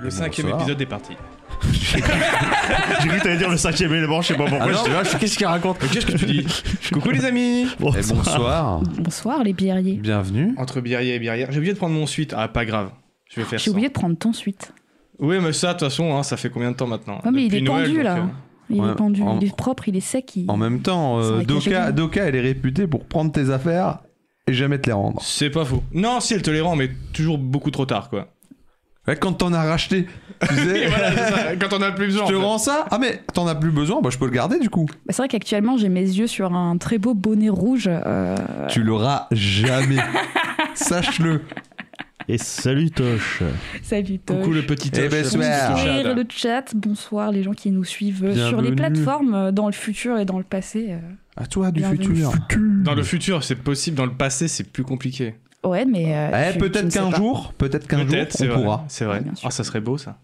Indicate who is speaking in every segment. Speaker 1: Le cinquième
Speaker 2: Bonsoir.
Speaker 1: épisode est parti.
Speaker 3: J'ai cru que t'allais dire le cinquième élément, Eh, je sais pas pourquoi.
Speaker 2: Ah non,
Speaker 3: j'étais là,
Speaker 2: mais qu'est-ce qu'il raconte
Speaker 1: Mais Qu'est-ce que tu dis Coucou les
Speaker 3: Ah,
Speaker 1: amis
Speaker 2: Eh,
Speaker 3: bonsoir.
Speaker 2: Bonsoir,
Speaker 4: Bonsoir les biériers.
Speaker 2: bienvenue.
Speaker 1: Entre birrière et birrière. J'ai oublié de prendre mon suite. Ah, pas grave. Je vais faire
Speaker 4: J'ai
Speaker 1: ça.
Speaker 4: oublié de prendre ton suite.
Speaker 1: Oui, mais ça, de toute façon, hein, ça fait combien de temps maintenant
Speaker 4: Ouais, mais il
Speaker 1: Depuis
Speaker 4: est
Speaker 1: Noël,
Speaker 4: tendu
Speaker 1: donc,
Speaker 4: là.
Speaker 1: euh,
Speaker 4: Il
Speaker 2: Ouais,
Speaker 4: est pendu,
Speaker 2: en-
Speaker 4: il est propre, il est sec. Il...
Speaker 2: En même temps,
Speaker 4: Ça
Speaker 2: euh,
Speaker 4: va cacher
Speaker 2: Doka,
Speaker 4: tout.
Speaker 2: Doka, elle est réputée pour prendre tes affaires et jamais te les rendre.
Speaker 1: C'est pas faux. Non, si, elle te les rend, mais toujours beaucoup trop tard, quoi.
Speaker 2: Ouais, quand t'en as racheté, tu sais,
Speaker 1: Et voilà, c'est ça, quand on a plus
Speaker 2: je
Speaker 1: besoin.
Speaker 2: te
Speaker 1: en fait.
Speaker 2: rends ça Ah mais t'en as plus besoin, bah je peux le garder du coup.
Speaker 4: Bah, c'est vrai qu'actuellement j'ai mes yeux sur un très beau bonnet rouge. euh,
Speaker 2: Tu l'auras jamais. Sache-le.
Speaker 3: Et salut Toche.
Speaker 4: Salut Tosh.
Speaker 1: Coucou le petit Tosh,
Speaker 2: Eh ben,
Speaker 1: la petite
Speaker 2: soir.
Speaker 4: Bonsoir
Speaker 1: Toshade.
Speaker 4: le chat, bonsoir les gens qui nous suivent euh, sur
Speaker 2: Bienvenue.
Speaker 4: les plateformes euh, dans le futur et dans le passé. euh.
Speaker 2: À toi du
Speaker 4: Bienvenue.
Speaker 2: futur.
Speaker 1: Dans le futur, c'est possible. Dans le passé, c'est plus compliqué.
Speaker 4: Ouais, mais. euh,
Speaker 2: Eh,
Speaker 4: tu- tu
Speaker 2: peut-être
Speaker 4: ne sais
Speaker 2: qu'un
Speaker 4: pas.
Speaker 2: jour, peut-être qu'un jour,
Speaker 1: Peut-être,
Speaker 2: on
Speaker 1: c'est vrai.
Speaker 2: pourra.
Speaker 1: C'est vrai.
Speaker 4: Ouais, bien sûr.
Speaker 1: Ah, ça serait beau, ça.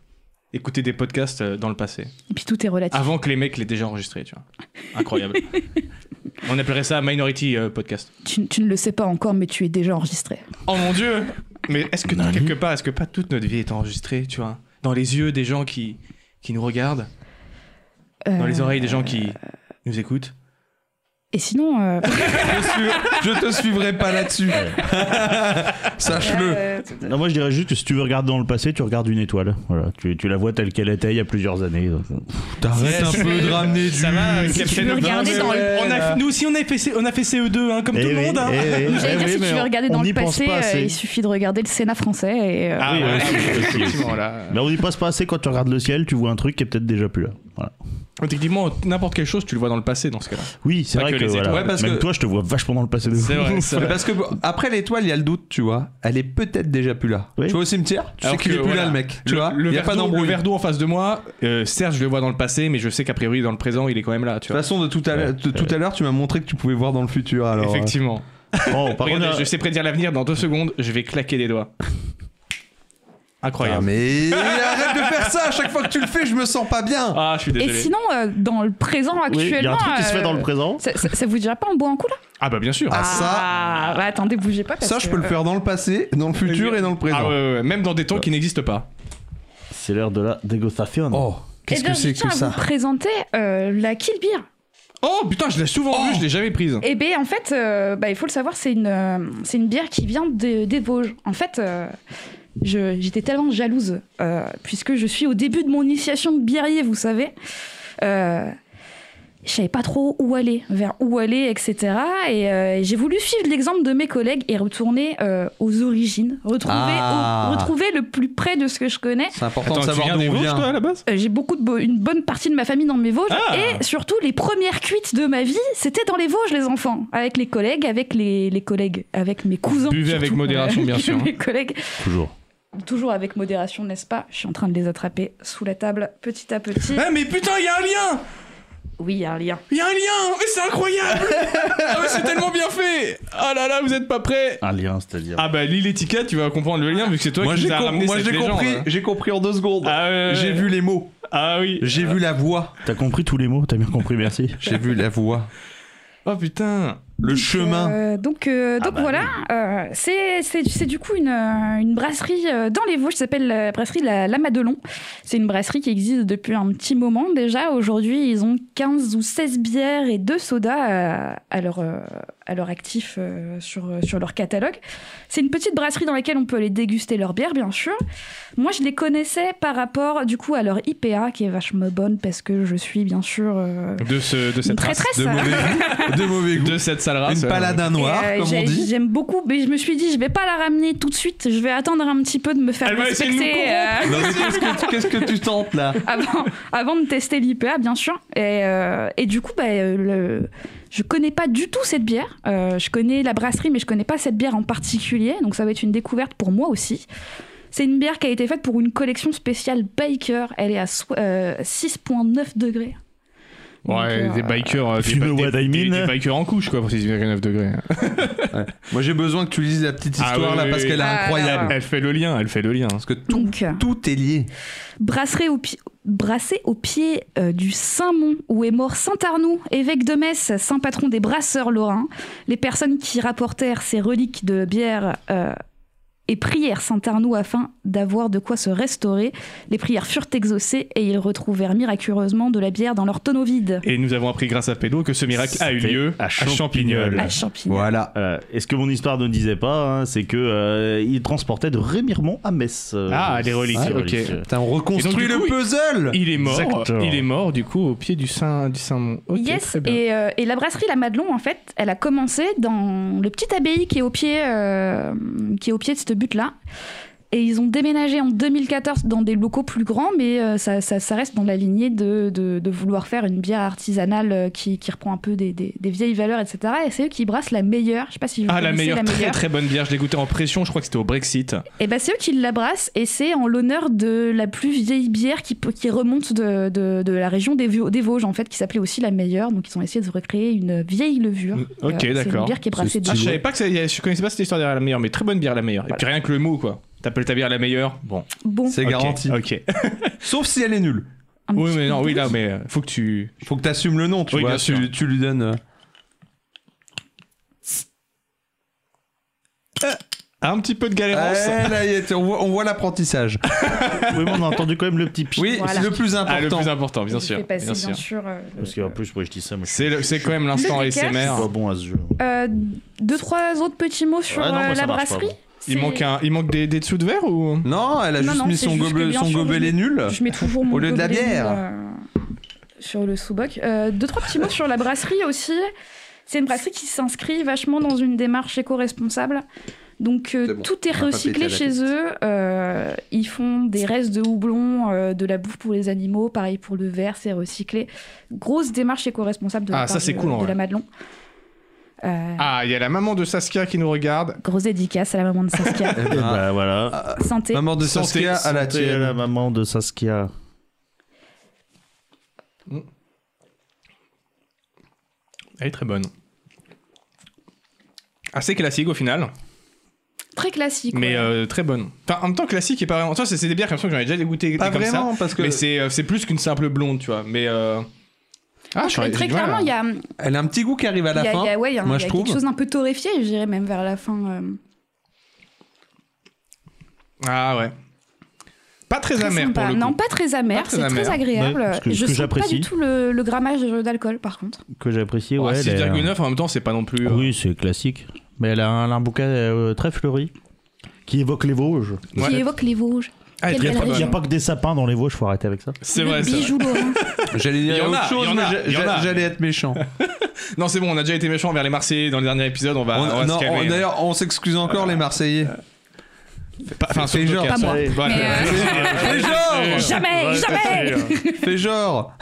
Speaker 1: Écouter des podcasts euh, dans le passé.
Speaker 4: Et puis tout est relatif.
Speaker 1: Avant que les mecs l'aient déjà enregistré, tu vois. Incroyable. On appellerait ça Minority euh, Podcast.
Speaker 4: Tu, tu ne le sais pas encore, mais tu es déjà enregistré.
Speaker 1: Oh mon dieu Mais est-ce que, quelque part, est-ce que pas toute notre vie est enregistrée, tu vois Dans les yeux des gens qui, qui nous regardent, dans les
Speaker 4: Euh,
Speaker 1: oreilles des gens qui nous écoutent.
Speaker 4: Et sinon. euh,
Speaker 2: Je, suis- je te suivrai pas là-dessus. Sache-le.
Speaker 4: euh,
Speaker 3: Non, moi je dirais juste que si tu veux regarder dans le passé, tu regardes une étoile. Voilà, tu, tu la vois telle qu'elle était il y a plusieurs années.
Speaker 2: T'arrêtes
Speaker 1: C'est-
Speaker 2: un
Speaker 1: c'est-
Speaker 2: peu de ramener du.
Speaker 1: Ça va,
Speaker 4: Si tu
Speaker 1: Captain
Speaker 4: veux
Speaker 1: Obvious
Speaker 4: regarder dans le-
Speaker 1: On a- Nous aussi, on a fait, C- on a fait CE2, hein,
Speaker 2: Eh
Speaker 1: comme tout
Speaker 3: Eh
Speaker 1: le monde. hein.
Speaker 4: J'allais dire, si tu veux regarder dans le passé, euh, il suffit de regarder le Sénat français. Et, euh,
Speaker 1: Ah
Speaker 3: Oui,
Speaker 1: ouais,
Speaker 3: ouais,
Speaker 1: oui,
Speaker 3: c'est possible.
Speaker 1: effectivement, là.
Speaker 3: Mais on y passe pas assez quand tu regardes le ciel, tu vois un truc qui est peut-être déjà plus là. Voilà.
Speaker 2: eh.
Speaker 1: Techniquement, n'importe quelle chose, tu le vois dans le passé dans ce cas-là.
Speaker 3: Oui, c'est
Speaker 1: Pas
Speaker 3: vrai
Speaker 1: que
Speaker 3: que,
Speaker 1: les
Speaker 3: voilà,
Speaker 1: étoiles.
Speaker 2: Ouais, parce
Speaker 3: même
Speaker 2: que-
Speaker 3: toi, je te vois vachement dans le passé. de
Speaker 1: C'est
Speaker 3: fou.
Speaker 1: vrai, c'est
Speaker 2: Mais
Speaker 1: vrai.
Speaker 2: parce que après l'étoile, il y a le doute, tu vois. Elle est peut-être déjà plus là.
Speaker 3: Oui.
Speaker 2: Tu vas au cimetière, tu
Speaker 1: Alors
Speaker 2: sais qu'il
Speaker 1: que,
Speaker 2: est plus
Speaker 1: voilà,
Speaker 2: là le mec. Tu
Speaker 1: le,
Speaker 2: vois,
Speaker 1: le
Speaker 2: il y a
Speaker 1: verre
Speaker 2: pas
Speaker 1: d'eau-
Speaker 2: d'embrouille.
Speaker 1: Le
Speaker 2: De
Speaker 1: verre d'eau en face de moi, euh, certes, je le vois dans le passé, mais je sais qu'a priori, dans le présent, il est quand même là, tu
Speaker 2: toute
Speaker 1: vois.
Speaker 2: façon, de tout à l'heure, de tout à l'heure, tu m'as montré que tu pouvais voir dans le futur. Alors, euh,
Speaker 1: Effectivement.
Speaker 3: Bon, Oh, par
Speaker 1: Regardez,
Speaker 3: contre, euh,
Speaker 1: je sais prédire l'avenir dans deux secondes, je vais claquer des doigts.
Speaker 2: Ah,
Speaker 1: Incroyable.
Speaker 2: mais arrête de faire ça. À chaque fois que tu le fais, je me sens pas bien.
Speaker 1: Ah, je suis
Speaker 4: et
Speaker 1: désolé.
Speaker 4: sinon, euh, dans le présent
Speaker 3: il
Speaker 4: actuellement.
Speaker 3: y a un truc qui se
Speaker 4: euh,
Speaker 3: fait dans le présent.
Speaker 4: Ça, ça- ça vous dirait pas, on boit un coup là
Speaker 1: Ah, bah bien sûr.
Speaker 2: Ah, ça.
Speaker 4: hein Ah, bah, attendez, bougez pas. Parce
Speaker 2: Ça, je peux le
Speaker 4: que- euh,
Speaker 2: faire dans le passé, dans le futur et dans le présent.
Speaker 1: Ah ouais, ouais, ouais, même dans des temps qui n'existent pas.
Speaker 3: C'est l'heure de la dégustation.
Speaker 2: Oh,
Speaker 4: Eh
Speaker 2: qu'est-ce
Speaker 4: bien,
Speaker 2: que c'est
Speaker 4: je tiens
Speaker 2: que
Speaker 4: à
Speaker 2: ça
Speaker 4: vous présenter euh, la Kill Beer.
Speaker 1: Oh putain, je l'ai souvent
Speaker 2: Oh.
Speaker 1: vu, je l'ai jamais prise.
Speaker 4: Eh bien, en fait, euh, bah, il faut le savoir, c'est une, euh, c'est une bière qui vient des, des Vosges. En fait, euh, je- j'étais tellement jalouse, euh, puisque je suis au début de mon initiation de biérier, vous savez. Euh, je savais pas trop où aller, vers où aller, etc. Et euh, j'ai voulu suivre l'exemple de mes collègues et retourner euh, aux origines, retrouver,
Speaker 2: Ah.
Speaker 4: au- retrouver le plus près de ce que je connais.
Speaker 2: C'est important
Speaker 1: Attends,
Speaker 2: de
Speaker 1: tu
Speaker 2: savoir
Speaker 1: viens
Speaker 2: d'où
Speaker 1: des
Speaker 2: on
Speaker 1: Vosges,
Speaker 2: vient.
Speaker 1: toi, à la base
Speaker 4: Euh, J'ai beaucoup de bo- une bonne partie de ma famille dans mes Vosges
Speaker 1: Ah.
Speaker 4: et surtout les premières cuites de ma vie, c'était dans les Vosges les enfants, avec les collègues, avec les, les collègues, avec mes cousins.
Speaker 1: Buvez
Speaker 4: surtout,
Speaker 1: avec modération, bien
Speaker 4: avec
Speaker 1: sûr, hein.
Speaker 4: Mes collègues,
Speaker 3: Toujours.
Speaker 4: toujours avec modération, n'est-ce pas Je suis en train de les attraper sous la table petit à petit.
Speaker 1: Ah, mais putain, il y a un lien
Speaker 4: Oui, il y a un lien.
Speaker 1: Il y a un lien Mais c'est incroyable Ah, mais c'est tellement bien fait Ah là là, vous êtes pas prêts
Speaker 3: Un lien, c'est-à-dire.
Speaker 1: Ah bah, lis l'étiquette, tu vas comprendre le lien vu que c'est toi
Speaker 2: Moi,
Speaker 1: qui
Speaker 2: j'ai
Speaker 1: nous as
Speaker 2: com-
Speaker 1: ramené
Speaker 2: moi,
Speaker 1: cette
Speaker 2: j'ai
Speaker 1: légende.
Speaker 2: compris, j'ai compris en deux secondes.
Speaker 1: Ah ouais, ouais, ouais.
Speaker 2: J'ai vu les mots,
Speaker 1: Ah oui.
Speaker 2: j'ai vu la voix,
Speaker 3: T'as compris tous les mots, t'as bien compris, merci.
Speaker 2: j'ai vu la voix,
Speaker 1: Oh putain.
Speaker 2: le
Speaker 4: Donc,
Speaker 2: chemin.
Speaker 4: euh, donc euh, donc voilà, euh, c'est- c'est c'est du coup une, euh, une brasserie euh, dans les Vosges, qui s'appelle la brasserie La, la Madelon. C'est une brasserie qui existe depuis un petit moment déjà. Aujourd'hui, ils ont 15 ou 16 bières et 2 sodas euh, à, leur, euh, à leur actif euh, sur, euh, sur leur catalogue. C'est une petite brasserie dans laquelle on peut aller déguster leurs bières, bien sûr. Moi, je les connaissais par rapport du coup à leur IPA, qui est vachement bonne parce que je suis bien sûr... euh,
Speaker 1: De, ce, de
Speaker 4: une
Speaker 1: cette race.
Speaker 4: traîtresse.
Speaker 2: De mauvais goût, de mauvais goût.
Speaker 1: De cette sale race.
Speaker 2: Une
Speaker 1: ouais.
Speaker 2: paladin noir,
Speaker 4: Et, euh,
Speaker 2: comme on
Speaker 4: j'ai-
Speaker 2: dit.
Speaker 4: J'aime beaucoup, mais je me suis dit, je vais pas la ramener tout de suite. Je vais attendre un petit peu de me faire
Speaker 1: Elle va essayer de nous
Speaker 4: respecter euh,
Speaker 2: Non, mais Qu'est-ce que, qu'est-ce que tu tentes là
Speaker 4: avant, avant de tester l'IPA, bien sûr. Et, euh, et du coup, bah, euh, le- je connais pas du tout cette bière. Euh, je connais la brasserie, mais je connais pas cette bière en particulier. Donc ça va être une découverte pour moi aussi. C'est une bière qui a été faite pour une collection spéciale biker. Elle est à so- euh, 6,9 degrés. Donc,
Speaker 1: Ouais,
Speaker 4: euh,
Speaker 1: des bikers. euh, des-
Speaker 3: You know
Speaker 1: des-
Speaker 3: what I
Speaker 1: des-
Speaker 3: mean.
Speaker 1: des bikers en couche, quoi, pour 6,9 degrés.
Speaker 2: Moi j'ai besoin que tu lises la petite
Speaker 1: Ah
Speaker 2: histoire
Speaker 1: oui,
Speaker 2: là
Speaker 1: oui,
Speaker 2: parce
Speaker 1: oui.
Speaker 2: qu'elle est
Speaker 4: Ah,
Speaker 2: incroyable.
Speaker 4: là, là.
Speaker 1: Elle fait le lien, elle fait le lien.
Speaker 2: Parce que tout,
Speaker 4: Donc, euh,
Speaker 2: tout est lié.
Speaker 4: Brasserie au, pi- brassée au pied euh, du Saint-Mont, où est mort Saint Arnoux, évêque de Metz, saint patron des brasseurs lorrains. Les personnes qui rapportèrent ces reliques de bière euh, et prièrent Saint-Arnoux afin d'avoir de quoi se restaurer. Les prières furent exaucées et ils retrouvèrent miraculeusement de la bière dans leur tonneau vide.
Speaker 1: Et nous avons appris grâce à Pédo que ce miracle a eu
Speaker 3: C'était
Speaker 1: lieu
Speaker 3: à
Speaker 1: à
Speaker 3: Champignol.
Speaker 1: Champignol.
Speaker 4: La champignole.
Speaker 2: Voilà.
Speaker 3: Euh, et ce que mon histoire ne disait pas, hein, c'est que euh, il transportait de Rémiremont à Metz. euh,
Speaker 1: Ah, les reliques,
Speaker 3: ces
Speaker 1: ok.
Speaker 3: euh.
Speaker 2: Putain, on reconstruit
Speaker 1: Et donc, du
Speaker 2: le
Speaker 1: coup,
Speaker 2: puzzle
Speaker 1: Il est mort,
Speaker 3: Exactement.
Speaker 1: il est mort du coup au pied du Saint du Saint-Mont. Ok,
Speaker 4: yes,
Speaker 1: très bien.
Speaker 4: et, euh, et la brasserie La Madelon, en fait, elle a commencé dans le petit abbaye qui est au pied, euh, qui est au pied de cette butte-là. Et ils ont déménagé en 2014 dans des locaux plus grands, mais euh, ça, ça- ça reste dans la lignée de, de- de vouloir faire une bière artisanale euh, qui, qui reprend un peu des, des- des vieilles valeurs, etc. Et c'est eux qui brassent la meilleure. Je sais pas si vous
Speaker 1: Ah, la
Speaker 4: connaissez
Speaker 1: meilleure, Ah,
Speaker 4: la
Speaker 1: très
Speaker 4: meilleure.
Speaker 1: très bonne bière. Je l'ai goûtée en pression, je crois que c'était au Brexit.
Speaker 4: Et ben c'est eux qui l'abrassent et c'est en l'honneur de la plus vieille bière qui, peut- qui remonte de, de- de la région des, Vau- des Vosges en fait, qui s'appelait aussi la meilleure. Donc ils ont essayé de recréer une vieille levure. Euh,
Speaker 1: Mm, ok,
Speaker 4: c'est Une
Speaker 1: d'accord.
Speaker 4: bière qui est brassée
Speaker 2: C'est
Speaker 4: de
Speaker 1: Ah, je savais pas que ça- je connaissais pas cette histoire derrière la meilleure, mais très bonne bière la meilleure. Et puis rien que le mot quoi. T'appelles ta bière la meilleure Bon,
Speaker 4: Bon,
Speaker 2: C'est
Speaker 1: ok,
Speaker 2: garanti.
Speaker 1: Ok.
Speaker 2: Sauf si elle est nulle.
Speaker 4: un
Speaker 1: Oui,
Speaker 4: petit
Speaker 1: mais
Speaker 4: peu
Speaker 1: non, oui
Speaker 4: de-
Speaker 1: là, mais euh, faut que tu.
Speaker 2: Faut que t'assumes le nom, tu
Speaker 1: Oui,
Speaker 2: vois.
Speaker 1: bien
Speaker 2: Tu,
Speaker 1: sûr.
Speaker 2: tu lui donnes. euh,
Speaker 1: Ah, Un petit peu de galérance.
Speaker 2: Eh, là, y est, on voit, on voit l'apprentissage.
Speaker 3: Oui, mais on a entendu quand même le petit pi.
Speaker 2: Oui,
Speaker 4: Voilà.
Speaker 2: c'est le plus important.
Speaker 1: Ah, le plus important, bien
Speaker 4: Je
Speaker 1: sûr.
Speaker 4: fais passer,
Speaker 1: bien
Speaker 4: bien
Speaker 1: sûr.
Speaker 4: sûr, euh,
Speaker 3: Parce qu'en plus, moi je dis ça, moi je suis
Speaker 1: C'est le- c'est quand même l'instant
Speaker 4: Le décaf.
Speaker 1: ASMR.
Speaker 3: pas bon à ce jeu.
Speaker 4: euh, deux trois autres petits mots sur
Speaker 3: Ah non, moi,
Speaker 4: euh,
Speaker 3: ça
Speaker 4: la
Speaker 3: marche pas,
Speaker 4: brasserie.
Speaker 3: moi.
Speaker 1: Il
Speaker 4: C'est-
Speaker 1: manque, un, il manque des, des dessous de verre ou
Speaker 2: Non, elle a
Speaker 4: Non,
Speaker 2: juste
Speaker 4: non,
Speaker 2: mis
Speaker 4: c'est
Speaker 2: son,
Speaker 4: juste que,
Speaker 2: gobelet-
Speaker 4: bien
Speaker 2: son
Speaker 4: sûr,
Speaker 2: gobelet
Speaker 4: je mets-
Speaker 2: nul.
Speaker 4: Je mets toujours mon
Speaker 2: Au lieu de la
Speaker 4: gobelet
Speaker 2: bière.
Speaker 4: nul, euh, sur le sous-boc. Euh, deux, trois petits mots sur la brasserie aussi. C'est une brasserie qui s'inscrit vachement dans une démarche éco-responsable. Donc euh,
Speaker 2: C'est bon,
Speaker 4: tout est
Speaker 2: on va pas
Speaker 4: recyclé
Speaker 2: péter la
Speaker 4: chez eux. Euh, ils font des restes de houblon, euh, de la bouffe pour les animaux, pareil pour le verre, c'est recyclé. Grosse démarche éco-responsable de la
Speaker 1: Ah, ça,
Speaker 4: part
Speaker 1: c'est
Speaker 4: de,
Speaker 1: cool, en
Speaker 4: de
Speaker 1: vrai.
Speaker 4: la Madelon. Euh,
Speaker 1: Ah, il y a la maman de Saskia qui nous regarde.
Speaker 4: Grosse dédicace à la maman de Saskia.
Speaker 2: Eh
Speaker 3: Et
Speaker 2: ben,
Speaker 3: bah voilà.
Speaker 4: Santé.
Speaker 2: Maman de
Speaker 1: Santé,
Speaker 2: Saskia à la
Speaker 3: Santé à la
Speaker 1: euh,
Speaker 2: tienne.
Speaker 3: maman de Saskia.
Speaker 1: Elle est très bonne. Assez classique au final,
Speaker 4: Très classique.
Speaker 1: mais
Speaker 4: ouais.
Speaker 1: euh, très bonne. Enfin, en même temps, classique et pas vraiment. Toi, c'est c'est des bières comme ça que j'en ai déjà dégoûté
Speaker 2: Pas
Speaker 1: comme ça.
Speaker 2: vraiment, parce que
Speaker 1: Mais c'est euh, c'est plus qu'une simple blonde, tu vois. Mais. euh, Ah,
Speaker 4: Très- très clairement, il y a,
Speaker 2: elle a un petit goût qui arrive à la
Speaker 4: Il y a-
Speaker 2: fin.
Speaker 4: il y a- ouais, il y a, un-
Speaker 2: moi,
Speaker 4: il y
Speaker 2: je
Speaker 4: a
Speaker 2: trouve.
Speaker 4: quelque chose d'un peu torréfié, je dirais, même vers la fin. euh,
Speaker 1: Ah ouais. Pas très,
Speaker 4: très
Speaker 1: amer
Speaker 4: sympa.
Speaker 1: pour le coup.
Speaker 4: non, pas très
Speaker 1: Pas
Speaker 4: amer,
Speaker 1: très
Speaker 4: c'est très
Speaker 1: amer.
Speaker 4: agréable.
Speaker 3: Ouais, parce que- ce
Speaker 4: je
Speaker 3: que
Speaker 4: sens pas
Speaker 3: j'apprécie.
Speaker 4: du tout le, le grammage d'alcool, par contre.
Speaker 3: Que j'apprécie,
Speaker 1: Ouais,
Speaker 3: ouais. elle est-
Speaker 1: 6,9 en même temps, c'est pas non plus. euh,
Speaker 3: Oui, c'est classique. Mais elle a un, un bouquet euh, très fleuri qui évoque les Vosges.
Speaker 1: Ouais.
Speaker 4: Qui évoque les Vosges.
Speaker 1: Ah, elle est
Speaker 3: Il
Speaker 4: Quelle
Speaker 3: n'y a,
Speaker 1: très
Speaker 3: pas-
Speaker 4: belle
Speaker 1: bonne.
Speaker 3: il y a pas que des sapins dans les Vosges, faut arrêter avec ça.
Speaker 1: C'est
Speaker 4: le
Speaker 1: vrai, c'est vrai.
Speaker 4: bijou lorrain.
Speaker 2: J'allais
Speaker 1: Il y
Speaker 2: dire
Speaker 1: en
Speaker 2: autre
Speaker 1: a,
Speaker 2: chose,
Speaker 1: il y en
Speaker 2: mais
Speaker 1: a,
Speaker 2: j'a-
Speaker 1: il y en
Speaker 2: j'a-
Speaker 1: a.
Speaker 2: j'allais être méchant.
Speaker 1: Non, c'est bon, on a déjà été méchant envers les Marseillais dans le dernier épisode, on va, on va
Speaker 2: On-
Speaker 1: se
Speaker 2: non,
Speaker 1: calmer.
Speaker 2: on- D'ailleurs, on s'excuse encore, les Marseillais.
Speaker 1: Pas- enfin,
Speaker 2: c'est
Speaker 1: sauf
Speaker 2: genre-
Speaker 1: Joker,
Speaker 4: Pas
Speaker 1: ça. Bah,
Speaker 4: moi.
Speaker 1: Voilà.
Speaker 4: Mais, euh,
Speaker 2: Fais genre
Speaker 4: Jamais, jamais
Speaker 2: Fais genre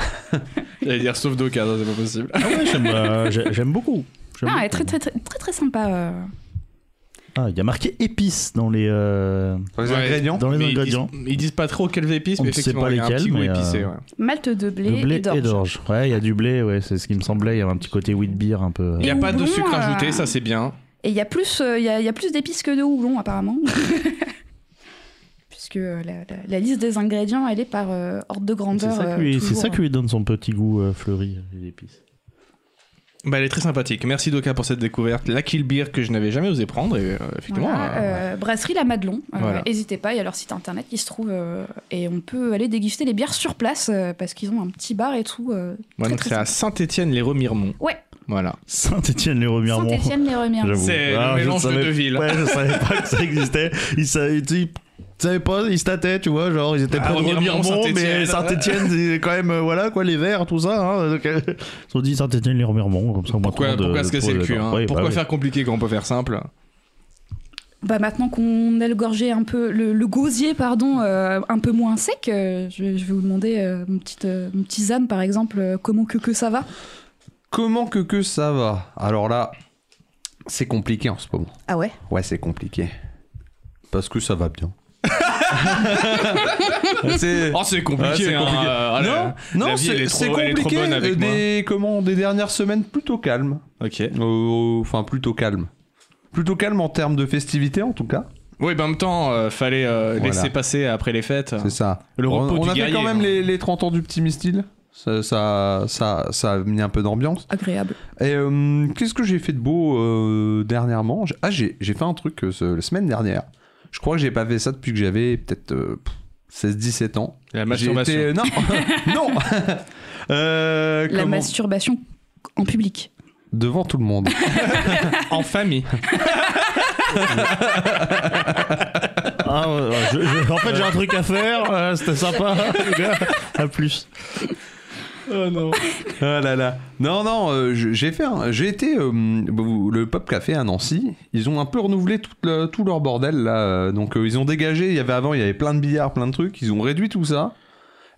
Speaker 1: J'allais dire sauf Doka, non, c'est pas possible.
Speaker 3: Ah ouais, j'aime, euh, j'ai- j'aime beaucoup. J'aime
Speaker 4: Non, Ah, elle est
Speaker 3: beaucoup.
Speaker 4: très, très, très, très, très sympa. euh.
Speaker 3: Ah, il y a marqué épices dans les euh,
Speaker 2: Les
Speaker 1: Ouais.
Speaker 2: ingrédients.
Speaker 3: dans les
Speaker 1: Mais ils,
Speaker 3: ingrédients.
Speaker 1: disent- ils disent pas trop quelles épices,
Speaker 3: On
Speaker 1: mais
Speaker 3: ne sait
Speaker 1: effectivement,
Speaker 3: pas
Speaker 1: il y a un
Speaker 3: lesquelles,
Speaker 1: petit goût
Speaker 3: mais, euh,
Speaker 1: épicé. ouais.
Speaker 4: Malte de blé,
Speaker 3: de blé
Speaker 4: et d'orge.
Speaker 3: et d'orge. Ouais, il y a du blé, ouais, c'est ce qui me semblait. Il y avait un petit côté wheat beer un peu.
Speaker 1: Il n'y a pas de
Speaker 4: houblon,
Speaker 1: sucre
Speaker 4: euh,
Speaker 1: ajouté, ça c'est bien.
Speaker 4: Et il y a plus, euh, il y a, il y a plus d'épices que de houblon, apparemment. Puisque euh, la, la- la liste des ingrédients, elle est par euh, ordre de
Speaker 3: C'est
Speaker 4: grandeur.
Speaker 3: ça,
Speaker 4: euh,
Speaker 3: qui lui, c'est
Speaker 4: toujours,
Speaker 3: ça
Speaker 1: hein.
Speaker 3: qui lui donne son petit goût euh, fleuri, les épices.
Speaker 1: Bah, elle est très sympathique. Merci Doka pour cette découverte. La Kill Beer que je n'avais jamais osé prendre. Et, euh, effectivement,
Speaker 4: Voilà,
Speaker 1: euh,
Speaker 4: euh, Brasserie La Madelon. Euh,
Speaker 1: Voilà.
Speaker 4: N'hésitez pas, il y a leur site internet qui se trouve euh, et on peut aller déguster les bières sur place euh, parce qu'ils ont un petit bar et tout. euh,
Speaker 1: ouais,
Speaker 4: très,
Speaker 1: donc
Speaker 4: très
Speaker 1: c'est à
Speaker 4: sympa.
Speaker 1: Saint-Étienne les Remiremont.
Speaker 4: Ouais.
Speaker 1: Voilà.
Speaker 3: Saint-Étienne les Remiremont.
Speaker 4: Saint-Étienne les Remiremont.
Speaker 3: J'avoue.
Speaker 1: C'est
Speaker 3: Ah,
Speaker 1: le
Speaker 3: je
Speaker 1: mélange de
Speaker 3: savais-
Speaker 1: deux villes.
Speaker 3: Ouais, je savais pas que ça existait. Ils savaient, tu sais, ils savaient pas, ils se tâtaient, tu vois, genre ils étaient
Speaker 1: Ah,
Speaker 3: près de
Speaker 1: Remiremont,
Speaker 3: Remiremont, mais
Speaker 1: Saint-Étienne.
Speaker 3: Saint-Étienne, c'est quand même, euh, voilà quoi, les verts, tout ça. Hein, donc, euh, ils ont dit Saint-Étienne les Remiremont, comme ça. au moins,
Speaker 1: Pourquoi,
Speaker 3: tout le monde,
Speaker 1: pourquoi
Speaker 3: euh,
Speaker 1: se casser
Speaker 3: pose
Speaker 1: le cul
Speaker 3: dedans.
Speaker 1: hein
Speaker 3: Ouais, bah
Speaker 1: Pourquoi
Speaker 3: oui.
Speaker 1: faire compliqué quand on peut faire simple
Speaker 4: Bah, maintenant qu'on a le gorgé un peu, le, le gosier pardon, euh, un peu moins sec, euh, je, je vais vous demander, euh, mon, petit, euh, mon petit Zan par exemple, euh, comment que, que ça va
Speaker 2: Comment que que ça va Alors là, c'est compliqué en ce moment.
Speaker 4: Ah ouais
Speaker 2: Ouais, c'est compliqué. Parce que ça va bien. c'est...
Speaker 1: Oh, c'est compliqué.
Speaker 2: Ouais, c'est
Speaker 1: hein,
Speaker 2: compliqué.
Speaker 1: euh,
Speaker 2: non,
Speaker 1: voilà.
Speaker 2: non
Speaker 1: la vie, elle
Speaker 2: c'est
Speaker 1: est
Speaker 2: c'est
Speaker 1: trop- elle est trop
Speaker 2: compliqué.
Speaker 1: bonne avec
Speaker 2: euh, des, comment, des dernières semaines plutôt calmes.
Speaker 1: Ok.
Speaker 2: Euh, Enfin, plutôt calmes. Plutôt calmes en termes de festivités en tout cas.
Speaker 1: Oui, bah, en même temps, euh, fallait euh,
Speaker 2: Voilà.
Speaker 1: laisser passer après les fêtes.
Speaker 2: C'est ça.
Speaker 1: Le
Speaker 2: on
Speaker 1: repos du
Speaker 2: on a fait
Speaker 1: guerrier,
Speaker 2: quand même
Speaker 1: hein.
Speaker 2: les, les 30 ans du petit Mistil. Ça, ça, ça, ça a mis un peu d'ambiance.
Speaker 4: Agréable.
Speaker 2: Et euh, qu'est-ce que j'ai fait de beau euh, dernièrement J'ai- Ah, j'ai j'ai fait un truc euh, ce- la semaine dernière. Je crois que j'ai pas fait ça depuis que j'avais peut-être euh, 16-17 ans.
Speaker 1: La
Speaker 2: J'ai
Speaker 1: masturbation.
Speaker 2: été- Non Non Euh,
Speaker 5: La
Speaker 2: comment
Speaker 5: masturbation en public.
Speaker 2: Devant tout le monde.
Speaker 1: En famille.
Speaker 3: Ah, ouais, ouais, je- je- en fait, j'ai un truc à faire. euh, C'était sympa. à plus.
Speaker 1: Oh non.
Speaker 2: Ah là là. Non, non, euh, je- j'ai fait un- J'ai été. euh, vous- le Pop Café à Nancy, ils ont un peu renouvelé tout, le- tout leur bordel là. euh, Donc euh, ils ont dégagé. Il y avait avant, il y avait plein de billards, plein de trucs. Ils ont réduit tout ça.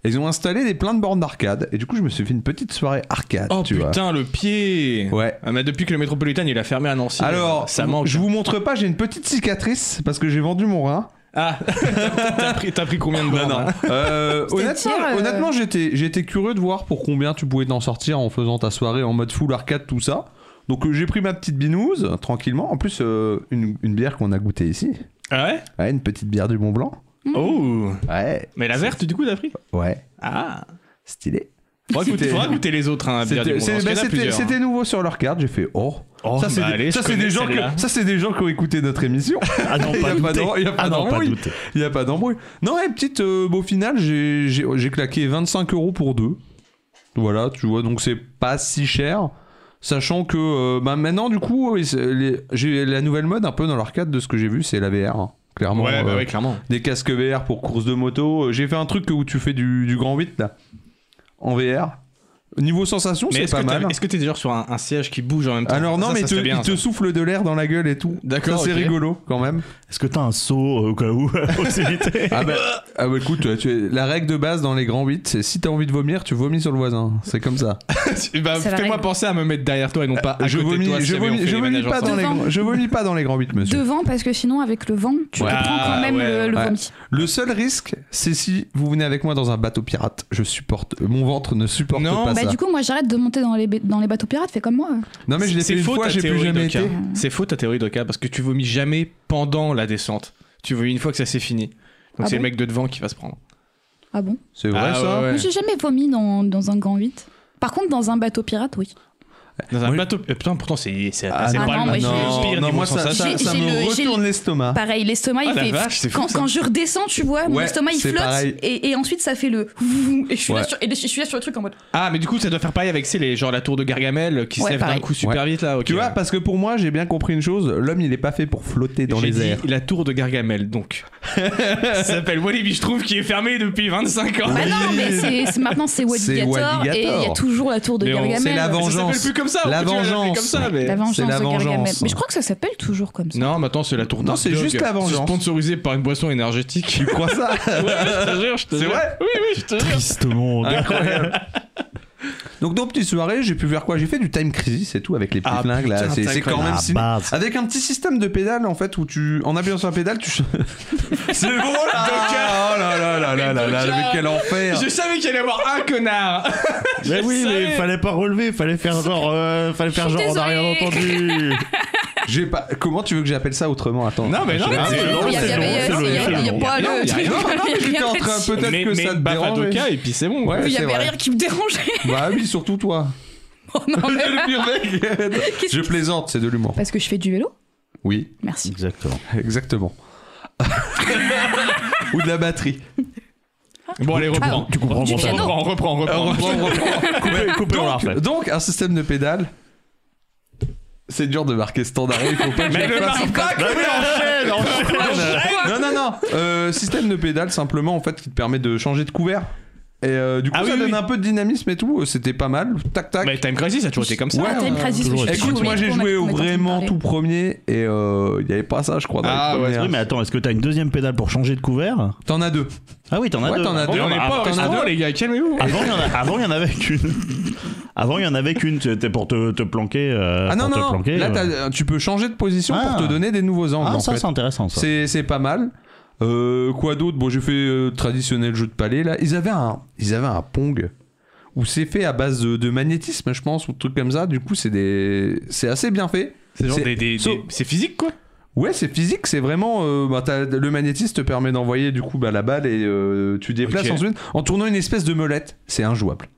Speaker 2: Et Ils ont installé des plein de bornes d'arcade. Et du coup, je me suis fait une petite soirée arcade.
Speaker 1: Oh
Speaker 2: tu
Speaker 1: putain, le pied
Speaker 2: vois. Ouais.
Speaker 1: Ah, mais depuis que le métropolitain il a fermé à Nancy,
Speaker 2: Alors,
Speaker 1: euh, ça manque. hein.
Speaker 2: je vous montre pas, j'ai une petite cicatrice parce que j'ai vendu mon rein.
Speaker 1: Ah, t'as- t'as pris, t'as pris combien de
Speaker 2: Non,
Speaker 1: bornes
Speaker 2: non.
Speaker 1: hein
Speaker 2: Euh,
Speaker 5: C'était
Speaker 2: honnêtement,
Speaker 5: tir, euh.
Speaker 2: honnêtement, j'étais, j'étais curieux de voir pour combien tu pouvais t'en sortir en faisant ta soirée en mode full arcade, tout ça. Donc euh, j'ai pris ma petite binouse euh, tranquillement. En plus, euh, une, une bière qu'on a goûtée ici.
Speaker 1: Ah ouais
Speaker 2: Ouais, une petite bière du Mont Blanc.
Speaker 1: Oh
Speaker 2: Ouais,
Speaker 1: Mais la verte du coup t'as pris
Speaker 2: ouais,
Speaker 1: Ah
Speaker 2: stylé.
Speaker 1: Faudra goûter,
Speaker 2: C'était-
Speaker 1: faudra goûter les autres, hein, bière du
Speaker 2: C'était,
Speaker 1: monde.
Speaker 2: c'est-
Speaker 1: Parce qu'il y en
Speaker 2: bah,
Speaker 1: a
Speaker 2: c'était,
Speaker 1: plusieurs, hein.
Speaker 2: c'était nouveau sur leur carte. J'ai fait oh.
Speaker 3: Oh,
Speaker 2: ça, c'est
Speaker 1: bah
Speaker 2: des,
Speaker 1: allez, je
Speaker 2: ça, c'est
Speaker 1: connais
Speaker 2: des gens
Speaker 1: celle-là.
Speaker 2: que, ça, c'est des gens qui ont écouté notre émission.
Speaker 3: Ah non,
Speaker 2: Il y a
Speaker 3: pas
Speaker 2: pas
Speaker 3: douté.
Speaker 2: d'en- il y a pas
Speaker 3: Ah non, pas
Speaker 2: d'embrouille.
Speaker 3: douté.
Speaker 2: Il n'y a pas d'embrouille. Non, et petite, euh, bah, au final, j'ai- j'ai j'ai claqué 25 euros pour deux. Voilà, tu vois, donc c'est pas si cher. Sachant que euh, bah, maintenant, du coup, euh, c'est- les- j'ai la nouvelle mode un peu dans l'arcade de ce que j'ai vu, c'est la VR. hein. Clairement,
Speaker 1: Ouais, bah
Speaker 2: euh,
Speaker 1: ouais, clairement.
Speaker 2: des casques VR pour course de moto. Euh, J'ai fait un truc où tu fais du, du grand 8 là, en VR. Niveau sensation,
Speaker 1: Mais
Speaker 2: c'est
Speaker 1: est-ce
Speaker 2: pas
Speaker 1: que t'as-
Speaker 2: mal.
Speaker 1: est-ce que t'es genre sur un, un siège qui bouge en même temps
Speaker 2: Alors non,
Speaker 1: Ça,
Speaker 2: mais
Speaker 1: ça
Speaker 2: il te-
Speaker 1: serait bien,
Speaker 2: il te
Speaker 1: ça.
Speaker 2: souffle de l'air dans la gueule et tout.
Speaker 1: D'accord,
Speaker 2: Ça, c'est
Speaker 1: ok.
Speaker 2: rigolo quand même.
Speaker 3: Est-ce que t'as un saut euh, au cas où à proximité
Speaker 2: Ah bah, ah bah écoute, tu- tu- la règle de base dans les grands 8, c'est si t'as envie de vomir, tu vomis sur le voisin. C'est comme ça.
Speaker 1: Bah,
Speaker 5: Ça va
Speaker 1: Fais-moi
Speaker 5: régler.
Speaker 1: penser à me mettre derrière toi et non pas à
Speaker 2: je
Speaker 1: côté de
Speaker 2: vomis,
Speaker 1: toi. si
Speaker 2: je
Speaker 1: jamais on
Speaker 2: vomis,
Speaker 1: fait
Speaker 2: je
Speaker 1: les
Speaker 2: vomis
Speaker 1: ménages
Speaker 2: pas dans
Speaker 1: ensemble.
Speaker 2: les
Speaker 5: ensemble.
Speaker 2: grands, je vomis pas dans les grands 8, monsieur.
Speaker 5: Devant, parce que sinon, avec le vent, tu
Speaker 1: Ouais.
Speaker 5: te prends
Speaker 1: Ah,
Speaker 5: quand même
Speaker 1: ouais,
Speaker 5: le, le
Speaker 1: ouais.
Speaker 5: vomi.
Speaker 2: Le seul risque, c'est si vous venez avec moi dans un bateau pirate. Je supporte, euh, mon ventre ne supporte
Speaker 1: Non,
Speaker 2: pas
Speaker 5: Bah,
Speaker 2: ça.
Speaker 5: du coup, moi, j'arrête de monter dans les, ba- dans les bateaux pirates, fais comme moi.
Speaker 2: non mais je l'ai fait
Speaker 1: C'est
Speaker 2: une
Speaker 1: faux
Speaker 2: fois,
Speaker 1: ta
Speaker 2: j'ai plus
Speaker 1: théorie hein.
Speaker 2: jamais
Speaker 1: de cas.
Speaker 2: été.
Speaker 1: C'est faux ta théorie de cas parce que tu vomis jamais pendant la descente. Tu vomis une fois que ça s'est fini. Donc
Speaker 5: Ah
Speaker 1: c'est le
Speaker 5: bon
Speaker 1: mec de devant qui va se prendre.
Speaker 5: Ah bon
Speaker 2: C'est vrai
Speaker 1: Ah,
Speaker 2: ça.
Speaker 1: ouais, ouais.
Speaker 5: Moi, J'ai jamais vomi dans, dans un grand 8. Par contre, dans un bateau pirate, oui.
Speaker 1: Dans un
Speaker 2: Moi,
Speaker 1: bateau. euh, Putain, pourtant c'est c'est
Speaker 2: Ah,
Speaker 1: c'est
Speaker 5: non,
Speaker 1: pas
Speaker 5: moi,
Speaker 1: le
Speaker 5: j'ai-
Speaker 1: pire
Speaker 2: non,
Speaker 1: niveau
Speaker 2: non, moi ça,
Speaker 1: sensation.
Speaker 2: ça,
Speaker 5: J'ai-
Speaker 2: ça
Speaker 5: j'ai
Speaker 2: me
Speaker 5: le- j'ai
Speaker 2: retourne l'estomac.
Speaker 5: Pareil, l'estomac,
Speaker 1: Ah,
Speaker 5: il
Speaker 1: la
Speaker 5: fait.
Speaker 1: vache, c'est fou,
Speaker 5: quand,
Speaker 1: ça.
Speaker 5: quand je redescends, tu vois, mon
Speaker 2: Ouais,
Speaker 5: estomac, il
Speaker 2: c'est pareil.
Speaker 5: flotte. Et, et ensuite, ça fait le. Et je, suis
Speaker 2: Ouais.
Speaker 5: là sur, et je suis là sur le truc en mode.
Speaker 1: Ah, mais du coup ça doit faire pareil avec c'est les genre la tour de Gargamel euh, qui
Speaker 5: Ouais,
Speaker 1: se lève d'un
Speaker 5: pareil.
Speaker 1: coup super vite là. ok.
Speaker 2: Tu vois, parce que pour moi, j'ai bien compris une chose. L'homme, il est pas fait pour flotter dans
Speaker 1: J'ai
Speaker 2: les
Speaker 1: dit
Speaker 2: airs.
Speaker 1: La tour de Gargamel donc. ça s'appelle Walibi je trouve qui est fermée depuis 25 ans.
Speaker 5: Bah non,
Speaker 2: Oui.
Speaker 5: mais c'est- c'est- maintenant, c'est
Speaker 2: C'est
Speaker 5: Wadigator. Et il y
Speaker 2: Wadigator.
Speaker 5: a toujours la tour de
Speaker 1: Mais on-
Speaker 5: Gargamel.
Speaker 2: c'est la
Speaker 1: Mais ça
Speaker 2: vengeance.
Speaker 1: s'appelle plus comme ça.
Speaker 2: La
Speaker 1: on peut- tu l'as appelé
Speaker 2: vengeance.
Speaker 1: Comme ça, mais...
Speaker 5: La vengeance
Speaker 2: C'est la
Speaker 5: de Gargamel.
Speaker 2: vengeance.
Speaker 5: Mais je crois que ça s'appelle toujours comme ça.
Speaker 1: Non, maintenant c'est la tour.
Speaker 2: Non,
Speaker 1: Dark
Speaker 2: c'est
Speaker 1: Dog,
Speaker 2: juste la vengeance.
Speaker 1: Sponsorisée par une boisson énergétique.
Speaker 2: Tu crois ça
Speaker 1: Ouais, je te jure, je te
Speaker 2: C'est
Speaker 1: jure.
Speaker 2: vrai
Speaker 1: Oui, oui, je te jure.
Speaker 3: Triste monde.
Speaker 2: Ah, Donc dans petite soirée, j'ai pu faire quoi J'ai fait du time crisis et tout avec les petits
Speaker 1: Ah,
Speaker 2: flingues là.
Speaker 1: putain,
Speaker 2: C'est
Speaker 1: Time
Speaker 2: c'est quand
Speaker 1: Crisis.
Speaker 2: même
Speaker 3: Ah,
Speaker 2: si-
Speaker 3: base.
Speaker 2: Avec un petit système de pédale en fait où tu en appuyant sur la pédale tu. C'est bon là. Oh là là là là là là,
Speaker 1: Doka.
Speaker 2: mais quel enfer.
Speaker 1: Je savais qu'il allait y avoir un connard.
Speaker 3: Mais
Speaker 1: Je
Speaker 3: oui, mais
Speaker 1: savais.
Speaker 3: fallait pas relever, fallait faire genre, euh, fallait faire
Speaker 5: Je
Speaker 3: genre,
Speaker 5: suis
Speaker 3: on a rien entendu.
Speaker 2: J'ai pas. Comment tu veux que j'appelle ça autrement Attends.
Speaker 1: Non, mais non, mais c'est-
Speaker 3: non,
Speaker 5: Il y a-
Speaker 3: c'est
Speaker 5: il y a-
Speaker 3: long,
Speaker 5: il y a-
Speaker 3: c'est long,
Speaker 5: il y a-
Speaker 3: c'est
Speaker 5: il y a
Speaker 3: long.
Speaker 5: pas
Speaker 1: Il y a-
Speaker 5: le
Speaker 1: il y a
Speaker 5: truc.
Speaker 1: rien.
Speaker 2: Non, non, mais j'étais en
Speaker 5: Il y a
Speaker 2: train
Speaker 5: pas de
Speaker 2: peut-être
Speaker 1: mais,
Speaker 2: que
Speaker 1: mais
Speaker 2: ça te
Speaker 1: baffe à
Speaker 2: dérange.
Speaker 1: Doka, et puis c'est bon.
Speaker 2: Ouais,
Speaker 5: Il y
Speaker 2: c'est
Speaker 5: avait
Speaker 2: vrai.
Speaker 5: rien qui me dérangeait.
Speaker 2: Bah oui, surtout toi.
Speaker 5: Oh non, mais-
Speaker 2: Le pire mec.
Speaker 5: Qu'est-ce
Speaker 2: Je
Speaker 5: que-
Speaker 2: plaisante, c'est de l'humour.
Speaker 5: Parce que je fais du vélo
Speaker 2: Oui,
Speaker 5: Merci.
Speaker 3: Exactement.
Speaker 2: exactement. Ou de la batterie.
Speaker 1: Bon, allez, reprends.
Speaker 3: Ah,
Speaker 4: Ah,
Speaker 3: Tu comprends
Speaker 5: Du
Speaker 3: mon
Speaker 5: piano.
Speaker 1: Reprends, reprends, reprends.
Speaker 3: Coupez, coupez, on la refait.
Speaker 2: Donc, donc, un système de pédale. C'est dur de marquer standard. Il faut pas que
Speaker 1: Mais
Speaker 2: je
Speaker 1: le
Speaker 2: fasse-
Speaker 1: marque pas.
Speaker 3: Bah oui, enchaîne, enchaîne.
Speaker 2: Non, non, non. Euh, système de pédale simplement en fait qui te permet de changer de couvert. Et euh, du coup,
Speaker 1: Ah
Speaker 2: ça
Speaker 1: oui,
Speaker 2: donne
Speaker 1: oui.
Speaker 2: un peu de dynamisme et tout. Euh, C'était pas mal. Tac, tac.
Speaker 1: Mais Time Crisis, ça a toujours été comme ça.
Speaker 2: Ouais,
Speaker 5: Ah, Time Crisis, oui,
Speaker 3: toujours.
Speaker 5: je suis
Speaker 2: Écoute,
Speaker 5: désolée,
Speaker 2: moi j'ai
Speaker 5: on a-
Speaker 2: joué
Speaker 5: on
Speaker 2: au
Speaker 5: a entendu
Speaker 2: vraiment
Speaker 5: parler.
Speaker 2: tout premier et euh, il y avait pas ça, je crois. Dans
Speaker 1: Ah,
Speaker 2: les premières.
Speaker 3: Oui, mais attends, est-ce que t'as une deuxième pédale pour changer de couvert
Speaker 2: T'en as deux.
Speaker 3: Ah oui, t'en as
Speaker 2: Ouais,
Speaker 3: deux.
Speaker 2: t'en as
Speaker 3: Avant,
Speaker 2: deux.
Speaker 1: On Ah.
Speaker 3: t'en
Speaker 1: n'est
Speaker 3: as-
Speaker 1: pas au
Speaker 2: t'en as
Speaker 1: restaurant,
Speaker 2: deux
Speaker 1: les gars, calmez-vous.
Speaker 3: Avant, il y en a- avant, il y en avait qu'une. Avant, il y en avait qu'une. C'était pour te, te planquer. euh,
Speaker 2: ah non,
Speaker 3: pour te
Speaker 2: non, non.
Speaker 3: planquer,
Speaker 2: Là,
Speaker 3: euh.
Speaker 2: t'as- tu peux changer de position
Speaker 3: Ah.
Speaker 2: pour te donner des nouveaux angles.
Speaker 3: Ah,
Speaker 2: en
Speaker 3: ça,
Speaker 2: fait.
Speaker 3: c'est intéressant, ça.
Speaker 2: C'est, c'est pas mal. Euh, quoi d'autre Bon, j'ai fait euh, traditionnel jeu de palais là. Ils avaient un, ils avaient un pong où c'est fait à base de, de magnétisme, je pense, ou de trucs comme ça. Du coup, c'est des, c'est assez bien fait.
Speaker 1: C'est genre
Speaker 2: C'est-
Speaker 1: des- des-
Speaker 2: so-
Speaker 1: des- c'est physique, quoi.
Speaker 2: Ouais, c'est physique, c'est vraiment. euh, bah, t'as- le magnétisme te permet d'envoyer du coup bah, la balle et euh, tu déplaces
Speaker 1: Ok.
Speaker 2: ensuite en tournant une espèce de molette. C'est injouable.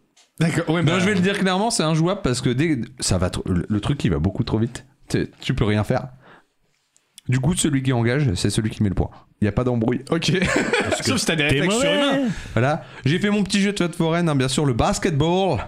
Speaker 1: D'accord. Bah, Ouais,
Speaker 2: Non, je vais le dire clairement, c'est injouable parce que dès ça va, tr- le, le truc il va beaucoup trop vite. Tu, tu peux rien faire. Du coup, celui qui engage, c'est celui qui met le point. Il n'y a pas d'embrouille.
Speaker 1: Ok. Sauf si t'as des
Speaker 3: T'es
Speaker 1: réflexes
Speaker 3: mauvais.
Speaker 1: surhumains.
Speaker 2: Eh ben,
Speaker 4: Eh.
Speaker 2: Voilà. J'ai fait mon petit jeu de fête foraine, hein, bien sûr, le basketball.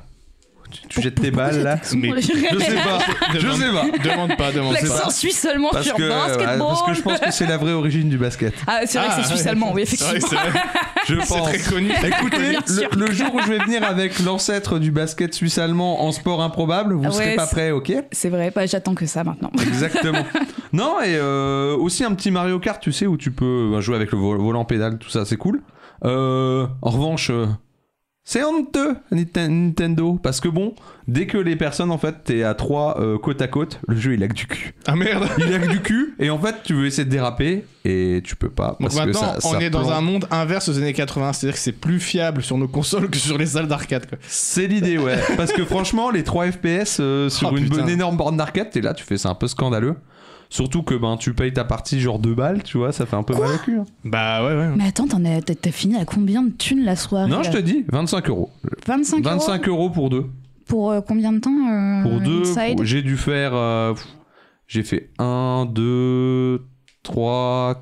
Speaker 2: Tu, tu jettes tes balles là.
Speaker 1: Mais
Speaker 2: Je sais pas. Je sais pas.
Speaker 1: Demande pas, demande
Speaker 2: Flex-
Speaker 1: pas.
Speaker 2: pas.
Speaker 4: euh, L'accent suisse seulement
Speaker 2: Parce
Speaker 4: sur
Speaker 2: que,
Speaker 4: basketball.
Speaker 2: ouais, parce que je pense que c'est la vraie origine du basket.
Speaker 4: Ah, c'est vrai que c'est
Speaker 1: Ah,
Speaker 4: suisse
Speaker 1: ouais.
Speaker 4: allemand, oui,
Speaker 1: C'est vrai,
Speaker 4: effectivement.
Speaker 1: c'est vrai.
Speaker 2: Je
Speaker 1: C'est
Speaker 2: pense.
Speaker 1: très connu.
Speaker 2: Écoutez,
Speaker 4: Bien sûr.
Speaker 2: le, le jour où je vais venir avec l'ancêtre du basket suisse-allemand en sport improbable, vous
Speaker 4: Ah Ouais,
Speaker 2: serez pas
Speaker 4: c'est-
Speaker 2: prêt, ok
Speaker 4: C'est vrai, bah, j'attends que ça maintenant.
Speaker 2: Exactement. non, et euh, aussi un petit Mario Kart, tu sais, où tu peux euh, jouer avec le vol- volant pédale, tout ça, c'est cool. Euh, en revanche, euh, c'est honteux, Niten- Nintendo, parce que bon, dès que les personnes, en fait, t'es à trois euh, côte à côte, le jeu, il a que du cul.
Speaker 1: Ah merde.
Speaker 2: Il a que du cul, et en fait, tu veux essayer de déraper, et tu peux pas.
Speaker 1: Donc
Speaker 2: parce que
Speaker 1: maintenant,
Speaker 2: ça-
Speaker 1: on
Speaker 2: ça
Speaker 1: est dans
Speaker 2: plante.
Speaker 1: un monde inverse aux années 80, c'est-à-dire que c'est plus fiable sur nos consoles que sur les salles d'arcade. quoi.
Speaker 2: C'est l'idée, ouais. Parce que franchement, les 3 FPS euh, sur
Speaker 1: Oh,
Speaker 2: une,
Speaker 1: putain.
Speaker 2: bonne énorme borne d'arcade, t'es là, tu fais, c'est un peu scandaleux. Surtout que ben, tu payes ta partie genre 2 balles, tu vois, ça fait un peu mal au cul. hein.
Speaker 1: Bah ouais, ouais.
Speaker 4: Mais attends, t'en as- t'as t'as fini à combien de thunes la soirée
Speaker 2: Non,
Speaker 4: là
Speaker 2: je te dis, 25 euros.
Speaker 4: 25, 25 euh, euros
Speaker 2: 25 euros pour deux.
Speaker 4: Pour euh, combien de temps euh,
Speaker 2: Pour deux,
Speaker 4: Inside
Speaker 2: pour- j'ai dû faire. euh, pff, j'ai fait 1, 2, 3,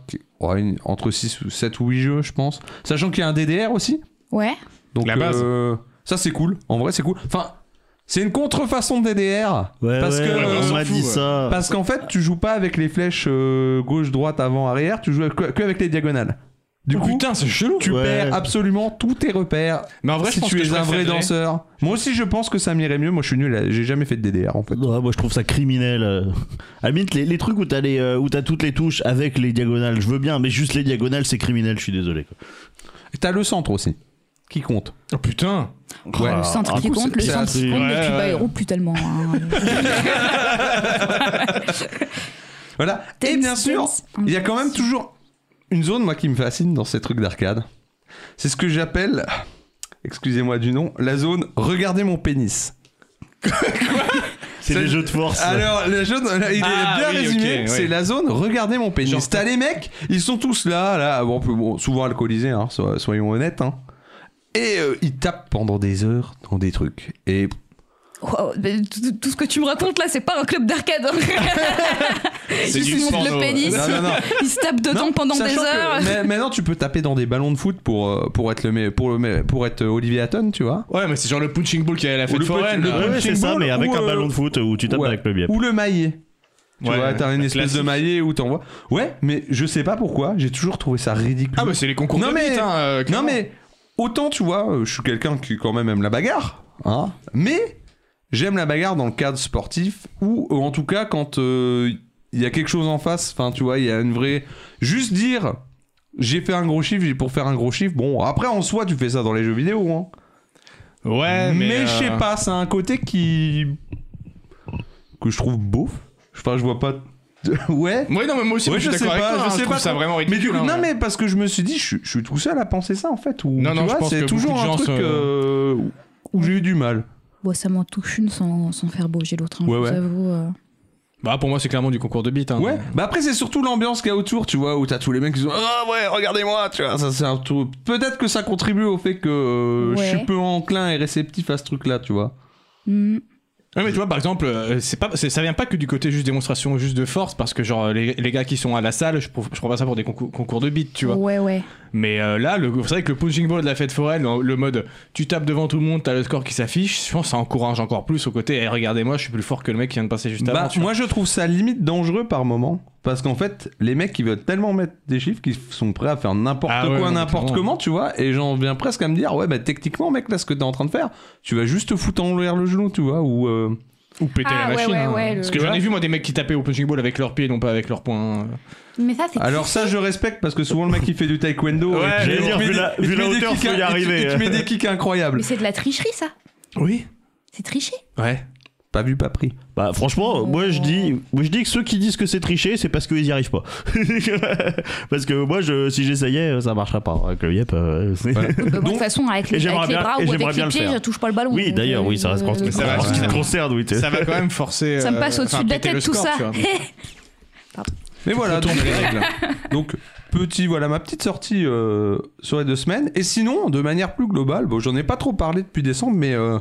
Speaker 2: entre 6 ou 7 ou 8 jeux, je pense. Sachant qu'il y a un DDR aussi.
Speaker 4: Ouais.
Speaker 2: Donc,
Speaker 1: La base.
Speaker 2: euh, ça, c'est cool. En vrai, c'est cool. Enfin, c'est une contrefaçon de DDR.
Speaker 3: Ouais,
Speaker 2: parce
Speaker 3: ouais,
Speaker 2: que.
Speaker 1: ouais,
Speaker 3: on
Speaker 1: s'en
Speaker 3: m'a
Speaker 1: fout,
Speaker 3: dit
Speaker 1: ouais.
Speaker 3: ça.
Speaker 2: Parce qu'en fait, tu joues pas avec les flèches euh, gauche, droite, avant, arrière, tu joues avec- que que avec les diagonales.
Speaker 1: Oh,
Speaker 2: Du coup,
Speaker 1: c'est chelou.
Speaker 2: tu
Speaker 3: Ouais.
Speaker 2: perds absolument tous tes repères.
Speaker 1: Mais en vrai,
Speaker 2: si
Speaker 1: je pense
Speaker 2: tu
Speaker 1: que
Speaker 2: es
Speaker 1: je
Speaker 2: un vrai
Speaker 1: préférerais-
Speaker 2: danseur. Moi aussi, je pense que ça m'irait mieux. Moi, je suis nul. à- J'ai jamais fait de DDR en fait.
Speaker 3: Ouais, moi je trouve ça criminel. euh. À la limite, les, les trucs où t'as les, euh, où t'as toutes les touches avec les diagonales, je veux bien, mais juste les diagonales, c'est criminel. Je suis désolé. quoi.
Speaker 2: Et T'as le centre aussi, qui compte.
Speaker 1: Oh putain.
Speaker 4: Oh,
Speaker 2: Ouais.
Speaker 4: le centre
Speaker 3: Ah,
Speaker 4: qui
Speaker 2: du coup,
Speaker 4: compte, le
Speaker 2: c'est-
Speaker 4: centre
Speaker 3: c'est-
Speaker 4: qui compte,
Speaker 1: ouais,
Speaker 4: mais Cuba
Speaker 1: ouais.
Speaker 4: Hero, plus tellement. hein.
Speaker 2: Voilà. Et
Speaker 4: Dance,
Speaker 2: bien sûr,
Speaker 4: dance,
Speaker 2: il y a
Speaker 4: dance.
Speaker 2: quand même toujours une zone moi qui me fascine dans ces trucs d'arcade. C'est ce que j'appelle, excusez-moi du nom, la zone regardez mon pénis.
Speaker 3: C'est
Speaker 2: Ça-
Speaker 3: les jeux de force.
Speaker 2: Alors, la zone, il est
Speaker 1: Oh, Ah,
Speaker 2: bien
Speaker 1: oui,
Speaker 2: résumé.
Speaker 1: ok, ouais.
Speaker 2: C'est la zone. Regardez mon pénis.
Speaker 1: Genre-
Speaker 2: T'as les mecs, ils sont tous là, là, bon, plus- bon, souvent alcoolisés, hein, so- soyons honnêtes. hein. Et euh, ils tapent pendant des heures dans des trucs. Et
Speaker 4: Wow, mais tout tout ce que tu me racontes là, c'est pas un club d'arcade. hein.
Speaker 1: C'est
Speaker 4: Ils
Speaker 1: du
Speaker 4: se montrent
Speaker 1: porno,
Speaker 4: le
Speaker 1: ouais.
Speaker 4: pénis,
Speaker 2: Non, non, non.
Speaker 4: ils se tapent dedans
Speaker 2: Non,
Speaker 4: pendant des
Speaker 2: sachant que
Speaker 4: heures.
Speaker 2: ma- maintenant, tu peux taper dans des ballons de foot pour euh, pour être le me- pour le me- pour être euh, Olivier Hatton, tu vois.
Speaker 1: Ouais, mais c'est genre le punching ball qui a la fête
Speaker 2: le
Speaker 1: foraine.
Speaker 2: punch-
Speaker 1: là.
Speaker 3: Ouais,
Speaker 2: le
Speaker 3: ouais, c'est ça,
Speaker 2: ball
Speaker 3: mais avec
Speaker 2: ou,
Speaker 3: un
Speaker 2: euh,
Speaker 3: ballon de foot où tu tapes
Speaker 2: Ouais.
Speaker 3: avec le biais.
Speaker 2: Ou le maillet. Tu
Speaker 1: Ouais,
Speaker 2: vois, t'as une espèce de
Speaker 1: classique.
Speaker 2: maillet où t'envoies. Ouais, mais je sais pas pourquoi, j'ai toujours trouvé ça ridicule.
Speaker 1: Ah bah c'est les concours
Speaker 2: Non,
Speaker 1: de
Speaker 2: mais-
Speaker 1: bite, hein, euh,
Speaker 2: Non
Speaker 1: clairement.
Speaker 2: mais autant tu vois, euh, je suis quelqu'un qui quand même aime la bagarre, hein, mais j'aime la bagarre dans le cadre sportif ou euh, en tout cas quand euh, il y a quelque chose en face, enfin tu vois, il y a une vraie juste dire j'ai fait un gros chiffre j'ai- pour faire un gros chiffre. Bon, après en soi tu fais ça dans les jeux vidéo hein.
Speaker 1: Ouais, mais.
Speaker 2: mais je sais
Speaker 1: euh,
Speaker 2: pas, c'est un côté qui que je trouve beau. Enfin, je vois pas Ouais.
Speaker 1: Ouais, non, mais moi aussi,
Speaker 2: Ouais,
Speaker 1: je suis d'accord avec toi. hein, Je
Speaker 2: pas
Speaker 1: trouve ça
Speaker 2: trop.
Speaker 1: vraiment ridicule.
Speaker 2: Mais du coup,
Speaker 1: hein,
Speaker 2: non,
Speaker 1: ouais.
Speaker 2: mais parce que je me suis dit, je, suis- je suis tout seul à penser ça en fait. Ou,
Speaker 1: Non,
Speaker 2: tu
Speaker 1: non, je
Speaker 2: vois,
Speaker 1: pense
Speaker 2: c'est
Speaker 1: que
Speaker 2: toujours
Speaker 1: beaucoup de
Speaker 2: un
Speaker 1: gens
Speaker 2: truc
Speaker 1: se-
Speaker 2: euh, où- où j'ai eu du mal.
Speaker 4: Bon, ça m'en touche une sans, sans faire beau, j'ai l'autre, hein,
Speaker 2: Ouais,
Speaker 4: je
Speaker 2: ouais.
Speaker 4: vous avoue. euh.
Speaker 1: Bah, pour moi, c'est clairement du concours de bite. hein.
Speaker 2: Ouais, bah après, c'est surtout l'ambiance qu'il y a autour, tu vois, où t'as tous les mecs qui sont Ah ouais, regardez-moi, tu vois, ça c'est un tout. Peut-être que ça contribue au fait que euh,
Speaker 4: Ouais.
Speaker 2: je suis peu enclin et réceptif à ce truc là, tu vois.
Speaker 4: Hmm.
Speaker 1: Ouais, mais tu vois, par exemple, euh, c'est pas, c'est- ça vient pas que du côté juste démonstration, juste de force, parce que genre les, les gars qui sont à la salle, je, prouve- je prends pas ça pour des concours, concours de beat, tu vois.
Speaker 4: Mm, Ouais, ouais.
Speaker 1: Mais euh, là, le, c'est vrai que le punching ball de la fête foraine, le mode tu tapes devant tout le monde, t'as le score qui s'affiche, je pense que ça encourage encore plus au côté, et regardez-moi, je suis plus fort que le mec qui vient de passer juste avant.
Speaker 2: Bah,
Speaker 1: tu vois.
Speaker 2: moi je trouve ça limite dangereux par moment. Parce qu'en fait, les mecs, ils veulent tellement mettre des chiffres qu'ils sont prêts à faire n'importe
Speaker 1: Ah ouais,
Speaker 2: quoi,
Speaker 1: non,
Speaker 2: n'importe
Speaker 1: clairement.
Speaker 2: comment, tu vois. Et j'en viens presque à me dire, ouais, bah techniquement, mec, là, ce que t'es en train de faire, tu vas juste te foutre en l'air le genou, tu vois. Ou. euh,
Speaker 1: Ou péter la
Speaker 4: Ah, ouais,
Speaker 1: machine.
Speaker 4: ouais,
Speaker 1: hein.
Speaker 4: ouais, le-
Speaker 1: Parce que j'en ai vu, moi, des mecs qui tapaient au punching ball avec leurs pieds, non pas avec leurs poings.
Speaker 4: Mais ça, c'est.
Speaker 2: Alors ça je respecte parce que souvent le mec qui fait du taekwondo
Speaker 1: Ouais,
Speaker 2: euh, il te
Speaker 1: j'allais
Speaker 2: met
Speaker 3: dire,
Speaker 2: des-
Speaker 3: vu la-
Speaker 2: il te
Speaker 3: vu la
Speaker 2: met des
Speaker 3: hauteur,
Speaker 2: kicks
Speaker 3: faut y
Speaker 2: in- il te-
Speaker 3: arriver.
Speaker 2: Il te met des kicks incroyables.
Speaker 4: c'est de la tricherie, ça
Speaker 1: Oui.
Speaker 4: C'est tricher
Speaker 1: Ouais.
Speaker 2: Pas vu, pas pris.
Speaker 3: Bah franchement, moi je dis, moi je dis que ceux qui disent que c'est triché, c'est parce qu'ils y arrivent pas. parce que moi, je, si j'essayais, euh, ça marcherait pas. Avec le yep, euh, c'est-
Speaker 4: Bah, moi, De
Speaker 2: Donc-
Speaker 4: toute façon, avec
Speaker 3: Et
Speaker 4: les,
Speaker 3: j'aimerais
Speaker 4: avec les
Speaker 3: bien-
Speaker 4: bras
Speaker 3: et
Speaker 4: ou
Speaker 3: j'aimerais
Speaker 4: avec
Speaker 3: bien
Speaker 4: les
Speaker 3: le
Speaker 4: pieds,
Speaker 3: faire.
Speaker 4: je touche pas le ballon.
Speaker 3: Oui,
Speaker 4: donc,
Speaker 3: d'ailleurs,
Speaker 4: euh,
Speaker 3: oui, ça reste
Speaker 4: euh,
Speaker 3: en ce qui
Speaker 1: ça va,
Speaker 3: en ce qui te
Speaker 1: ouais.
Speaker 3: concerne, oui. t'es-
Speaker 1: Ça va quand même forcer.
Speaker 4: Ça me
Speaker 1: euh,
Speaker 4: passe au-dessus
Speaker 1: enfin,
Speaker 4: de la
Speaker 1: péter le
Speaker 4: tête, tout
Speaker 1: score,
Speaker 4: ça.
Speaker 1: tu vois.
Speaker 2: Mais voilà, donc, euh, donc petit, voilà ma petite sortie euh, sur les deux semaines. Et sinon, de manière plus globale, bon, j'en ai pas trop parlé depuis décembre, mais euh,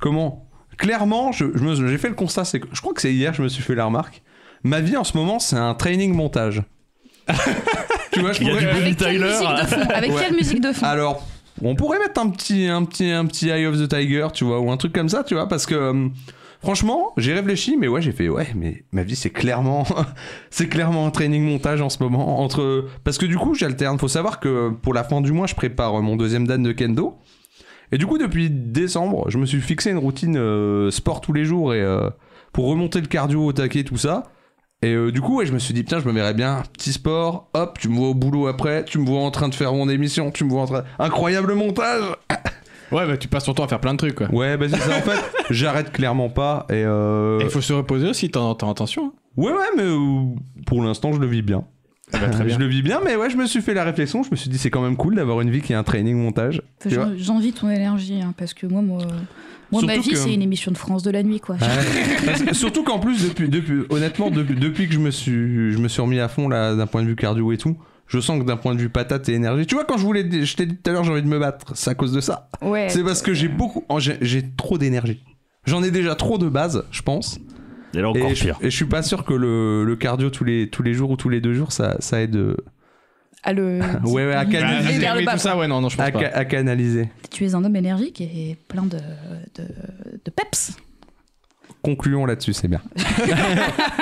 Speaker 2: comment Clairement, je- je me- j'ai fait le constat, c'est que je crois que c'est hier, je me suis fait la remarque. Ma vie en ce moment, c'est un training montage. tu vois, je
Speaker 3: Il y a
Speaker 2: pourrais-
Speaker 3: du
Speaker 4: Avec quelle
Speaker 3: Tyler.
Speaker 4: musique de fond Avec
Speaker 2: Ouais. Ah,
Speaker 4: quelle musique de fond
Speaker 2: Alors, on pourrait mettre un petit, un petit, un petit Eye of the Tiger, tu vois, ou un truc comme ça, tu vois, parce que. euh, Franchement, j'ai réfléchi, mais ouais, j'ai fait ouais, mais ma vie c'est clairement, c'est clairement un training montage en ce moment entre parce que du coup j'alterne. Faut savoir que pour la fin du mois, je prépare euh, mon deuxième dan de kendo, et du coup depuis décembre, je me suis fixé une routine euh, sport tous les jours et euh, pour remonter le cardio au taquet tout ça. Et euh, du coup, ouais, je me suis dit, putain, je me verrais bien, petit sport, hop, tu me vois au boulot après, tu me vois en train de faire mon émission, tu me vois en train. Incroyable montage
Speaker 1: Ouais, bah tu passes ton temps à faire plein de trucs quoi.
Speaker 2: Ouais, bah c'est ça, en fait, j'arrête clairement pas, et euh...
Speaker 1: Et Il faut se reposer aussi, t'en t'en- attention. hein.
Speaker 2: Ouais, ouais, mais euh, pour l'instant, je le vis bien.
Speaker 1: Ah bah, très bien.
Speaker 2: Je le vis Eh ben, bien, mais ouais, je me suis fait la réflexion, je me suis dit, c'est quand même cool d'avoir une vie qui est un training montage. Tu vois
Speaker 4: J'en- J'envie ton énergie, hein, parce que moi, moi, moi ma
Speaker 2: Surtout
Speaker 4: vie,
Speaker 2: que- Ah.
Speaker 4: c'est une émission de France de la nuit, quoi.
Speaker 2: Parce que- surtout qu'en plus, depuis, depuis, honnêtement, depuis, depuis que je me suis, je me suis remis à fond là, d'un point de vue cardio et tout, je sens que d'un point de vue patate et énergie, tu vois, quand je voulais, je t'ai dit tout à l'heure, j'ai envie de me battre, c'est à cause de ça.
Speaker 5: Ouais.
Speaker 2: C'est parce que j'ai beaucoup, oh, j'ai- j'ai trop d'énergie. J'en ai déjà trop de base, je pense.
Speaker 3: Et là
Speaker 2: Et,
Speaker 3: encore
Speaker 2: je,
Speaker 3: pire.
Speaker 2: et je suis pas sûr que le, le cardio tous les, tous les jours ou tous les deux jours, ça, ça aide euh,
Speaker 4: Ah, le...
Speaker 2: Ouais, ouais, à
Speaker 1: Bah,
Speaker 2: canaliser.
Speaker 1: c'est-
Speaker 4: Vers le
Speaker 1: mais
Speaker 4: bas,
Speaker 1: tout ça, ouais, non, non, je pense
Speaker 2: à,
Speaker 1: pas.
Speaker 2: ca- à canaliser.
Speaker 4: Tu es un homme énergique et plein de, de, de peps.
Speaker 2: Concluons là-dessus, c'est bien.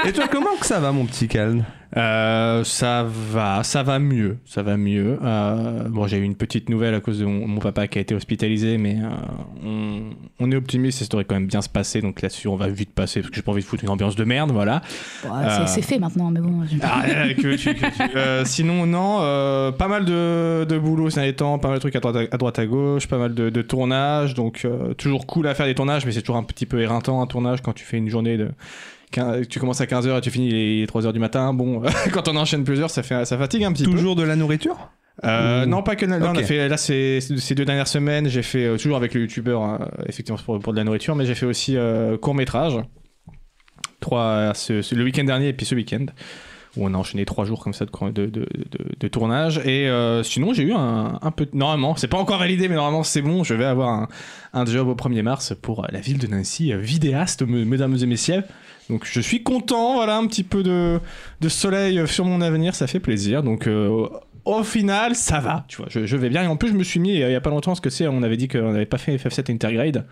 Speaker 2: et toi, comment que ça va, mon petit calme
Speaker 1: Euh, ça va, ça va mieux, ça va mieux. Euh, bon, j'ai eu une petite nouvelle à cause de mon, mon papa qui a été hospitalisé, mais euh, on, on est optimiste, et ça devrait quand même bien se passer, donc là-dessus on va vite passer parce que j'ai pas envie de foutre une ambiance de merde, voilà.
Speaker 4: Bon, c'est-
Speaker 1: Euh.
Speaker 4: C'est fait maintenant, mais bon. j'ai-
Speaker 1: Ah, euh, que veux-tu, que veux-tu. Euh, sinon, non, euh, pas mal de, de boulot ces derniers temps, pas mal de trucs à droite à, à droite à gauche, pas mal de, de tournages. Donc, euh, toujours cool à faire des tournages, mais c'est toujours un petit peu éreintant un tournage quand tu fais une journée de. quin- Tu commences à 15h et tu finis les 3h du matin. Bon, quand on enchaîne plusieurs, ça, fait, ça fatigue un petit peu.
Speaker 2: Toujours de la nourriture
Speaker 1: Euh,
Speaker 2: Ou-
Speaker 1: non, pas que. non, on a
Speaker 2: Ok.
Speaker 1: fait, là, ces, ces deux dernières semaines, j'ai fait, euh, toujours avec le youtubeur, hein, effectivement, pour, pour de la nourriture, mais j'ai fait aussi euh, court-métrage. Trois, euh, ce- ce- le week-end dernier et puis ce week-end, où on a enchaîné trois jours comme ça de, cour- de, de- de- de tournage. Et euh, sinon, j'ai eu un, un peu. Normalement, c'est pas encore validé, mais normalement, c'est bon. Je vais avoir un, un job au 1er mars pour euh, la ville de Nancy, euh, vidéaste, me- mesdames et messieurs. Donc je suis content, voilà, un petit peu de, de soleil euh, sur mon avenir, ça fait plaisir. Donc euh, au final, ça va, tu vois, je, je vais bien. Et en plus, je me suis mis, euh, il y a pas longtemps, ce que c'est, on avait dit qu'on n'avait pas fait FF7 Intergrade.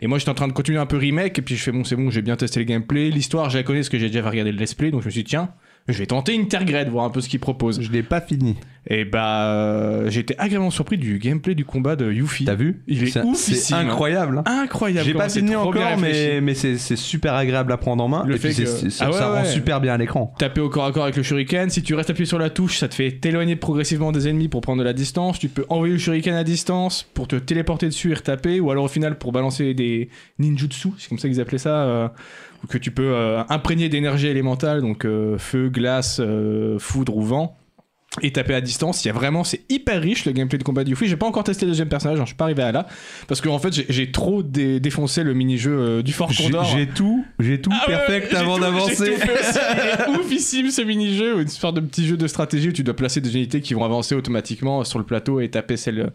Speaker 1: Et moi, j'étais en train de continuer un peu remake, et puis je fais, bon, c'est bon, j'ai bien testé le gameplay, l'histoire, je la connais, parce que j'ai déjà regardé le let's play, donc je me suis dit, tiens, je vais tenter Intergrade, voir un peu ce qu'il propose.
Speaker 2: Je l'ai pas fini.
Speaker 1: Et bah, euh, j'ai été agréablement surpris du gameplay du combat de Yuffie.
Speaker 2: T'as vu
Speaker 1: Il est
Speaker 2: C'est- C'est
Speaker 1: oufissime, hein.
Speaker 2: incroyable. hein.
Speaker 1: Incroyable.
Speaker 2: J'ai
Speaker 1: comment
Speaker 2: pas
Speaker 1: c'est
Speaker 2: fini
Speaker 1: trop bien
Speaker 2: encore,
Speaker 1: réfléchi.
Speaker 2: mais, mais c'est c'est super agréable à prendre en main.
Speaker 1: Le
Speaker 2: et puis
Speaker 1: fait
Speaker 2: c'est-
Speaker 1: que-
Speaker 2: c'est-
Speaker 1: Ah ouais,
Speaker 2: ça rend
Speaker 1: ouais.
Speaker 2: super bien à l'écran.
Speaker 1: taper au corps à corps avec le shuriken. Si tu restes appuyé sur la touche, ça te fait t'éloigner progressivement des ennemis pour prendre de la distance. Tu peux envoyer le shuriken à distance pour te téléporter dessus et retaper. Ou alors au final pour balancer des ninjutsu, c'est comme ça qu'ils appelaient ça, euh, ou que tu peux euh, imprégner d'énergie élémentale, donc euh, feu, glace, euh, foudre ou vent. Et taper à distance, il y a vraiment, c'est hyper riche le gameplay de combat du Yuffie. J'ai pas encore testé le deuxième personnage, hein, je suis pas arrivé à là. Parce que en fait, j'ai- j'ai trop dé- défoncé le mini-jeu euh, du Fort
Speaker 2: J'ai
Speaker 1: Condor.
Speaker 2: j'ai tout, j'ai tout
Speaker 1: Ah ouais,
Speaker 2: perfect
Speaker 1: j'ai
Speaker 2: avant
Speaker 1: tout- j'ai
Speaker 2: d'avancer.
Speaker 1: tout fait aussi. Il est Oufissime ce mini-jeu, ou une sorte de petit jeu de stratégie où tu dois placer des unités qui vont avancer automatiquement sur le plateau et taper celles,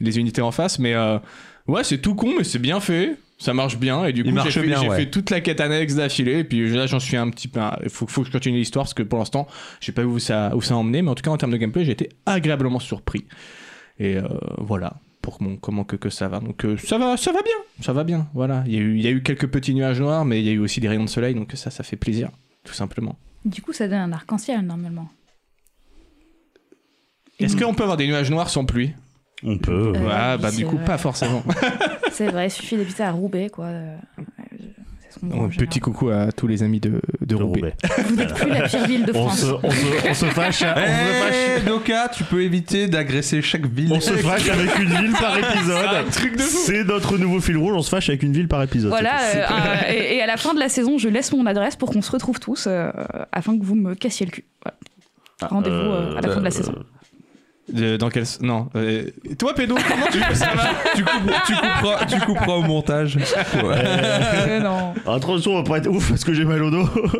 Speaker 1: les unités en face. Mais euh, ouais, c'est tout con, mais c'est bien fait. Ça marche bien et du coup
Speaker 2: Il marche
Speaker 1: j'ai fait,
Speaker 2: bien,
Speaker 1: j'ai
Speaker 2: ouais.
Speaker 1: fait toute la quête annexe d'affilée et puis là j'en suis un petit peu... Il faut, faut que je continue l'histoire parce que pour l'instant je sais pas où ça, où ça a emmené mais en tout cas en termes de gameplay j'ai été agréablement surpris. Et euh, voilà pour mon comment que, que ça va. Donc euh, ça va ça va bien, ça va bien. Voilà, il y, a eu, il y a eu quelques petits nuages noirs mais il y a eu aussi des rayons de soleil donc ça ça fait plaisir tout simplement.
Speaker 4: Du coup, ça donne un arc-en-ciel, normalement.
Speaker 1: Est-ce qu'on peut avoir des nuages noirs sans pluie
Speaker 3: On peut.
Speaker 4: Euh,
Speaker 1: Ah
Speaker 4: oui,
Speaker 1: bah du
Speaker 4: c'est
Speaker 1: coup
Speaker 4: vrai.
Speaker 1: pas forcément.
Speaker 4: C'est vrai, il suffit d'habiter à Roubaix, quoi. euh, ouais, c'est ce qu'on voit en
Speaker 1: Un petit coucou à tous les amis de, de,
Speaker 3: De
Speaker 1: Roubaix.
Speaker 3: Roubaix.
Speaker 4: général. Vous n'êtes plus la pire ville de
Speaker 3: On
Speaker 4: France.
Speaker 3: se, on, se, on se fâche. à-
Speaker 2: Eh, Doka, tu peux éviter d'agresser chaque ville.
Speaker 3: On se fâche avec une ville par
Speaker 1: Ah,
Speaker 3: épisode.
Speaker 1: un truc de fou.
Speaker 3: C'est notre nouveau fil rouge, on se fâche avec une ville par épisode.
Speaker 5: Voilà,
Speaker 3: c'est tout.
Speaker 5: euh, un- et, et à la fin de la saison, je laisse mon adresse pour qu'on se retrouve tous euh, afin que vous me cassiez le cul. Voilà.
Speaker 1: Ah,
Speaker 5: Rendez-vous euh, à la fin de la
Speaker 3: euh,
Speaker 5: saison.
Speaker 1: De- dans quel s- non euh, toi pédo comment tu fais ça va
Speaker 2: tu, coupes- tu couperas, tu couperas au montage. Ouais.
Speaker 5: Euh, non.
Speaker 3: Attention, on va pas être ouf parce que j'ai mal au dos.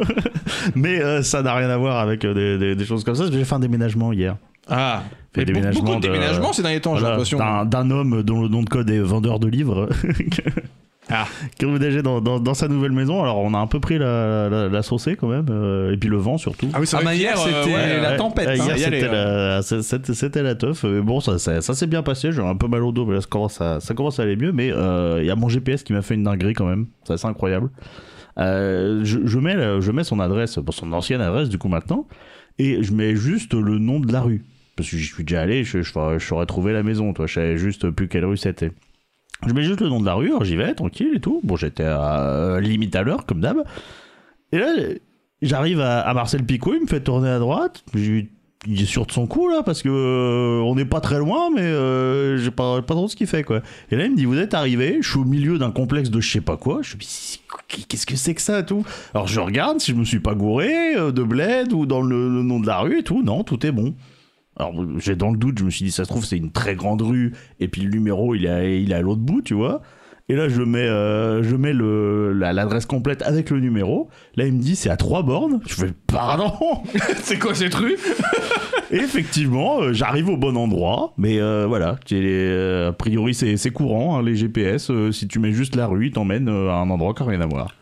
Speaker 3: Mais euh, ça n'a rien à voir avec euh, des, des- des choses comme ça. J'ai fait un déménagement hier.
Speaker 1: ah mais
Speaker 3: Fait
Speaker 1: be-
Speaker 3: déménagement
Speaker 1: beaucoup de
Speaker 3: de-
Speaker 1: déménagements ces derniers temps j'ai
Speaker 3: Voilà,
Speaker 1: l'impression
Speaker 3: d'un- D'un homme dont le nom de code est vendeur de livres.
Speaker 1: Ah.
Speaker 3: qui a emménagé dans, dans, dans sa nouvelle maison. Alors, on a un peu pris la, la, la saucée quand même, euh, et puis le vent surtout.
Speaker 1: oui,
Speaker 2: Ah,
Speaker 1: vrai
Speaker 2: bah,
Speaker 1: que
Speaker 2: hier,
Speaker 1: euh,
Speaker 2: c'était
Speaker 1: ouais,
Speaker 2: la
Speaker 1: ouais.
Speaker 2: tempête.
Speaker 3: Ah,
Speaker 2: hein.
Speaker 3: hier,
Speaker 1: y aller,
Speaker 3: c'était la, c'était- c'était la teuf. Mais bon, ça, ça, ça s'est bien passé. J'ai eu un peu mal au dos, mais là, ça commence à, ça commence à aller mieux. Mais euh, il y a mon GPS qui m'a fait une dinguerie quand même. C'est assez incroyable. Euh, je, je mets, la- je mets son adresse, bon, son ancienne adresse du coup maintenant, et je mets juste le nom de la rue. Parce que j'y suis déjà allé, je, je, je saurais trouver la maison, toi. Je savais juste plus quelle rue c'était. Je mets juste le nom de la rue, alors j'y vais, tranquille et tout. Bon, j'étais à euh, limite à l'heure, comme d'hab. Et là, j'arrive à, à Marcel Picot, il me fait tourner à droite. Je lui- il est sûr de son coup là, parce que euh, on n'est pas très loin, mais euh, j'ai pas, pas trop ce qu'il fait quoi. Et là, il me dit Vous êtes arrivé, je suis au milieu d'un complexe de je sais pas quoi. Je me dis Qu'est-ce que c'est que ça tout Alors je regarde si je me suis pas gouré euh, de bled ou dans le, le nom de la rue et tout. Non, tout est bon. Alors j'ai dans le doute, je me suis dit Ça se trouve, c'est une très grande rue, et puis le numéro il est à, il est à l'autre bout, tu vois. Et là, je mets, euh, je mets le, la- l'adresse complète avec le numéro. Là, il me dit c'est à trois bornes. Je fais pardon.
Speaker 1: C'est quoi cette rue
Speaker 3: Et effectivement, euh, j'arrive au bon endroit, mais euh, voilà, j'ai les- euh, a priori c'est c'est courant, hein, les GPS, euh, si tu mets juste la rue, ils t'emmènent euh, à un endroit qui n'a rien à voir.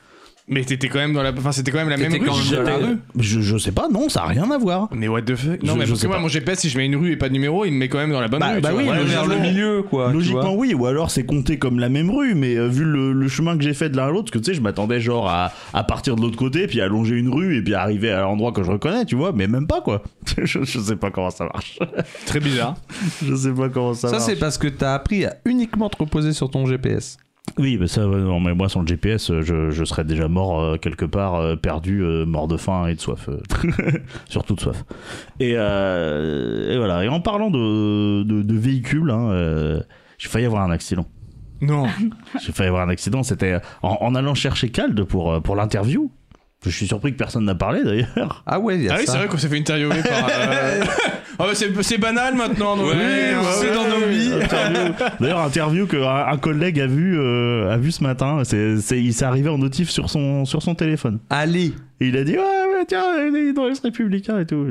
Speaker 1: Mais t'étais quand même dans la. Enfin, c'était quand même la même
Speaker 2: T'étais
Speaker 1: rue.
Speaker 2: quand même
Speaker 1: j'étais-
Speaker 2: dans la rue.
Speaker 3: Je, je sais pas, non, ça n'a rien à voir.
Speaker 1: Mais what the fuck Non,
Speaker 3: Je-
Speaker 1: mais
Speaker 3: je
Speaker 1: parce
Speaker 3: sais
Speaker 1: que moi,
Speaker 3: pas.
Speaker 1: mon GPS, si je mets une rue et pas de numéro, il me met quand même dans la bonne
Speaker 3: Bah-
Speaker 1: rue.
Speaker 3: bah
Speaker 1: tu
Speaker 3: oui,
Speaker 1: vois.
Speaker 2: Ouais,
Speaker 3: logiquement-
Speaker 2: vers le milieu, quoi. tu vois.
Speaker 3: Logiquement oui, ou alors c'est compté comme la même rue, mais euh, vu le, le chemin que j'ai fait de l'un à l'autre, parce que tu sais, je m'attendais genre à, à partir de l'autre côté, puis à longer une rue, et puis à arriver à l'endroit que je reconnais, tu vois, mais même pas quoi. je, je sais pas comment ça marche.
Speaker 1: Très bizarre.
Speaker 3: Je sais pas comment ça,
Speaker 2: Ça,
Speaker 3: marche.
Speaker 2: c'est parce que t'as appris à uniquement te reposer sur ton GPS.
Speaker 3: Oui, mais ça, ouais, non, mais moi, sans le GPS, euh, je, je serais déjà mort euh, quelque part, euh, perdu, euh, mort de faim et de soif. euh. Surtout de soif. Et, euh, et voilà. Et en parlant de, de, de véhicules, hein, euh, j'ai failli avoir un accident.
Speaker 1: Non.
Speaker 3: J'ai failli avoir un accident. C'était en, en allant chercher Calde pour, euh, pour l'interview. Je suis surpris que personne n'a parlé d'ailleurs.
Speaker 2: Ah ouais, il y a
Speaker 1: Ah oui,
Speaker 2: ça.
Speaker 1: c'est vrai qu'on s'est fait interviewer par. euh, Ah, bah, c'est c'est banal maintenant. donc-
Speaker 2: Ouais,
Speaker 1: Oui,
Speaker 2: ouais,
Speaker 1: c'est
Speaker 2: ouais.
Speaker 1: dans nos vies.
Speaker 3: Interview- D'ailleurs, interview qu'un un collègue a vu, euh, a vu ce matin. C'est, c'est, il s'est arrivé en notif sur son, sur son téléphone.
Speaker 2: Ali,
Speaker 3: Et il a dit ouais, ouais tiens il est dans les républicains et tout.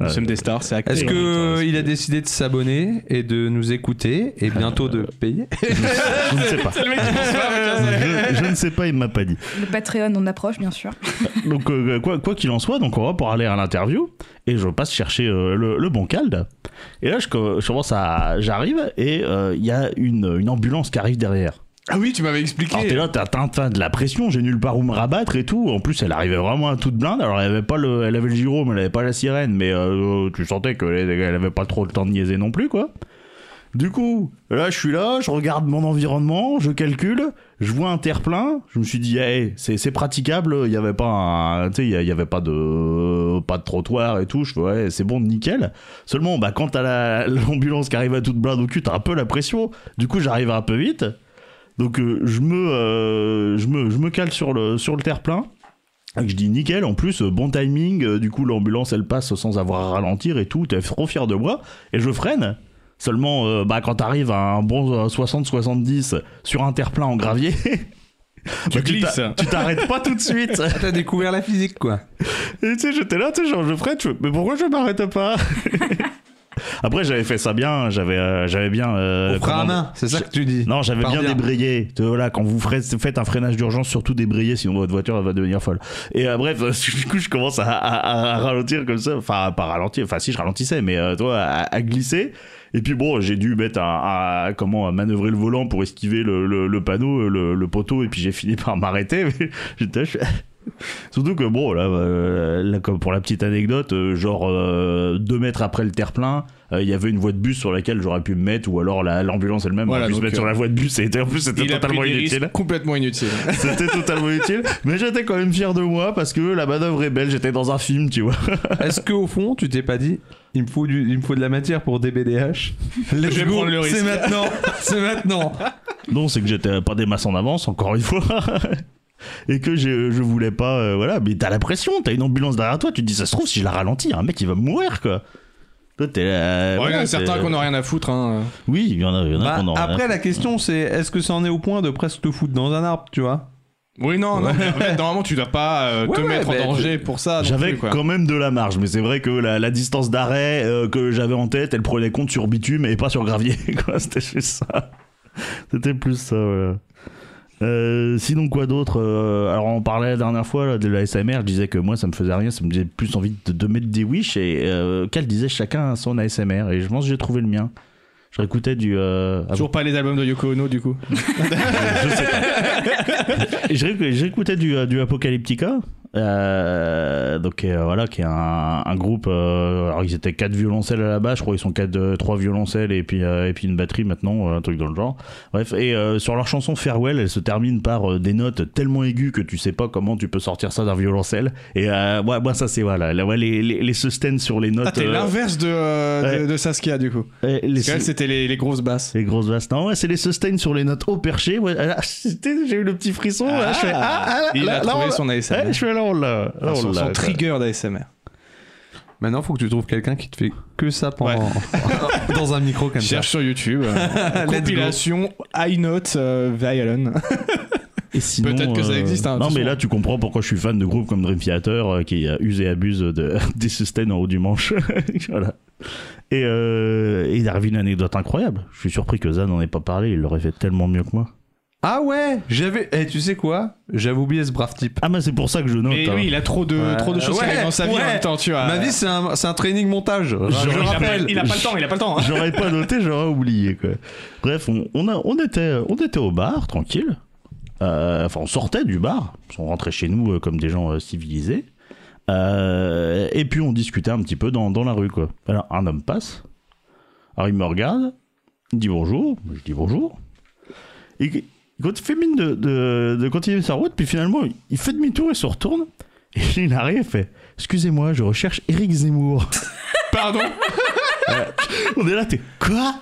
Speaker 1: Nous sommes des stars, c'est acté.
Speaker 2: est-ce que
Speaker 3: Ouais,
Speaker 2: euh,
Speaker 3: ouais,
Speaker 2: il a décidé de s'abonner et de nous écouter et bientôt de payer
Speaker 3: Je ne sais pas.
Speaker 1: C'est le mec qui pense pas, mais tiens, c'est-
Speaker 3: Je, je ne sais pas, il m'a pas dit.
Speaker 4: Le Patreon, on approche, bien sûr.
Speaker 3: Donc euh, quoi quoi qu'il en soit, donc on va pour aller à l'interview et je passe chercher euh, le, le bon calde. Et là je, co- je commence à j'arrive et euh, il y a une, une ambulance qui arrive derrière.
Speaker 1: Ah oui, tu m'avais expliqué.
Speaker 3: Alors t'es là, t'as t'as- t'as de la pression, j'ai nulle part où me rabattre et tout. En plus, elle arrivait vraiment à toute blinde. Alors elle avait pas le, elle avait le gyro, mais elle avait pas la sirène. Mais euh, tu sentais que elle elle avait pas trop le temps de niaiser non plus, quoi. Du coup, là, je suis là, je regarde mon environnement, je calcule, je vois un terre-plein. Je me suis dit, hey, c'est c'est praticable. Il y avait pas, un- tu sais, il y a- il y avait pas de, pas de trottoir et tout. Je fais, ouais, c'est bon, nickel. Seulement, bah, quand t'as la- l'ambulance qui arrive à toute blinde au cul, t'as un peu la pression. Du coup, j'arrive un peu vite. Donc euh, je, me, euh, je, me, je me cale sur le, sur le terre-plein. Et que Je dis nickel, en plus, euh, bon timing, euh, du coup l'ambulance elle passe sans avoir à ralentir et tout, t'es trop fier de moi, et je freine. Seulement, euh, bah, quand t'arrives à un bon euh, 60-70 sur un terre-plein en gravier,
Speaker 1: Tu
Speaker 3: bah,
Speaker 1: glisses.
Speaker 3: t'a- tu t'arrêtes pas tout de suite.
Speaker 2: Ah, T'as découvert la physique, quoi.
Speaker 3: Et tu sais, j'étais là, tu sais, genre, je freine, je fais, mais pourquoi je m'arrête pas Après, j'avais fait ça bien, j'avais euh, j'avais bien. euh,
Speaker 2: On fera à
Speaker 3: comment-
Speaker 2: main, c'est ça que tu dis.
Speaker 3: non, j'avais
Speaker 2: Par
Speaker 3: bien,
Speaker 2: bien.
Speaker 3: débrayé. Tu vois, Voilà, quand vous ferez- faites un freinage d'urgence, surtout débrayez, sinon votre voiture elle va devenir folle. Et euh, bref, du coup, je commence à, à- à- à ralentir comme ça. Enfin, pas ralentir. Enfin, si je ralentissais, mais euh, toi, à, à glisser. Et puis bon, j'ai dû mettre à, comment à manœuvrer le volant pour esquiver le, le- le panneau, le, le poteau, et puis j'ai fini par m'arrêter. Mais j'étais- je- Surtout que bon, là, euh, là, comme pour la petite anecdote, euh, genre euh, deux mètres après le terre-plein, euh, il y avait une voie de bus sur laquelle j'aurais pu me mettre, ou alors la- l'ambulance elle-même
Speaker 1: Voilà,
Speaker 3: aurait pu se
Speaker 1: donc,
Speaker 3: mettre sur
Speaker 1: euh,
Speaker 3: la voie de bus. Et en plus, c'était
Speaker 1: Il a pris
Speaker 3: totalement
Speaker 1: des
Speaker 3: inutile.
Speaker 1: risques complètement inutile.
Speaker 3: C'était totalement inutile. Mais j'étais quand même fier de moi parce que la manœuvre est belle. J'étais dans un film, tu vois.
Speaker 2: Est-ce qu'au fond, tu t'es pas dit, il me faut, du- il me faut de la matière pour DBDH Let's
Speaker 1: Je vais
Speaker 2: go,
Speaker 1: prendre le risque.
Speaker 2: C'est maintenant, c'est maintenant.
Speaker 3: Non, c'est que j'étais pas des masses en avance, encore une fois. Et que je, je voulais pas. euh, voilà, mais t'as la pression, t'as une ambulance derrière toi. Tu te dis, ça se trouve, si je la ralentis, un mec il va mourir quoi. Toi, t'es
Speaker 1: Ouais, il y
Speaker 3: là.
Speaker 1: en a
Speaker 3: voilà,
Speaker 1: certains
Speaker 3: t'es-
Speaker 1: qu'on n'a rien à foutre. hein.
Speaker 3: Oui, il y en a, il y en a
Speaker 2: Bah,
Speaker 3: qu'on en-
Speaker 2: après, la question, c'est est-ce que ça en est au point de presque te foutre dans un arbre, tu vois
Speaker 1: Oui, non, non, mais en fait, normalement, tu dois pas euh,
Speaker 2: Ouais,
Speaker 1: te
Speaker 2: ouais,
Speaker 1: mettre
Speaker 2: bah,
Speaker 1: en danger pour ça. non
Speaker 3: J'avais Ah
Speaker 1: plus, quoi.
Speaker 3: quand même de la marge, mais c'est vrai que la, la distance d'arrêt euh, que j'avais en tête, elle prenait compte sur bitume et pas sur gravier. quoi. C'était juste ça. C'était plus ça, voilà. Euh, sinon, quoi d'autre Euh, Alors, on parlait la dernière fois là, de la SMR. Je disais que moi, ça me faisait rien. Ça me faisait plus envie de, de mettre des wish. Et euh, Cal disait chacun a son ASMR. Et je pense que j'ai trouvé le mien. Je réécoutais du. euh, ah
Speaker 1: Toujours pas les albums de Yoko Ono, du coup.
Speaker 3: je sais pas. Et je rééc- J'écoutais du, euh, du Apocalyptica. euh, donc euh, voilà, qui est un, un groupe. euh, alors ils étaient quatre violoncelles à la base, je crois ils sont quatre, euh, trois violoncelles et puis euh, et puis une batterie maintenant, euh, un truc dans le genre. Bref, et euh, sur leur chanson Farewell, elle se termine par euh, des notes tellement aiguës que tu sais pas comment tu peux sortir ça d'un violoncelle. Et euh, moi, moi ça c'est voilà, là, ouais, les, les, les sustains sur les notes.
Speaker 1: Ah, t'es
Speaker 3: euh,
Speaker 1: l'inverse de, euh,
Speaker 3: ouais.
Speaker 1: de, de Saskia, du coup.
Speaker 3: euh, les-
Speaker 1: Parce qu'elle, c'était les, les grosses basses.
Speaker 3: les grosses basses. Non, ouais, c'est les sustains sur les notes haut perché. Ouais, ah, c'était- j'ai eu le petit frisson. là, je fais, ah, ah,
Speaker 1: Il
Speaker 3: là,
Speaker 1: a
Speaker 3: là,
Speaker 1: trouvé
Speaker 3: on-
Speaker 1: son ASMR.
Speaker 3: Ouais, je fais là, on l'a. Là,
Speaker 1: Enfin,
Speaker 3: on
Speaker 1: son,
Speaker 3: l'a,
Speaker 1: son
Speaker 3: quoi.
Speaker 1: trigger d'ASMR.
Speaker 2: Maintenant, faut que tu trouves quelqu'un qui te fait que ça pendant. dans un micro comme ça.
Speaker 1: Cherche sur YouTube. euh,
Speaker 2: Let's
Speaker 1: compilation High Note euh, Violin.
Speaker 3: Et sinon,
Speaker 1: Peut-être que ça
Speaker 3: euh,
Speaker 1: existe, hein, de
Speaker 3: non,
Speaker 1: toute
Speaker 3: mais
Speaker 1: façon.
Speaker 3: là, tu comprends pourquoi je suis fan de groupes comme Dream Theater euh, qui euh, usent et abusent de, des sustains en haut du manche. voilà. Et, euh, et il arrive une anecdote incroyable. Je suis surpris que Zan n'en ait pas parlé. Il l'aurait fait tellement mieux que moi.
Speaker 2: Ah ouais, j'avais. Eh, tu sais quoi J'avais oublié ce brave type.
Speaker 3: Ah, mais c'est pour ça que je note.
Speaker 1: Mais
Speaker 3: hein.
Speaker 1: oui, il a trop de,
Speaker 2: Ouais.
Speaker 1: trop de choses qui
Speaker 2: Ouais,
Speaker 1: arrivent dans sa vie
Speaker 2: ouais.
Speaker 1: en même temps, tu vois.
Speaker 2: Ma vie, c'est un, c'est un training montage.
Speaker 1: Genre,
Speaker 2: je
Speaker 1: il, a pas,
Speaker 2: rappelle.
Speaker 1: il a pas le temps, il a pas le temps. hein.
Speaker 3: J'aurais pas noté, j'aurais oublié quoi. Bref, on, on a, on, était, on était au bar, tranquille. Euh, enfin, on sortait du bar. On rentrait chez nous euh, comme des gens euh, civilisés. Euh, et puis on discutait un petit peu dans, dans la rue quoi. Alors un homme passe. Alors il me regarde. Il dit bonjour. Moi, Je dis bonjour. Et qu- quand il fait mine de, de- de continuer sa route, puis finalement il fait demi-tour et se retourne. Et il arrive et fait Excusez-moi, je recherche Eric Zemmour.
Speaker 1: Pardon.
Speaker 3: on est là, t'es quoi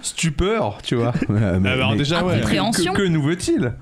Speaker 2: Stupeur, tu vois.
Speaker 1: Ah
Speaker 2: Euh, mais-
Speaker 1: bah, Alors,
Speaker 2: mais-
Speaker 1: déjà, ouais.
Speaker 4: Appréhension.
Speaker 2: Que, que nous veut-il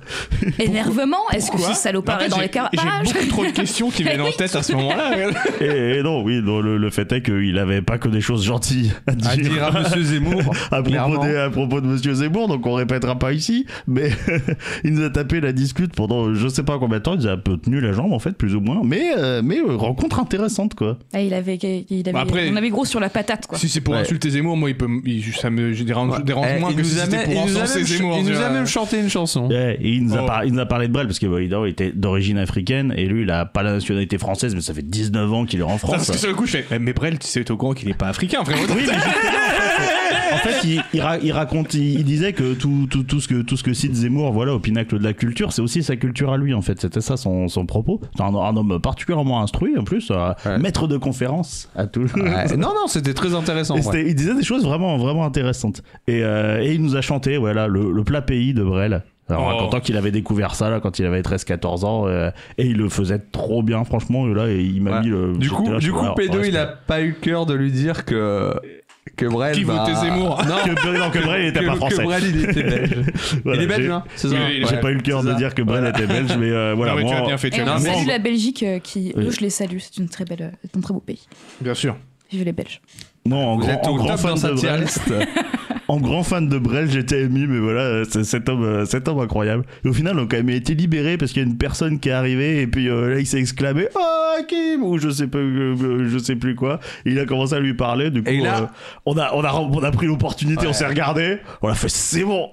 Speaker 4: Énervement, est-ce que
Speaker 1: Quoi
Speaker 4: ce salopard
Speaker 1: En fait,
Speaker 4: est dans
Speaker 1: j'ai-
Speaker 4: les
Speaker 1: J'ai
Speaker 4: carpages
Speaker 1: beaucoup trop de questions qui viennent en tête à ce moment-là.
Speaker 3: Et, et non, oui, non, le, le fait est qu'il avait pas que des choses gentilles à dire.
Speaker 2: À dire à Monsieur Zemmour.
Speaker 3: à propos,
Speaker 2: clairement.
Speaker 3: des- à propos de Monsieur Zemmour, donc on répétera pas ici, mais il nous a tapé la discute pendant je sais pas combien de temps, il nous a un peu tenu la jambe en fait, plus ou moins, mais, euh, mais euh, rencontre intéressante quoi.
Speaker 4: Ah, il avait, il avait-
Speaker 1: Bah après-
Speaker 4: On avait gros sur la patate, quoi.
Speaker 1: Si c'est pour
Speaker 2: Ouais.
Speaker 1: insulter Zemmour, moi, il peut, m- il- ça me je dérange,
Speaker 2: Ouais.
Speaker 1: dérange
Speaker 2: Eh,
Speaker 1: moins
Speaker 2: il
Speaker 1: que
Speaker 2: nous
Speaker 1: si
Speaker 2: a
Speaker 1: c'était
Speaker 2: même-
Speaker 1: pour
Speaker 2: il nous a
Speaker 1: insulter
Speaker 2: même ch-
Speaker 1: Zemmour.
Speaker 2: Il
Speaker 1: tu
Speaker 2: nous
Speaker 1: vois.
Speaker 2: a même chanté une chanson.
Speaker 3: Ouais, et il nous, a
Speaker 1: Oh.
Speaker 3: par- il nous a parlé de Brel parce que bah, évidemment, il était d'origine africaine et lui il a pas la nationalité française, mais ça fait 19 ans qu'il est en
Speaker 1: Putain,
Speaker 3: France.
Speaker 1: Parce que sur le coup, je fais. eh, Mais Brel, tu sais, t'es au courant qu'il est pas africain, frérot.
Speaker 3: Oui, mais justement, en fait, il, il ra- il raconte, il, il disait que tout, tout, tout ce que tout ce que cite Zemmour, voilà, au pinacle de la culture, c'est aussi sa culture à lui. En fait, c'était ça son, son propos. C'est un, un homme particulièrement instruit, en plus, euh,
Speaker 2: Ouais.
Speaker 3: maître de conférence à Toulouse.
Speaker 2: Ouais, Non, non, c'était très intéressant.
Speaker 3: Et
Speaker 2: ouais.
Speaker 3: c'était- Il disait des choses vraiment, vraiment intéressantes. Et, euh, et il nous a chanté voilà, le, le plat pays de Brel. Alors, en
Speaker 1: Oh.
Speaker 3: racontant qu'il avait découvert ça là, quand il avait 13-14 ans euh, et il le faisait trop bien, franchement. Et là, il m'a
Speaker 2: Ouais.
Speaker 3: mis le.
Speaker 2: Du coup,
Speaker 3: j'étais là,
Speaker 2: du
Speaker 3: je
Speaker 2: coup
Speaker 3: fais, ah,
Speaker 2: P2, il a
Speaker 3: respect.
Speaker 2: pas eu cœur de lui dire que. Que Brel.
Speaker 1: Qui
Speaker 2: bah,
Speaker 1: votait Zemmour
Speaker 2: Non,
Speaker 3: Que, non, que Brel, il était
Speaker 2: que-
Speaker 3: pas français.
Speaker 2: Que Brel, il était belge.
Speaker 3: Voilà,
Speaker 2: il est belge,
Speaker 3: j'ai-
Speaker 2: hein C'est
Speaker 1: Oui,
Speaker 2: ça
Speaker 1: oui, il est
Speaker 3: J'ai
Speaker 1: Ouais,
Speaker 3: pas eu le cœur
Speaker 2: c'est
Speaker 3: de
Speaker 2: ça.
Speaker 3: dire que Brel était belge, mais euh, voilà.
Speaker 1: Non, mais tu
Speaker 3: moi,
Speaker 1: as bien fait, tu
Speaker 4: Et
Speaker 1: as
Speaker 4: Eh, on
Speaker 1: bien
Speaker 2: Non,
Speaker 4: salue
Speaker 1: fait.
Speaker 4: la Belgique, euh, qui,
Speaker 3: Oui.
Speaker 4: eux, je les salue, c'est une très belle, euh, c'est un très beau pays.
Speaker 1: Bien sûr.
Speaker 4: Vive les Belges.
Speaker 3: moi, en,
Speaker 2: Vous
Speaker 3: grand,
Speaker 2: êtes
Speaker 3: en
Speaker 2: au
Speaker 3: grand
Speaker 2: top
Speaker 3: fan
Speaker 2: dans sa
Speaker 3: de
Speaker 2: tier
Speaker 3: Brel,
Speaker 2: list.
Speaker 3: en grand fan de Brel, j'étais ému, mais voilà, euh, c'est- cet homme, euh, cet homme incroyable. Et au final, on a quand même été libéré parce qu'il y a une personne qui est arrivée et puis euh, là, il s'est exclamé "Oh Kim" ou je sais pas, euh, euh, je sais plus quoi. Et il a commencé à lui parler. Du coup,
Speaker 2: Et là-
Speaker 3: euh, on a, on a, on a pris l'opportunité, on s'est regardé, on a fait "C'est bon".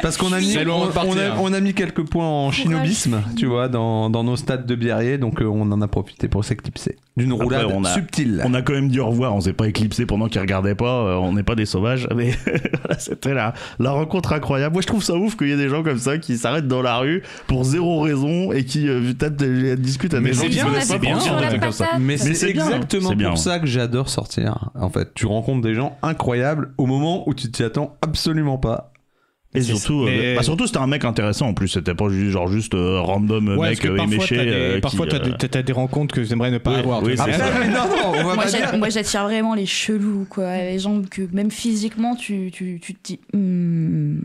Speaker 2: Parce qu'on a mis,
Speaker 1: C'est loin
Speaker 2: on,
Speaker 1: de partir.
Speaker 2: on a, on a mis quelques points en chinobisme, tu vois, dans, dans nos stades de Biarrier, donc euh, on en a profité pour s'éclipser. D'une
Speaker 3: Après,
Speaker 2: roulade
Speaker 3: on a-
Speaker 2: subtile.
Speaker 3: On a quand même dit au revoir, on s'est pas éclipsé pendant qu'il regardait pas, euh, on n'est pas des sauvages, mais voilà, c'était la, la rencontre incroyable. Moi je trouve ça ouf qu'il y ait des gens comme ça qui s'arrêtent dans la rue pour zéro raison et qui euh, tapent des- discutent à
Speaker 1: Mais
Speaker 3: des gens
Speaker 1: c'est
Speaker 3: qui
Speaker 1: bien,
Speaker 3: se
Speaker 1: mais
Speaker 3: connaissent
Speaker 1: c'est
Speaker 3: pas pour
Speaker 1: bien.
Speaker 3: dire
Speaker 1: Sur
Speaker 3: des
Speaker 1: la
Speaker 3: trucs comme ça.
Speaker 2: Mais c'est
Speaker 3: c'est bien.
Speaker 2: exactement
Speaker 3: C'est bien,
Speaker 2: pour
Speaker 3: ouais.
Speaker 2: ça que j'adore sortir. En fait, tu rencontres des gens incroyables au moment où tu t'y attends absolument pas.
Speaker 3: Et surtout, euh,
Speaker 1: Mais-
Speaker 3: bah, surtout c'était un mec intéressant en plus, c'était pas juste, genre juste euh, random euh,
Speaker 1: Ouais, parce
Speaker 3: mec
Speaker 1: que
Speaker 3: euh,
Speaker 1: parfois,
Speaker 3: éméché.
Speaker 1: t'as
Speaker 3: euh,
Speaker 1: des,
Speaker 3: qui,
Speaker 1: parfois, t'as
Speaker 3: euh,
Speaker 1: des- t'as des rencontres que j'aimerais ne pas
Speaker 3: oui,
Speaker 1: avoir.
Speaker 3: oui,
Speaker 1: tu vois. Ah,
Speaker 3: c'est
Speaker 2: Après,
Speaker 3: ça.
Speaker 2: mais non, non, on va
Speaker 4: Moi,
Speaker 2: pas
Speaker 4: j'a-
Speaker 2: dire.
Speaker 4: moi, j'attire vraiment les chelous, quoi. Les gens que même physiquement, tu, tu, tu te dis. Hmm.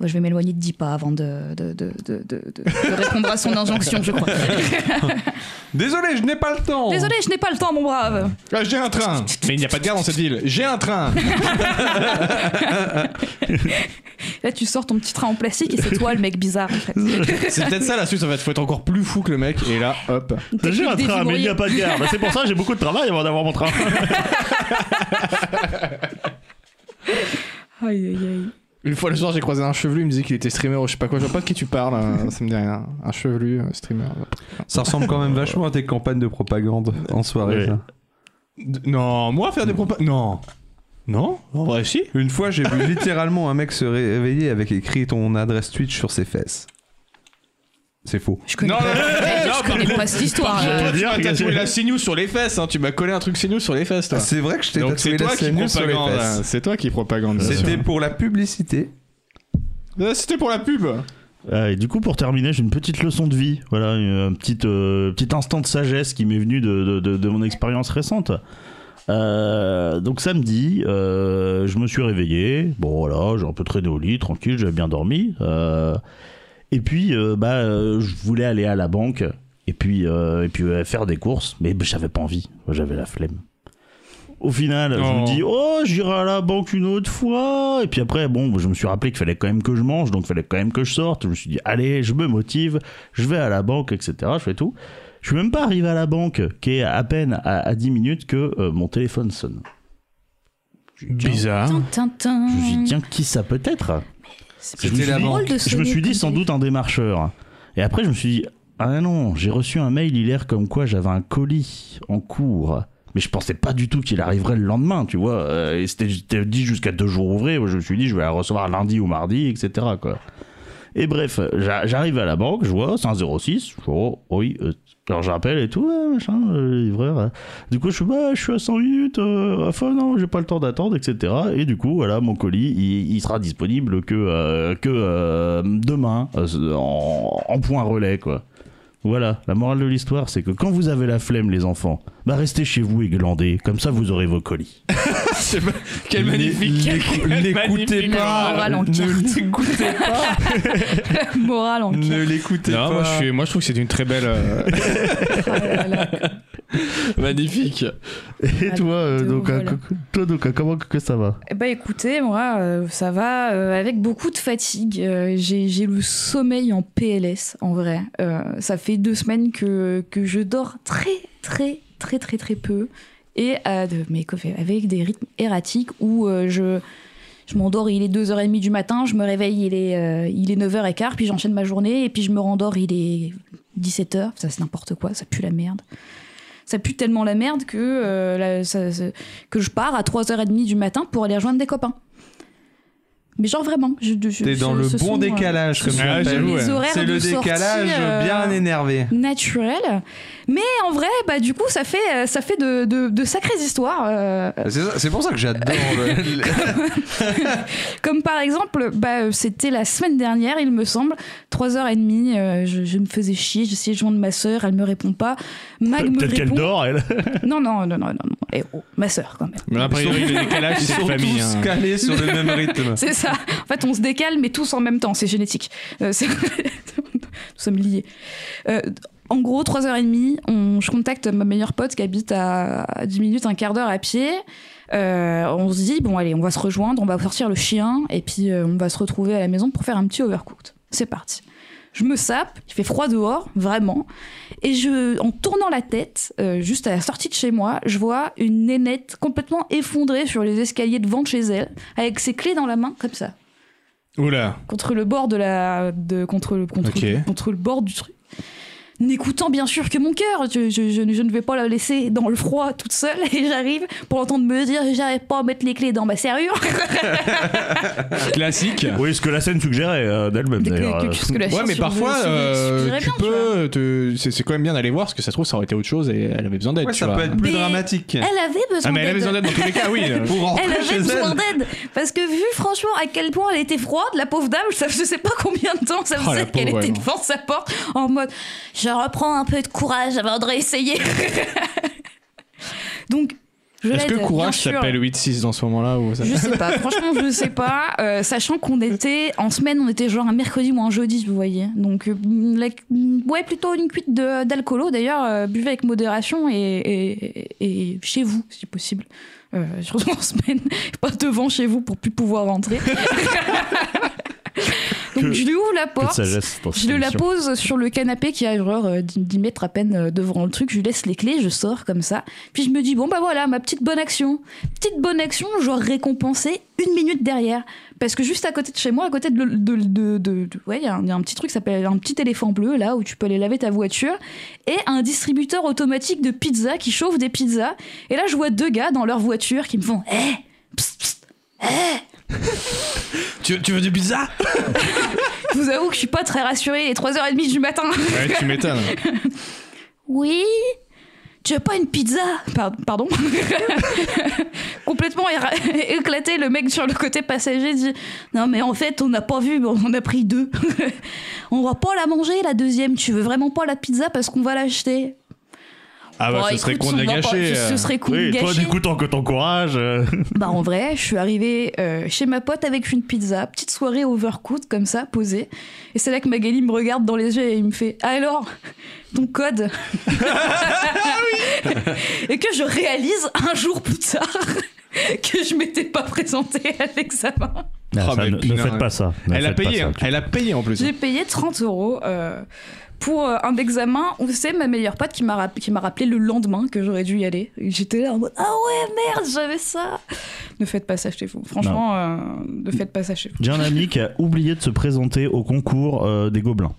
Speaker 4: Ouais, je vais m'éloigner de 10 pas avant de, de, de, de, de- de- de répondre à son injonction, je crois.
Speaker 2: Désolé, je n'ai pas le
Speaker 3: Oh.
Speaker 2: temps.
Speaker 4: Désolé, je n'ai pas le temps, mon brave.
Speaker 1: Ah, J'ai un train. Mais il n'y a pas de gare dans cette ville. J'ai un train.
Speaker 4: Là, tu sors ton petit train en plastique et c'est toi le mec bizarre, en fait.
Speaker 1: C'est peut-être ça l'astuce en fait. Faut être encore plus fou que le mec. Et là, hop.
Speaker 3: T'as déjà un
Speaker 4: Technique
Speaker 3: train,
Speaker 4: des
Speaker 3: mais il n'y a
Speaker 4: ouvriers.
Speaker 3: pas de gare. Bah, c'est pour ça que j'ai beaucoup de travail avant d'avoir mon train.
Speaker 4: Aïe, aïe, aïe.
Speaker 1: Une fois le soir, j'ai croisé un chevelu, il me disait qu'il était streamer ou je sais pas quoi. Je vois pas de qui tu parles, euh, ça me dit rien. Un chevelu, euh, streamer.
Speaker 2: Ça ressemble quand
Speaker 1: Euh,
Speaker 2: même vachement à tes campagnes de propagande en soirée.
Speaker 3: Ouais.
Speaker 2: ça.
Speaker 1: D- non, moi faire des propos. Non. Non En vrai, si.
Speaker 2: Une fois, j'ai vu littéralement un mec se réveiller avec écrit ton adresse Twitch sur ses fesses. C'est faux.
Speaker 4: Je connais, pas, Eh, je connais pas cette histoire.
Speaker 1: Toi,
Speaker 4: euh.
Speaker 1: tu
Speaker 3: bien,
Speaker 1: m'as
Speaker 3: bien
Speaker 1: tatoué
Speaker 3: sûr.
Speaker 1: la CNews sur les fesses, hein. tu m'as collé un truc CNews sur les fesses, toi.
Speaker 2: C'est vrai que je t'ai
Speaker 1: Donc Ah, c'est
Speaker 2: tatoué la
Speaker 1: toi qui
Speaker 2: CNU sur les
Speaker 1: propagande. hein.
Speaker 2: fesses.
Speaker 1: C'est toi qui propagande. bien
Speaker 2: C'était pour la publicité.
Speaker 1: sûr. Euh, C'était pour la pub.
Speaker 3: Ah, et du coup, pour terminer, j'ai une petite leçon de vie. Voilà, une- un petit, euh, petit instant de sagesse qui m'est venu de, de- de- de mon expérience récente. Euh, donc samedi, euh, je me suis réveillé. Bon voilà, j'ai un peu traîné au lit, tranquille, j'avais bien dormi. Euh, et puis, euh, bah, euh, je voulais aller à la banque et puis, euh, et puis euh, faire des courses, mais bah, j'avais pas envie, j'avais la flemme. Au final, je
Speaker 1: Oh.
Speaker 3: me dis, oh, j'irai à la banque une autre fois. Et puis après, bon, je me suis rappelé qu'il fallait quand même que je mange, donc il fallait quand même que je sorte. Je me suis dit, allez, je me motive, je vais à la banque, etc. Je fais tout. Je suis même pas arrivé à la banque, qui est à peine à, à 10 minutes que euh, mon téléphone sonne.
Speaker 1: Bizarre.
Speaker 4: Tin, tin, tin.
Speaker 3: Je me suis dit, tiens, qui ça peut être
Speaker 4: C'est
Speaker 3: Je me suis
Speaker 4: drôle
Speaker 3: dit-
Speaker 4: de
Speaker 3: Je me
Speaker 4: sonner
Speaker 3: suis dit
Speaker 4: comme
Speaker 3: sans
Speaker 4: ça.
Speaker 3: doute un démarcheur. Et après, je me suis dit, ah non, j'ai reçu un mail hier comme quoi j'avais un colis en cours. Mais je pensais pas du tout qu'il arriverait le lendemain, tu vois. Euh, et c'était- c'était dit jusqu'à deux jours ouvrés. Je me suis dit, je vais la recevoir lundi ou mardi, etc. Quoi. Et bref, j'a- j'arrive à la banque, je vois, c'est un 06. Je fais, oh, oui, euh, alors j'appelle et tout, ouais, machin, euh, livreur. ouais. Du coup, je suis, bah, je suis à 100 minutes, euh, enfin, non, j'ai pas le temps d'attendre, etc. Et du coup, voilà, mon colis, il, il sera disponible que, euh, que euh, demain, euh, en, en point relais, quoi. Voilà, la morale de l'histoire, c'est que quand vous avez la flemme, les enfants, bah restez chez vous et glandez, comme ça vous aurez vos colis.
Speaker 1: C'est pas- Quelle magnifique.
Speaker 2: N'éc-
Speaker 1: quelle
Speaker 2: N'écoutez
Speaker 1: magnifique-
Speaker 2: pas.
Speaker 4: morale en
Speaker 2: Ne l'écoutez pas.
Speaker 4: Morale en
Speaker 2: Ne
Speaker 4: carte.
Speaker 2: l'écoutez
Speaker 1: Non,
Speaker 2: pas.
Speaker 1: moi je, suis- moi je trouve que c'est une très belle. euh,
Speaker 4: Ah là là.
Speaker 1: magnifique.
Speaker 3: Et
Speaker 4: toi, euh, donc, euh, voilà.
Speaker 3: toi, donc, comment que ça va
Speaker 4: Eh ben écoutez, moi, euh, ça va euh, avec beaucoup de fatigue. Euh, j'ai j'ai le sommeil en PLS, en vrai. Euh, ça fait deux semaines que, que je dors très, très, très, très, très peu. Et euh, de- mais quoi, avec des rythmes erratiques où euh, je, je m'endors, il est 2h30 du matin, je me réveille, il est, euh, il est 9h15, puis j'enchaîne ma journée, et puis je me rendors, il est 17h. Ça, c'est n'importe quoi, ça pue la merde. Ça pue tellement la merde que euh, la- ça- ça- que je pars à 3h30 du matin pour aller rejoindre des copains. Mais genre vraiment, je, je-
Speaker 2: T'es
Speaker 4: ce-
Speaker 2: dans le
Speaker 4: ce
Speaker 2: bon
Speaker 4: sont, euh,
Speaker 2: décalage, comme
Speaker 1: ce
Speaker 2: on
Speaker 1: sont
Speaker 2: appelle.
Speaker 1: les
Speaker 2: Ah, Ouais.
Speaker 4: horaires
Speaker 2: C'est
Speaker 4: de
Speaker 2: le
Speaker 4: sortie,
Speaker 2: décalage
Speaker 4: euh,
Speaker 2: bien énervé.
Speaker 4: naturel. Mais en vrai, bah du coup, ça fait euh, ça fait de, de, de sacrées histoires. euh, euh,
Speaker 2: C'est ça- C'est pour ça que j'adore. le-
Speaker 4: comme par exemple, bah euh, c'était la semaine dernière, il me semble, 3h30, euh, je, je me faisais chier, j'essayais de joindre ma sœur, elle me répond pas. Mag me
Speaker 3: Peut-être qu'elle
Speaker 4: répond.
Speaker 3: dort, elle.
Speaker 4: Non non non non non, non. Eh oh, ma sœur quand même.
Speaker 1: Mais a priori,
Speaker 2: Ils sont-
Speaker 1: le décalage,
Speaker 2: Ils
Speaker 1: c'est
Speaker 2: sont
Speaker 1: famille.
Speaker 2: tous
Speaker 1: hein.
Speaker 2: calés sur le même rythme.
Speaker 4: C'est ça. En fait, on se décale, mais tous en même temps. C'est génétique. Euh, c'est- Nous sommes liés. Euh, en gros, 3h30, on... je contacte ma meilleure pote qui habite à à 10 minutes, un quart d'heure à pied. Euh, on se dit, bon, allez, on va se rejoindre, on va sortir le chien, et puis euh, on va se retrouver à la maison pour faire un petit overcooked. C'est parti. Je me sape, il fait froid dehors, vraiment. Et je, en tournant la tête, euh, juste à la sortie de chez moi, je vois une nénette complètement effondrée sur les escaliers devant de chez elle, avec ses clés dans la main, comme ça,
Speaker 1: Oula.
Speaker 4: contre le bord de la, de, contre le, contre,
Speaker 1: Ok.
Speaker 4: contre le bord du truc. N'écoutant bien sûr que mon cœur, je, je- je ne- je ne vais pas la laisser dans le froid toute seule. Et j'arrive pour l'entendre me dire, j'arrive pas à mettre les clés dans ma serrure.
Speaker 1: Classique.
Speaker 3: Oui, ce que la scène suggérait euh, d'elle-même,
Speaker 4: Que-
Speaker 3: d'ailleurs.
Speaker 4: que- que- que la
Speaker 1: Ouais, mais
Speaker 4: chanson
Speaker 1: parfois,
Speaker 4: suggé-
Speaker 1: euh,
Speaker 4: suggérait
Speaker 1: tu
Speaker 4: bien, vois.
Speaker 1: peux. te- C'est c'est quand même bien d'aller voir, parce que ça se trouve, ça aurait été autre chose et elle avait besoin d'aide.
Speaker 2: Ouais,
Speaker 1: tu
Speaker 2: ça
Speaker 1: vois.
Speaker 2: peut être plus
Speaker 4: Mais-
Speaker 2: dramatique.
Speaker 4: Elle avait besoin
Speaker 1: Ah, mais elle avait
Speaker 4: d'aide.
Speaker 1: besoin d'aide dans tous les cas, oui.
Speaker 2: Pour rentrer
Speaker 4: Elle
Speaker 2: chez
Speaker 4: avait besoin
Speaker 2: elle.
Speaker 4: d'aide parce que vu franchement à quel point elle était froide, la pauvre dame, ça- je sais pas combien de temps ça
Speaker 1: Oh, la
Speaker 4: faisait qu'elle
Speaker 1: pauvre,
Speaker 4: était
Speaker 1: ouais, non.
Speaker 4: devant sa porte en mode je reprends un peu de courage avant de réessayer. Donc je
Speaker 1: Est-ce
Speaker 4: l'aide,
Speaker 1: que
Speaker 4: bien
Speaker 1: courage
Speaker 4: sûr.
Speaker 1: s'appelle 8-6 dans ce moment-là ou ça...
Speaker 4: Je sais pas, franchement, je sais pas. Euh, sachant qu'on était en semaine, on était genre un mercredi ou un jeudi, vous voyez. Donc, euh, la- ouais, plutôt une cuite de- d'alcoolo. D'ailleurs, euh, buvez avec modération et, et- et chez vous, si possible. Euh, surtout en semaine, pas devant chez vous pour plus pouvoir rentrer. Donc
Speaker 5: Donc je lui ouvre la
Speaker 3: Que de
Speaker 5: porte.
Speaker 3: sagesse dans
Speaker 4: Je
Speaker 3: cette
Speaker 4: le la
Speaker 3: émission.
Speaker 4: pose sur le canapé qui a genre euh, 10 10 mètres à peine euh, devant le truc, je lui laisse les clés, je sors comme ça. Puis je me dis, bon bah voilà, ma petite bonne action. Petite bonne action, genre récompensée une minute derrière. Parce que juste à côté de chez moi, à côté de... de, de- de- de- ouais, il y, a un- il y a un petit truc qui s'appelle un petit éléphant bleu, là, où tu peux aller laver ta voiture. Et un distributeur automatique de pizza qui chauffe des pizzas. Et là, je vois deux gars dans leur voiture qui me font, hé, psst, psst,
Speaker 2: Tu, veux du pizza
Speaker 4: je vous avoue que je suis pas très rassurée, il est 3h30 du matin.
Speaker 1: Ouais, tu m'étonnes.
Speaker 4: Oui Tu veux pas une pizza Par- Pardon Complètement éra- éclaté, le mec sur le côté passager dit Non, mais en fait, on n'a pas vu, mais on en a pris deux. on va pas la manger, la deuxième. Tu veux vraiment pas la pizza parce qu'on va l'acheter
Speaker 1: Ah bah,
Speaker 4: Bah,
Speaker 1: ce serait
Speaker 4: écoute,
Speaker 1: con de la
Speaker 4: on va pas-
Speaker 1: gâcher. euh.
Speaker 4: Ce serait con de
Speaker 3: Oui, toi,
Speaker 4: gâcher.
Speaker 3: du coup, tant que t'encourages. euh,
Speaker 4: Bah en vrai, je suis arrivée euh, chez ma pote avec une pizza, petite soirée overcooked comme ça, posée. Et c'est là que Magali me regarde dans les yeux et il me fait Ah, Alors, ton code Et que je réalise un jour plus tard que je m'étais pas présentée à l'examen.
Speaker 3: ah,
Speaker 1: Oh, mais
Speaker 3: ça, ne,
Speaker 1: punaise.
Speaker 3: ne faites pas ça. ne
Speaker 1: Elle a
Speaker 3: Bah, faites pas
Speaker 1: payé,
Speaker 3: ça.
Speaker 1: hein. elle a payé en plus.
Speaker 4: J'ai payé 30 euros euh, pour euh, un examen où c'est ma meilleure pote qui m'a rapp- qui m'a rappelé le lendemain que j'aurais dû y aller. Et J'étais là en mode Ah ouais, merde, j'avais ça Ne faites pas ça chez vous. Franchement, euh, ne faites pas ça chez vous.
Speaker 3: J'ai un ami qui a oublié de se présenter au concours euh, des gobelins.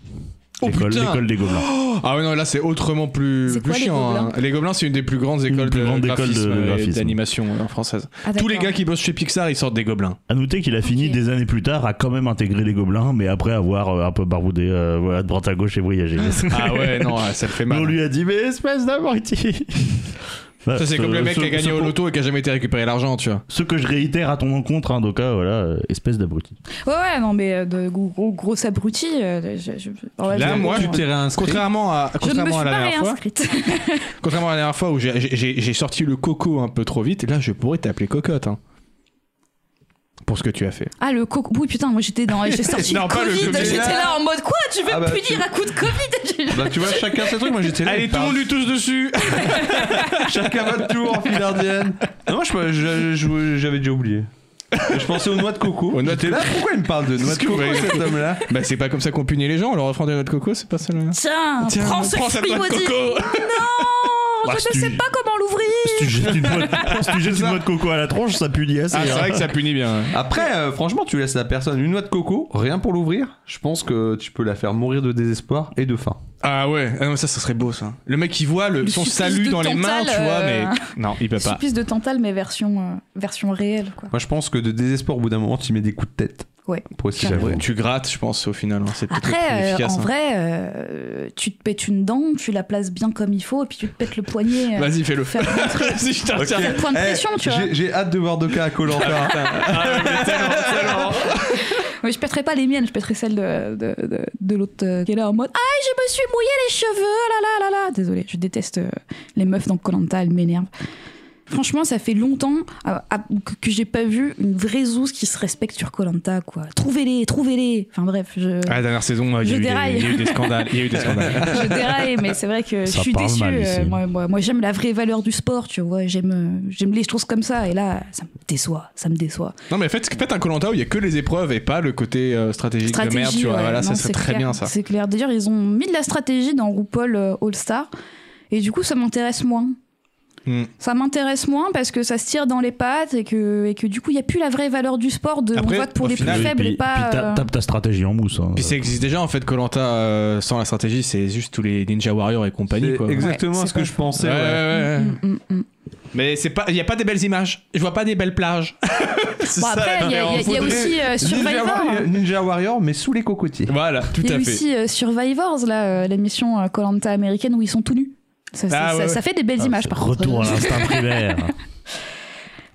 Speaker 1: Oh,
Speaker 3: L'école
Speaker 1: putain.
Speaker 3: l'école des gobelins.
Speaker 1: Ah ouais, non, là c'est autrement plus,
Speaker 4: C'est
Speaker 1: plus
Speaker 4: quoi, les
Speaker 1: chiant. hein.
Speaker 4: Gobelins
Speaker 1: Les Gobelins, c'est une des plus grandes écoles
Speaker 3: plus
Speaker 1: de,
Speaker 3: grande école de- de
Speaker 1: graphisme et
Speaker 3: graphisme.
Speaker 1: d'animation euh, française.
Speaker 4: Ah,
Speaker 1: Tous les
Speaker 4: d'accord.
Speaker 1: gars qui bossent chez Pixar, ils sortent des Gobelins.
Speaker 3: À noter qu'il a fini
Speaker 4: Ok.
Speaker 3: des années plus tard à quand même intégrer les gobelins, mais après avoir euh, un peu barboudé euh, voilà, de droite à gauche et voyagé. Mais ça-
Speaker 1: Ah ouais, non, ouais, ça te fait
Speaker 3: Mais
Speaker 1: mal.
Speaker 3: on lui a dit, mais espèce d'abruti Bah,
Speaker 1: Ça, c'est
Speaker 3: ce-
Speaker 1: comme le mec
Speaker 3: ce-
Speaker 1: qui a
Speaker 3: ce
Speaker 1: gagné au
Speaker 3: qu'on-
Speaker 1: loto et qui a jamais été récupéré l'argent, tu vois.
Speaker 3: Ce que je réitère à ton encontre, hein, Doka, voilà, euh, espèce d'abruti.
Speaker 4: Ouais, ouais, non, mais euh, de gros, gros, gros abruti. euh, je- je- alors
Speaker 1: Là,
Speaker 4: je-
Speaker 1: moi,
Speaker 4: je-
Speaker 1: tu
Speaker 2: T'es réinscrit.
Speaker 1: Contrairement à,
Speaker 4: je ne me
Speaker 1: contrairement
Speaker 4: suis
Speaker 1: à la
Speaker 4: pas
Speaker 1: dernière fois,
Speaker 4: réinscrite.
Speaker 1: contrairement à la dernière fois où j'ai- j'ai j'ai- j'ai sorti le coco un peu trop vite, là je pourrais t'appeler cocotte. hein. Pour ce que tu as fait.
Speaker 4: Ah, le coco. Oui, putain, moi j'étais dans. J'ai sorti
Speaker 1: Non,
Speaker 4: le
Speaker 1: pas le
Speaker 4: Covid.
Speaker 1: Covid.
Speaker 4: J'étais là en mode quoi Tu veux
Speaker 2: Ah
Speaker 4: me
Speaker 2: bah,
Speaker 4: punir à coup de Covid
Speaker 2: Bah tu vois, chacun ses trucs, moi j'étais là. il parle.
Speaker 1: lui tous dessus
Speaker 2: Chacun votre tour, filardienne. Non, moi je- je- je- j'avais déjà oublié. Je pensais aux noix de coco.
Speaker 1: Aux noix de
Speaker 2: J'étais là, pourquoi il me parle de noix
Speaker 1: C'est
Speaker 2: de
Speaker 1: ce que
Speaker 2: coco,
Speaker 1: vous voyez.
Speaker 2: cet homme-là
Speaker 1: Bah c'est pas comme ça qu'on punit les gens, on leur offrant des noix de coco, c'est pas ça le... Ah,
Speaker 4: Tiens,
Speaker 1: Tiens,
Speaker 4: prends ce
Speaker 1: prends cette
Speaker 4: fruit
Speaker 1: noix de
Speaker 4: maudit.
Speaker 1: coco.
Speaker 4: Non
Speaker 3: Bah,
Speaker 4: Je
Speaker 3: c'est
Speaker 4: ne sais
Speaker 3: du-
Speaker 4: pas comment l'ouvrir
Speaker 3: Si tu jettes une noix de- si tu jettes une noix de coco à la tronche, ça punit assez.
Speaker 1: Ah c'est
Speaker 3: hein.
Speaker 1: vrai que ça punit bien. ouais.
Speaker 2: Après, euh, franchement, tu laisses la personne une noix de coco, rien pour l'ouvrir. Je pense que tu peux la faire mourir de désespoir et de faim.
Speaker 1: Ah ouais, ah non, ça, ça serait beau ça. Le mec qui voit le,
Speaker 4: Le
Speaker 1: son
Speaker 4: supplice
Speaker 1: salut
Speaker 4: de
Speaker 1: dans les mains,
Speaker 4: Tantale,
Speaker 1: tu vois, mais
Speaker 4: euh,
Speaker 1: non, il peut pas.
Speaker 4: Supplice de Tantale, mais version, euh, version réelle, quoi.
Speaker 2: Moi, je pense que de désespoir, au bout d'un moment, tu mets des coups de tête.
Speaker 4: Ouais.
Speaker 2: Pour essayer
Speaker 1: J'avoue,
Speaker 2: de
Speaker 1: Tu grattes, je pense, au final. hein, C'est peut-être le plus
Speaker 4: Après, euh,
Speaker 1: efficace.
Speaker 4: en
Speaker 1: hein.
Speaker 4: vrai, euh, tu te pètes une dent, tu la places bien comme il faut, et puis tu te pètes le poignet. euh,
Speaker 1: Vas-y, fais-le.
Speaker 4: pour faire rentrer-
Speaker 1: Vas-y, je t'en
Speaker 2: Ok.
Speaker 1: tiens.
Speaker 4: Faire point de
Speaker 2: Eh,
Speaker 4: pression, tu vois.
Speaker 2: j'ai- J'ai hâte de voir Doka à Colanta.
Speaker 4: Ouais, je pèterai pas les miennes, je pèterai celles de, de, de, de l'autre euh, qui est là en mode Ah, je me suis mouillé les cheveux, oh là là là là. Désolée, je déteste euh, les meufs dans Colanta, elles m'énervent. Franchement, ça fait longtemps euh, à- que, que j'ai pas vu une vraie zouze qui se respecte sur Colanta, quoi. Trouvez-les, trouvez-les. Enfin bref, je,
Speaker 1: Ah, la dernière saison, il y,
Speaker 4: Je
Speaker 1: a eu des-
Speaker 4: déraille.
Speaker 1: il y a eu des scandales. Il y a eu des scandales.
Speaker 4: je déraille, mais c'est vrai que
Speaker 3: Ça
Speaker 4: je suis
Speaker 3: parle
Speaker 4: déçue.
Speaker 3: mal ici.
Speaker 4: euh, moi, moi, moi, j'aime la vraie valeur du sport, tu vois. J'aime, euh, j'aime les choses comme ça, et là, ça me déçoit, ça me déçoit.
Speaker 1: Non, mais faites, faites un Colanta où il y a que les épreuves et pas le côté euh, stratégique de merde, tu vois.
Speaker 4: ouais,
Speaker 1: voilà, ça
Speaker 4: non,
Speaker 1: serait
Speaker 4: c'est
Speaker 1: très
Speaker 4: clair,
Speaker 1: bien ça.
Speaker 4: C'est clair. D'ailleurs, ils ont mis de la stratégie dans RuPaul euh, All Star. Et du coup, ça m'intéresse moins.
Speaker 1: Hmm.
Speaker 4: Ça m'intéresse moins parce que ça se tire dans les pattes et que, et que du coup, il n'y a plus la vraie valeur du sport de
Speaker 1: Après,
Speaker 4: on vote pour
Speaker 1: au
Speaker 4: les
Speaker 1: final,
Speaker 4: plus faibles
Speaker 3: puis,
Speaker 4: et pas.
Speaker 3: puis ta-
Speaker 4: euh,
Speaker 3: tape ta stratégie en mousse. hein.
Speaker 1: Puis ça existe déjà en fait, Colanta sans la stratégie, c'est juste tous les Ninja Warriors et compagnie
Speaker 2: C'est
Speaker 1: quoi.
Speaker 2: exactement
Speaker 4: Ouais,
Speaker 2: ce que
Speaker 4: c'est
Speaker 2: je
Speaker 4: pas
Speaker 2: pensais.
Speaker 1: Ouais,
Speaker 2: ouais.
Speaker 1: ouais, ouais.
Speaker 4: mm, mm, mm.
Speaker 1: Mais c'est pas, il y a pas des belles images. Je vois pas des belles plages. C'est
Speaker 4: Bon,
Speaker 1: ça,
Speaker 4: après,
Speaker 1: la
Speaker 4: il y a- il y a-
Speaker 1: différence.
Speaker 4: il y a aussi
Speaker 2: Ninja
Speaker 4: euh, Survivor.
Speaker 2: Warrior, Ninja Warrior, mais sous les cocotiers.
Speaker 1: Voilà, tout
Speaker 4: Il y a
Speaker 1: à fait.
Speaker 4: aussi euh, Survivors, là, euh, l'émission Colanta américaine où ils sont tout nus. Ça, ça-
Speaker 1: Ah,
Speaker 4: ça-
Speaker 1: ouais,
Speaker 4: ça fait des belles
Speaker 3: Ah,
Speaker 4: images,
Speaker 3: c'est
Speaker 4: par contre.
Speaker 3: Retour à l'instinct primaire.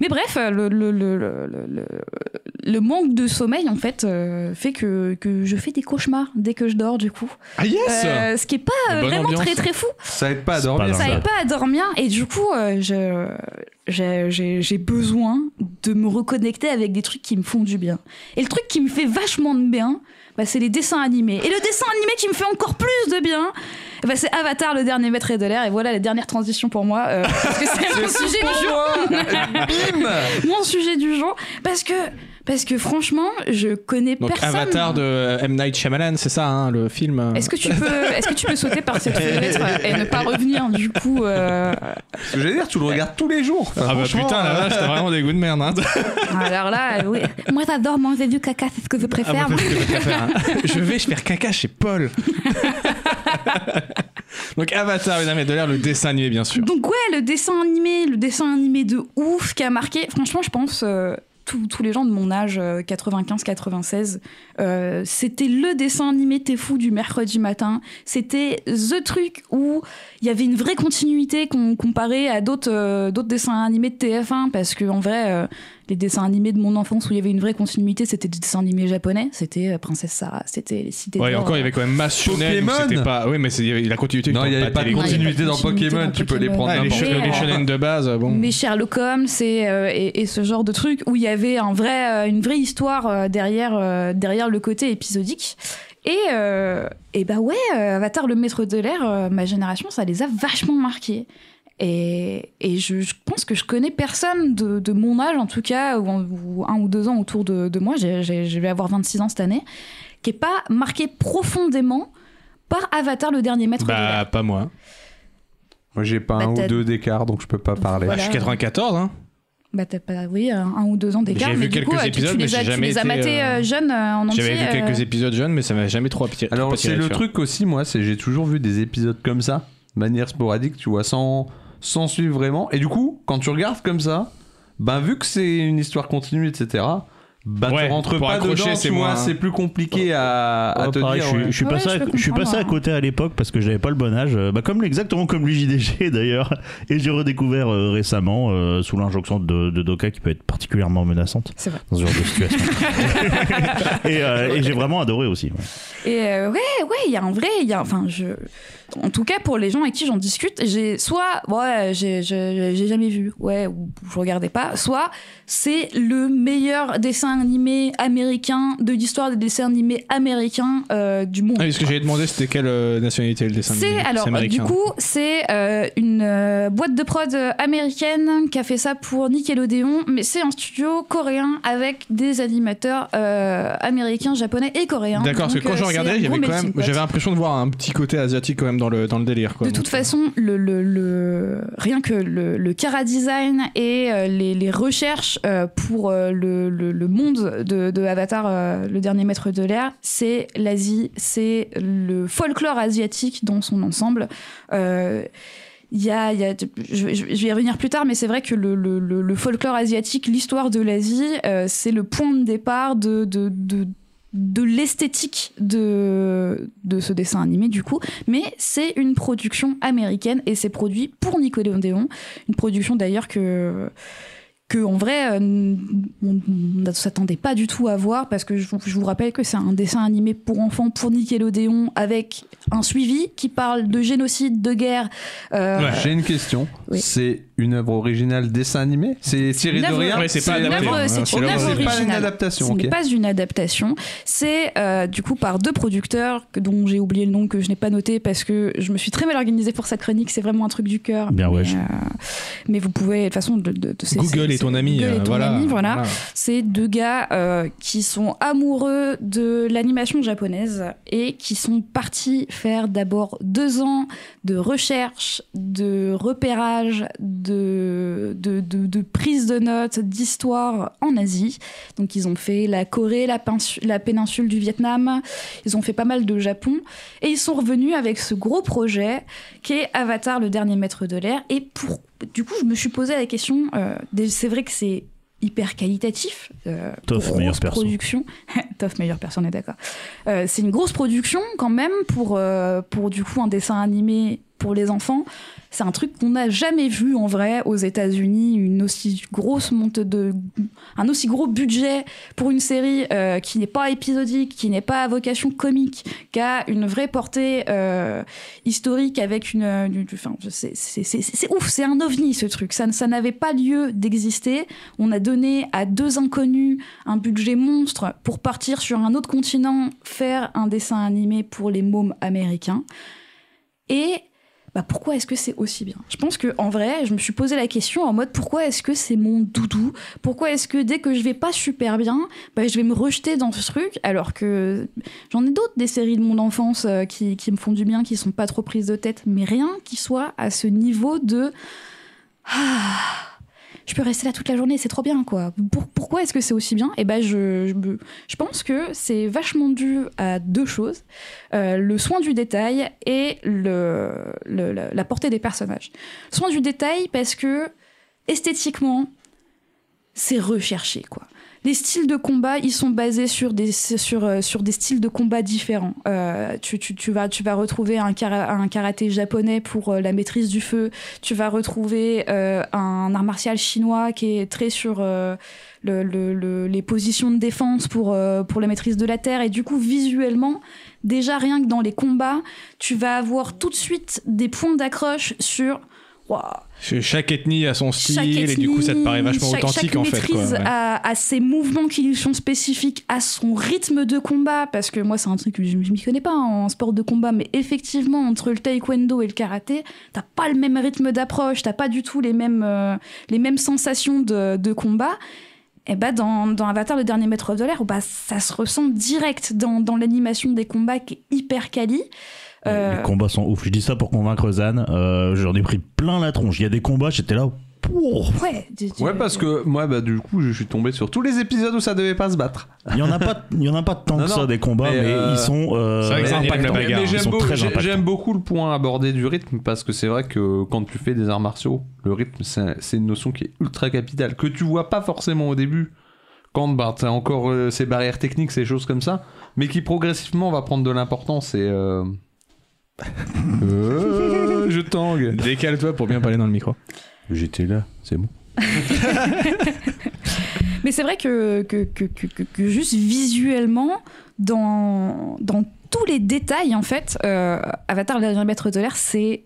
Speaker 4: Mais bref, euh, le, le, le, le, le- le- le manque de sommeil, en fait, euh, fait que, que je fais des cauchemars dès que je dors, du coup.
Speaker 1: Ah yes
Speaker 4: Euh, ce qui est pas
Speaker 1: Une
Speaker 4: euh,
Speaker 1: bonne
Speaker 4: vraiment
Speaker 1: ambiance.
Speaker 4: très très fou.
Speaker 2: Ça aide pas à
Speaker 3: C'est
Speaker 2: dormir.
Speaker 3: pas
Speaker 4: Ça
Speaker 3: Ouais.
Speaker 4: aide pas à dormir. Et du coup, euh, je- j'ai- j'ai j'ai besoin de me reconnecter avec des trucs qui me font du bien. Et le truc qui me fait vachement de bien, bah, c'est les dessins animés. Et le dessin animé qui me fait encore plus de bien, bah, c'est Avatar, le dernier maître de l'air. Et voilà la dernière transition pour moi. euh, parce que c'est mon sujet du jour.
Speaker 2: Bim
Speaker 4: mon sujet du jour parce que Parce que franchement, je connais
Speaker 1: Donc
Speaker 4: personne.
Speaker 1: Avatar de euh, M. Night Shyamalan, c'est ça, hein, le film. euh.
Speaker 4: Est-ce que tu peux, est-ce que tu peux sauter par cette fenêtre et ne pas revenir du coup euh,
Speaker 2: Ce que j'allais dire, tu le regardes tous les jours.
Speaker 1: Ah bah
Speaker 2: Franchement, euh,
Speaker 1: putain, là, là, c'était vraiment des goûts de merde. Hein.
Speaker 4: Alors là, euh, oui. moi j'adore manger du caca, c'est ce que je
Speaker 1: Ah bah,
Speaker 4: préfère.
Speaker 1: t'as fait votre affaire, hein. Je vais je faire caca chez Paul. Donc Avatar, mesdames et l'air le dessin animé bien sûr.
Speaker 4: Donc ouais, le dessin animé, le dessin animé de ouf qui a marqué. Franchement, je pense euh, tous tous les gens de mon âge, euh, 95-96, euh, c'était le dessin animé T'es fou du mercredi matin. C'était the truc où il y avait une vraie continuité qu'on comparait à d'autres euh, d'autres dessins animés de TF1 parce que en vrai. euh, les dessins animés de mon enfance où il y avait une vraie continuité, c'était des dessins animés japonais, c'était euh, Princesse Sarah, c'était les cités
Speaker 1: Ouais,
Speaker 4: d'or.
Speaker 1: encore il y avait quand même Mationnel, donc
Speaker 2: Pokémon
Speaker 1: c'était pas. Oui, mais c'est- il y avait la continuité.
Speaker 2: Non,
Speaker 1: dans
Speaker 2: il n'y
Speaker 1: le
Speaker 2: avait pas de
Speaker 1: pâté, les
Speaker 6: continuité.
Speaker 1: gros.
Speaker 2: continuité dans
Speaker 6: Ouais, il y avait pas
Speaker 2: Pokémon,
Speaker 6: de
Speaker 2: tu peux les
Speaker 6: continuité
Speaker 2: prendre
Speaker 6: dans
Speaker 1: Ah, les,
Speaker 2: n'importe
Speaker 1: che-
Speaker 4: Mais,
Speaker 1: les
Speaker 4: euh,
Speaker 1: shonen de base, euh, bon.
Speaker 4: Mais Sherlock Holmes et, euh, et, et ce genre de truc où il y avait un vrai, euh, une vraie histoire euh, derrière, euh, derrière le côté épisodique. Et, euh, et bah ouais, euh, Avatar le maître de l'air, euh, ma génération, ça les a vachement marqués. Et, et je, je pense que je connais personne de, de mon âge, en tout cas, ou, en- ou un ou deux ans autour de, de moi, j'ai- j'ai- je vais avoir 26 ans cette année, qui est pas marqué profondément par Avatar le dernier maître de l'air.
Speaker 1: Bah pas moi.
Speaker 2: Moi, j'ai pas
Speaker 6: Bah,
Speaker 2: un ou
Speaker 6: t'as-
Speaker 2: deux d'écart, donc je peux pas parler.
Speaker 1: Bah, je suis 94 hein.
Speaker 4: Bah t'as pas, oui, un, un ou deux ans d'écart.
Speaker 1: J'ai
Speaker 4: mais
Speaker 1: vu
Speaker 4: du
Speaker 1: quelques
Speaker 4: coup, euh, tu-
Speaker 1: épisodes,
Speaker 4: tu,
Speaker 1: mais
Speaker 4: les
Speaker 1: j'ai
Speaker 4: as, tu
Speaker 1: jamais
Speaker 4: les as
Speaker 1: été,
Speaker 4: matés
Speaker 1: euh,
Speaker 4: euh, jeunes euh, en entier.
Speaker 1: J'avais vu quelques
Speaker 4: euh,
Speaker 1: épisodes jeunes mais ça m'a jamais trop attiré.
Speaker 2: Alors, c'est le truc aussi, moi, c'est j'ai toujours vu des épisodes comme ça, de manière sporadique, tu vois, sans, sans suivre vraiment. Et du coup, quand tu regardes comme ça, ben, vu que c'est une histoire continue, etc., ben,
Speaker 1: Ouais,
Speaker 2: tu rentres
Speaker 1: pour
Speaker 2: pas
Speaker 1: accrocher,
Speaker 2: dedans,
Speaker 1: c'est
Speaker 2: tu vois,
Speaker 1: moins-
Speaker 2: c'est plus compliqué à, à
Speaker 3: Ouais,
Speaker 2: te
Speaker 3: Ah, pareil,
Speaker 2: dire.
Speaker 3: je, suis-
Speaker 2: ouais.
Speaker 3: je suis
Speaker 4: Ouais,
Speaker 3: passé,
Speaker 4: je
Speaker 3: à,
Speaker 4: peux
Speaker 3: je suis passé à
Speaker 4: comprendre,
Speaker 3: côté à l'époque parce que j'avais pas le bon âge, euh, bah comme exactement comme lui JDG d'ailleurs, et j'ai redécouvert euh, récemment euh, sous l'injonction de, de Doka qui peut être particulièrement menaçante
Speaker 4: C'est vrai.
Speaker 3: dans ce genre de situation. et euh, et j'ai vraiment adoré aussi. ouais.
Speaker 4: Et euh, ouais, ouais, il y a un vrai, il y a, enfin, je, en tout cas pour les gens avec qui j'en discute, j'ai soit, ouais, j'ai, j'ai- j'ai jamais vu, ouais, ou je regardais pas, soit c'est le meilleur dessin animé américain de l'histoire des dessins animés américains euh, du monde.
Speaker 1: Ah, oui, ce que j'avais demandé c'était quelle euh, nationalité le dessin
Speaker 4: C'est
Speaker 1: animé.
Speaker 4: alors euh, du
Speaker 1: américain.
Speaker 4: coup c'est euh, une euh, boîte de prod euh, américaine qui a fait ça pour Nickelodeon, mais c'est un studio coréen avec des animateurs euh, américains, japonais et coréens.
Speaker 1: D'accord, parce que
Speaker 4: Donc,
Speaker 1: quand
Speaker 4: euh,
Speaker 1: je
Speaker 4: c'est un
Speaker 1: regardais, il y
Speaker 4: gros
Speaker 1: avait quand
Speaker 4: melting
Speaker 1: même,
Speaker 4: pot.
Speaker 1: j'avais l'impression de voir un petit côté asiatique quand même dans le dans le délire. Quoi,
Speaker 4: De toute
Speaker 1: Donc, euh,
Speaker 4: façon, le, le- le- rien que le, le Cara Design et euh, les, les recherches euh, pour euh, le, le- le monde de, de Avatar, euh, le dernier maître de l'air, c'est l'Asie, c'est le folklore asiatique dans son ensemble. Euh, il y a, il y a- je, vais- je vais y revenir plus tard, mais c'est vrai que le, le- le- le folklore asiatique, l'histoire de l'Asie, euh, c'est le point de départ de, de, de- de l'esthétique de, de ce dessin animé, du coup. Mais c'est une production américaine et c'est produit pour Nickelodeon. Une production d'ailleurs que que en vrai euh, on on ne s'attendait pas du tout à voir parce que je, vous- je vous rappelle que c'est un dessin animé pour enfants pour Nickelodeon avec un suivi qui parle de génocide de guerre euh,
Speaker 1: Ouais.
Speaker 2: J'ai une question.
Speaker 4: Oui.
Speaker 2: C'est une œuvre originale dessin animé C'est tiré
Speaker 4: Une
Speaker 2: de
Speaker 4: œuvre-
Speaker 2: rien
Speaker 1: Ouais, c'est pas
Speaker 4: une
Speaker 1: adapté.
Speaker 4: œuvre-
Speaker 1: hein,
Speaker 4: c'est
Speaker 1: c'est
Speaker 4: une
Speaker 1: leur-
Speaker 4: œuvre
Speaker 2: C'est pas une
Speaker 4: originale.
Speaker 2: adaptation,
Speaker 4: Ce
Speaker 2: ok.
Speaker 4: n'est pas une adaptation, c'est euh, du coup par deux producteurs que- dont j'ai oublié le nom que je n'ai pas noté parce que je me suis très mal organisée pour cette chronique, c'est vraiment un truc du cœur.
Speaker 3: Ah, Bien,
Speaker 4: mais,
Speaker 3: wesh.
Speaker 4: euh, mais vous pouvez de toute façon de, de- de- c'est-
Speaker 1: Google
Speaker 4: c'est-
Speaker 1: est ton
Speaker 4: c'est-
Speaker 1: ami.
Speaker 4: Google
Speaker 1: euh,
Speaker 4: est ton
Speaker 1: voilà.
Speaker 4: ami, voilà.
Speaker 1: Voilà.
Speaker 4: C'est deux gars euh, qui sont amoureux de l'animation japonaise et qui sont partis faire d'abord deux ans de recherche, de repérage, de, de, de- de prise de notes, d'histoire en Asie. Donc ils ont fait la Corée, la, pinsu- la péninsule du Vietnam, ils ont fait pas mal de Japon et ils sont revenus avec ce gros projet qui est Avatar, le dernier maître de l'air. Et pour... du coup, je me suis posé la question, euh, des- c'est vrai que c'est hyper qualitatif. Euh,
Speaker 3: Toff,
Speaker 4: grosse
Speaker 3: meilleure perso.
Speaker 4: production. Toff, meilleure personne, on est d'accord. Euh, c'est une grosse production quand même pour, euh, pour du coup un dessin animé pour les enfants. C'est un truc qu'on n'a jamais vu en vrai aux États-Unis, une aussi grosse monte de, un aussi gros budget pour une série euh, qui n'est pas épisodique, qui n'est pas à vocation comique, qui a une vraie portée euh, historique avec une, euh, du- du- enfin, je sais, c'est c'est- c'est- c'est ouf, c'est un ovni ce truc. Ça, ne- ça n'avait pas lieu d'exister. On a donné à deux inconnus un budget monstre pour partir sur un autre continent faire un dessin animé pour les mômes américains. Et bah pourquoi est-ce que c'est aussi bien Je pense que en vrai, je me suis posé la question en mode pourquoi est-ce que c'est mon doudou Pourquoi est-ce que dès que je vais pas super bien, bah, je vais me rejeter dans ce truc alors que j'en ai d'autres des séries de mon enfance euh, qui, qui me font du bien, qui sont pas trop prises de tête, mais rien qui soit à ce niveau de ah, je peux rester là toute la journée, c'est trop bien quoi. Pour- pourquoi est-ce que c'est aussi bien Et ben je, je, me- je pense que c'est vachement dû à deux choses Euh, le soin du détail et le, le- la, la portée des personnages. Soin du détail parce que esthétiquement, c'est recherché quoi. Les styles de combat, ils sont basés sur des, sur, euh, sur des styles de combat différents. Euh, tu, tu, tu, vas, tu vas retrouver un, kara- un karaté japonais pour euh, la maîtrise du feu, tu vas retrouver euh, un art martial chinois qui est très sur euh, le- le- le- les positions de défense pour, euh, pour la maîtrise de la terre. Et du coup, visuellement, déjà rien que dans les combats, tu vas avoir tout de suite des points d'accroche sur. Waouh,
Speaker 1: Chaque ethnie a son style
Speaker 4: chaque
Speaker 1: et du coup ça te paraît
Speaker 4: ethnie,
Speaker 1: vachement
Speaker 4: chaque-
Speaker 1: authentique
Speaker 4: chaque
Speaker 1: en fait. Quoi.
Speaker 4: maîtrise
Speaker 1: ouais.
Speaker 4: à, à ses mouvements qui lui sont spécifiques, à son rythme de combat, parce que moi c'est un truc que je, je m'y connais pas hein, en sport de combat, mais effectivement entre le taekwondo et le karaté, t'as pas le même rythme d'approche, t'as pas du tout les mêmes, euh, les mêmes sensations de, de combat. Et bah dans, dans Avatar, le dernier maître de l'air, bah ça se ressent direct dans, dans l'animation des combats qui est hyper quali. Euh,
Speaker 3: Les combats sont ouf. Je dis ça pour convaincre Zan. Euh, J'en ai pris plein la tronche. Il y a des combats, j'étais là. Pouh
Speaker 4: ouais, tu- tu-
Speaker 2: Ouais, parce que moi, bah, du coup, je suis tombé sur tous les épisodes où ça devait pas se battre.
Speaker 3: Il y en a pas, il y en a pas tant
Speaker 2: Non,
Speaker 3: que
Speaker 2: non,
Speaker 3: ça des combats,
Speaker 2: mais,
Speaker 3: mais,
Speaker 2: euh,
Speaker 3: ils sont. euh,
Speaker 1: c'est vrai que ça
Speaker 3: impactants.
Speaker 1: impacte la bagarre.
Speaker 2: Mais
Speaker 3: Ils
Speaker 2: j'aime
Speaker 3: sont
Speaker 2: beau-
Speaker 3: très
Speaker 2: j'ai-
Speaker 3: impactants.
Speaker 2: j'aime beaucoup le point abordé du rythme parce que c'est vrai que quand tu fais des arts martiaux, le rythme c'est c'est une notion qui est ultra capitale que tu vois pas forcément au début quand bah, t'as encore euh, ces barrières techniques, ces choses comme ça, mais qui progressivement va prendre de l'importance et. euh, euh, je tangue.
Speaker 1: Décale-toi pour bien parler dans le micro.
Speaker 2: J'étais là, c'est bon.
Speaker 4: Mais c'est vrai que, que, que, que, que- que juste visuellement, dans, dans tous les détails, en fait, euh, Avatar, le dernier maître de l'air, c'est.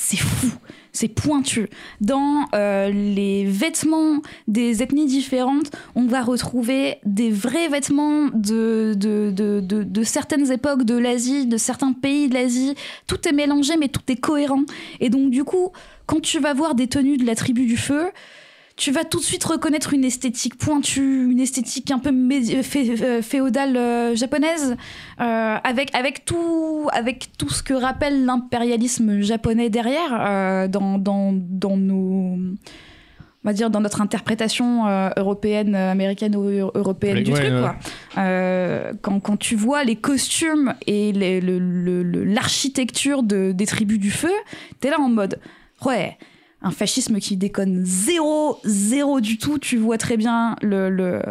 Speaker 4: C'est fou, c'est pointu. Dans euh, les vêtements des ethnies différentes, on va retrouver des vrais vêtements de, de, de, de, de certaines époques de l'Asie, de certains pays de l'Asie. Tout est mélangé, mais tout est cohérent. Et donc, du coup, quand tu vas voir des tenues de la tribu du feu, tu vas tout de suite reconnaître une esthétique pointue, une esthétique un peu mé- fé- euh, féodale euh, japonaise, euh, avec, avec, tout, avec tout ce que rappelle l'impérialisme japonais derrière euh, dans, dans, dans nos. On va dire dans notre interprétation euh, européenne, euh, américaine ou eu- européenne
Speaker 1: Ouais,
Speaker 4: du
Speaker 1: ouais,
Speaker 4: truc.
Speaker 1: ouais.
Speaker 4: Quoi. Euh, quand, quand tu vois les costumes et les- le- le- le- l'architecture de, des tribus du feu, t'es là en mode ouais, un fascisme qui déconne zéro, zéro du tout. Tu vois très bien le, le,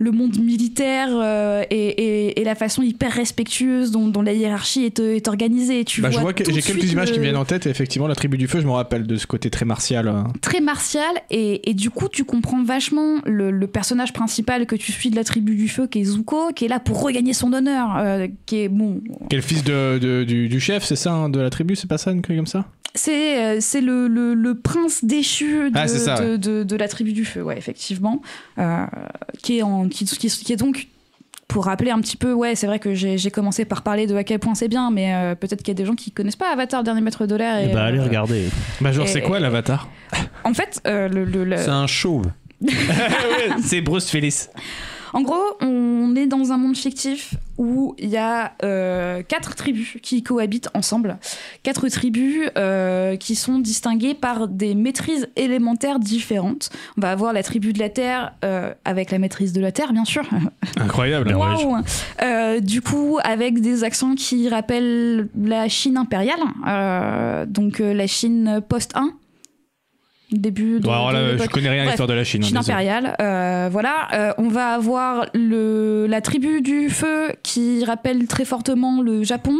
Speaker 4: le monde militaire euh, et, et- et la façon hyper respectueuse dont, dont la hiérarchie est, est organisée. Tu
Speaker 1: Bah,
Speaker 4: vois
Speaker 1: je vois que
Speaker 4: tout de
Speaker 1: j'ai quelques
Speaker 4: suite
Speaker 1: images qui
Speaker 4: le-
Speaker 1: me viennent en tête et effectivement la tribu du feu je me rappelle de ce côté très martial. hein.
Speaker 4: très martial et, et du coup tu comprends vachement le, le personnage principal que tu suis de la tribu du feu qui est Zuko qui est là pour regagner son honneur euh, qui est bon
Speaker 1: Quel fils de, de- du, du chef c'est ça hein, de la tribu c'est pas ça une connerie comme ça
Speaker 4: C'est euh, c'est le, le- le prince déchu de,
Speaker 1: Ah, c'est ça,
Speaker 4: de, de- de la tribu du feu, ouais, effectivement, euh, qui, est en, qui, qui- qui est donc, pour rappeler un petit peu, ouais, c'est vrai que j'ai j'ai commencé par parler de à quel point c'est bien, mais euh, peut-être qu'il y a des gens qui connaissent pas Avatar, le dernier maître de l'air.
Speaker 3: Eh
Speaker 4: et,
Speaker 3: bah, allez
Speaker 4: euh,
Speaker 3: regarder.
Speaker 1: Bah genre
Speaker 4: Et-
Speaker 1: c'est quoi l'avatar
Speaker 4: En fait, euh, le- le- le-
Speaker 2: C'est un chauve.
Speaker 1: C'est Bruce Willis.
Speaker 4: en gros, on est dans un monde fictif où il y a euh, quatre tribus qui cohabitent ensemble, quatre tribus euh, qui sont distinguées par des maîtrises élémentaires différentes. On va avoir la tribu de la terre euh, avec la maîtrise de la terre, bien sûr.
Speaker 1: Incroyable.
Speaker 4: Waouh Euh, Du coup, avec des accents qui rappellent la Chine impériale, euh, donc euh, la Chine post-1, début de,
Speaker 1: Bon, alors
Speaker 4: de
Speaker 1: là, je
Speaker 4: l'époque
Speaker 1: connais rien à
Speaker 4: Bref,
Speaker 1: l'histoire de la Chine. hein,
Speaker 4: Chine
Speaker 1: désolé.
Speaker 4: impériale. euh, voilà, Euh, on va avoir le, la tribu du feu qui rappelle très fortement le Japon.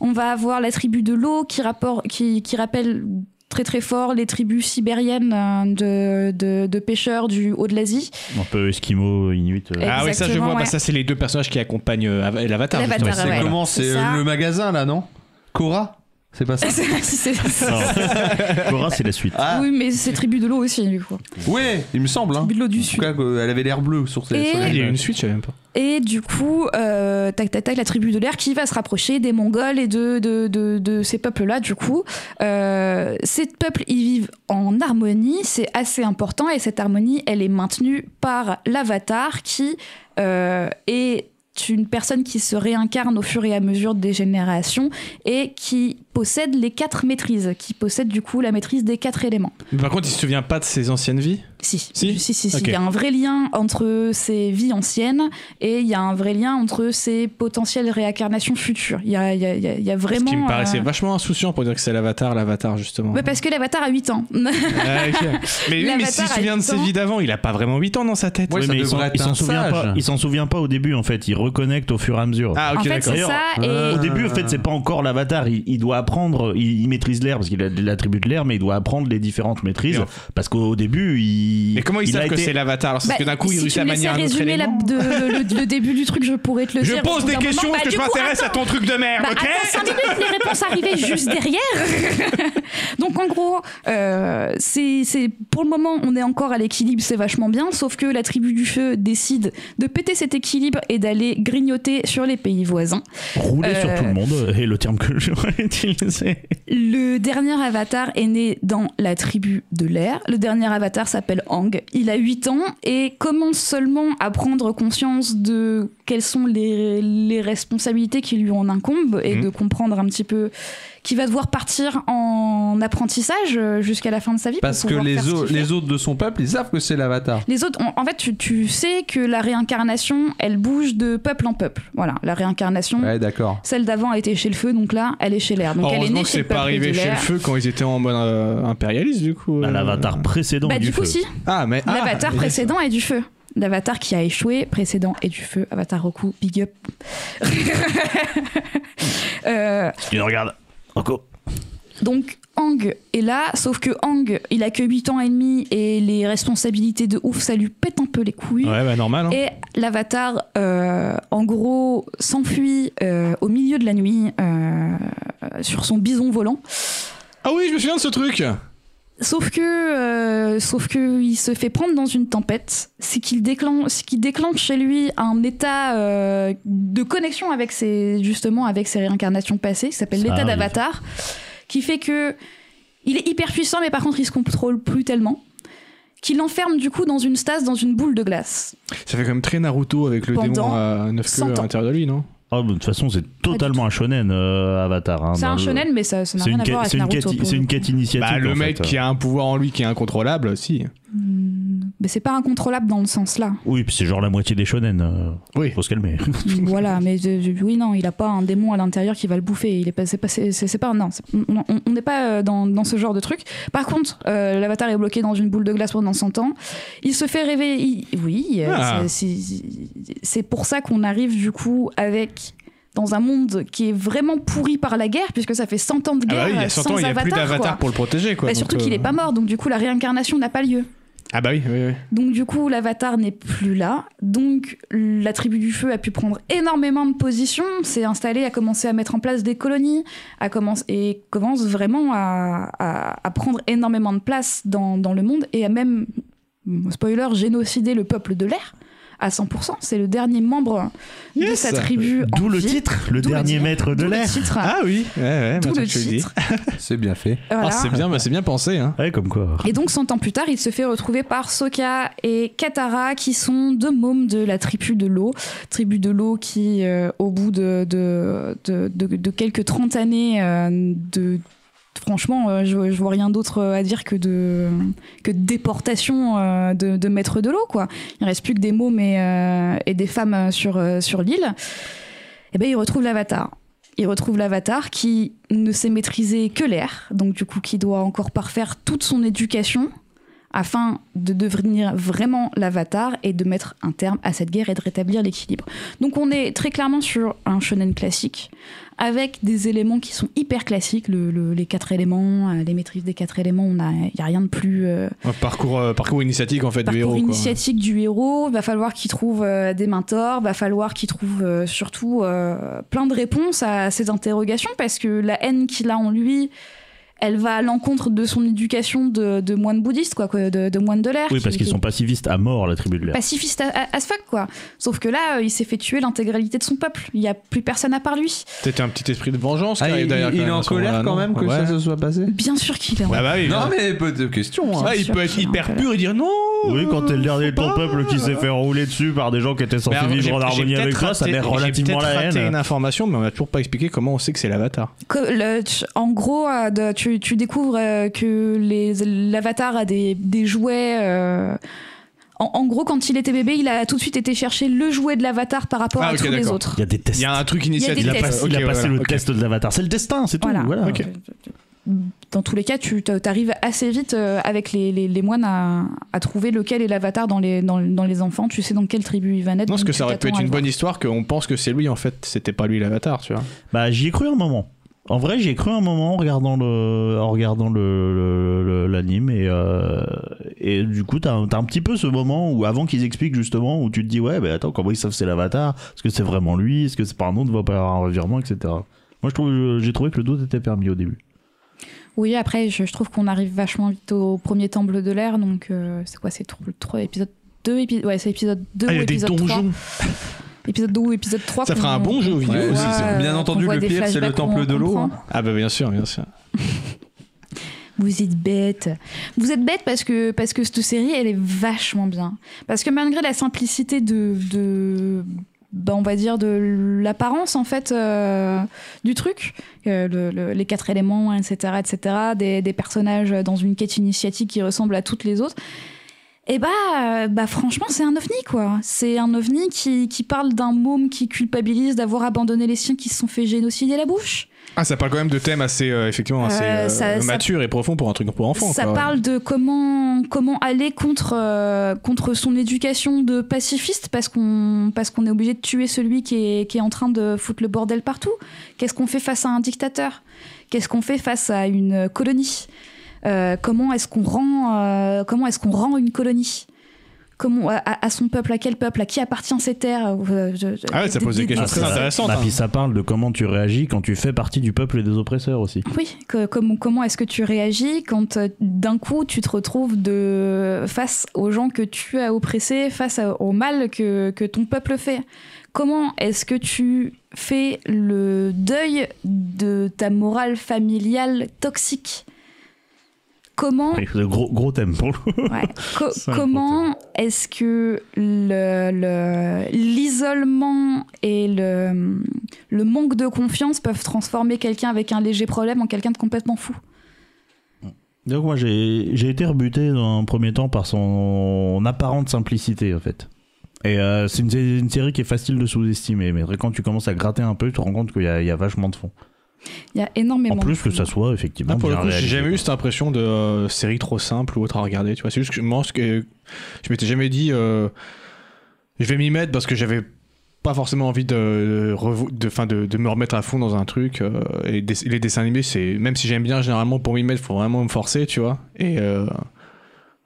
Speaker 4: On va avoir la tribu de l'eau qui, rapport- qui, qui rappelle très très fort les tribus sibériennes euh, de, de, de pêcheurs du haut de l'Asie.
Speaker 3: Un peu Eskimo, Inuit. euh.
Speaker 4: Et-
Speaker 1: Ah oui, ça je
Speaker 4: Exactement,
Speaker 1: vois, bah,
Speaker 4: ouais.
Speaker 1: ça c'est les deux personnages qui accompagnent euh, Ava- l'avatar.
Speaker 4: L'Avatar,
Speaker 1: justement.
Speaker 4: ouais.
Speaker 2: Comment
Speaker 4: C'est
Speaker 2: C'est
Speaker 4: ça.
Speaker 2: euh, le magasin là, non Cora C'est pas ça
Speaker 5: Si, c'est ça.
Speaker 3: Ah, Non. Cora, c'est la suite.
Speaker 2: Ah
Speaker 5: Oui, mais c'est tribu de l'eau aussi, du coup.
Speaker 2: ouais, il me semble. Hein.
Speaker 5: Tribu de l'eau
Speaker 2: En
Speaker 5: du
Speaker 2: tout
Speaker 5: Sud.
Speaker 2: cas, que- elle avait l'air bleue sur ses.
Speaker 4: Et-
Speaker 2: sur les-
Speaker 1: Il y a eu une suite, je savais même pas.
Speaker 4: Et du coup, euh, tac tac tac, la tribu de l'air qui va se rapprocher des Mongols et de, de, de, de ces peuples-là, du coup. Euh, ces peuples, ils vivent en harmonie, c'est assez important, et cette harmonie, elle est maintenue par l'avatar qui euh, est une personne qui se réincarne au fur et à mesure des générations et qui possède les quatre maîtrises, qui possède du coup la maîtrise des quatre éléments.
Speaker 1: Mais par contre, il se souvient pas de ses anciennes vies
Speaker 4: Si,
Speaker 1: Si
Speaker 4: si, si. si.
Speaker 1: Ok.
Speaker 4: Il y a un vrai lien entre ces vies anciennes et il y a un vrai lien entre ces potentielles réincarnations futures. Il y a, il y a- il y a- il y a vraiment.
Speaker 1: Ce qui me paraissait
Speaker 4: euh,
Speaker 1: vachement insouciant pour dire que c'est l'avatar, l'avatar justement.
Speaker 4: ouais, parce que l'avatar a 8 ans.
Speaker 1: Ah, ok. Mais oui, mais
Speaker 4: L'avatar
Speaker 1: s'il se
Speaker 4: a
Speaker 1: souvient de
Speaker 4: huit
Speaker 1: ses
Speaker 4: ans.
Speaker 1: vies d'avant, il a pas vraiment 8 ans dans sa tête.
Speaker 2: Ouais,
Speaker 3: Oui,
Speaker 2: ça
Speaker 3: mais il s'en-
Speaker 2: devrait être
Speaker 3: il
Speaker 2: un
Speaker 3: s'en souvient
Speaker 2: sage.
Speaker 3: pas. Il s'en souvient pas au début en fait. Il reconnecte au fur et à mesure.
Speaker 1: Ah, ok,
Speaker 4: en fait,
Speaker 1: d'accord. Euh,
Speaker 4: c'est ça.
Speaker 3: Au
Speaker 4: Et,
Speaker 3: début, en fait, c'est pas encore l'avatar. Il, il doit apprendre. Il, il maîtrise l'air parce qu'il a l'attribut de l'air, mais il doit apprendre les différentes maîtrises.
Speaker 1: Et en-
Speaker 3: Parce qu'au début, il.
Speaker 1: Mais comment ils
Speaker 3: il a
Speaker 1: savent que
Speaker 3: été-
Speaker 1: c'est l'avatar alors, C'est
Speaker 4: bah,
Speaker 1: que d'un coup, il
Speaker 4: si
Speaker 1: réussit
Speaker 4: tu
Speaker 1: à
Speaker 4: me
Speaker 1: manier
Speaker 4: laissais
Speaker 1: un autre
Speaker 4: résumer la-
Speaker 1: élément.
Speaker 4: de- le, le- le début du truc, je pourrais te le
Speaker 1: Je
Speaker 4: dire. bah,
Speaker 1: pose des questions
Speaker 4: parce
Speaker 1: parce que je m'intéresse à ton truc de merde,
Speaker 4: Bah,
Speaker 1: ok
Speaker 4: attends 5 minutes, les réponses arrivaient juste derrière. Donc en gros, euh, c'est c'est- pour le moment, on est encore à l'équilibre, c'est vachement bien, sauf que la tribu du feu décide de péter cet équilibre et d'aller grignoter sur les pays voisins.
Speaker 3: Rouler
Speaker 4: Euh,
Speaker 3: sur tout le monde est le terme que j'aurais utilisé.
Speaker 4: Le dernier avatar est né dans la tribu de l'air. Le dernier avatar s'appelle Ang. Il a 8 ans et commence seulement à prendre conscience de quelles sont les, les responsabilités qui lui en incombent et
Speaker 1: Mhm.
Speaker 4: de comprendre un petit peu qu'il va devoir partir en apprentissage euh, jusqu'à la fin de sa vie. pour
Speaker 2: Parce que
Speaker 4: pouvoir
Speaker 2: les,
Speaker 4: faire ce
Speaker 2: au-
Speaker 4: qu'il fait.
Speaker 2: les autres de son peuple, ils savent que c'est l'avatar.
Speaker 4: Les autres, on- en fait, tu, tu sais que la réincarnation, elle bouge de peuple en peuple. Voilà, la réincarnation.
Speaker 2: Ouais, d'accord.
Speaker 4: Celle d'avant a été chez le feu, donc là, elle est chez l'air. Donc
Speaker 1: Oh,
Speaker 4: elle est
Speaker 1: Heureusement
Speaker 4: née
Speaker 1: que
Speaker 4: chez
Speaker 1: c'est
Speaker 4: le
Speaker 1: pas
Speaker 4: peuple
Speaker 1: arrivé
Speaker 4: de
Speaker 1: chez le
Speaker 4: l'air.
Speaker 1: feu quand ils étaient en mode euh, impérialiste du coup.
Speaker 3: Bah,
Speaker 1: euh.
Speaker 3: L'avatar précédent
Speaker 4: Bah,
Speaker 3: est du,
Speaker 4: du coup,
Speaker 3: feu.
Speaker 4: si.
Speaker 1: Ah, mais. ah,
Speaker 4: L'avatar
Speaker 1: yes.
Speaker 4: précédent est du feu. L'avatar qui a échoué, précédent est du feu. Avatar Roku, big up. Euh,
Speaker 3: Si Tu nous regardes. Rocco.
Speaker 4: donc, Hang est là, sauf que Hang, il a que 8 ans et demi et les responsabilités de ouf, ça lui pète un peu les couilles.
Speaker 1: Ouais, bah normal. hein.
Speaker 4: Et l'avatar, euh, en gros, s'enfuit euh, au milieu de la nuit euh, sur son bison volant.
Speaker 1: Ah oui, je me souviens de ce truc
Speaker 4: Sauf que, euh, sauf que il se fait prendre dans une tempête, ce qui déclenche, ce qui déclenche chez lui un état euh, de connexion avec ses, justement avec ses réincarnations passées, qui s'appelle
Speaker 3: Ça
Speaker 4: l'état
Speaker 3: arrive.
Speaker 4: d'avatar, qui fait que il est hyper puissant, mais par contre il se contrôle plus tellement, qu'il l'enferme du coup dans une stase, dans une boule de
Speaker 3: Ah,
Speaker 4: glace.
Speaker 1: Ça fait quand même très Naruto avec le
Speaker 4: Pendant
Speaker 1: démon à 9 queues
Speaker 4: 100
Speaker 1: à
Speaker 4: ans.
Speaker 1: l'intérieur de lui, non
Speaker 3: Ah, bah, de toute façon, c'est totalement un shonen, euh, Avatar. hein,
Speaker 4: c'est
Speaker 3: dans
Speaker 4: un
Speaker 3: le-
Speaker 4: shonen, mais ça ça n'a
Speaker 3: C'est
Speaker 4: rien
Speaker 3: une,
Speaker 4: à voir
Speaker 3: quête,
Speaker 4: avec
Speaker 3: c'est une
Speaker 4: Naruto.
Speaker 3: quête-
Speaker 4: pour
Speaker 3: c'est
Speaker 4: le
Speaker 3: une
Speaker 4: coup.
Speaker 3: quête initiatique.
Speaker 1: Bah, le
Speaker 3: en
Speaker 1: mec
Speaker 3: fait. euh.
Speaker 1: qui a un pouvoir en lui qui est incontrôlable, aussi.
Speaker 4: Hmm, Mais c'est pas incontrôlable dans le sens là.
Speaker 3: Oui, puis c'est genre la moitié des shonen. euh,
Speaker 1: Oui.
Speaker 3: Faut se calmer.
Speaker 4: Mm, voilà,
Speaker 1: Mm.
Speaker 4: mais je- je- oui, non, il a pas un démon à l'intérieur qui va le bouffer. Il est pas, c'est pas, c'est, c'est- c'est pas, non, c'est- on- on on n'est pas euh, dans, dans ce genre de truc. Par contre, euh, l'avatar est bloqué dans une boule de glace pendant 100 ans. Il se fait réveiller. il- oui, euh,
Speaker 1: Ah.
Speaker 4: c'est, c'est- c'est pour ça qu'on arrive du coup avec dans un monde qui est vraiment pourri par la guerre, puisque ça fait 100 ans de
Speaker 1: Ah
Speaker 4: guerre
Speaker 1: bah oui, il y a
Speaker 4: sans
Speaker 1: 100 ans, il n'y a plus
Speaker 4: avatar,
Speaker 1: d'avatar
Speaker 4: quoi.
Speaker 1: pour le protéger, quoi.
Speaker 4: Bah,
Speaker 1: donc,
Speaker 4: surtout qu'il
Speaker 1: euh,
Speaker 4: n'est pas mort, donc du coup la réincarnation n'a pas lieu.
Speaker 1: Ah bah oui, oui, oui.
Speaker 4: Donc du coup, l'avatar n'est plus là. Donc la tribu du feu a pu prendre énormément de positions, s'est installée, a commencé à mettre en place des colonies, a commencé, et commence vraiment à, à- à prendre énormément de place dans, dans le monde et a même, spoiler, génocidé le peuple de l'air à 100%. C'est le dernier membre de
Speaker 1: Yes.
Speaker 4: sa tribu. en
Speaker 3: D'où le
Speaker 4: vie.
Speaker 3: titre, le
Speaker 4: D'où le
Speaker 3: dernier
Speaker 4: titre.
Speaker 3: maître de
Speaker 4: D'où le
Speaker 3: l'air.
Speaker 4: titre.
Speaker 1: Ah oui, ouais, ouais,
Speaker 4: D'où
Speaker 1: maintenant
Speaker 4: le
Speaker 1: que tu le dis.
Speaker 4: titre.
Speaker 2: C'est bien fait.
Speaker 1: Ah,
Speaker 4: Voilà.
Speaker 3: Oh,
Speaker 1: c'est bien, bah, c'est bien pensé, hein.
Speaker 3: Ouais, comme quoi.
Speaker 4: Et donc, 100 ans plus tard, il se fait retrouver par Sokka et Katara, qui sont deux mômes de la tribu de l'eau. Tribu de l'eau qui, euh, au bout de, de, de, de- de quelques 30 années euh, de. Franchement, euh, je, je vois rien d'autre à dire que de, que de déportation euh, de, de maîtres de l'eau, quoi. Il reste plus que des mômes et, euh, et des femmes euh, sur, euh, sur l'île. Et ben, il retrouve l'avatar. Il retrouve l'avatar qui ne sait maîtriser que l'air, donc du coup qui doit encore parfaire toute son éducation afin de devenir vraiment l'avatar et de mettre un terme à cette guerre et de rétablir l'équilibre. Donc on est très clairement sur un shonen classique avec des éléments qui sont hyper classiques, le- le- les quatre éléments, euh, les maîtrises des quatre éléments, il n'y a, y a rien de plus... euh,
Speaker 1: Un parcours, euh, parcours initiatique en fait du
Speaker 4: parcours
Speaker 1: héros. quoi.
Speaker 4: initiatique du héros, va falloir qu'il trouve euh, des mentors, va falloir qu'il trouve euh, surtout euh, plein de réponses à ses interrogations parce que la haine qu'il a en lui, elle va à l'encontre de son éducation de, de moine bouddhiste, quoi, quoi, de, de moine de l'air.
Speaker 3: Oui,
Speaker 4: qui-
Speaker 3: parce qu'ils
Speaker 4: qui-
Speaker 3: sont pacivistes à mort, la tribu de l'air.
Speaker 4: pacifiste à- à- as fuck quoi. Sauf que là, euh, il s'est fait tuer l'intégralité de son peuple. Il n'y a plus personne à part lui.
Speaker 1: Peut-être un petit esprit de vengeance qui
Speaker 2: Ah,
Speaker 1: arrive
Speaker 2: il,
Speaker 1: derrière.
Speaker 2: il
Speaker 1: quand
Speaker 2: est
Speaker 1: même,
Speaker 2: en
Speaker 1: à ce moment-là,
Speaker 2: colère quand
Speaker 1: non
Speaker 2: même que
Speaker 1: Ouais.
Speaker 2: ça se soit passé
Speaker 4: Bien sûr qu'il est en
Speaker 1: Ouais, bah oui.
Speaker 2: Non
Speaker 1: hein.
Speaker 2: mais peu de questions. hein.
Speaker 1: Ah, il
Speaker 4: sûr
Speaker 1: peut être
Speaker 4: qu'il est en
Speaker 1: hyper
Speaker 4: colère.
Speaker 1: pur et dire non.
Speaker 3: Oui, quand t'es le
Speaker 1: euh,
Speaker 3: dernier de
Speaker 1: faut
Speaker 3: ton
Speaker 1: pas.
Speaker 3: peuple qui s'est fait enrouler dessus par des gens qui étaient
Speaker 1: Mais
Speaker 3: censés
Speaker 1: alors, Bah, j'ai-
Speaker 3: vivre en
Speaker 1: j'ai
Speaker 3: harmonie
Speaker 1: peut-être
Speaker 3: avec toi, ça
Speaker 1: raté-
Speaker 3: met
Speaker 1: j'ai
Speaker 3: relativement
Speaker 1: peut-être
Speaker 3: la
Speaker 1: raté une
Speaker 3: haine.
Speaker 1: information, mais on n'a toujours pas expliqué comment on sait que c'est l'avatar.
Speaker 4: Que le- tu- en gros, euh, de- tu, tu découvres euh, que les- l'avatar a des, des jouets. euh, en, en gros, quand il était bébé, il a tout de suite été chercher le jouet de l'avatar par rapport
Speaker 1: Ah,
Speaker 4: à
Speaker 1: ok,
Speaker 4: tous les
Speaker 1: d'accord.
Speaker 4: autres.
Speaker 3: Il y a des
Speaker 1: Il
Speaker 3: tests.
Speaker 1: y a un truc
Speaker 4: y a
Speaker 1: initiatique.
Speaker 4: des
Speaker 3: Il a
Speaker 4: tests.
Speaker 3: passé, il a
Speaker 1: Ok,
Speaker 3: passé
Speaker 1: voilà,
Speaker 3: le
Speaker 1: ok.
Speaker 3: test de l'avatar. C'est le destin, c'est tout.
Speaker 4: Voilà.
Speaker 3: voilà.
Speaker 1: Ok.
Speaker 4: Dans tous les cas, tu arrives assez vite euh, avec les, les- les moines à, à trouver lequel est l'avatar dans les, dans, dans les enfants. Tu sais dans quelle tribu il va naître.
Speaker 1: Non, parce
Speaker 4: donc
Speaker 1: que
Speaker 4: tu
Speaker 1: ça aurait pu
Speaker 4: t'attends
Speaker 1: être
Speaker 4: à
Speaker 1: une
Speaker 4: le voir.
Speaker 1: bonne histoire qu'on pense que c'est lui en fait, c'était pas lui l'avatar, tu vois.
Speaker 3: Bah, j'y ai cru un moment. En vrai, j'y ai cru un moment en regardant le, en regardant le, le- le- l'anime et, euh, et du coup, t'as, t'as un petit peu ce moment où avant qu'ils expliquent justement où tu te dis ouais, mais attends, comment ils savent c'est l'avatar Est-ce que c'est vraiment lui Est-ce que c'est pas un autre va pas avoir un revirement, etc. Moi, je trouve, j'ai trouvé que le doute était permis au début.
Speaker 4: Oui, après, je, je trouve qu'on arrive vachement vite au premier temple de l'air. Donc, euh, c'est quoi C'est trois, trois épisodes 2 épisodes Ouais, c'est épisode
Speaker 1: Ah,
Speaker 4: 2 ou épisode 3. Épisode 2 ou épisode 3.
Speaker 1: Ça fera un
Speaker 4: qu'on-
Speaker 1: bon jeu
Speaker 4: qu'on
Speaker 1: vidéo
Speaker 4: voit,
Speaker 1: aussi,
Speaker 2: ça.
Speaker 4: euh,
Speaker 2: Bien
Speaker 4: qu'on
Speaker 2: entendu,
Speaker 4: voit
Speaker 2: le
Speaker 4: des
Speaker 2: pire, c'est le
Speaker 4: flashbacks
Speaker 2: temple
Speaker 4: qu'on
Speaker 2: de l'eau, hein.
Speaker 4: comprend.
Speaker 1: Ah bah bien sûr, bien sûr.
Speaker 4: Vous êtes bête. Vous êtes bête parce que, parce que cette série, elle est vachement bien. Parce que malgré la simplicité de. de bah, on va dire de l'apparence en fait euh, du truc, Euh, le- le- les quatre éléments, etc., etc., des, des personnages dans une quête initiatique qui ressemble à toutes les autres. Et bah, euh, bah franchement, c'est un ovni quoi. C'est un ovni qui, qui parle d'un môme qui culpabilise d'avoir abandonné les siens qui se sont fait génocider la bouche.
Speaker 1: Ah, ça parle quand même de thèmes assez euh, effectivement assez
Speaker 4: Euh,
Speaker 1: euh,
Speaker 4: ça- ça-
Speaker 1: matures et profonds pour un truc pour enfants.
Speaker 4: Ça
Speaker 1: quoi.
Speaker 4: parle de comment comment aller contre euh, contre son éducation de pacifiste parce qu'on parce qu'on est obligé de tuer celui qui est qui est en train de foutre le bordel partout. Qu'est-ce qu'on fait face à un dictateur Qu'est-ce qu'on fait face à une colonie Euh, Comment est-ce qu'on rend euh, comment est-ce qu'on rend une colonie Comment à, à- à son peuple À quel peuple À qui appartient ces terres Euh, je- je-
Speaker 1: Ah ouais, ça pose des questions
Speaker 3: Ah,
Speaker 1: très
Speaker 3: ça-
Speaker 1: intéressantes.
Speaker 3: Bah,
Speaker 1: hein.
Speaker 3: puis ça parle de comment tu réagis quand tu fais partie du peuple et des oppresseurs aussi.
Speaker 4: Oui, que- comme- comment est-ce que tu réagis quand euh, d'un coup tu te retrouves de, face aux gens que tu as oppressés, face à- au mal que, que ton peuple fait Comment est-ce que tu fais le deuil de ta morale familiale toxique Comment
Speaker 3: Oui, c'est un gros, gros thème pour le coup.
Speaker 4: Ouais. Co-
Speaker 3: C'est un
Speaker 4: comment est-ce que le- le- l'isolement et le, le manque de confiance peuvent transformer quelqu'un avec un léger problème en quelqu'un de complètement fou
Speaker 3: Donc moi j'ai j'ai été rebuté dans un premier temps par son apparente simplicité en fait. Et euh, c'est une, sé- une série qui est facile de sous-estimer, mais quand tu commences à gratter un peu, tu te rends compte qu'il y, a- il y a vachement de fond.
Speaker 4: Il y a énormément
Speaker 3: en plus
Speaker 4: de
Speaker 3: que ça soit effectivement
Speaker 1: Ah, pour le
Speaker 3: bien
Speaker 1: coup, j'ai
Speaker 3: réalisé.
Speaker 1: jamais eu cette impression de euh, série trop simple ou autre à regarder. Tu vois, c'est juste que je pense que je m'étais jamais dit euh, je vais m'y mettre parce que j'avais pas forcément envie de, revo- de, fin, de, de me remettre à fond dans un truc. euh, et des- les dessins animés, c'est même si j'aime bien, généralement pour m'y mettre, faut vraiment me forcer, tu vois. Et euh,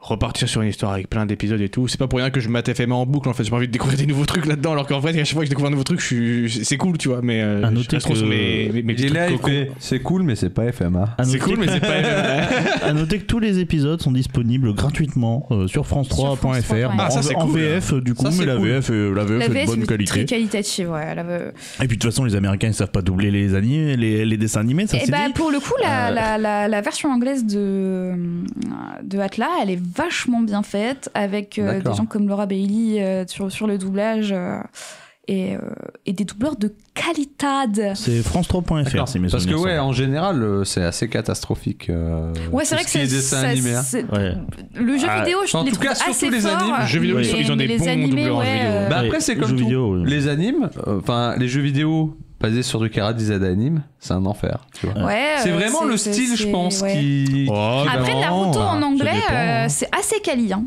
Speaker 1: repartir sur une histoire avec plein d'épisodes et tout. C'est pas pour rien que je m'attais fait en boucle. En fait, j'ai pas envie de découvrir des nouveaux trucs là-dedans. Alors qu'en fait, à chaque fois que je découvre un nouveau truc, je suis- c'est cool, tu vois. Mais euh,
Speaker 3: À
Speaker 1: je
Speaker 3: noter
Speaker 1: reste trop sur
Speaker 3: que-
Speaker 1: mes, mes- mes
Speaker 2: Il
Speaker 1: petits
Speaker 2: est là,
Speaker 1: trucs
Speaker 2: il
Speaker 1: cocons.
Speaker 2: fait, C'est cool, mais c'est pas hein. FMA.
Speaker 3: À
Speaker 1: C'est
Speaker 3: noter,
Speaker 1: cool, mais c'est pas.
Speaker 3: à noter que tous les épisodes sont disponibles gratuitement euh, sur
Speaker 4: Sur
Speaker 3: France3.fr.
Speaker 4: France 3, ouais.
Speaker 1: Ah, ça,
Speaker 3: en,
Speaker 1: c'est
Speaker 3: en
Speaker 1: cool.
Speaker 3: VF euh, du coup,
Speaker 2: Ça,
Speaker 3: mais
Speaker 2: c'est
Speaker 3: la,
Speaker 2: cool.
Speaker 3: VF, euh, la VF
Speaker 4: La
Speaker 3: est de
Speaker 4: VF,
Speaker 3: bonne
Speaker 4: c'est
Speaker 3: qualité.
Speaker 4: Très qualitative, ouais. la E. VF.
Speaker 3: Et puis de toute façon, les Américains ils savent pas doubler les, animés, les, les dessins animés, ça
Speaker 4: Et
Speaker 3: c'est
Speaker 4: bah,
Speaker 3: dit.
Speaker 4: pour le coup, la,
Speaker 3: Euh.
Speaker 4: la- la- la version anglaise de, de Atla, elle est vachement bien faite, avec euh, des
Speaker 2: D'accord.
Speaker 4: gens comme Laura Bailey euh, sur, sur le doublage euh, et, euh, et des doubleurs de qualitade.
Speaker 3: C'est France3.fr,
Speaker 2: D'accord.
Speaker 3: c'est mes
Speaker 2: Parce que
Speaker 3: souvenirs,
Speaker 2: ouais,
Speaker 3: ça.
Speaker 2: en général, euh, c'est assez catastrophique. euh,
Speaker 4: Ouais, c'est
Speaker 2: tout ce
Speaker 4: vrai que
Speaker 2: qui
Speaker 4: c'est.
Speaker 2: est dessin
Speaker 4: ça-
Speaker 2: animé. hein.
Speaker 4: c'est-
Speaker 3: Ouais.
Speaker 4: Le jeu
Speaker 3: Ah,
Speaker 4: vidéo, je
Speaker 2: en
Speaker 4: les
Speaker 2: tout
Speaker 4: trouve
Speaker 2: cas, surtout
Speaker 4: assez
Speaker 2: les
Speaker 4: forts.
Speaker 2: animes.
Speaker 1: Les jeux vidéo,
Speaker 4: mais-
Speaker 1: ils ont des
Speaker 4: mais les
Speaker 1: bons
Speaker 4: animés,
Speaker 1: doubleurs en jeux
Speaker 4: ouais,
Speaker 1: vidéo.
Speaker 4: euh,
Speaker 2: Bah
Speaker 3: Ouais,
Speaker 2: après, c'est
Speaker 3: les
Speaker 2: comme
Speaker 3: jeux
Speaker 2: tout.
Speaker 3: vidéo,
Speaker 4: Mm.
Speaker 3: oui.
Speaker 2: Les animes, euh, enfin les jeux vidéo basés sur du karaté d'anime, c'est un enfer. tu vois.
Speaker 4: ouais,
Speaker 2: c'est
Speaker 4: euh,
Speaker 2: vraiment le
Speaker 4: c'est-
Speaker 2: style,
Speaker 4: c'est-
Speaker 2: je pense,
Speaker 4: ouais.
Speaker 2: qui.
Speaker 1: Oh,
Speaker 2: qui va-
Speaker 4: Ah, Après,
Speaker 1: non.
Speaker 4: Naruto en
Speaker 3: c'est
Speaker 4: anglais,
Speaker 3: dépend,
Speaker 4: euh,
Speaker 3: hein.
Speaker 4: c'est assez quali. hein.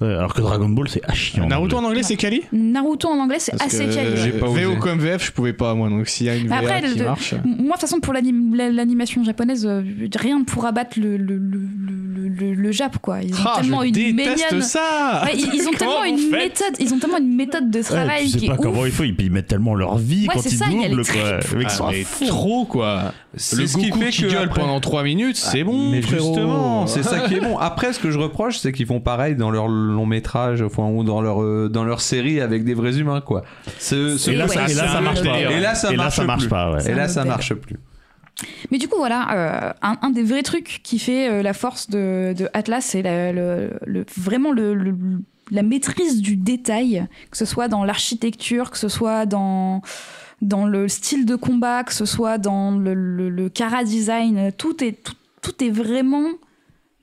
Speaker 3: Ouais, alors que Dragon Ball, c'est ah, chiant.
Speaker 1: Naruto en anglais, c'est Kali
Speaker 4: Naruto en anglais, Ah, c'est
Speaker 1: Parce
Speaker 4: assez
Speaker 1: que,
Speaker 4: quali.
Speaker 2: j'ai
Speaker 1: euh,
Speaker 2: pas
Speaker 1: VO
Speaker 2: osé.
Speaker 1: comme VF, je pouvais pas, moi. Donc s'il y a une VA
Speaker 5: Bah après,
Speaker 1: qui
Speaker 5: le-
Speaker 1: marche.
Speaker 4: M- Moi, de toute façon, pour l'anim- la- l'animation japonaise, euh, rien pour abattre le, le, le, le, le- le Jap, quoi. Ils ont
Speaker 1: Ah,
Speaker 4: tellement
Speaker 1: je
Speaker 4: une
Speaker 1: déteste
Speaker 4: médiane.
Speaker 1: ça
Speaker 4: Ouais, ils, ils ont
Speaker 1: Comment
Speaker 4: tellement
Speaker 1: vous
Speaker 4: une
Speaker 1: faites
Speaker 4: méthode, ils ont tellement une méthode de
Speaker 3: Ouais,
Speaker 4: travail
Speaker 3: tu sais
Speaker 4: qui est
Speaker 3: pas
Speaker 4: ouf.
Speaker 3: comment il faut, ils ils mettent tellement leur vie
Speaker 4: Ouais,
Speaker 3: quand
Speaker 4: c'est
Speaker 3: ils
Speaker 4: ça, il y a
Speaker 3: doublent,
Speaker 4: les
Speaker 3: quoi. Les mecs
Speaker 1: Ah,
Speaker 3: sont à
Speaker 1: mais
Speaker 3: fond.
Speaker 1: trop, quoi
Speaker 2: C'est
Speaker 1: Le
Speaker 2: ce qui
Speaker 1: Goku
Speaker 2: fait
Speaker 1: qui Ah,
Speaker 2: que
Speaker 1: gueule
Speaker 2: après- Ah,
Speaker 1: pendant 3 minutes, c'est bon,
Speaker 2: mais
Speaker 1: frérot.
Speaker 2: justement, c'est ça qui est bon. Après, ce que je reproche, c'est qu'ils font pareil dans leur long métrage, enfin, ou dans leur euh, dans leur série avec des vrais humains, quoi. Ce- ce-
Speaker 3: Et là,
Speaker 4: ouais.
Speaker 3: ça- et là, ça marche pas.
Speaker 2: Et là, ça
Speaker 3: Et là,
Speaker 2: marche
Speaker 3: ça marche
Speaker 2: plus.
Speaker 3: pas, ouais.
Speaker 4: C'est
Speaker 2: et là,
Speaker 4: un
Speaker 2: ça
Speaker 4: modèle.
Speaker 2: marche plus.
Speaker 4: Mais du coup, voilà, euh, un, un des vrais trucs qui fait euh, la force de, de Atlas, c'est la- le, le- vraiment le- le- la maîtrise du détail, que ce soit dans l'architecture, que ce soit dans, dans le style de combat, que ce soit dans le, le, le cara design, tout est, tout, tout est vraiment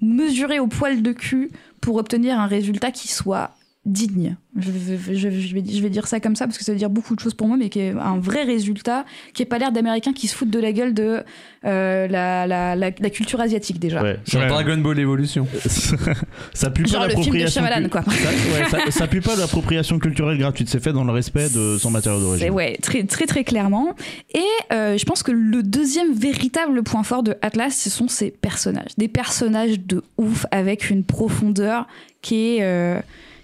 Speaker 4: mesuré au poil de cul pour obtenir un résultat qui soit digne. Je, je- je- je vais, je vais dire ça comme ça parce que ça veut dire beaucoup de choses pour moi, mais qui est un vrai résultat, qui est pas l'air d'Américains qui se foutent de la gueule de euh, la, la- la- la culture asiatique déjà.
Speaker 3: Ouais.
Speaker 2: Genre
Speaker 1: Ouais.
Speaker 2: Dragon Ball Evolution.
Speaker 3: ça pue
Speaker 4: Genre
Speaker 3: pas
Speaker 4: le film de
Speaker 3: l'appropriation.
Speaker 4: Shyamalan,
Speaker 3: cul-
Speaker 4: quoi.
Speaker 3: Ça, ouais, ça- ça pue pas l'appropriation culturelle gratuite. C'est fait dans le respect de son matériau
Speaker 4: C'est-
Speaker 3: d'origine.
Speaker 4: Ouais, très très très clairement. Et euh, je pense que le deuxième véritable point fort de Atlas, ce sont ses personnages, des personnages de ouf avec une profondeur qui est euh,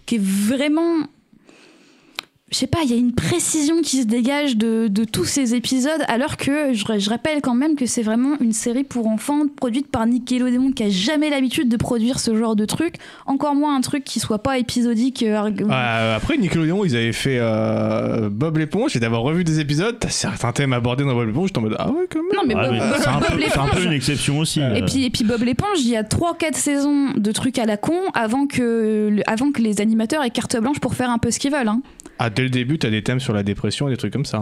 Speaker 4: qui est vraiment je sais pas, il y a une précision qui se dégage de, de tous ces épisodes, alors que je, je rappelle quand même que c'est vraiment une série pour enfants produite par Nickelodeon qui a jamais l'habitude de produire ce genre de truc, encore moins un truc qui soit pas épisodique. euh, arg-
Speaker 1: Euh, après, Nickelodeon, ils avaient fait euh, Bob l'éponge, et d'avoir revu des épisodes, t'as certains thèmes abordés dans Bob l'éponge, j'étais en mode Ah ouais, quand même
Speaker 4: Non mais,
Speaker 3: Ah,
Speaker 4: Bob-
Speaker 3: mais
Speaker 4: Bob-
Speaker 3: c'est un,
Speaker 4: Bob
Speaker 3: peu- c'est un peu
Speaker 4: l'éponge.
Speaker 3: une exception aussi.
Speaker 4: Et
Speaker 3: euh.
Speaker 4: puis, et puis Bob l'éponge, il y a 3-4 saisons de trucs à la con avant que, le- avant que les animateurs aient carte blanche pour faire un peu ce qu'ils veulent. hein.
Speaker 1: Ah, dès le début, t'as des thèmes sur la dépression et des trucs comme ça.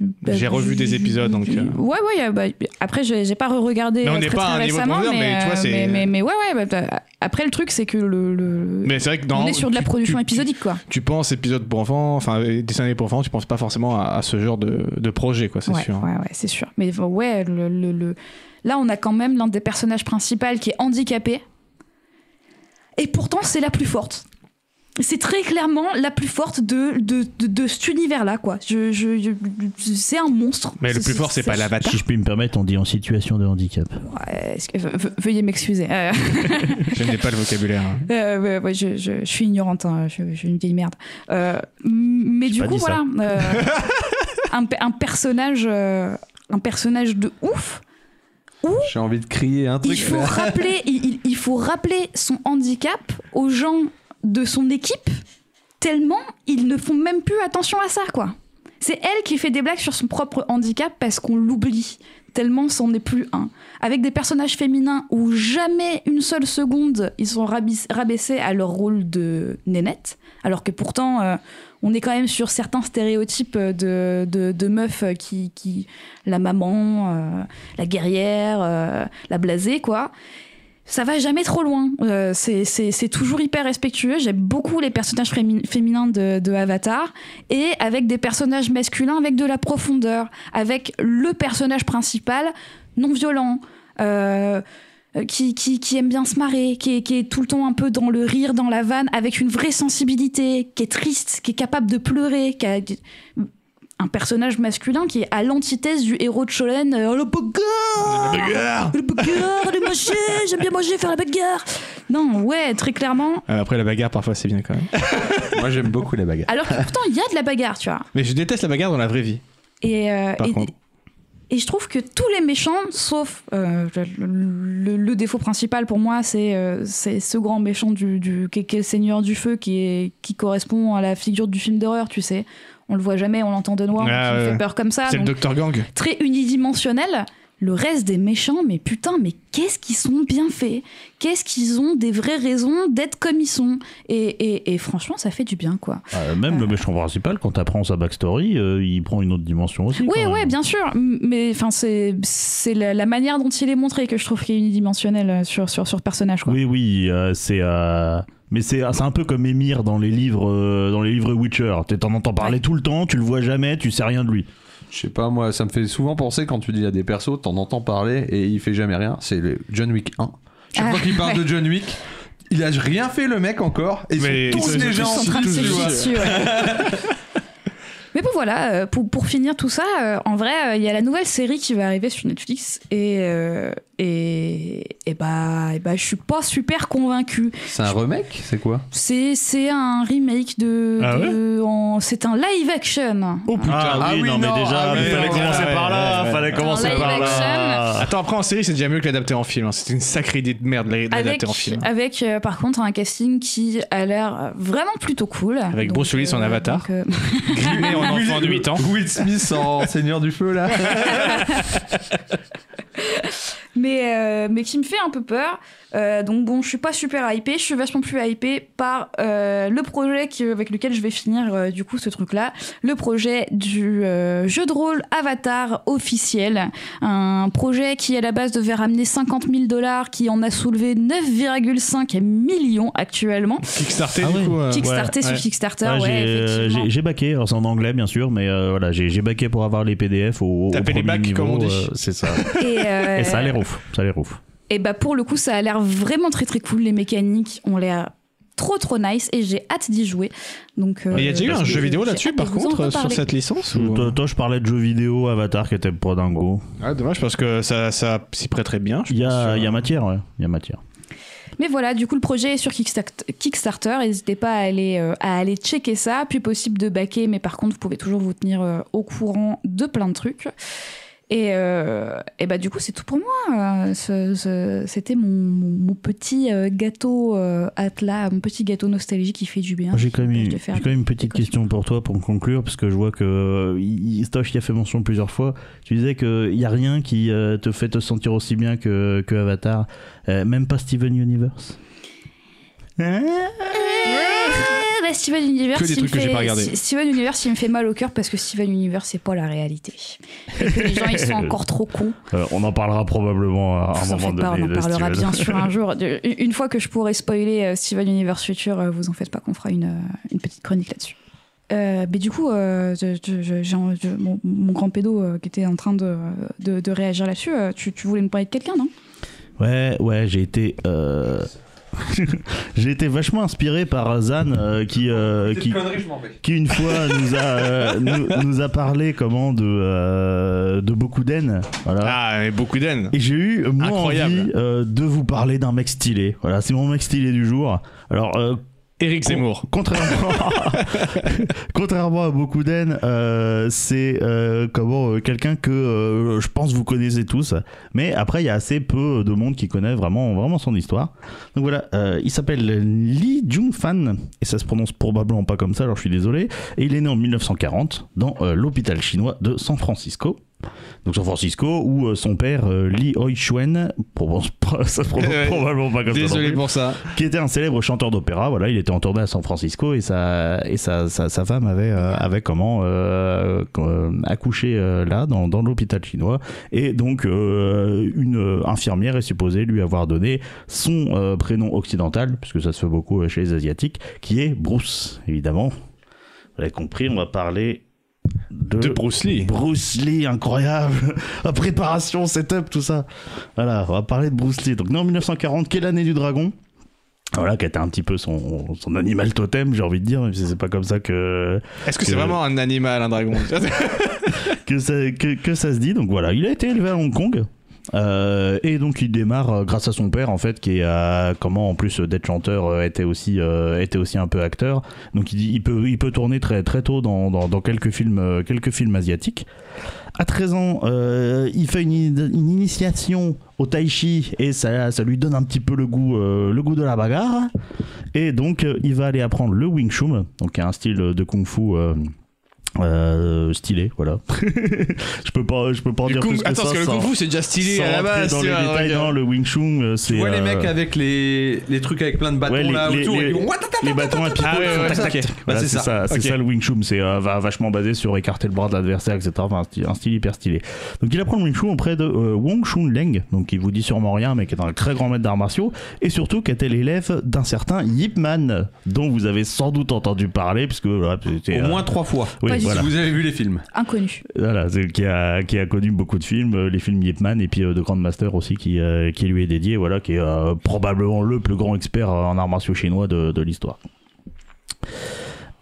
Speaker 1: hein. J'ai
Speaker 4: Euh,
Speaker 1: revu des épisodes, donc, euh.
Speaker 4: Ouais, ouais, euh, bah, après, j'ai j'ai pas re-regardé
Speaker 1: Mais on
Speaker 4: euh,
Speaker 1: n'est
Speaker 4: très,
Speaker 1: pas à
Speaker 4: très
Speaker 1: un niveau de
Speaker 4: récemment.
Speaker 1: profondeur, mais tu vois,
Speaker 4: euh,
Speaker 1: c'est-
Speaker 4: mais, mais- mais ouais, ouais. bah, bah, après, le truc, c'est que le. le-
Speaker 1: Mais c'est vrai que dans.
Speaker 4: On est sur de la
Speaker 1: tu-
Speaker 4: production
Speaker 1: tu-
Speaker 4: épisodique, quoi.
Speaker 1: Tu, tu penses épisode pour enfants, enfin, euh, dessin animé pour enfants, tu penses pas forcément à, à ce genre de, de projet, quoi, c'est
Speaker 4: ouais,
Speaker 1: sûr.
Speaker 4: Ouais, ouais, c'est sûr. Mais bon, ouais, le, le- le- là, on a quand même l'un des personnages principaux qui est handicapé. Et pourtant, c'est la plus forte. C'est très clairement la plus forte de, de, de, de cet univers-là, quoi. Je, je- je- c'est un monstre.
Speaker 1: Mais le plus fort, c'est pas l'avatar.
Speaker 3: Si je puis me permettre, on dit en situation de handicap.
Speaker 4: Ouais, Euh, est-ce que- ve- ve- veuillez m'excuser. Euh,
Speaker 1: Je n'ai pas le vocabulaire. hein.
Speaker 4: euh, ouais, ouais, je, je- je suis ignorante, hein. je, je suis une vieille merde. Euh, mais du
Speaker 3: pas
Speaker 4: coup,
Speaker 3: dit
Speaker 4: voilà.
Speaker 3: ça.
Speaker 4: euh, un, pe- un personnage, euh, un personnage de ouf.
Speaker 2: J'ai envie de crier un
Speaker 4: il
Speaker 2: truc.
Speaker 4: faut rappeler il, il- il faut rappeler son handicap aux gens de son équipe tellement ils ne font même plus attention à ça quoi c'est elle qui fait des blagues sur son propre handicap parce qu'on l'oublie tellement c'en est plus un avec des personnages féminins où jamais une seule seconde ils sont rabis- rabaissés à leur rôle de nénette alors que pourtant euh, on est quand même sur certains stéréotypes euh, de, de, de meufs qui, qui la maman euh, la guerrière, euh, la blasée, quoi. Ça va jamais trop loin. Euh, c'est- c'est c'est toujours hyper respectueux. J'aime beaucoup les personnages fémi- féminins de, de Avatar et avec des personnages masculins avec de la profondeur, avec le personnage principal non violent. euh, euh, qui, qui, qui aime bien se marrer, qui est, qui est tout le temps un peu dans le rire, dans la vanne, avec une vraie sensibilité, qui est triste, qui est capable de pleurer, qui a un personnage masculin qui est à l'antithèse du héros de Shonen, euh, le bagarre le bagarre, le manger, j'aime bien manger, faire la bagarre. Non, ouais, très clairement.
Speaker 1: Euh, Après, la bagarre, parfois, c'est bien quand même.
Speaker 2: Moi, j'aime beaucoup les bagarres.
Speaker 4: Alors que pourtant, il y a de la bagarre, tu vois.
Speaker 1: Mais je déteste la bagarre dans la vraie vie.
Speaker 4: Et, euh,
Speaker 1: Par
Speaker 4: et,
Speaker 1: contre.
Speaker 4: et je trouve que tous les méchants, sauf euh, le, le- le défaut principal pour moi, c'est euh, c'est ce grand méchant du, du qui est- qui est le Seigneur du Feu, qui, est, qui correspond à la figure du film d'horreur, tu sais. On le voit jamais, on l'entend de noir,
Speaker 1: Ah,
Speaker 4: donc il
Speaker 1: ouais.
Speaker 4: fait peur comme ça.
Speaker 1: c'est le
Speaker 4: donc
Speaker 1: Dr. Gang.
Speaker 4: très unidimensionnel. Le reste des méchants, mais putain, mais qu'est-ce qu'ils sont bien faits Qu'est-ce qu'ils ont des vraies raisons d'être comme ils sont et, et- et franchement, ça fait du bien, quoi.
Speaker 3: Euh, même
Speaker 4: Ah.
Speaker 3: le méchant principal, quand t'apprends sa backstory, euh, il prend une autre dimension aussi.
Speaker 4: Oui,
Speaker 3: quand
Speaker 4: ouais,
Speaker 3: même.
Speaker 4: bien sûr, m- mais enfin, c'est c'est la, la manière dont il est montré que je trouve qui est unidimensionnelle euh, sur sur sur le personnage, quoi.
Speaker 3: Oui, oui, euh, c'est. euh, Mais c'est c'est un peu comme Emir dans les livres, euh, dans les livres Witcher. Tu t'en entends parler tout le temps, tu le vois jamais, tu sais rien de lui.
Speaker 2: Je sais pas, moi, ça me fait souvent penser quand tu dis à des persos, t'en entends parler et il fait jamais rien. C'est le John Wick 1. Chaque
Speaker 4: Ah,
Speaker 2: fois qu'il parle
Speaker 4: ouais.
Speaker 2: de John Wick, il a rien fait le mec encore, et ils
Speaker 1: Mais
Speaker 2: sont
Speaker 1: ils
Speaker 2: tous
Speaker 1: sont- ils
Speaker 2: déjà
Speaker 1: sont
Speaker 2: en
Speaker 1: tous
Speaker 4: en train de
Speaker 2: dessous,
Speaker 4: se
Speaker 2: tu
Speaker 4: chier
Speaker 2: vois.
Speaker 4: dessus. ouais. Mais bon, voilà, euh, pour, pour finir tout ça, euh, en vrai, euh, il y a la nouvelle série qui va arriver sur Netflix et, euh, et, et bah, et bah, je suis pas super convaincue.
Speaker 2: C'est un remake C'est quoi
Speaker 4: C'est c'est un remake de.
Speaker 1: Ah ouais
Speaker 4: de- en- C'est un live action.
Speaker 3: Oh putain,
Speaker 2: Ah
Speaker 3: ah, oui,
Speaker 2: oui, non,
Speaker 3: non, mais déjà,
Speaker 2: ah
Speaker 3: mais
Speaker 2: oui,
Speaker 3: fallait
Speaker 2: non,
Speaker 3: commencer
Speaker 1: ouais,
Speaker 3: par là,
Speaker 1: ouais, ouais.
Speaker 3: fallait commencer
Speaker 4: live
Speaker 3: par là.
Speaker 4: action.
Speaker 1: Attends, après en série, c'est déjà mieux que l'adapter en film. hein. C'était une sacrée idée de merde de
Speaker 4: Avec,
Speaker 1: l'adapter en film.
Speaker 4: avec euh, par contre un casting qui a l'air vraiment plutôt cool.
Speaker 1: Avec
Speaker 4: Donc,
Speaker 1: Bruce Willis en Avatar.
Speaker 4: donc, euh,
Speaker 1: Grimé en enfant de 8 ans.
Speaker 2: Will Smith en Seigneur du Feu là
Speaker 4: mais, euh, mais qui me fait un peu peur. Euh, donc bon, je suis pas super hypée, je suis vachement plus hypée par euh, le projet qui- avec lequel je vais finir euh, du coup ce truc-là, le projet du euh, jeu de rôle Avatar officiel, un projet qui à la base devait ramener 50 000 dollars, qui en a soulevé 9,5 millions actuellement,
Speaker 1: Kickstarter,
Speaker 3: Ah ouais.
Speaker 1: du coup. euh,
Speaker 4: Kickstarter
Speaker 1: ouais,
Speaker 4: sur
Speaker 1: ouais.
Speaker 4: Kickstarter,
Speaker 3: Ouais,
Speaker 4: ouais,
Speaker 3: j'ai, euh,
Speaker 4: effectivement.
Speaker 3: j'ai, j'ai baqué, alors c'est en anglais bien sûr, mais euh, voilà, j'ai, j'ai baqué pour avoir les PDF au, au
Speaker 1: Taper les
Speaker 3: premier
Speaker 1: bacs,
Speaker 3: niveau,
Speaker 1: comme on dit.
Speaker 3: euh, c'est ça.
Speaker 4: Et, euh,
Speaker 3: Et ça a l'air ouf, ça a l'air ouf.
Speaker 4: Et bah pour le coup, ça a l'air vraiment très très cool. Les mécaniques ont l'air trop trop nice et j'ai hâte d'y jouer. Donc, euh,
Speaker 1: Mais il y a déjà eu un jeu vidéo
Speaker 4: j'ai
Speaker 1: là-dessus,
Speaker 4: hâte
Speaker 1: par
Speaker 4: de vous en
Speaker 1: contre, euh, sur
Speaker 4: reparler.
Speaker 1: cette licence ou...
Speaker 3: Toi, toi, je parlais de jeux vidéo, Avatar qui était pas dingo.
Speaker 1: Ah, Dommage, parce que ça, ça s'y prêterait bien. je
Speaker 3: Il y
Speaker 1: pense,
Speaker 3: a,
Speaker 1: euh.
Speaker 3: il y a matière, ouais, il y a matière.
Speaker 4: Mais voilà, du coup, le projet est sur Kickstart- Kickstarter. N'hésitez pas à aller, euh, à aller checker ça. Puis possible de backer, mais par contre, vous pouvez toujours vous tenir euh, au courant de plein de trucs. Et, euh, et bah, du coup, c'est tout pour moi. Euh, ce- ce- C'était mon, mon- mon petit euh, gâteau euh, Atlas, mon petit gâteau nostalgie qui fait du bien.
Speaker 3: J'ai quand même,
Speaker 4: Hein, Je
Speaker 3: une-
Speaker 4: vais
Speaker 3: j'ai
Speaker 4: faire
Speaker 3: quand même une petite
Speaker 4: décoration.
Speaker 3: question pour toi pour conclure, parce que je vois que euh, il- il- Stoche y a fait mention plusieurs fois. Tu disais qu'il n'y a rien qui euh, te fait te sentir aussi bien que, que Avatar, Euh, même pas Steven Universe.
Speaker 4: Euh, bah, Steven Universe,
Speaker 1: Que des
Speaker 4: il me
Speaker 1: trucs que j'ai
Speaker 4: fait-
Speaker 1: pas regardé.
Speaker 4: Si- Steven Universe, il me fait mal au cœur parce que Steven Universe, c'est pas la réalité. Et que les gens, ils sont encore trop cons.
Speaker 3: Euh, on en parlera probablement à un
Speaker 4: vous en
Speaker 3: moment
Speaker 4: faites pas, on
Speaker 3: donné.
Speaker 4: en
Speaker 3: de
Speaker 4: parlera
Speaker 3: Steven.
Speaker 4: bien sûr un jour. De- Une fois que je pourrai spoiler euh, Steven Universe Future, euh, vous en faites pas qu'on fera une, euh, une petite chronique là-dessus. Euh, mais du coup, euh, je- je- je- j'ai en- je- mon, mon grand pédo euh, qui était en train de, de- de réagir là-dessus, euh, tu, tu voulais me parler de quelqu'un, non
Speaker 3: Ouais, ouais, j'ai été. euh, J'ai été vachement inspiré par Zan euh, qui, euh, qui,
Speaker 2: je m'en vais.
Speaker 3: qui une fois nous a, euh, nous, nous a parlé comment de, euh, de beaucoup d'aine. Voilà.
Speaker 1: Ah, mais beaucoup d'aine.
Speaker 3: Et j'ai eu moi
Speaker 1: Incroyable.
Speaker 3: envie euh, de vous parler d'un mec stylé. Voilà, c'est mon mec stylé du jour. Alors euh,
Speaker 1: Eric Zemmour.
Speaker 3: contrairement à, contrairement à beaucoup d'aine, euh, c'est euh, comment euh, quelqu'un que euh, je pense vous connaissez tous, mais après il y a assez peu de monde qui connaît vraiment vraiment son histoire. Donc voilà, euh, il s'appelle Lee Jung Fan et ça se prononce probablement pas comme ça, alors je suis désolé. Et il est né en 1940 dans euh, l'hôpital chinois de San Francisco. Donc San Francisco où euh, son père euh, Lee Hoi Chuen, prononce pas- ça se prononce
Speaker 1: Ouais.
Speaker 3: probablement pas comme ça. non
Speaker 1: Désolé
Speaker 3: plus
Speaker 1: pour ça.
Speaker 3: qui était un célèbre chanteur d'opéra. Voilà, il était en tournée à San Francisco et sa et sa, sa, sa femme avait euh, avait comment euh, euh, accouché euh, là dans, dans l'hôpital chinois et donc euh, une euh, infirmière est supposée lui avoir donné son euh, prénom occidental puisque ça se fait beaucoup euh, chez les asiatiques qui est Bruce évidemment. Vous l'avez compris, on va parler de,
Speaker 1: De Bruce Lee.
Speaker 3: Bruce Lee, incroyable. La préparation, setup, tout ça. Voilà, on va parler de Bruce Lee. Donc, né en 1940, quelle année du dragon voilà, qui était un petit peu son, son animal totem, j'ai envie de dire, même si c'est pas comme ça que,
Speaker 1: Est-ce que c'est
Speaker 3: Que-
Speaker 1: vraiment un animal, un dragon
Speaker 3: que, ça, que, que ça se dit. Donc voilà, il a été élevé à Hong Kong. Euh, et donc il démarre euh, grâce à son père en fait qui est à- comment en plus euh, d'être chanteur euh, était aussi euh, était aussi un peu acteur donc il, dit- il peut il peut tourner très très tôt dans, dans, dans quelques films euh, quelques films asiatiques à 13 ans euh, il fait une, une initiation au tai chi et ça, ça lui donne un petit peu le goût euh, le goût de la bagarre et donc euh, il va aller apprendre le wing chun donc qui est un style de kung fu euh, euh, stylé voilà je peux pas je peux pas en
Speaker 1: Du
Speaker 3: dire
Speaker 1: kung-
Speaker 3: plus que
Speaker 1: Attends,
Speaker 3: ça
Speaker 1: parce que le
Speaker 3: sans-
Speaker 1: kung fu, c'est déjà stylé
Speaker 3: sans
Speaker 1: à la
Speaker 3: rentrer
Speaker 1: base.
Speaker 3: dans
Speaker 1: tu
Speaker 3: les
Speaker 1: vois,
Speaker 3: détails,
Speaker 1: regarde.
Speaker 3: non, le Wing Chun, euh, c'est.
Speaker 2: Tu vois les
Speaker 3: euh,
Speaker 2: mecs avec les, les trucs avec plein de bâtons
Speaker 3: ouais, les-
Speaker 2: là
Speaker 3: les-
Speaker 2: autour
Speaker 3: les-
Speaker 2: et ils font Ouattata
Speaker 3: les bâtons à pivots
Speaker 1: Ah ouais,
Speaker 3: qui font
Speaker 1: ouais,
Speaker 3: tac,
Speaker 1: ouais,
Speaker 3: tac.
Speaker 1: ok.
Speaker 3: Voilà,
Speaker 2: Bah,
Speaker 3: c'est
Speaker 2: c'est
Speaker 3: ça,
Speaker 2: ça.
Speaker 3: c'est
Speaker 1: Ok.
Speaker 3: ça le Wing Chun, c'est euh, va- vachement basé sur écarter le bras de l'adversaire, etc. Enfin, un style, un style hyper stylé. Donc il apprend le Wing Chun auprès de euh, Wong Chun Leng, donc il vous dit sûrement rien, mais qui est un très grand maître d'arts martiaux, et surtout qui était l'élève d'un certain Yip Man, dont vous avez sans doute entendu parler, puisque voilà, c'était.
Speaker 2: Au
Speaker 3: euh,
Speaker 2: moins trois fois.
Speaker 3: oui,
Speaker 4: Pas
Speaker 2: Si
Speaker 3: Voilà.
Speaker 2: vous avez vu les films.
Speaker 4: Inconnu.
Speaker 3: Voilà, c'est- qui, a, qui a connu beaucoup de films, euh, les films Yip Man et puis euh, The Grandmaster aussi, qui, euh, qui lui est dédié, voilà, qui est euh, probablement le plus grand expert euh, en arts martiaux chinois de, de l'histoire.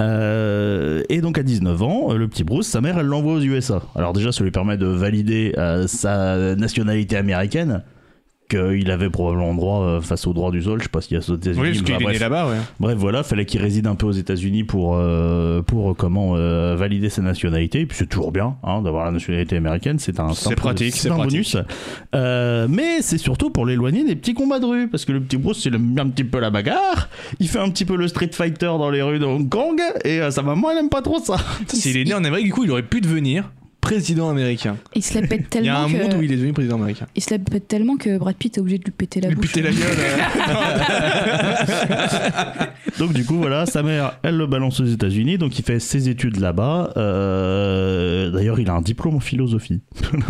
Speaker 3: Euh, et donc à 19 ans, euh, le petit Bruce, sa mère, elle l'envoie aux USA. Alors déjà, ça lui permet de valider euh, sa nationalité américaine, qu'il avait probablement droit euh, face au droit du sol, je sais pas s'il y a aux États-Unis.
Speaker 1: Oui, parce
Speaker 3: mais
Speaker 1: qu'il
Speaker 3: enfin,
Speaker 1: est né
Speaker 3: bref.
Speaker 1: là-bas, ouais.
Speaker 3: Bref, voilà, fallait qu'il réside un peu aux États-Unis pour, euh, pour euh, comment euh, valider sa nationalité. Et puis c'est toujours bien hein, d'avoir la nationalité américaine, c'est un
Speaker 1: C'est
Speaker 3: simple-
Speaker 1: pratique, c'est
Speaker 3: un
Speaker 1: pratique.
Speaker 3: bonus. Euh, mais c'est surtout pour l'éloigner des petits combats de rue, parce que le petit Bruce, il aime bien un petit peu la bagarre. Il fait un petit peu le Street Fighter dans les rues de Hong Kong, et euh, sa maman, elle aime pas trop ça.
Speaker 1: S'il est né en Amérique, du coup, il aurait pu devenir président américain.
Speaker 4: Il se la pète
Speaker 1: Il y a
Speaker 4: tellement
Speaker 1: un
Speaker 4: que...
Speaker 1: monde où il est devenu président américain.
Speaker 4: il se la pète tellement que Brad Pitt est obligé de lui péter la
Speaker 1: Il
Speaker 4: bouche.
Speaker 1: pétait la gueule. euh.
Speaker 3: Donc du coup voilà, sa mère, elle le balance aux États-Unis, donc il fait ses études là-bas. Euh, D'ailleurs, il a un diplôme en philosophie.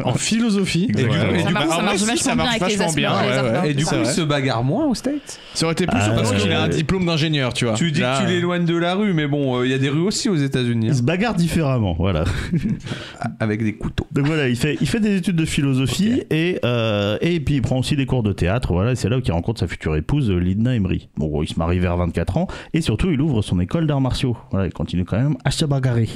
Speaker 1: en philosophie. Et du-
Speaker 3: Exactement.
Speaker 1: et
Speaker 3: Ça
Speaker 1: du-
Speaker 4: marche- ça
Speaker 1: en vrai,
Speaker 4: marche
Speaker 1: si,
Speaker 4: vachement
Speaker 1: ça marche
Speaker 4: bien avec les
Speaker 1: vachement bien.
Speaker 4: aspirants, les
Speaker 1: ouais, ouais.
Speaker 4: aspirants.
Speaker 2: Et du
Speaker 1: Ah, C'est
Speaker 2: coup, il
Speaker 1: vrai.
Speaker 2: se bagarre moins aux States.
Speaker 1: ça aurait été plus
Speaker 3: Ah,
Speaker 1: sûr parce
Speaker 3: ouais.
Speaker 1: qu'il a un diplôme d'ingénieur, tu vois.
Speaker 2: Tu dis
Speaker 1: Là,
Speaker 2: que tu
Speaker 1: euh,
Speaker 2: l'éloignes de la rue, mais bon, euh, il y a des rues aussi aux États-Unis.
Speaker 3: Il se bagarre différemment, voilà.
Speaker 2: hein, Avec des couteaux.
Speaker 3: Donc voilà, il fait, il fait des études de philosophie et, euh, et puis il prend aussi des cours de théâtre. Voilà, et c'est là qu'il rencontre sa future épouse, euh, Lydna Emery. Bon, il se marie vers 24 ans et surtout il ouvre son école d'arts martiaux. Voilà, il continue quand même à se bagarrer.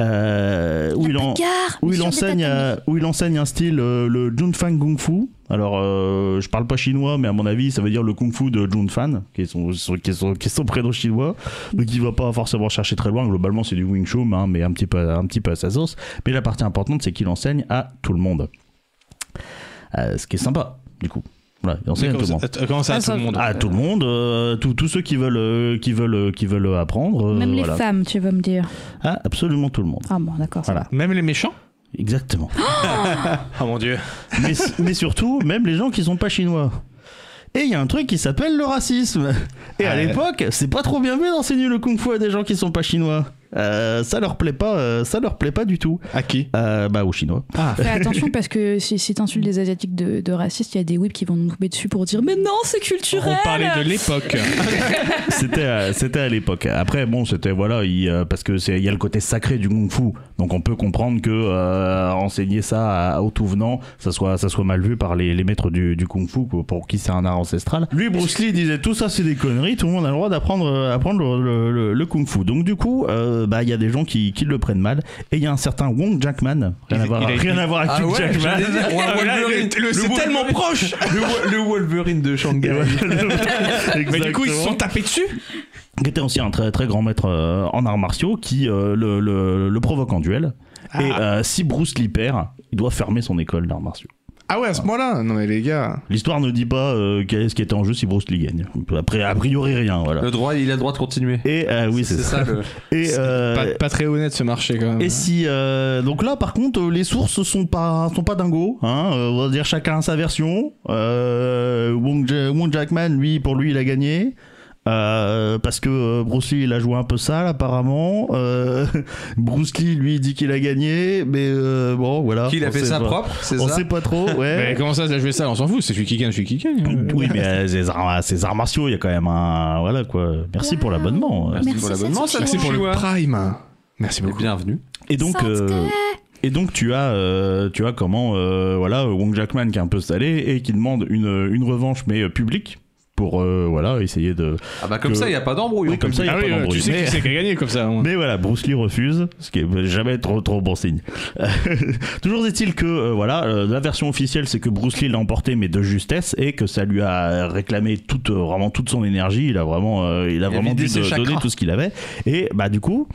Speaker 3: Euh, où il en-
Speaker 4: Bagarre,
Speaker 3: où il,
Speaker 4: monsieur
Speaker 3: enseigne,
Speaker 4: Détatami.
Speaker 3: euh, où il enseigne un style, euh, le Junfan Kung Fu. Alors, euh, je parle pas chinois, mais à mon avis, ça veut dire le Kung Fu de Junfan, qui est son, son- qui est son- qui est son prénom chinois. Donc, il va pas forcément chercher très loin. Globalement, c'est du Wing Chun, hein, mais un petit, peu, un petit peu à sa sauce. Mais la partie importante, c'est qu'il enseigne à tout le monde. Euh, ce qui est sympa, du coup. Voilà, il enseigne à tout le
Speaker 1: Comment
Speaker 3: monde.
Speaker 1: ça, comment ça,
Speaker 4: Ah,
Speaker 1: tout
Speaker 4: ça-
Speaker 1: le monde
Speaker 3: À tout le monde, euh, tous tous ceux qui veulent, euh, qui veulent, euh, qui veulent apprendre. euh,
Speaker 4: Même
Speaker 3: voilà.
Speaker 4: les femmes, tu veux me dire.
Speaker 3: Ah, absolument tout le monde.
Speaker 4: Ah bon, d'accord. ça
Speaker 3: Voilà,
Speaker 1: Même les méchants
Speaker 3: exactement.
Speaker 1: Oh mon dieu.
Speaker 3: mais, mais surtout, même les gens qui sont pas chinois. Et il y a un truc qui s'appelle le racisme. Et à
Speaker 1: Ouais.
Speaker 3: l'époque, c'est pas trop bien vu d'enseigner le kung-fu à des gens qui sont pas chinois. Euh, ça leur plaît pas, euh, ça leur plaît pas du tout.
Speaker 1: À qui
Speaker 3: Euh, bah aux chinois.
Speaker 1: Ah,
Speaker 4: va. Fais attention parce que si, si t'insultes des asiatiques de, de racistes, il y a des whips qui vont nous tomber dessus pour dire mais non c'est culturel.
Speaker 1: on parlait de l'époque.
Speaker 3: c'était à, c'était à l'époque. Après, bon, c'était voilà, il, euh, parce que c'est il y a le côté sacré du kung-fu, donc on peut comprendre que euh, enseigner ça à, au tout venant, ça soit ça soit mal vu par les, les maîtres du, du kung-fu pour- pour qui c'est un art ancestral. Lui, Bruce Lee disait tout ça c'est des conneries, tout le monde a le droit d'apprendre euh, apprendre le, le- le kung-fu. Donc du coup, euh, bah il y a des gens qui, qui le prennent mal et il y a un certain Wong Jackman, rien à voir,
Speaker 1: il Ah a-
Speaker 3: rien à voir avec Hugh Jackman.
Speaker 2: j'allais dire, Ah ouais,
Speaker 1: Ah, mais là,
Speaker 2: Wolverine,
Speaker 1: le- le- c'est
Speaker 2: Wolverine-
Speaker 1: tellement proche.
Speaker 2: Le, Wo- le Wolverine de
Speaker 3: Et
Speaker 2: Shanghai.
Speaker 3: voilà.
Speaker 1: Mais du coup, ils se
Speaker 3: Exactement.
Speaker 1: sont tapés dessus
Speaker 3: qui était aussi un très très grand maître euh, en arts martiaux qui euh, le, le- le provoque en duel
Speaker 1: Ah.
Speaker 3: et euh, si Bruce Lee perd il doit fermer son école d'arts martiaux
Speaker 1: Ah ouais, à ce moment-là Non mais les gars.
Speaker 3: l'histoire ne dit pas euh, quel est ce qui était en jeu si Bruce Lee gagne après a priori rien voilà
Speaker 2: Le droit, il a le droit de continuer.
Speaker 3: et euh, oui Euh, c'est ça,
Speaker 2: le-
Speaker 3: et euh,
Speaker 1: Pas, pas très honnête ce marché quand même.
Speaker 3: et si euh, donc là par contre euh, les sources sont pas sont pas dingos hein, euh, on va dire chacun sa version Euh, Wong, Ja- Wong Jackman lui pour lui il a gagné Euh, parce que euh, Bruce Lee il a joué un peu sale apparemment Euh, Bruce Lee lui dit qu'il a gagné mais euh, bon voilà
Speaker 2: Qu'il a
Speaker 3: On
Speaker 2: fait
Speaker 3: sait
Speaker 2: ça
Speaker 3: pas.
Speaker 2: propre, c'est
Speaker 3: on
Speaker 2: ça
Speaker 3: sait pas trop
Speaker 1: Mais
Speaker 3: ouais
Speaker 1: comment ça, ça jouer ça On s'en fout, c'est celui qui gagne, celui qui gagne. hein.
Speaker 3: oui mais euh, ces arts, ces arts martiaux il y a quand même un voilà quoi merci pour l'abonnement
Speaker 2: Merci
Speaker 4: Merci,
Speaker 2: pour l'abonnement, ça
Speaker 1: Merci hein.
Speaker 2: c'est
Speaker 1: pour le prime. Merci beaucoup.
Speaker 2: Bienvenue.
Speaker 3: Et donc,
Speaker 4: Sasuke.
Speaker 3: euh, et donc tu as, euh, tu as comment, euh, voilà, Wong Jackman qui est un peu salé et qui demande une, une revanche mais euh, publique pour euh, voilà essayer de.
Speaker 2: Ah bah comme
Speaker 3: Que-
Speaker 2: ça, il n'y a pas d'embrouille.
Speaker 3: Oui,
Speaker 2: on
Speaker 3: comme
Speaker 2: peut
Speaker 3: ça,
Speaker 2: le
Speaker 3: il y a
Speaker 1: Ah
Speaker 3: pas
Speaker 1: oui, ouais,
Speaker 3: d'embrouille.
Speaker 1: tu sais
Speaker 3: Mais-
Speaker 1: qui c'est qui a gagné comme ça. hein.
Speaker 3: Mais voilà, Bruce Lee refuse, ce qui est jamais trop trop bon signe. Toujours est-il que euh, voilà, euh, la version officielle c'est que Bruce Lee l'a emporté mais de justesse et que ça lui a réclamé toute euh, vraiment toute son énergie. Il a vraiment euh, il a
Speaker 2: Il a
Speaker 3: vraiment
Speaker 2: vidé
Speaker 3: dû
Speaker 2: ses
Speaker 3: de-
Speaker 2: chakras.
Speaker 3: donner tout ce qu'il avait. Et bah du coup,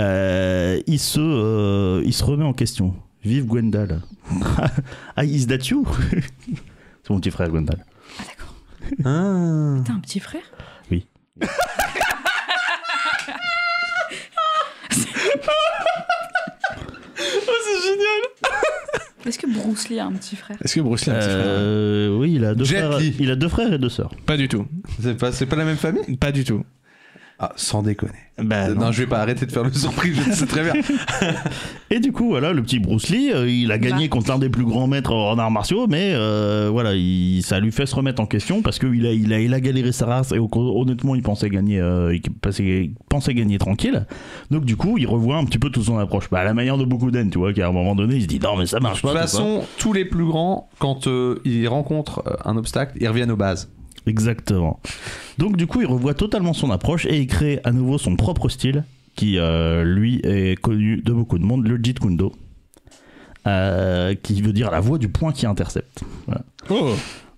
Speaker 3: euh, il se euh, il se remet en question. Vive Gwendal. ah, is that you C'est mon petit frère Gwendal.
Speaker 4: Ah d'accord.
Speaker 2: dire. Ah.
Speaker 4: T'as un petit frère
Speaker 3: Oui. Oh,
Speaker 4: Est-ce que Bruce Lee a un petit frère
Speaker 1: Est-ce que Bruce Lee a un petit frère
Speaker 3: Euh, oui, il a deux
Speaker 2: Jet
Speaker 3: frères.
Speaker 2: Li.
Speaker 3: Il a deux frères et deux sœurs.
Speaker 1: Pas du tout.
Speaker 2: C'est pas, c'est pas la même famille
Speaker 1: Pas du tout.
Speaker 2: Ah, sans déconner.
Speaker 1: Ah
Speaker 3: Bah,
Speaker 2: Euh,
Speaker 3: non.
Speaker 2: non, je vais pas arrêter de faire le surprise, je le sais très bien.
Speaker 3: Et du coup, voilà, le petit Bruce Lee, euh, il a
Speaker 2: Bah.
Speaker 3: gagné contre l'un des plus grands maîtres en arts martiaux, mais euh, voilà, il- ça lui fait se remettre en question parce qu'il a, il a, il a galéré sa race et au- honnêtement, il pensait gagner, euh, il, pensait, il pensait gagner tranquille. Donc du coup, il revoit un petit peu toute son approche. Bah, à la manière de Bokuden, tu vois, qui à un moment donné, il se dit non, mais ça
Speaker 2: De
Speaker 3: marche pas.
Speaker 2: toute
Speaker 3: tout ça.
Speaker 2: façon, tous les plus grands, quand euh, ils rencontrent euh, un obstacle, ils reviennent aux bases.
Speaker 3: Exactement. Donc du coup, il revoit totalement son approche et il crée à nouveau son propre style, qui euh, lui est connu de beaucoup de monde, le Jeet Kune Do, euh, qui veut dire la voix du point qui intercepte. Voilà.
Speaker 1: Oh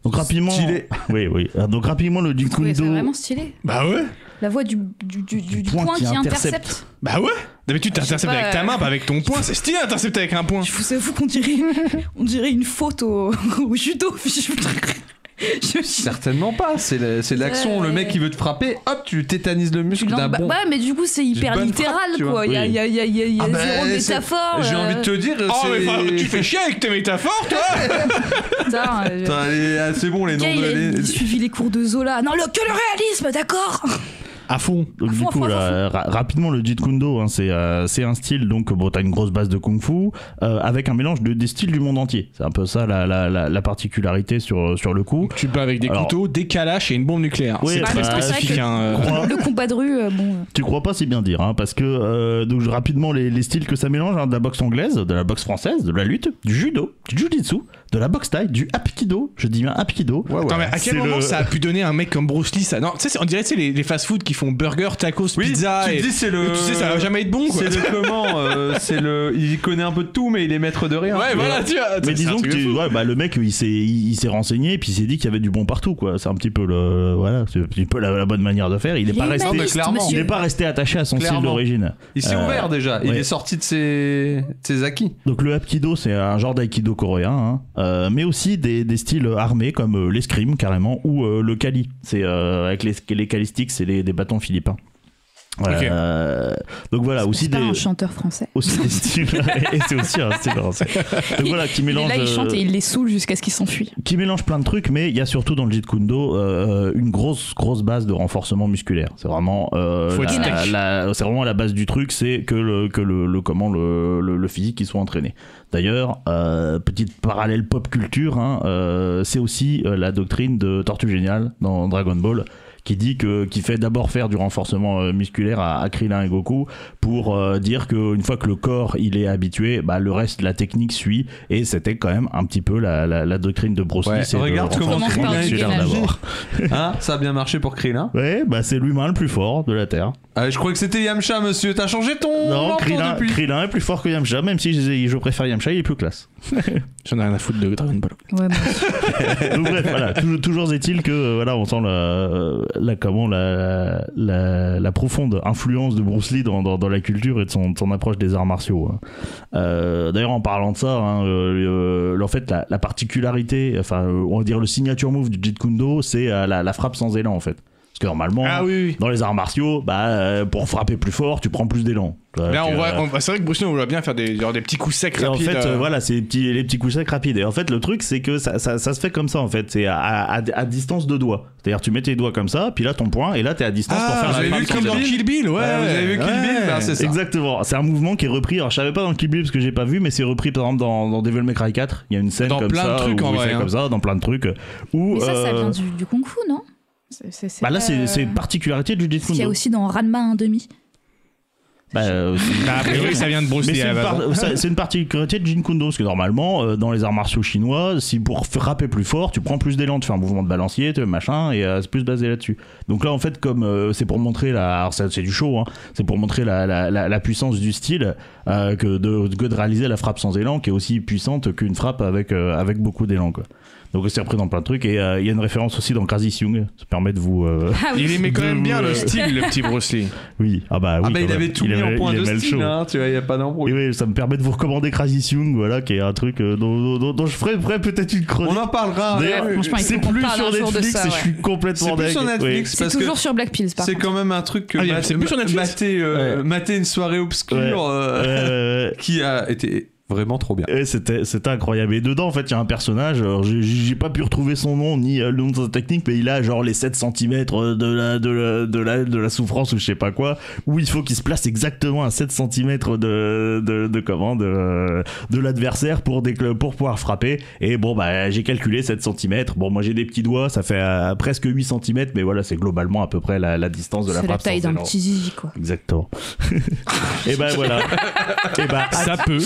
Speaker 3: Donc rapidement,
Speaker 2: Stylé.
Speaker 3: oui, oui. Euh, Donc rapidement, le Jeet Kune
Speaker 4: Oui, c'est
Speaker 3: Do,
Speaker 4: vraiment stylé.
Speaker 1: Bah ouais
Speaker 4: La voix du, du, du- du point, qui intercepte.
Speaker 1: Bah ouais D'habitude, t'interceptes
Speaker 4: pas,
Speaker 1: avec ta
Speaker 4: euh,
Speaker 1: main, pas avec ton poing. C'est stylé d'intercepter avec un poing.
Speaker 4: Je vous avoue qu'on dirait, on dirait une faute au, au judo. Je- je- je-
Speaker 2: Certainement pas, c'est la- c'est l'action,
Speaker 4: Ouais.
Speaker 2: le mec qui veut te frapper, hop, tu tétanises le
Speaker 4: tu
Speaker 2: muscle d'un
Speaker 4: lances- bah-
Speaker 2: bond.
Speaker 4: Ouais, mais du coup, c'est hyper
Speaker 2: bonne
Speaker 4: littéral,
Speaker 2: frappe, tu
Speaker 4: quoi.
Speaker 2: vois,
Speaker 4: Il y a,
Speaker 3: oui.
Speaker 4: il y a- il y a- il y a- il y a
Speaker 2: Ah bah,
Speaker 4: zéro
Speaker 2: c'est-
Speaker 4: métaphore.
Speaker 2: J'ai
Speaker 4: euh,
Speaker 2: envie de te dire,
Speaker 1: Oh,
Speaker 2: c'est-
Speaker 1: mais frère, tu te fais chier avec tes métaphores, toi
Speaker 4: putain, euh,
Speaker 2: Putain, les- ah, c'est bon les
Speaker 4: le
Speaker 2: noms
Speaker 4: gars, il, a,
Speaker 2: de
Speaker 4: il a
Speaker 2: les-
Speaker 4: suivi les cours de Zola. Non, le, que le réalisme, d'accord
Speaker 1: À fond
Speaker 3: Donc,
Speaker 4: À
Speaker 3: du
Speaker 4: fond, à
Speaker 3: coup,
Speaker 4: fond, à
Speaker 3: là,
Speaker 4: fond.
Speaker 3: euh, ra- rapidement, le Jeet Kune Do, hein, c'est euh, c'est un style, donc bon, t'as une grosse base de Kung Fu, euh, avec un mélange de, des styles du monde entier. C'est un peu ça la, la, la, la particularité sur, sur le coup.
Speaker 1: Tu bats avec des
Speaker 3: Alors-
Speaker 1: couteaux, des calaches et une bombe nucléaire.
Speaker 3: Oui,
Speaker 1: c'est
Speaker 3: bah,
Speaker 1: très
Speaker 3: c'est vrai
Speaker 1: spécifique.
Speaker 4: que-
Speaker 1: hein, euh.
Speaker 3: Crois-
Speaker 4: Le combat de rue, euh, bon. euh,
Speaker 3: Tu crois pas si bien dire, hein, parce que euh, donc je- rapidement les, les styles que ça mélange, hein, de la boxe anglaise, de la boxe française, de la lutte, du judo, du jujitsu, de la boxe taille, du hapkido, je dis bien hapkido.
Speaker 2: Ouais, ouais.
Speaker 1: Attends, mais à
Speaker 3: C'est
Speaker 1: quel moment
Speaker 3: le-
Speaker 1: ça a pu donner un mec comme Bruce Lee ça Non, tu sais, c'est- on dirait tu sais, les, les fast-food qui font burger, tacos,
Speaker 2: Oui,
Speaker 1: pizza.
Speaker 2: tu te
Speaker 1: et...
Speaker 2: dis c'est le.
Speaker 4: Euh,
Speaker 1: Tu sais, ça va jamais être bon quoi.
Speaker 2: C'est le comment euh, C'est le. Il connaît un peu de tout, mais il est maître de rien.
Speaker 1: Ouais, voilà, tu vois.
Speaker 3: Mais
Speaker 1: c'est un
Speaker 3: disons que
Speaker 1: truc de
Speaker 3: tu-
Speaker 1: fou.
Speaker 3: ouais, bah, le mec il s'est il, il s'est renseigné et puis il s'est dit qu'il y avait du bon partout quoi. C'est un petit peu le voilà, c'est un petit peu la, la bonne manière de faire. Il est
Speaker 4: il
Speaker 3: pas
Speaker 4: est
Speaker 3: resté
Speaker 4: humaniste,
Speaker 2: clairement.
Speaker 3: il
Speaker 4: monsieur.
Speaker 3: est pas resté attaché à son
Speaker 2: Clairement.
Speaker 3: style d'origine.
Speaker 2: Il s'est
Speaker 3: Euh,
Speaker 2: ouvert déjà. Il
Speaker 3: ouais.
Speaker 2: est sorti de ses, de ses acquis.
Speaker 3: Donc le hapkido, c'est un genre d'aïkido coréen, hein. Euh, mais aussi des, des styles armés comme euh, l'escrime carrément ou euh, le kali. C'est euh, avec les, les kalistiques, c'est les- des bâtons philippins. Voilà.
Speaker 1: Ok.
Speaker 3: Euh, donc voilà, aussi
Speaker 4: C'est pas
Speaker 3: des,
Speaker 4: un chanteur français.
Speaker 3: aussi des styles et c'est aussi un style français. Donc voilà, qui
Speaker 4: Il est
Speaker 3: mélange.
Speaker 4: là, il chante
Speaker 3: euh,
Speaker 4: et il les saoule jusqu'à ce qu'ils s'enfuient.
Speaker 3: qui mélange plein de trucs, mais il y a surtout dans le Jeet Kune Do euh, une grosse grosse base de renforcement musculaire. C'est vraiment euh,
Speaker 1: Faut être
Speaker 3: la-
Speaker 1: stack.
Speaker 3: la- c'est vraiment la base du truc, c'est que le que le, le- comment le, le, le physique qui soit entraîné. D'ailleurs, euh, petite parallèle pop culture, hein, euh, c'est aussi euh, la doctrine de Tortue Géniale dans Dragon Ball qui dit que qui fait d'abord faire du renforcement euh, musculaire à, à Krillin et Goku pour euh, dire que une fois que le corps il est habitué, bah, le reste de la technique suit et c'était quand même un petit peu la, la, la doctrine de Bruce
Speaker 2: Ouais,
Speaker 3: Lee. c'est
Speaker 2: regarde
Speaker 3: de
Speaker 2: comment
Speaker 3: renforcer
Speaker 4: Krillin
Speaker 3: le
Speaker 4: est
Speaker 3: musculaire
Speaker 4: énergique.
Speaker 3: d'abord.
Speaker 2: Hein ça a bien marché pour Krillin.
Speaker 3: Ouais, bah c'est l'humain le plus fort de la Terre.
Speaker 2: Ah, je crois que c'était Yamcha, monsieur. T'as changé ton.
Speaker 3: non,
Speaker 2: menton
Speaker 3: Krillin,
Speaker 2: depuis.
Speaker 3: Krillin est plus fort que Yamcha, même si je, je préfère Yamcha, il est plus classe.
Speaker 1: J'en ai rien à foutre de Dragon Ball.
Speaker 4: Ouais, bah,
Speaker 3: Donc bref, voilà, toujours, toujours est-il que euh, voilà, on sent la, euh, la comment la, la, la profonde influence de Bruce Lee dans, dans, dans la culture et de son, de son approche des arts martiaux. hein. Euh, D'ailleurs, en parlant de ça, hein, euh, euh, en fait, la, la particularité, enfin, euh, on va dire le signature move du Jeet Kune Do, c'est euh, la, la frappe sans élan en fait. Parce que normalement,
Speaker 1: Ah oui, oui.
Speaker 3: dans les arts martiaux, bah, euh, pour frapper plus fort, tu prends plus d'élan.
Speaker 1: Là, on
Speaker 3: Euh,
Speaker 1: voit, on voit- c'est vrai que Bruce Lee, on voit bien faire des, genre des petits coups secs
Speaker 3: et
Speaker 1: rapides.
Speaker 3: en fait,
Speaker 1: euh,
Speaker 3: euh, voilà, c'est les petits, les petits coups secs rapides. Et en fait, le truc, c'est que ça, ça, ça se fait comme ça, en fait. C'est à, à, à distance de doigts. C'est-à-dire, tu mets tes doigts comme ça, puis là, ton poing, et là, t'es à distance pour
Speaker 1: Ah,
Speaker 3: faire
Speaker 1: vous
Speaker 3: la
Speaker 1: avez
Speaker 3: frappe
Speaker 1: vu
Speaker 3: sans
Speaker 1: comme dans
Speaker 3: élan.
Speaker 1: Kill Bill, ouais.
Speaker 2: Ouais, vous avez vu Kill Bill
Speaker 1: ouais.
Speaker 2: Bah, c'est ça.
Speaker 3: Exactement. C'est un mouvement qui est repris. Alors, je savais pas dans Kill Bill parce que j'ai pas vu, mais c'est repris par exemple dans, dans Devil May Cry 4. Il y a une scène
Speaker 1: Dans
Speaker 3: comme
Speaker 1: plein
Speaker 3: ça.
Speaker 1: de trucs,
Speaker 3: où
Speaker 1: en
Speaker 3: il
Speaker 1: vrai,
Speaker 3: fait
Speaker 1: hein.
Speaker 3: Comme ça, dans plein de trucs. Où,
Speaker 4: Mais ça, ça
Speaker 3: euh,
Speaker 4: vient du, du kung fu, non C'est- c'est- c'est
Speaker 3: Bah là,
Speaker 4: pas,
Speaker 3: c'est
Speaker 4: euh,
Speaker 3: c'est une particularité du Jeet
Speaker 4: Ce qu'il y
Speaker 3: Kune
Speaker 4: a
Speaker 3: Do.
Speaker 4: aussi dans Ranma 1,5.
Speaker 3: Bah, euh, c'est-
Speaker 1: Bah, a priori, ça vient de Bruce
Speaker 3: Mais
Speaker 1: Lee
Speaker 3: c'est
Speaker 1: à
Speaker 3: une,
Speaker 1: la base.
Speaker 3: par- ça- c'est une particularité de Jeet Kune Do, parce que normalement, euh, dans les arts martiaux chinois, si pour frapper plus fort, tu prends plus d'élan, tu fais un mouvement de balancier, tu machin, et euh, c'est plus basé là-dessus. Donc là, en fait, comme euh, c'est pour montrer la, alors ça, c'est du show, hein, c'est pour montrer la, la- la- la puissance du style euh, que, de, que de réaliser la frappe sans élan, qui est aussi puissante qu'une frappe avec euh, avec beaucoup d'élan, quoi. Donc c'est repris dans plein de trucs, et euh, il y a une référence aussi dans Crazy Young, ça permet de vous. euh,
Speaker 4: Ah
Speaker 1: Il
Speaker 4: oui,
Speaker 1: aimait quand
Speaker 3: De
Speaker 1: même bien
Speaker 3: vous,
Speaker 1: le
Speaker 3: euh,
Speaker 1: style, le petit Bruce Lee.
Speaker 3: Oui, ah bah oui.
Speaker 2: Ah bah
Speaker 3: quand
Speaker 2: il
Speaker 3: même.
Speaker 2: avait tout mis en
Speaker 3: aimait-
Speaker 2: point
Speaker 3: il
Speaker 2: de
Speaker 3: aimait le show.
Speaker 2: style, hein, tu vois, y a pas
Speaker 3: Et
Speaker 2: d'embrouille.
Speaker 3: oui, ça me permet de vous recommander Crazy Young, voilà, qui est un truc euh, dont, dont- dont- dont je ferai, ferai peut-être une
Speaker 2: On
Speaker 3: chronique.
Speaker 2: en parlera.
Speaker 3: D'ailleurs,
Speaker 4: Ouais, franchement, il
Speaker 3: c'est
Speaker 4: faut qu'on
Speaker 3: plus
Speaker 4: parle
Speaker 3: sur
Speaker 4: un jour de
Speaker 3: Netflix
Speaker 4: ça,
Speaker 3: et je suis complètement
Speaker 2: C'est plus sur
Speaker 3: dingue.
Speaker 2: Netflix
Speaker 4: c'est
Speaker 2: parce que
Speaker 4: toujours sur Black Pills, par
Speaker 2: c'est
Speaker 4: contre.
Speaker 2: quand même un truc que
Speaker 1: Ah, il y a-
Speaker 2: mat-
Speaker 1: c'est plus sur Netflix
Speaker 2: mater, euh,
Speaker 1: Ouais.
Speaker 2: mater une soirée
Speaker 3: Ouais.
Speaker 2: obscure euh,
Speaker 3: Ouais, ouais, ouais.
Speaker 2: qui a été Vraiment trop bien.
Speaker 3: Et c'était, c'était incroyable. Et dedans, en fait, il y a un personnage, alors, j'ai, j'ai pas pu retrouver son nom ni euh, le nom de sa technique, mais il a genre les 7 cm de la, de, la, de, la, de la souffrance ou je sais pas quoi, où il faut qu'il se place exactement à 7 cm de, de, de comment, de, de l'adversaire pour, décl- pour pouvoir frapper. Et bon, bah, j'ai calculé 7 cm. Bon, moi j'ai des petits doigts, ça fait euh, presque 8 cm, mais voilà, c'est globalement à peu près la, la distance de la
Speaker 4: C'est la
Speaker 3: frappe.
Speaker 4: taille
Speaker 3: sans
Speaker 4: d'un
Speaker 3: élan.
Speaker 4: petit zizi, quoi.
Speaker 3: Exactement. et ben voilà. et ben à
Speaker 1: Ça peut.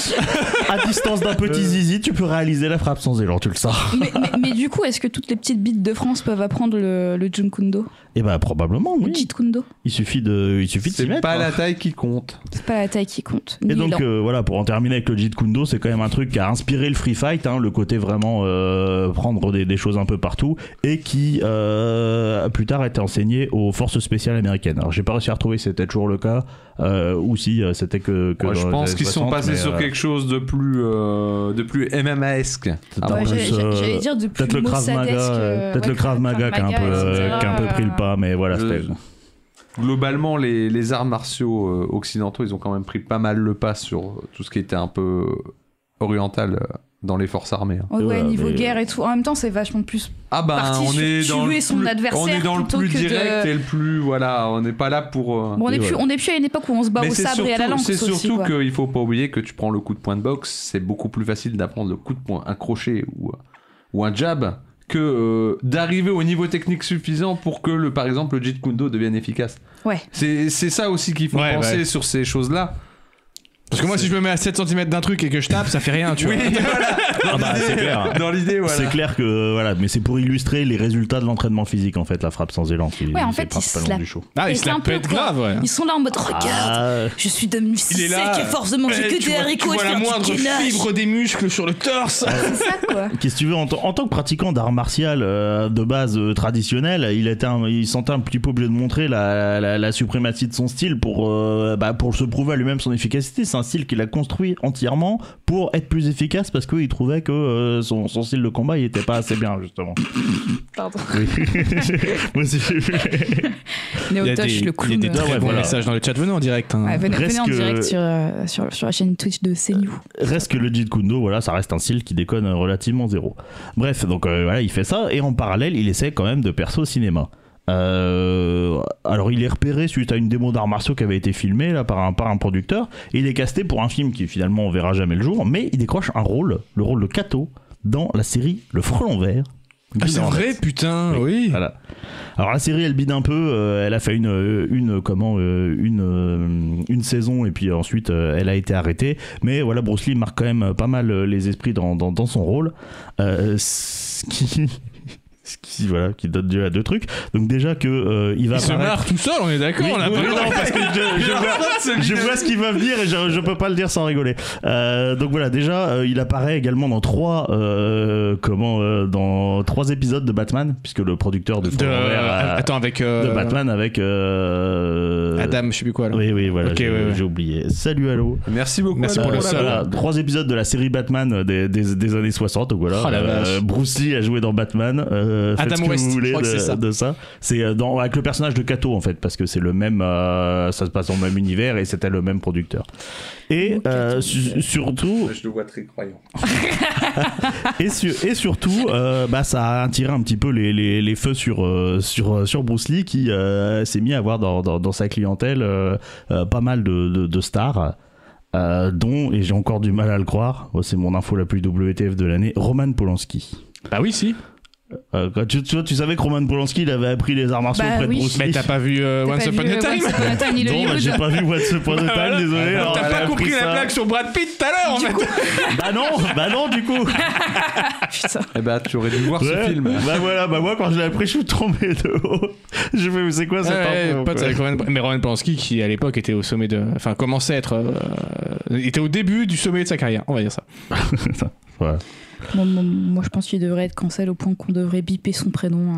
Speaker 3: à distance d'un petit zizi, tu peux réaliser la frappe sans élan, tu le sens.
Speaker 4: mais, mais- mais du coup, est-ce que toutes les petites bites de France peuvent apprendre le, le Junkundo
Speaker 3: Et bah probablement,
Speaker 4: Le
Speaker 3: oui.
Speaker 4: Jeet Kundo
Speaker 3: Il suffit de, il suffit de s'y
Speaker 2: C'est
Speaker 3: mettre.
Speaker 2: pas
Speaker 3: hein.
Speaker 2: la taille qui compte.
Speaker 4: C'est pas la taille qui compte.
Speaker 3: Et
Speaker 4: ni
Speaker 3: donc
Speaker 4: l'élan.
Speaker 3: euh, voilà, pour en terminer avec le Jeet Kundo, c'est quand même un truc qui a inspiré le free fight, hein, le côté vraiment euh, prendre des, des choses un peu partout, et qui euh, a plus tard été enseigné aux forces spéciales américaines. Alors j'ai pas réussi à retrouver si c'était toujours le cas, euh, ou si euh, c'était que... que
Speaker 2: Ouais, je
Speaker 3: dans les
Speaker 2: pense
Speaker 3: années
Speaker 2: qu'ils sont
Speaker 3: 60,
Speaker 2: passés
Speaker 3: mais,
Speaker 2: sur
Speaker 3: euh,
Speaker 2: quelque chose de plus, euh, de plus MMA-esque.
Speaker 3: Ah
Speaker 4: Ouais,
Speaker 3: bon,
Speaker 4: j'allais-
Speaker 3: plus, euh,
Speaker 4: J'allais dire depuis
Speaker 3: Peut-être le Krav Maga, euh, peut-être le Krav Maga qui a un peu, euh, qui a un peu pris le pas, mais voilà.
Speaker 2: Je-
Speaker 3: c'était-
Speaker 2: Globalement, les, les arts martiaux euh, occidentaux, ils ont quand même pris pas mal le pas sur euh, tout ce qui était un peu oriental euh, dans les forces armées. hein.
Speaker 4: Ouais, ouais,
Speaker 3: Ouais,
Speaker 4: niveau
Speaker 3: mais-
Speaker 4: guerre et tout. En même temps, c'est vachement plus.
Speaker 2: Ah ben,
Speaker 4: Parti
Speaker 2: on
Speaker 4: sur
Speaker 2: est, dans le
Speaker 4: tuer son
Speaker 2: plus,
Speaker 4: adversaire
Speaker 2: on est dans le
Speaker 4: plutôt
Speaker 2: plus
Speaker 4: que de-
Speaker 2: direct et le plus... Voilà, on n'est pas là pour... euh,
Speaker 4: Bon, on
Speaker 3: Et
Speaker 4: est plus,
Speaker 3: voilà.
Speaker 4: on est plus à une époque où on se bat
Speaker 2: Mais
Speaker 4: au
Speaker 2: c'est
Speaker 4: sabre et à la
Speaker 2: surtout,
Speaker 4: lance
Speaker 2: c'est
Speaker 4: aussi.
Speaker 2: surtout
Speaker 4: quoi.
Speaker 2: qu'il faut pas oublier que tu prends le coup de poing de boxe, c'est beaucoup plus facile d'apprendre le coup de poing, un crochet ou, euh, ou un jab, que euh, d'arriver au niveau technique suffisant pour que, le, par exemple, le Jeet Kundo devienne efficace.
Speaker 4: Ouais.
Speaker 2: C'est c'est ça aussi qu'il faut
Speaker 1: Ouais,
Speaker 2: penser
Speaker 1: ouais.
Speaker 2: sur ces choses-là.
Speaker 1: Parce que moi, si je me mets à 7 cm d'un truc et que je tape, ça fait rien, tu vois.
Speaker 3: Ah bah, c'est clair.
Speaker 2: Dans l'idée, voilà.
Speaker 3: C'est clair que euh, voilà, mais c'est pour illustrer les résultats de l'entraînement physique en fait, la frappe sans élan qui
Speaker 4: Ouais, en
Speaker 3: c'est
Speaker 4: fait,
Speaker 3: principalement
Speaker 4: il Ah. se la-
Speaker 3: du show. Ah.
Speaker 1: Ah,
Speaker 4: Et
Speaker 1: il se
Speaker 4: c'est
Speaker 1: la
Speaker 4: un peu
Speaker 1: pète
Speaker 4: quoi.
Speaker 1: grave, ouais. Ah.
Speaker 4: Ils sont là en mode regarde, je suis devenu
Speaker 1: Il est
Speaker 4: sec
Speaker 1: là.
Speaker 4: et force de manger
Speaker 1: Eh,
Speaker 4: que
Speaker 1: tu
Speaker 4: des
Speaker 1: vois- tu
Speaker 4: haricots et
Speaker 1: vois
Speaker 4: de
Speaker 1: la
Speaker 4: faire du
Speaker 1: moindre
Speaker 4: gainage.
Speaker 1: fibre des muscles sur le torse.
Speaker 4: C'est ça quoi.
Speaker 3: Qu'est-ce que tu veux en, tant- en tant que pratiquant d'art martial euh, de base euh, traditionnelle, il était un- il sentait un petit peu obligé de montrer la, la- la suprématie de son style pour euh, bah, pour se prouver à lui-même son efficacité. C'est un style qu'il a construit entièrement pour être plus efficace parce qu'il trouvait que euh, son, son style de combat il était pas assez bien justement.
Speaker 4: Pardon.
Speaker 3: Moi, c'est-
Speaker 4: Néotoche, le
Speaker 1: il y a
Speaker 4: clown.
Speaker 1: des
Speaker 4: euh,
Speaker 1: très
Speaker 3: ouais,
Speaker 1: bons
Speaker 3: voilà.
Speaker 1: messages dans le chat. Venez en direct. hein.
Speaker 4: ouais, venez,
Speaker 3: Reste
Speaker 4: venez en
Speaker 3: que-
Speaker 4: direct sur, euh, sur, sur la chaîne Twitch de CNews.
Speaker 3: Reste que le Jeet Kundo, voilà, ça reste un style qui déconne euh, relativement zéro. Bref, donc euh, voilà, il fait ça et en parallèle, il essaie quand même de percer au cinéma. Euh, alors, il est repéré suite à une démo d'arts martiaux qui avait été filmée là par un par un producteur. Et il est casté pour un film qui finalement on verra jamais le jour, mais il décroche un rôle, le rôle de Kato dans la série Le Frelon Vert.
Speaker 1: Ah, c'est vrai, putain, oui.
Speaker 3: Voilà. Alors la série elle bide un peu, euh, elle a fait une euh, une euh, comment euh, une euh, une saison et puis ensuite euh, elle a été arrêtée. Mais voilà Bruce Lee marque quand même euh, pas mal euh, les esprits dans, dans, dans son rôle, Euh, ce qui ce qui voilà qui donne lieu à deux trucs. Donc déjà que euh, il va
Speaker 1: Il se
Speaker 3: apparaître-
Speaker 1: marre tout seul, on est d'accord.
Speaker 3: Oui,
Speaker 1: là,
Speaker 3: oui,
Speaker 1: pas-
Speaker 3: non, parce que je, je vois, je vois ce qu'il va venir et je, je peux pas le dire sans rigoler. Euh, donc voilà, déjà, euh, il apparaît également dans trois, euh, comment, euh, dans trois épisodes de Batman, puisque le producteur de,
Speaker 1: De, euh,
Speaker 3: Front Vert a-
Speaker 1: attends, avec
Speaker 3: de
Speaker 1: euh,
Speaker 3: Batman avec euh,
Speaker 1: Adam, je sais plus quoi. Là.
Speaker 3: Oui, oui, voilà,
Speaker 1: Ok,
Speaker 3: j'ai
Speaker 1: ouais, ouais.
Speaker 3: j'ai oublié. Salut, allô.
Speaker 2: Merci beaucoup.
Speaker 1: Merci
Speaker 2: Alain,
Speaker 1: pour le
Speaker 2: la
Speaker 1: sub.
Speaker 2: bonne-
Speaker 3: Voilà, trois épisodes de la série Batman euh, des, des- des années 60. Donc voilà,
Speaker 1: Oh la vache.
Speaker 3: Euh, Bruce Lee a joué dans Batman. euh, faites
Speaker 1: Adam
Speaker 3: ce que
Speaker 1: West,
Speaker 3: vous
Speaker 1: je
Speaker 3: voulez
Speaker 1: crois
Speaker 3: de
Speaker 1: que c'est ça.
Speaker 3: de ça. C'est euh, dans- avec le personnage de Kato en fait, parce que c'est le même. euh, ça se passe dans le même univers et c'était le même producteur. Et
Speaker 4: Oh,
Speaker 3: euh,
Speaker 4: Kato.
Speaker 3: su- surtout,
Speaker 2: Je le vois très croyant.
Speaker 3: et, su- et surtout, euh, bah, ça a attiré un petit peu les, les- les feux sur, euh, sur, sur Bruce Lee qui euh, s'est mis à avoir dans, dans- dans sa clientèle euh, euh, pas mal de, de- de stars. euh, dont, et j'ai encore du mal à le croire, oh, c'est mon info la plus WTF de l'année, Roman Polanski.
Speaker 1: Bah oui, si.
Speaker 3: Euh, quoi, tu, tu vois, tu savais que Roman Polanski il avait appris les arts martiaux
Speaker 4: Bah
Speaker 3: auprès de
Speaker 4: oui.
Speaker 3: Bruce Lee.
Speaker 1: Mais t'as pas vu euh,
Speaker 4: T'as
Speaker 1: Once
Speaker 4: pas
Speaker 1: Upon
Speaker 4: vu,
Speaker 1: a
Speaker 4: euh,
Speaker 1: Time
Speaker 4: Once Upon a Time, ni le
Speaker 3: Non, bah,
Speaker 4: Hollywood
Speaker 3: j'ai pas vu What's Up Point of Time,
Speaker 1: Bah Voilà.
Speaker 3: désolé. alors,
Speaker 1: T'as
Speaker 3: elle a
Speaker 1: pas
Speaker 3: appris
Speaker 1: compris la
Speaker 3: ça.
Speaker 1: blague sur Brad Pitt tout à l'heure. en fait.
Speaker 3: Bah non, bah non, du coup.
Speaker 4: Ah, Putain.
Speaker 2: Eh ben, tu aurais dû voir
Speaker 3: Ouais.
Speaker 2: ce film.
Speaker 3: Bah voilà, bah moi quand je l'ai appris, je suis tombé de haut. Je fais, mais c'est quoi cette
Speaker 1: Ouais, ouais,
Speaker 3: info,
Speaker 1: pote
Speaker 3: quoi
Speaker 1: avec Roman- mais Roman Polanski qui à l'époque était au sommet de enfin commençait à être euh, était au début du sommet de sa carrière on va dire ça
Speaker 4: Moi, moi- moi, je pense qu'il devrait être cancel au point qu'on devrait biper son prénom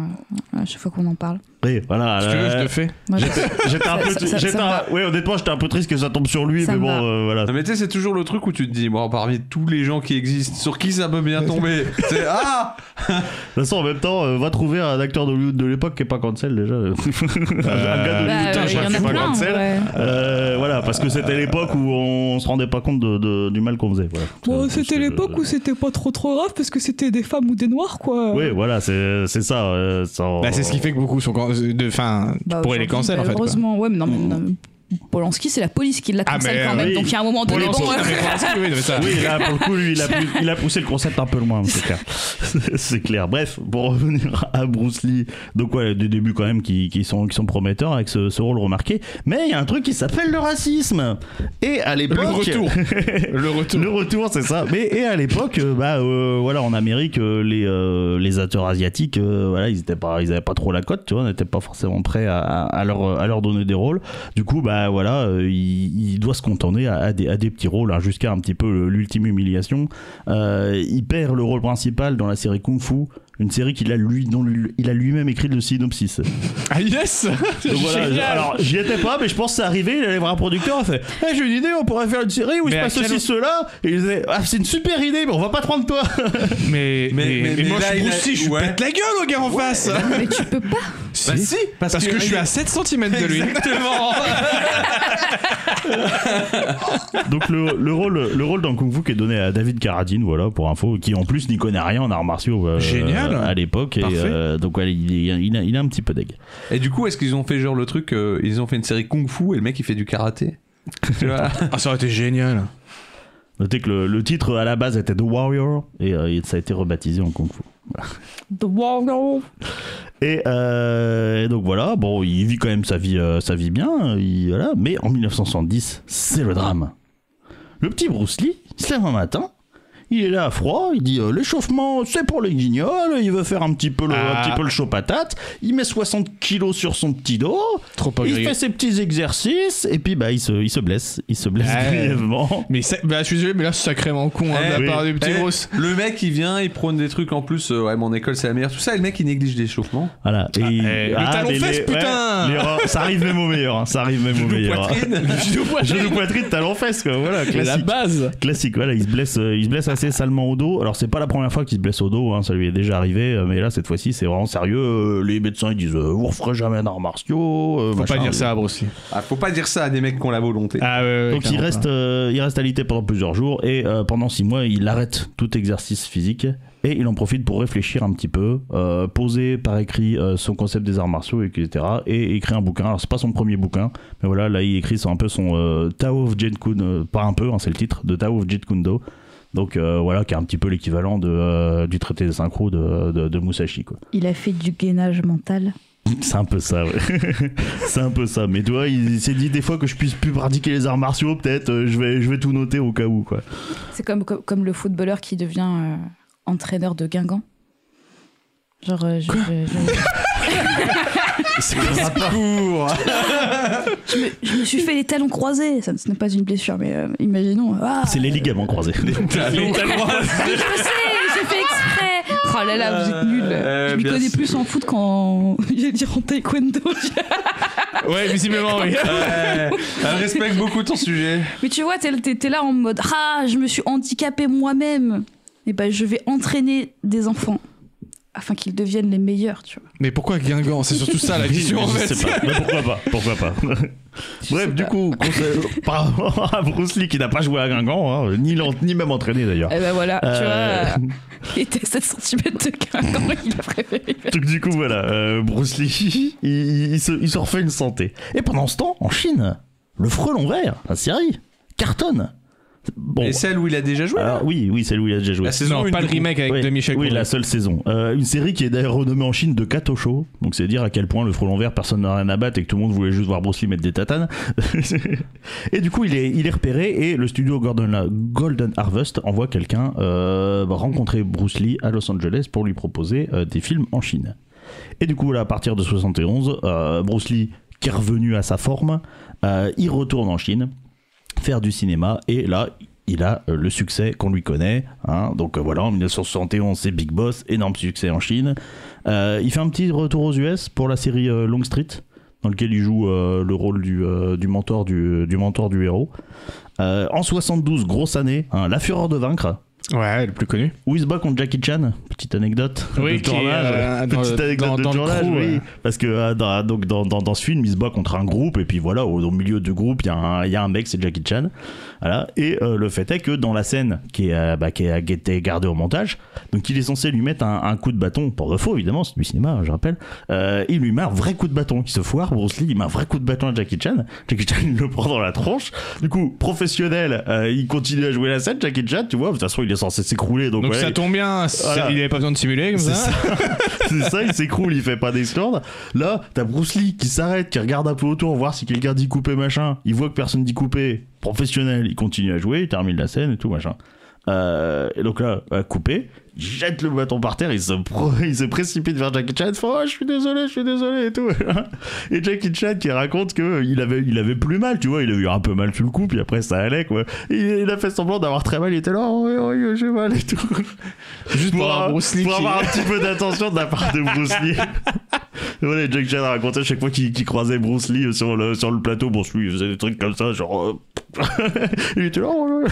Speaker 4: euh, à chaque fois qu'on en parle.
Speaker 3: Oui, voilà.
Speaker 1: Si tu veux, je
Speaker 3: euh,
Speaker 1: te fais.
Speaker 4: Moi, je-
Speaker 3: j'étais- J'étais un
Speaker 4: Ça-
Speaker 3: peu.
Speaker 4: ça- ça-
Speaker 3: j'étais
Speaker 4: ça me
Speaker 3: un-
Speaker 4: va.
Speaker 3: Ouais, honnêtement, j'étais un peu triste que ça tombe sur lui,
Speaker 4: Ça
Speaker 3: mais
Speaker 4: me
Speaker 3: bon,
Speaker 4: va.
Speaker 3: euh, voilà.
Speaker 2: Non, mais tu sais, c'est toujours le truc où tu te dis, bon, parmi tous les gens qui existent, sur qui ça peut bien tomber C'est ah
Speaker 3: De toute façon, en même temps, euh, va trouver un acteur d'Hollywood de l'époque qui est pas cancel déjà. Euh, un
Speaker 1: Ah,
Speaker 3: gars
Speaker 4: Bah,
Speaker 3: d'Hollywood
Speaker 4: euh,
Speaker 3: qui
Speaker 4: il y en
Speaker 3: est
Speaker 4: a
Speaker 3: pas
Speaker 4: plein,
Speaker 3: cancel.
Speaker 4: ouais.
Speaker 3: Euh, voilà, parce que c'était l'époque où on se rendait pas compte de, de- du mal qu'on faisait. Voilà.
Speaker 7: Bon,
Speaker 3: Euh,
Speaker 7: c'était
Speaker 3: parce que-
Speaker 7: l'époque où c'était pas trop trop grave parce que c'était des femmes ou des noirs quoi.
Speaker 3: Oui, voilà, c'est c'est ça. euh, sans-
Speaker 1: Bah, c'est ce qui fait que beaucoup sont. can- de- Enfin, tu
Speaker 4: Bah,
Speaker 1: pourrais les
Speaker 4: aujourd'hui,
Speaker 1: cancel en fait. quoi.
Speaker 4: Heureusement, ouais, mais non, mais non, mais Polanski, c'est la police qui l'a
Speaker 1: Ah,
Speaker 4: cancel
Speaker 1: mais,
Speaker 4: quand même.
Speaker 3: oui.
Speaker 4: Donc il y a un moment
Speaker 1: Pour les
Speaker 4: donné, bon,
Speaker 1: pauvres,
Speaker 4: euh,
Speaker 1: non, mais pour l'instant, oui, non, mais ça-
Speaker 3: Oui, là, pour le coup, lui, il a, pu- il a poussé le concept un peu loin, c'est clair. c'est clair. Bref, pour revenir à Bruce Lee, donc ouais, des débuts quand même qui, qui sont, qui sont prometteurs avec ce, ce rôle remarqué. Mais il y a un truc qui s'appelle le racisme. Et à l'époque.
Speaker 1: Le retour. Le retour.
Speaker 3: Le retour, c'est ça. Mais et à l'époque, euh, bah euh, voilà, en Amérique, euh, les euh, les acteurs asiatiques, euh, voilà, ils étaient pas, ils avaient pas trop la cote, tu vois, n'étaient pas forcément prêts à, à- à leur euh, à leur donner des rôles. Du coup, bah voilà, euh, il, il doit se contenter à, à des à des petits rôles, hein, jusqu'à un petit peu le- l'ultime humiliation. Euh, il perd le rôle principal dans la série Kung Fu. Une série qu'il a lui, dont lui- il a lui-même écrit le synopsis.
Speaker 1: Ah yes
Speaker 3: Donc voilà,
Speaker 1: Génial.
Speaker 3: alors j'y étais pas, mais je pense que c'est arrivé. Il allait voir un producteur, il a fait Eh, J'ai une idée, on pourrait faire une série où
Speaker 1: Mais
Speaker 3: il se
Speaker 1: à
Speaker 3: passe
Speaker 1: quel-
Speaker 3: ceci, cela. Et il disait Ah, c'est une super idée, mais on va pas te prendre toi.
Speaker 1: Mais, mais, mais,
Speaker 2: mais
Speaker 1: moi
Speaker 2: là,
Speaker 1: je suis
Speaker 2: il a-
Speaker 1: Bruce Lee, je
Speaker 2: ouais.
Speaker 1: lui pète la gueule au gars en face
Speaker 4: mais tu peux pas.
Speaker 1: Si.
Speaker 2: Bah si
Speaker 1: Parce, que, je suis à 7 cm de lui.
Speaker 2: Exactement
Speaker 3: Donc le, le rôle, le rôle dans Kung Fu qui est donné à David Carradine, voilà pour info, qui en plus n'y connaît rien en arts martiaux euh,
Speaker 1: Génial.
Speaker 3: à l'époque. Et,
Speaker 1: Parfait.
Speaker 3: euh, donc ouais, il, est- il, est- il est un petit peu deg.
Speaker 2: Et du coup, est-ce qu'ils ont fait genre le truc, euh, ils ont fait une série Kung Fu et le mec il fait du karaté Tu vois
Speaker 1: Ah, ça aurait été génial.
Speaker 3: Notez que le, le titre à la base était The Warrior et euh, ça a été rebaptisé en Kung Fu.
Speaker 7: The Warrior.
Speaker 3: Et, euh, et donc voilà, bon, il vit quand même sa vie, euh, sa vie bien, euh, il- voilà. mais en 1970, c'est le drame. Le petit Bruce Lee il se lève un matin, il est là à froid, il dit euh, l'échauffement c'est pour les guignols, il veut faire un petit peu le,
Speaker 1: Ah.
Speaker 3: un petit peu le chaud patate, il met 60 kilos sur son petit dos,
Speaker 1: Trop
Speaker 3: il
Speaker 1: agréable.
Speaker 3: fait ses petits exercices, et puis bah, il, se, il se blesse, il se blesse
Speaker 1: Ah.
Speaker 3: grièvement.
Speaker 1: Mais ça- bah, je suis désolé, mais là, c'est sacrément con hein,
Speaker 2: Eh,
Speaker 1: de la
Speaker 3: oui.
Speaker 1: part du petit
Speaker 2: Eh,
Speaker 1: Bruce.
Speaker 2: Le mec il vient, il prône des trucs en plus, euh, ouais, mon école c'est la meilleure, tout ça, et le mec il néglige l'échauffement.
Speaker 3: Voilà. Et il- Ah,
Speaker 1: eh, le talon
Speaker 3: mais
Speaker 1: fesse,
Speaker 3: les-
Speaker 1: putain
Speaker 3: l'erreur- Ça arrive même au meilleur, hein, ça arrive même au meilleur.
Speaker 1: Le judo poitrine.
Speaker 3: Genou poitrine, talon fesse, quoi, voilà,
Speaker 1: Mais la
Speaker 3: classique.
Speaker 1: base.
Speaker 3: Classique, voilà, il se blesse, euh, il se blesse assez salement au dos. Alors c'est pas la première fois qu'il se blesse au dos, hein, ça lui est déjà arrivé, euh, mais là cette fois-ci c'est vraiment sérieux. Euh, Les médecins ils disent, euh, vous referez jamais un art martiaux. euh,
Speaker 1: Faut
Speaker 3: machin.
Speaker 1: pas dire ça à Bruce Lee.
Speaker 2: Ah, faut pas dire ça à des mecs qui ont la volonté.
Speaker 1: Ah, ouais, ouais,
Speaker 3: Donc il
Speaker 1: clairement
Speaker 3: reste, euh, il reste alité pendant plusieurs jours et euh, pendant six mois il arrête tout exercice physique et il en profite pour réfléchir un petit peu, euh, poser par écrit euh, son concept des arts martiaux etc et écrire un bouquin. Alors c'est pas son premier bouquin, mais voilà là il écrit c'est un peu son euh, Tao of Jeet Kune, euh, pas un peu, hein, c'est le titre de Tao of Jeet Kune Do. Donc euh, voilà qui est un petit peu l'équivalent de, euh, du traité de synchro de, de, de Musashi quoi.
Speaker 4: Il a fait du gainage mental.
Speaker 3: C'est un peu ça, ouais. c'est un peu ça. Mais tu vois, il s'est dit des fois que je puisse plus pratiquer les arts martiaux, peut-être, euh, je vais, je vais tout noter au cas où, quoi.
Speaker 4: C'est comme, comme, comme le footballeur qui devient euh, entraîneur de Guingamp. Genre, euh, je, je- je-
Speaker 3: C'est rapport
Speaker 4: je me suis fait les talons croisés. Ça, ce n'est pas une blessure, mais euh, imaginons. Ah,
Speaker 3: C'est les ligaments croisés.
Speaker 2: Ah,
Speaker 4: je sais, j'ai fait exprès. Oh là là, vous êtes nuls.
Speaker 2: Euh,
Speaker 4: je m'y
Speaker 2: bien
Speaker 4: connais
Speaker 2: sûr.
Speaker 4: plus en foot qu'en. J'allais dire en taekwondo.
Speaker 1: pas. Ouais, visiblement, oui.
Speaker 2: Ouais. Elle respecte beaucoup ton sujet.
Speaker 4: mais tu vois, t'es t'es- t'es là en mode Ah, je me suis handicapé moi-même. Et ben, je vais entraîner des enfants afin qu'ils deviennent les meilleurs, tu vois.
Speaker 1: Mais pourquoi Guingamp C'est surtout ça la question en
Speaker 3: Je
Speaker 1: fait.
Speaker 3: sais pas. Mais pourquoi pas Pourquoi pas
Speaker 4: Je sais
Speaker 3: Bref, du
Speaker 4: pas.
Speaker 3: coup, conseil- par rapport à Bruce Lee qui n'a pas joué à Guingamp, hein, ni, l'en- ni même entraîné d'ailleurs.
Speaker 4: Eh ben voilà,
Speaker 3: Euh,
Speaker 4: tu vois, il était à 7 cm de Guingamp, il a préféré.
Speaker 3: Donc du coup voilà, euh, Bruce Lee, il, il- il se, il se refait une santé. Et pendant ce temps, en Chine, le frelon vert, la série, cartonne. Bon,
Speaker 2: Et celle où il a déjà joué là
Speaker 3: alors, oui, oui, celle où il a déjà joué.
Speaker 2: La saison
Speaker 1: Non,
Speaker 2: une
Speaker 1: pas
Speaker 2: du
Speaker 1: le
Speaker 2: coup.
Speaker 1: remake avec
Speaker 3: oui,
Speaker 1: de Michel
Speaker 3: oui,
Speaker 1: Gondry.
Speaker 3: la seule saison. Euh, une série qui est d'ailleurs renommée en Chine de Katosho. Donc c'est dire à quel point le frelon vert, personne n'a rien à battre et que tout le monde voulait juste voir Bruce Lee mettre des tatanes. et du coup, il est, il est repéré et le studio Golden, Golden Harvest envoie quelqu'un euh, rencontrer Bruce Lee à Los Angeles pour lui proposer euh, des films en Chine. Et du coup, là, à partir de 71, euh, Bruce Lee, qui est revenu à sa forme, euh, il retourne en Chine faire du cinéma et là il a euh, le succès qu'on lui connaît. hein. Donc euh, voilà, en 1971, c'est Big Boss, énorme succès en Chine. Euh, il fait un petit retour aux US pour la série euh, Long Street, dans lequel il joue euh, le rôle du, euh, du mentor, du, du mentor du héros. Euh, en 72, grosse année, hein, La Fureur de Vaincre,
Speaker 1: Ouais, le plus connu.
Speaker 3: où il se bat contre Jackie Chan. Petite anecdote
Speaker 1: Oui,
Speaker 3: de
Speaker 1: qui est,
Speaker 3: tournage.
Speaker 1: euh, dans
Speaker 3: Petite
Speaker 1: le-
Speaker 3: anecdote
Speaker 1: dans-
Speaker 3: de
Speaker 1: dans le
Speaker 3: tournage,
Speaker 1: crew,
Speaker 3: oui.
Speaker 1: ouais.
Speaker 3: Parce que euh, dans, donc, dans, dans, dans ce film, il se bat contre un groupe, et puis voilà, au, au milieu du groupe, il y, a un- il y a un mec, c'est Jackie Chan. Voilà. Et euh, le fait est que dans la scène qui, est, euh, bah, qui, est- qui était gardée au montage, donc il est censé lui mettre un, un coup de bâton, pour de faux évidemment, c'est du cinéma, je rappelle. Euh, il lui met un vrai coup de bâton. Il se foire, Bruce Lee, il met un vrai coup de bâton à Jackie Chan. Jackie Chan il le prend dans la tronche. Du coup, professionnel, euh, il continue à jouer la scène, Jackie Chan, tu vois, de toute façon, il est censé s'écrouler. Donc,
Speaker 1: Donc
Speaker 3: voilà,
Speaker 1: ça tombe bien, ça-
Speaker 3: Voilà.
Speaker 1: il avait pas besoin de simuler comme
Speaker 3: c'est
Speaker 1: ça.
Speaker 3: ça. C'est ça, il s'écroule, il fait pas d'escorte. Là, t'as Bruce Lee qui s'arrête, qui regarde un peu autour, voir si quelqu'un dit couper, machin. Il voit que personne dit couper. Professionnel, il continue à jouer, il termine la scène et tout, machin. Euh, et donc là, à couper, il jette le bâton par terre, il se, pro- il se précipite vers Jackie Chan, il fait Oh, je suis désolé, je suis désolé et tout. Et Jackie Chan qui raconte qu'il avait, il avait plus mal, tu vois, il a eu un peu mal sur le coup, puis après ça allait quoi. Et il a fait semblant d'avoir très mal, il était là, oh, oui, oui, j'ai mal et tout
Speaker 1: Juste pour
Speaker 3: pour,
Speaker 1: avoir
Speaker 3: un-
Speaker 1: Bruce Lee
Speaker 3: pour
Speaker 1: qui-
Speaker 3: avoir un petit peu d'attention de la part de Bruce Lee. voilà, Jack Chan a raconté à chaque fois qu'il qu'il croisait Bruce Lee euh, sur le, sur le plateau. Bruce Lee il faisait des trucs comme ça, genre. euh, il était là. oh, ouais.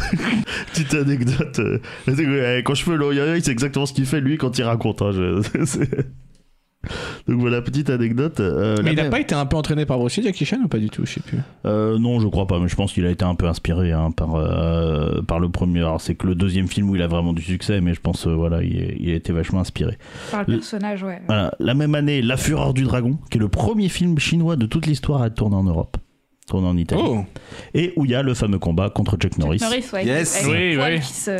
Speaker 3: Petite anecdote. euh, euh, Quand je fais le yo-yo, c'est exactement ce qu'il fait lui quand il raconte. hein, je- c'est- Donc voilà, petite anecdote. euh, la
Speaker 1: Mais il a
Speaker 3: mère-
Speaker 1: pas été un peu entraîné par Bruce Lee, Jackie Chan ou pas du tout, je sais plus.
Speaker 3: euh, non, je crois pas, mais je pense qu'il a été un peu inspiré hein, par, euh, par le premier. Alors, c'est que le deuxième film où il a vraiment du succès, mais je pense, euh, voilà, il, est- il a été vachement inspiré.
Speaker 5: Par le
Speaker 3: Le-
Speaker 5: personnage, ouais.
Speaker 3: Voilà, la même année, La Fureur du Dragon, qui est le premier film chinois de toute l'histoire à être tourné en Europe, tourné en Italie,
Speaker 1: Oh
Speaker 3: et où il y a le fameux combat contre Chuck Norris.
Speaker 5: Norris, ouais.
Speaker 2: Yes.
Speaker 5: avec les
Speaker 1: Oui,
Speaker 5: poils
Speaker 1: oui.
Speaker 5: qui se-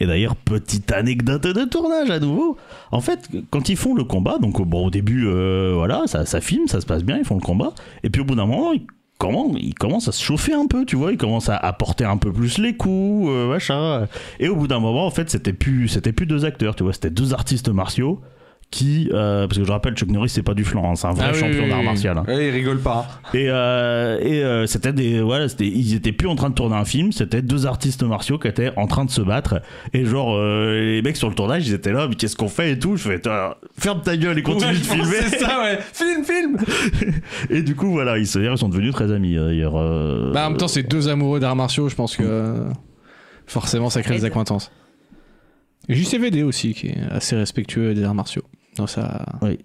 Speaker 3: Et d'ailleurs, petite anecdote de tournage à nouveau. En fait, quand ils font le combat, donc bon, au début, euh, voilà, ça, ça filme, ça se passe bien, ils font le combat, et puis au bout d'un moment, ils comment il commence à se chauffer un peu, tu vois, il commence à, à porter un peu plus les coups, euh, machin. Et au bout d'un moment, en fait, c'était plus, c'était plus deux acteurs, tu vois, c'était deux artistes martiaux qui, euh, parce que je rappelle, Chuck Norris, c'est pas du flanc, hein, c'est un vrai
Speaker 1: Ah oui,
Speaker 3: champion
Speaker 1: oui,
Speaker 3: d'art
Speaker 1: oui.
Speaker 3: martial. hein.
Speaker 2: Ouais, il rigole pas.
Speaker 3: Et, euh, et euh, c'était des voilà, c'était ils étaient plus en train de tourner un film, c'était deux artistes martiaux qui étaient en train de se battre et genre euh, les mecs sur le tournage, ils étaient là, mais qu'est-ce qu'on fait et tout, je fais Toi, ferme ta gueule et continue
Speaker 2: Ouais,
Speaker 3: de
Speaker 2: je pense que
Speaker 3: filmer.
Speaker 2: C'est ça, ouais. Film, film.
Speaker 3: Et du coup voilà, ils se ils sont devenus très amis d'ailleurs. euh,
Speaker 1: Bah, en même temps, c'est deux amoureux d'arts martiaux, je pense que euh, forcément ça crée des acquaintances. Et JCVD aussi, qui est assez respectueux des arts martiaux dans sa
Speaker 3: Oui.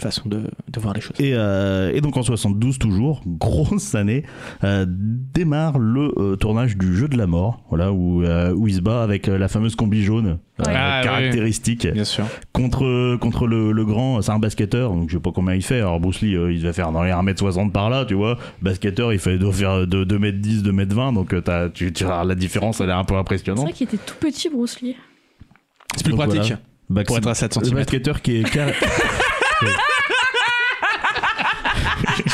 Speaker 1: façon de, de voir les choses.
Speaker 3: Et, euh, et donc en 72 toujours, grosse année, euh, démarre le euh, tournage du jeu de la mort, voilà où euh, où il se bat avec euh, la fameuse combi jaune euh,
Speaker 1: Ouais. Ah, oui.
Speaker 3: caractéristique.
Speaker 1: Bien sûr.
Speaker 3: contre contre le, le grand, c'est un basketteur, donc je sais pas combien il fait. Alors Bruce Lee, euh, il devait faire dans les 1m60 par là, tu vois. Basketteur, il fait doit faire de 2m10, 2m20, donc euh, t'as- tu, tu- la différence, elle est un peu
Speaker 5: C'est
Speaker 3: impressionnante.
Speaker 5: vrai qu'il était tout petit, Bruce Lee.
Speaker 1: C'est plus
Speaker 3: Donc
Speaker 1: pratique
Speaker 3: voilà. Bah,
Speaker 1: pour être à 7
Speaker 3: c'est- le
Speaker 1: cm.
Speaker 3: basketteur qui est carré.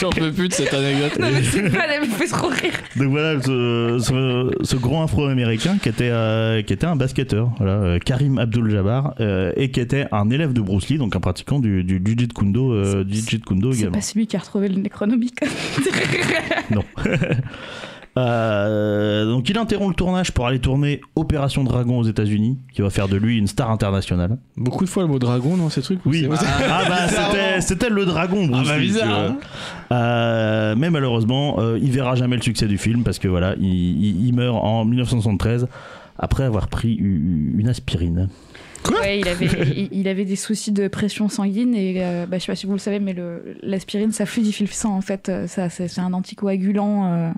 Speaker 1: J'en peux plus de cette anecdote.
Speaker 5: Non, mais c'est pas, elle me fait trop rire.
Speaker 3: Donc voilà, ce, ce, ce grand afro-américain qui était, euh, qui était un basketteur, voilà, euh, Karim Abdul-Jabbar, euh, et qui était un élève de Bruce Lee, donc un pratiquant du, du Jiu-Jitsu Kundo, euh, du Jiu-Jitsu Kundo
Speaker 5: C'est
Speaker 3: également.
Speaker 5: pas celui qui a retrouvé le Necronomicon.
Speaker 3: Non. Euh, donc il interrompt le tournage pour aller tourner Opération Dragon aux États-Unis, qui va faire de lui une star internationale.
Speaker 1: Beaucoup de fois le mot dragon dans ces trucs. ou c'est-
Speaker 3: Ah, bah c'était, c'était le dragon. Bruce
Speaker 1: Ah bah,
Speaker 3: Lee,
Speaker 1: bizarre,
Speaker 3: tu vois.
Speaker 1: hein.
Speaker 3: Euh, mais malheureusement, euh, il verra jamais le succès du film parce que voilà, il, il- il meurt en 1973 après avoir pris u- une aspirine.
Speaker 5: Ouais, il avait, il, il avait des soucis de pression sanguine et euh, bah, je sais pas si vous le savez, mais le- l'aspirine, ça fluidifie le sang en fait. Euh, ça, C'est c'est un anticoagulant. euh.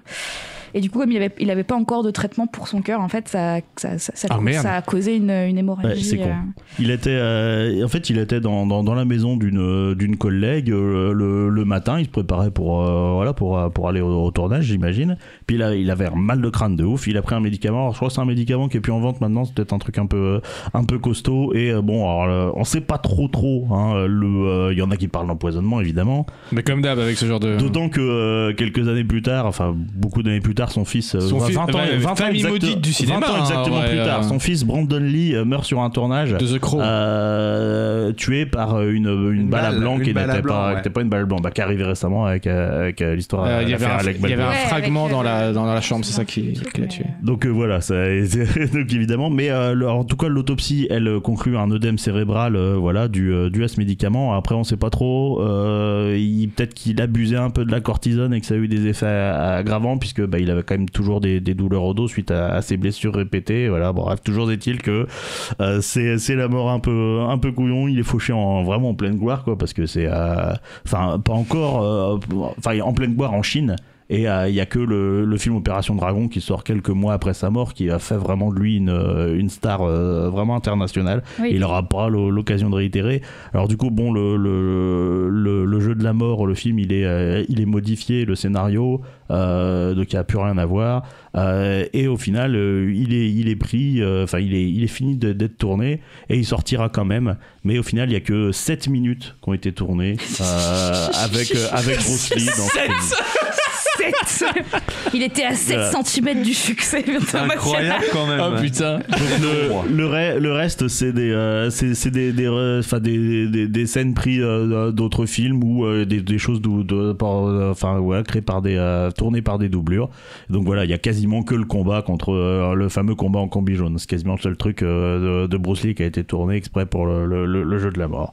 Speaker 5: Et du coup, comme il avait, il avait pas encore de traitement pour son cœur, en fait, ça, ça, ça, ça-
Speaker 1: Ah, merde.
Speaker 5: ça a causé une, une
Speaker 3: Ouais,
Speaker 5: hémorragie.
Speaker 3: c'est con. Il était, euh, en fait, il était dans, dans, dans la maison d'une euh, d'une collègue euh, le, le matin. Il se préparait pour euh, voilà pour euh, pour aller au, au tournage, j'imagine. Puis là, il avait un mal de crâne de ouf. Il a pris un médicament. Alors, je crois que c'est un médicament qui est plus en vente maintenant. C'est peut-être un truc un peu euh, un peu costaud. Et euh, bon, alors, euh, on sait pas trop trop. hein, le, euh, il y en a qui parlent d'empoisonnement évidemment. euh,
Speaker 1: Mais comme d'hab avec ce genre de.
Speaker 3: D'autant que euh, quelques années plus tard, enfin beaucoup d'années plus tard, son fils. euh,
Speaker 1: Son fils-
Speaker 3: 20 ans,
Speaker 1: bah,
Speaker 3: 20 ans
Speaker 1: famille
Speaker 3: exacte-
Speaker 1: maudite du cinéma,
Speaker 3: 20 ans
Speaker 1: hein,
Speaker 3: exactement
Speaker 1: ouais,
Speaker 3: plus
Speaker 1: euh.
Speaker 3: tard. Son fils, Brandon Lee, euh, meurt sur un tournage.
Speaker 1: De The
Speaker 3: Ah,
Speaker 1: Crow.
Speaker 3: euh, tué par euh, une, une,
Speaker 2: Une
Speaker 3: balle à
Speaker 2: balle,
Speaker 3: blanc
Speaker 2: une
Speaker 3: qui
Speaker 2: balle à
Speaker 3: n'était
Speaker 2: blanc,
Speaker 3: pas, qui
Speaker 2: ouais.
Speaker 3: était pas une balle blanc, bah, qui est arrivée récemment avec, euh, avec euh, l'histoire
Speaker 1: Euh, il y avait
Speaker 3: l'affaire
Speaker 1: un,
Speaker 3: Alec
Speaker 1: il y avait un
Speaker 3: Baldwin.
Speaker 5: Ouais,
Speaker 1: fragment
Speaker 5: avec,
Speaker 1: dans, la,
Speaker 5: euh,
Speaker 1: dans la chambre, c'est ça qui,
Speaker 5: truc,
Speaker 1: qui l'a
Speaker 5: mais-
Speaker 1: tué.
Speaker 3: Donc euh, voilà, ça, donc évidemment, mais euh, le- alors, en tout cas l'autopsie, elle euh, conclut un œdème cérébral, euh, voilà, dû, euh, dû à ce médicament. Après, on sait pas trop. euh, il- Peut-être qu'il abusait un peu de la cortisone et que ça a eu des effets aggravants puisque bah, il avait quand même toujours des, des douleurs au dos suite à, à ses blessures répétées. Voilà, bref, toujours est-il que euh, c'est c'est la mort un peu un peu couillon. Il est fauché en vraiment en pleine gloire quoi, parce que c'est euh, enfin pas encore, euh, enfin en pleine gloire en Chine. Et euh, il y a que le, le film Opération Dragon qui sort quelques mois après sa mort qui a fait vraiment de lui une, euh, une star euh, vraiment internationale.
Speaker 5: Oui.
Speaker 3: Et Il n'aura pas l'o- l'occasion de réitérer. Alors du coup, bon, le, le, le, le jeu de la mort, le film, il est, euh, il est modifié, le scénario, euh, donc il n'y a plus rien à voir. Euh, et au final, euh, il, est, il est pris, euh, enfin, il, est, il est fini de- d'être tourné et il sortira quand même. Mais au final, il n'y a que 7 minutes qui ont été tournées euh, avec, euh, avec Bruce Lee. dans ce film.
Speaker 4: Il était à 7
Speaker 3: Voilà.
Speaker 4: cm du succès international.
Speaker 2: Incroyable quand même.
Speaker 1: Oh putain.
Speaker 3: Donc, le, le, re- le reste, c'est des, euh, c'est c'est des, des, re- enfin, des, des, des scènes prises euh, d'autres films ou euh, des, des choses d'où- de- par- euh, enfin, ouais, créées par des, euh, tournées par des doublures. Donc voilà, il y a quasiment que le combat contre euh, le fameux combat en combi jaune. C'est quasiment le seul truc euh, de, de Bruce Lee qui a été tourné exprès pour le, le- le- le jeu de la mort.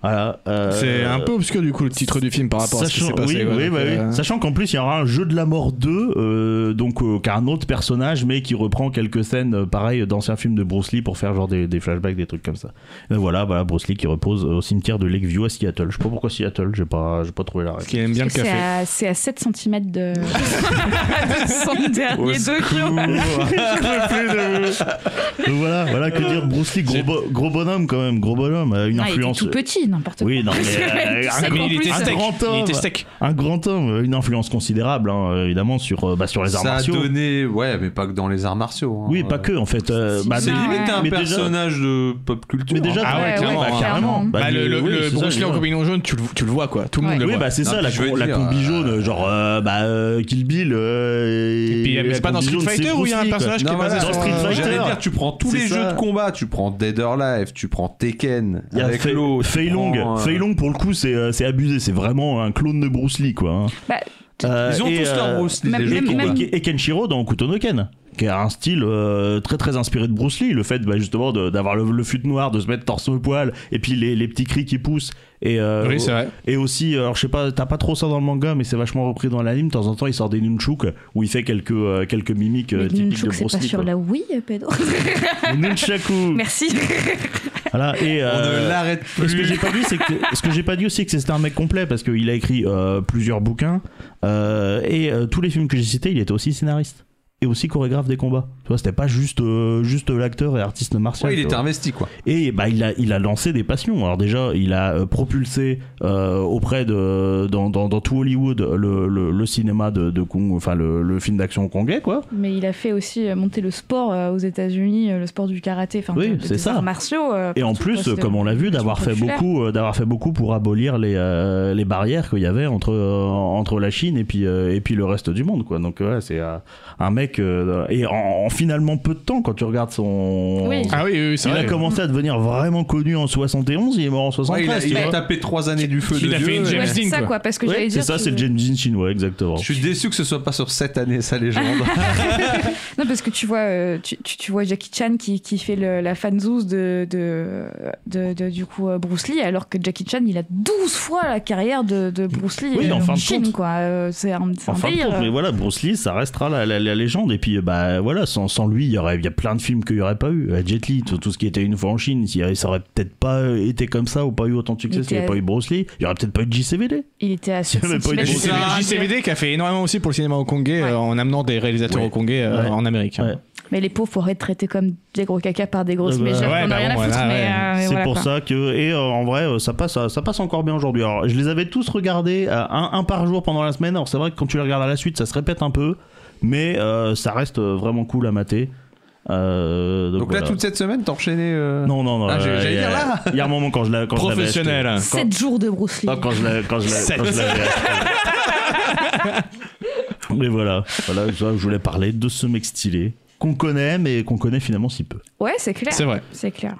Speaker 3: Voilà, euh,
Speaker 1: C'est un peu obscur du coup le titre du film par rapport à ce qui s'est
Speaker 3: Sachant,
Speaker 1: passé.
Speaker 3: oui,
Speaker 1: ouais,
Speaker 3: oui,
Speaker 1: donc,
Speaker 3: bah oui.
Speaker 1: euh,
Speaker 3: Sachant qu'en plus il y aura un jeu de la mort 2 euh, donc euh, qui a un autre personnage mais qui reprend quelques scènes euh, pareil d'anciens films de Bruce Lee pour faire genre des, des flashbacks des trucs comme ça. Et voilà, voilà Bruce Lee qui repose au cimetière de Lakeview à Seattle. Je sais pas pourquoi Seattle, j'ai pas j'ai pas trouvé la
Speaker 1: Parce
Speaker 3: réponse.
Speaker 1: qu'il aime bien le
Speaker 5: Parce que C'est
Speaker 1: café.
Speaker 5: à, c'est à 7 cm de, de son
Speaker 2: Au
Speaker 5: dernier
Speaker 2: secours.
Speaker 5: docu.
Speaker 3: Donc voilà, voilà que dire Bruce Lee gros, bo- gros bonhomme quand même, gros bonhomme, euh, une
Speaker 5: Ah, il était
Speaker 3: influence
Speaker 5: tout petit, n'importe
Speaker 3: Oui, non,
Speaker 5: quoi.
Speaker 3: mais, euh,
Speaker 5: Tu sais
Speaker 3: un
Speaker 5: qu'en
Speaker 1: Mais il
Speaker 5: plus,
Speaker 1: était
Speaker 3: un
Speaker 1: steak.
Speaker 3: grand homme.
Speaker 1: Il était steak.
Speaker 3: un grand homme, euh, une influence considérable hein, évidemment sur euh, bah, sur les arts
Speaker 2: ça a
Speaker 3: martiaux.
Speaker 2: donné, ouais, mais pas que dans les arts martiaux. hein.
Speaker 3: Oui, pas que en fait. euh,
Speaker 5: Si,
Speaker 3: bah,
Speaker 2: C'est
Speaker 5: Non,
Speaker 2: limite
Speaker 5: ouais.
Speaker 2: un
Speaker 3: Mais déjà-
Speaker 2: personnage de pop culture.
Speaker 3: Mais déjà,
Speaker 2: hein.
Speaker 1: Ah ouais, clairement,
Speaker 3: bah,
Speaker 1: hein.
Speaker 3: carrément.
Speaker 1: Bah,
Speaker 3: Bah,
Speaker 1: le le,
Speaker 3: oui,
Speaker 1: le
Speaker 3: c'est ça,
Speaker 1: Bruce Lee en
Speaker 3: déjà.
Speaker 1: combinaire jaune, tu le, tu le vois quoi. Tout le monde
Speaker 5: Ouais.
Speaker 1: le
Speaker 3: Oui,
Speaker 1: voit.
Speaker 3: bah c'est
Speaker 2: Non,
Speaker 3: ça,
Speaker 2: puis
Speaker 3: la,
Speaker 2: je veux
Speaker 3: com- la
Speaker 2: dire,
Speaker 3: combi
Speaker 2: euh,
Speaker 3: jaune, genre euh, bah, euh, Kill Bill. euh,
Speaker 1: bah, Et puis, mais
Speaker 3: la
Speaker 1: c'est pas dans
Speaker 3: combi
Speaker 1: Street
Speaker 3: jaune, c'est
Speaker 1: Fighter où il y a
Speaker 3: Bruce
Speaker 1: un
Speaker 3: Lee, quoi.
Speaker 1: personnage qui
Speaker 2: Non,
Speaker 1: est
Speaker 2: voilà,
Speaker 1: basé
Speaker 3: dans
Speaker 1: sur
Speaker 3: Street
Speaker 1: un-
Speaker 3: Fighter.
Speaker 2: J'allais dire, tu prends tous
Speaker 3: C'est
Speaker 2: les
Speaker 3: ça.
Speaker 2: jeux de combat, tu prends Dead or Alive, tu prends Tekken,
Speaker 3: Il y a
Speaker 2: avec
Speaker 3: Fei
Speaker 2: l'eau, tu
Speaker 3: Fei Long.
Speaker 2: prends, euh,
Speaker 3: Fei Long, pour le coup, c'est euh, c'est abusé. C'est vraiment un clone de Bruce Lee, quoi. hein.
Speaker 5: Bah,
Speaker 3: Euh,
Speaker 2: Ils ont
Speaker 3: et,
Speaker 2: tous leur
Speaker 3: euh,
Speaker 2: Bruce Lee,
Speaker 5: même-
Speaker 2: les jeux
Speaker 3: Et,
Speaker 2: de
Speaker 5: même-
Speaker 2: combat.
Speaker 3: et- et- et Kenshiro dans Kutonoken, qui a un style euh, très très inspiré de Bruce Lee. Le fait bah, justement de- d'avoir le, le fut noir, de se mettre torse au poil, et puis les, les petits cris qui poussent. Et, euh,
Speaker 1: Oui, c'est vrai.
Speaker 3: Et aussi, euh, alors je sais pas, t'as pas trop ça dans le manga, mais c'est vachement repris dans l'anime. De temps en temps, il sort des nunchuk où il fait quelques, euh, quelques mimiques euh,
Speaker 4: Mais
Speaker 3: typiques
Speaker 4: Nunchuk,
Speaker 3: de
Speaker 4: c'est
Speaker 3: Bruce
Speaker 4: pas
Speaker 3: Lee.
Speaker 4: sur
Speaker 3: quoi.
Speaker 4: la Wii, euh, pédo.
Speaker 3: Les nunchaku.
Speaker 5: merci.
Speaker 3: voilà, et,
Speaker 2: On ne
Speaker 3: euh,
Speaker 2: l'arrête
Speaker 3: et ce que
Speaker 2: plus.
Speaker 3: j'ai pas dit, c'est que ce que j'ai pas dit aussi, c'est que c'était un mec complet parce qu'il a écrit euh, plusieurs bouquins euh, et euh, tous les films que j'ai cités, il était aussi scénariste et aussi chorégraphe des combats. Tu vois, c'était pas juste euh, juste l'acteur et artiste martial.
Speaker 2: Ouais, il
Speaker 3: tu
Speaker 2: était
Speaker 3: vois.
Speaker 2: investi quoi.
Speaker 3: Et bah, il, a, il a lancé des passions. Alors déjà, il a euh, propulsé euh, auprès de dans, dans, dans tout Hollywood le, le, le cinéma de, de Kung, enfin le, le film d'action congolais quoi.
Speaker 5: Mais il a fait aussi euh, monter le sport euh, aux États-Unis, euh, le sport du karaté, enfin,
Speaker 3: Oui,
Speaker 5: de- de-
Speaker 3: c'est
Speaker 5: des
Speaker 3: ça.
Speaker 5: arts martiaux. euh,
Speaker 3: Et en
Speaker 5: partout, quoi,
Speaker 3: plus,
Speaker 5: c'était-
Speaker 3: comme on l'a vu,
Speaker 5: c'était
Speaker 3: d'avoir fait
Speaker 5: populaire.
Speaker 3: beaucoup, euh, d'avoir fait beaucoup pour abolir les, euh, les barrières qu'il y avait entre euh, entre la Chine et puis euh, et puis le reste du monde quoi. Donc ouais, c'est euh, un mec euh, et en, en finalement peu de temps quand tu regardes son.
Speaker 5: Oui.
Speaker 1: Ah oui, oui, oui, c'est
Speaker 3: Il
Speaker 1: vrai.
Speaker 3: a commencé à devenir vraiment connu en 71, il est mort en
Speaker 2: Ouais,
Speaker 3: 73.
Speaker 2: il a,
Speaker 3: tu
Speaker 2: il a
Speaker 3: vois.
Speaker 2: tapé trois années du feu
Speaker 1: Il
Speaker 2: de
Speaker 1: a fait une
Speaker 2: Dieu.
Speaker 1: James
Speaker 5: Ouais, c'est
Speaker 1: Dean,
Speaker 5: ça,
Speaker 1: quoi.
Speaker 5: quoi, parce que j'allais
Speaker 3: Ouais, c'est
Speaker 5: dire.
Speaker 3: ça,
Speaker 5: tu-
Speaker 3: c'est le James Dean chinois, exactement.
Speaker 2: Je suis déçu que ce soit pas sur cette année, sa légende.
Speaker 5: Non, parce que tu vois, euh, tu, tu, tu vois Jackie Chan qui, qui fait le- la fanzouz de, de, de, de- du coup, euh, Bruce Lee, alors que Jackie Chan, il a 12 fois la carrière de, de Bruce Lee
Speaker 3: Oui,
Speaker 5: euh,
Speaker 3: en fin de
Speaker 5: Chine,
Speaker 3: compte.
Speaker 5: quoi. Euh, c'est un, c'est un
Speaker 3: En fin de
Speaker 5: délire.
Speaker 3: compte, mais voilà, Bruce Lee, ça restera la, la- la légende. Et puis, euh, bah voilà, sans, sans lui, il y aurait, il y a plein de films qu'il n'y aurait pas eu. Euh, Jet Li, tout, tout ce qui était une fois en Chine, il y aurait- ça aurait peut-être pas euh, été comme ça ou pas eu autant de succès
Speaker 5: Il
Speaker 3: s'il n'y avait
Speaker 5: était-
Speaker 3: pas eu Bruce Lee. Il n'y aurait peut-être pas eu de JCVD.
Speaker 5: Il était à
Speaker 3: Il y
Speaker 5: 7
Speaker 3: avait pas eu de
Speaker 1: Et
Speaker 5: centimètres
Speaker 3: Bruce
Speaker 5: de
Speaker 1: JCVD,
Speaker 5: la Terre.
Speaker 1: JCVD qui a fait énormément aussi pour le cinéma hongkongais
Speaker 5: Ouais.
Speaker 1: euh, en amenant des réalisateurs
Speaker 3: Ouais.
Speaker 1: hongkongais euh,
Speaker 3: Ouais.
Speaker 1: en Amérique. hein.
Speaker 5: Mais les pauvres, faut être traités comme des gros caca par des grosses
Speaker 3: Euh, bah,
Speaker 5: mégères.
Speaker 1: ouais,
Speaker 5: on a
Speaker 1: bah
Speaker 5: rien
Speaker 1: bon,
Speaker 5: à foutre,
Speaker 1: voilà,
Speaker 5: mais,
Speaker 1: ouais.
Speaker 5: euh, mais
Speaker 3: C'est
Speaker 5: voilà,
Speaker 3: pour
Speaker 5: quoi.
Speaker 3: ça que et euh, en vrai euh, ça passe euh, ça passe encore bien aujourd'hui. Alors je les avais tous regardés euh, un, un par jour pendant la semaine. Alors c'est vrai que quand tu les regardes à la suite ça se répète un peu, mais euh, ça reste euh, vraiment cool à mater. Euh, donc
Speaker 2: Donc là,
Speaker 3: voilà.
Speaker 2: toute cette semaine, t'as enchaîné. euh,
Speaker 3: non non non.
Speaker 2: Ah,
Speaker 3: euh,
Speaker 2: j'ai- j'allais
Speaker 3: il y a-
Speaker 2: dire là.
Speaker 3: Il y a un moment quand je la quand je l'avais acheté.
Speaker 1: Professionnel.
Speaker 3: Quand-
Speaker 4: 7 jours de Bruce Lee.
Speaker 3: Non, quand je l'ai- quand je l'ai- quand je l'avais acheté. Mais voilà, voilà, je je voulais parler de ce mec stylé qu'on connaît, mais qu'on connaît finalement si peu.
Speaker 5: Ouais, c'est clair.
Speaker 1: C'est vrai.
Speaker 5: C'est clair.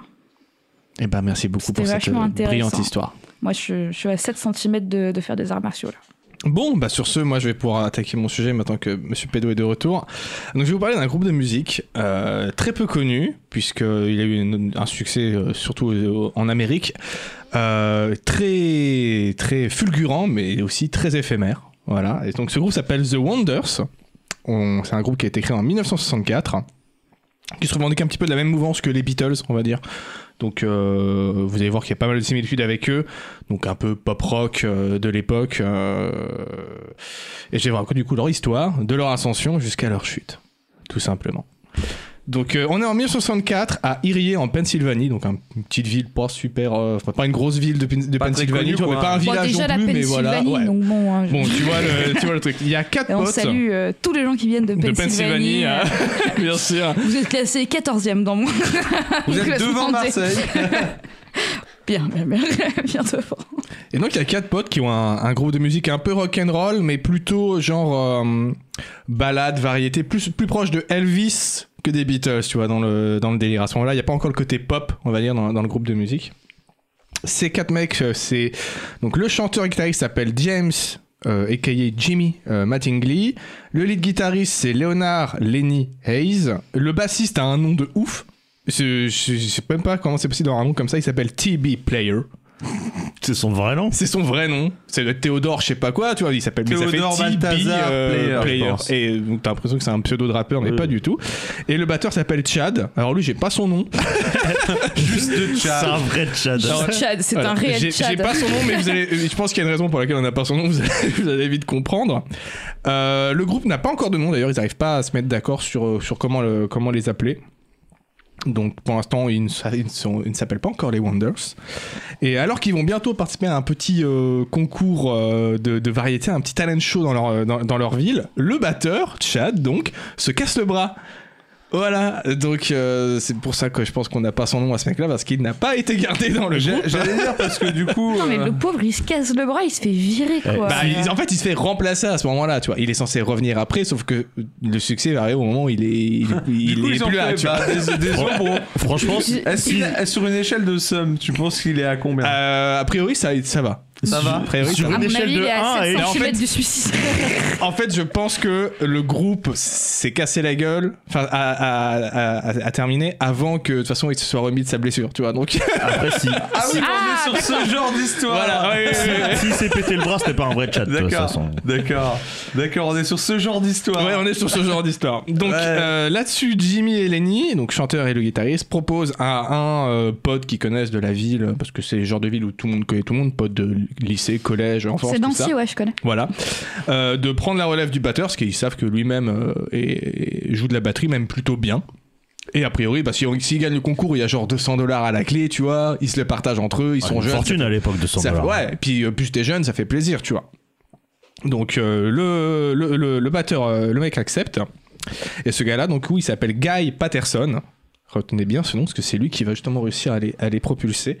Speaker 1: Eh ben, merci beaucoup
Speaker 5: C'était
Speaker 1: pour cette
Speaker 5: vachement
Speaker 1: euh,
Speaker 5: intéressant.
Speaker 1: brillante histoire.
Speaker 5: Moi, je, je suis à 7 cm de, de faire des arts martiaux. Là.
Speaker 1: Bon, bah sur ce, moi je vais pouvoir attaquer mon sujet maintenant que Monsieur Pédo est de retour. Donc je vais vous parler d'un groupe de musique euh, très peu connu, puisqu'il a eu une- un succès euh, surtout euh, en Amérique, euh, très, très fulgurant, mais aussi très éphémère. Voilà, et donc ce groupe s'appelle The Wonders. On- C'est un groupe qui a été créé en 1964, qui se revendique un petit peu de la même mouvance que les Beatles, on va dire. Donc euh, vous allez voir qu'il y a pas mal de similitudes avec eux donc un peu pop rock euh, de l'époque. euh, et j'ai raconté du coup leur histoire, de leur ascension jusqu'à leur chute, tout simplement. Donc euh, on est en 1964 à Erie en Pennsylvanie, donc un- une petite ville pas super, euh, enfin, pas une grosse ville de, Pen- de
Speaker 2: Pas très
Speaker 1: Pennsylvanie,
Speaker 2: connue,
Speaker 1: tu vois, mais
Speaker 2: quoi.
Speaker 1: pas un
Speaker 4: Bon,
Speaker 1: village
Speaker 4: déjà
Speaker 1: non
Speaker 4: la
Speaker 1: plus, mais
Speaker 4: Pennsylvanie,
Speaker 1: voilà. ouais.
Speaker 4: donc bon. hein, je-
Speaker 1: Bon, tu vois, le, tu vois le truc. Il y a quatre
Speaker 4: Et on
Speaker 1: potes
Speaker 4: salue euh, tous les gens qui viennent de
Speaker 1: de
Speaker 4: Pennsylvanie. euh,
Speaker 1: Pennsylvanie, hein, bien sûr.
Speaker 4: Vous êtes classé 14e dans mon.
Speaker 2: Vous êtes devant
Speaker 4: classement des-
Speaker 2: Marseille.
Speaker 4: Bien, bien, bien, bien devant.
Speaker 1: Et donc il y a quatre potes qui ont un, un groupe de musique un peu rock'n'roll, mais plutôt genre euh, balade, variété, plus, plus proche de Elvis que des Beatles, tu vois, dans le, dans le délire. À ce moment-là, il n'y a pas encore le côté pop, on va dire, dans, dans le groupe de musique. Ces quatre mecs, euh, c'est... Donc le chanteur et guitariste s'appelle James, euh, aka Jimmy euh, Mattingly. Le lead guitariste, c'est Leonard Lenny Hayes. Le bassiste a un nom de ouf. Je, je, je sais même pas comment c'est possible d'avoir un nom comme ça. Il s'appelle TB Player.
Speaker 3: C'est son vrai nom
Speaker 1: C'est son vrai nom. C'est le Théodore, je sais pas quoi, tu vois. Il s'appelle mais ça fait
Speaker 2: Théodore
Speaker 1: TB,
Speaker 2: Balthazar Player, je pense.
Speaker 1: Et euh, donc t'as l'impression que c'est un pseudo de rappeur, mais
Speaker 3: Oui.
Speaker 1: pas du tout. Et le batteur s'appelle Chad. Alors lui, j'ai pas son nom.
Speaker 2: Juste de
Speaker 3: C'est
Speaker 2: chat.
Speaker 3: un vrai Chad.
Speaker 1: Ah ouais.
Speaker 4: Tchad, c'est
Speaker 1: Voilà.
Speaker 4: un réel
Speaker 1: J'ai-
Speaker 4: Tchad.
Speaker 1: J'ai pas son nom, mais vous allez, euh, je pense qu'il y a une raison pour laquelle on n'a pas son nom, vous allez, vous allez vite comprendre. Euh, le groupe n'a pas encore de nom, d'ailleurs, ils n'arrivent pas à se mettre d'accord sur, euh, sur comment, le- comment les appeler. Donc pour l'instant, ils ne sa- ils ne sont- ils ne s'appellent pas encore les Wonders. Et alors qu'ils vont bientôt participer à un petit euh, concours euh, de, de variété, un petit talent show dans leur, euh, dans, dans leur ville, le batteur, Chad, donc, se casse le bras. Voilà, donc euh, c'est pour ça que je pense qu'on n'a pas son nom à ce mec-là, parce qu'il n'a pas été gardé dans le
Speaker 2: J'ai-
Speaker 1: groupe. hein.
Speaker 2: J'allais dire parce que du coup.
Speaker 5: Non, mais
Speaker 2: euh,
Speaker 5: le pauvre, il se casse le bras, il se fait virer, quoi.
Speaker 1: Bah, il- en fait, il se fait remplacer à ce moment-là, tu vois. Il est censé revenir après, sauf que le succès va arriver au moment où il est, il, est- il
Speaker 2: du coup,
Speaker 1: est
Speaker 2: ils ont
Speaker 1: plus là,
Speaker 2: fait,
Speaker 1: tu vois.
Speaker 2: bah, des- des ombres.
Speaker 3: Franchement,
Speaker 2: Est-ce qu'il est- eh, sur une échelle de somme, tu penses qu'il est à combien
Speaker 1: Euh, a priori, ça, ça va.
Speaker 2: Ça va
Speaker 1: A priori, ça
Speaker 3: Sur
Speaker 1: va.
Speaker 4: À
Speaker 3: une
Speaker 4: mon
Speaker 3: échelle
Speaker 4: avis,
Speaker 3: de
Speaker 4: il est à
Speaker 3: 1 et-
Speaker 4: 700
Speaker 1: en fait-
Speaker 4: km du suicide.
Speaker 1: En fait, je pense que le groupe s'est cassé la gueule, enfin, a, a- a- a- a terminé avant que, de toute façon, il se soit remis de sa blessure, tu vois. Donc,
Speaker 3: après, si,
Speaker 2: Ah oui,
Speaker 5: Ah,
Speaker 2: on est sur ce genre d'histoire.
Speaker 1: voilà. ouais, ouais, ouais.
Speaker 3: si c'est pété le bras, c'était pas un vrai Chad. de toute
Speaker 2: D'accord,
Speaker 3: façon.
Speaker 2: d'accord, d'accord, on est sur ce genre d'histoire.
Speaker 1: Ouais, on est sur ce genre d'histoire. Donc
Speaker 2: Ouais.
Speaker 1: euh, là-dessus, Jimmy et Lenny, donc chanteur et le guitariste, proposent à un euh, pote qu'ils connaissent de la ville, parce que c'est le genre de ville où tout le monde connaît tout le monde, pote de lycée, collège, enfance,
Speaker 5: C'est
Speaker 1: tout ça.
Speaker 5: Nancy, ouais, je connais.
Speaker 1: Voilà. Euh, de prendre la relève du batteur, parce qu'ils savent que lui-même euh, est- joue de la batterie, même plutôt bien. Et a priori, bah, si on- s'ils gagnent le concours, il y a genre 200 dollars à la clé, tu vois. Ils se le partagent entre eux, ils sont
Speaker 3: Ah, Une
Speaker 1: jeunes.
Speaker 3: fortune à l'époque de son
Speaker 1: Ça-
Speaker 3: dollars.
Speaker 1: ouais, et puis euh, plus t'es jeune, ça fait plaisir, tu vois. Donc euh, le, le, le- le batteur, euh, le mec accepte. Et ce gars-là, donc oui, il s'appelle Guy Patterson. Retenez bien ce nom, parce que c'est lui qui va justement réussir à les, à les propulser.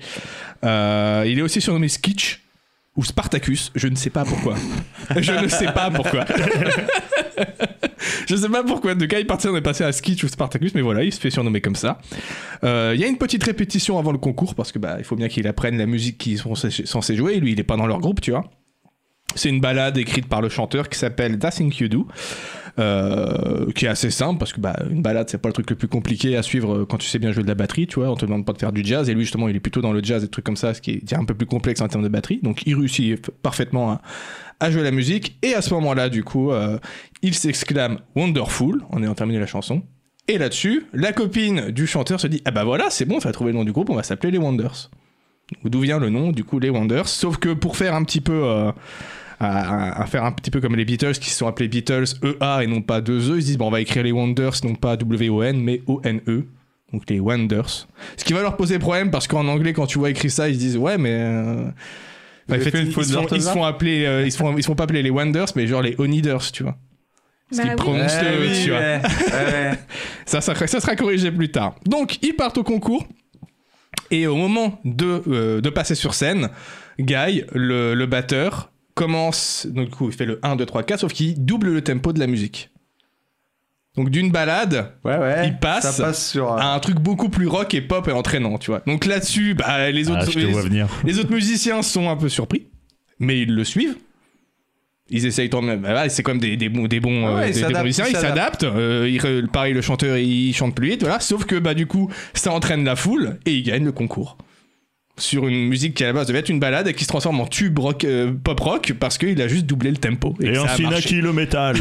Speaker 1: Euh, il est aussi surnommé Skitch ou Spartacus, je ne sais pas pourquoi. je ne sais pas pourquoi. je ne sais pas pourquoi. De Guy Patterson est passé à Skitch ou Spartacus, mais voilà, il se fait surnommer comme ça. Euh, Il y a une petite répétition avant le concours parce que bah, il faut bien qu'il apprenne la musique qu'ils sont censés- censés jouer. Et lui, il est pas dans leur groupe, tu vois. C'est une balade écrite par le chanteur qui s'appelle Nothing You Do, euh, qui est assez simple parce que bah, une balade c'est pas le truc le plus compliqué à suivre euh, quand tu sais bien jouer de la batterie, tu vois. On te demande pas de faire du jazz et lui justement il est plutôt dans le jazz et des trucs comme ça, ce qui est déjà un peu plus complexe en termes de batterie. Donc il réussit f- parfaitement à, à jouer la musique et à ce moment-là du coup euh, il s'exclame Wonderful en ayant terminé la chanson. Et là-dessus, la copine du chanteur se dit Ah bah voilà, c'est bon, ça a trouvé le nom du groupe, on va s'appeler les Wonders. D'où vient le nom, du coup, les Wonders. Sauf que pour faire un petit peu. euh, à, à- à faire un petit peu comme les Beatles qui se sont appelés Beatles EA et non pas 2E, ils se disent Bon, on va écrire les Wonders, non pas W-O-N, mais O-N-E. Donc les Wonders. Ce qui va leur poser problème parce qu'en anglais, quand tu vois écrit ça, ils se disent Ouais, mais. euh, bah, en
Speaker 2: avez
Speaker 1: fait,
Speaker 2: fait une
Speaker 1: ils,
Speaker 2: faute
Speaker 1: ils se font- ils se
Speaker 2: d'orthographe
Speaker 1: font appeler, euh, ils se font, ils se font pas appeler les Wonders, mais genre les Oniders, tu vois. Parce qu'ils
Speaker 5: Bah oui.
Speaker 2: Ouais,
Speaker 1: prononcent le E,
Speaker 2: Eh oui,
Speaker 1: tu vois.
Speaker 2: ouais, ouais.
Speaker 1: Ça, sera- ça sera corrigé plus tard. Donc, ils partent au concours. Et au moment de, euh, de passer sur scène, Guy, le, le batteur, commence, donc du coup, il fait le 1, 2, 3, 4, sauf qu'il double le tempo de la musique. Donc d'une balade
Speaker 2: Ouais, ouais.
Speaker 1: Il passe
Speaker 2: Ça passe sur. euh,
Speaker 1: à un truc beaucoup plus rock et pop et entraînant, tu vois. Donc là-dessus, bah, les,
Speaker 3: Ah,
Speaker 1: autres,
Speaker 3: je te
Speaker 1: les-
Speaker 3: vois venir.
Speaker 1: les autres musiciens sont un peu surpris, mais ils le suivent. Ils essayent tant même. bah, voilà, c'est comme des, des bons, des bons,
Speaker 2: Ah ouais,
Speaker 1: euh,
Speaker 2: ils
Speaker 1: des- des bons
Speaker 2: s'adaptent,
Speaker 1: musiciens.
Speaker 2: ils
Speaker 1: Ils s'adaptent. euh, ils re- pareil, le chanteur, il chante plus vite. Voilà. Sauf que bah du coup, ça entraîne la foule et il gagne le concours sur une musique qui à la base devait être une balade et qui se transforme en tube rock, euh, pop rock parce qu'il a juste doublé le tempo. Et, que
Speaker 3: Et
Speaker 1: ça a
Speaker 3: ainsi
Speaker 1: marché.
Speaker 3: naquit le métal.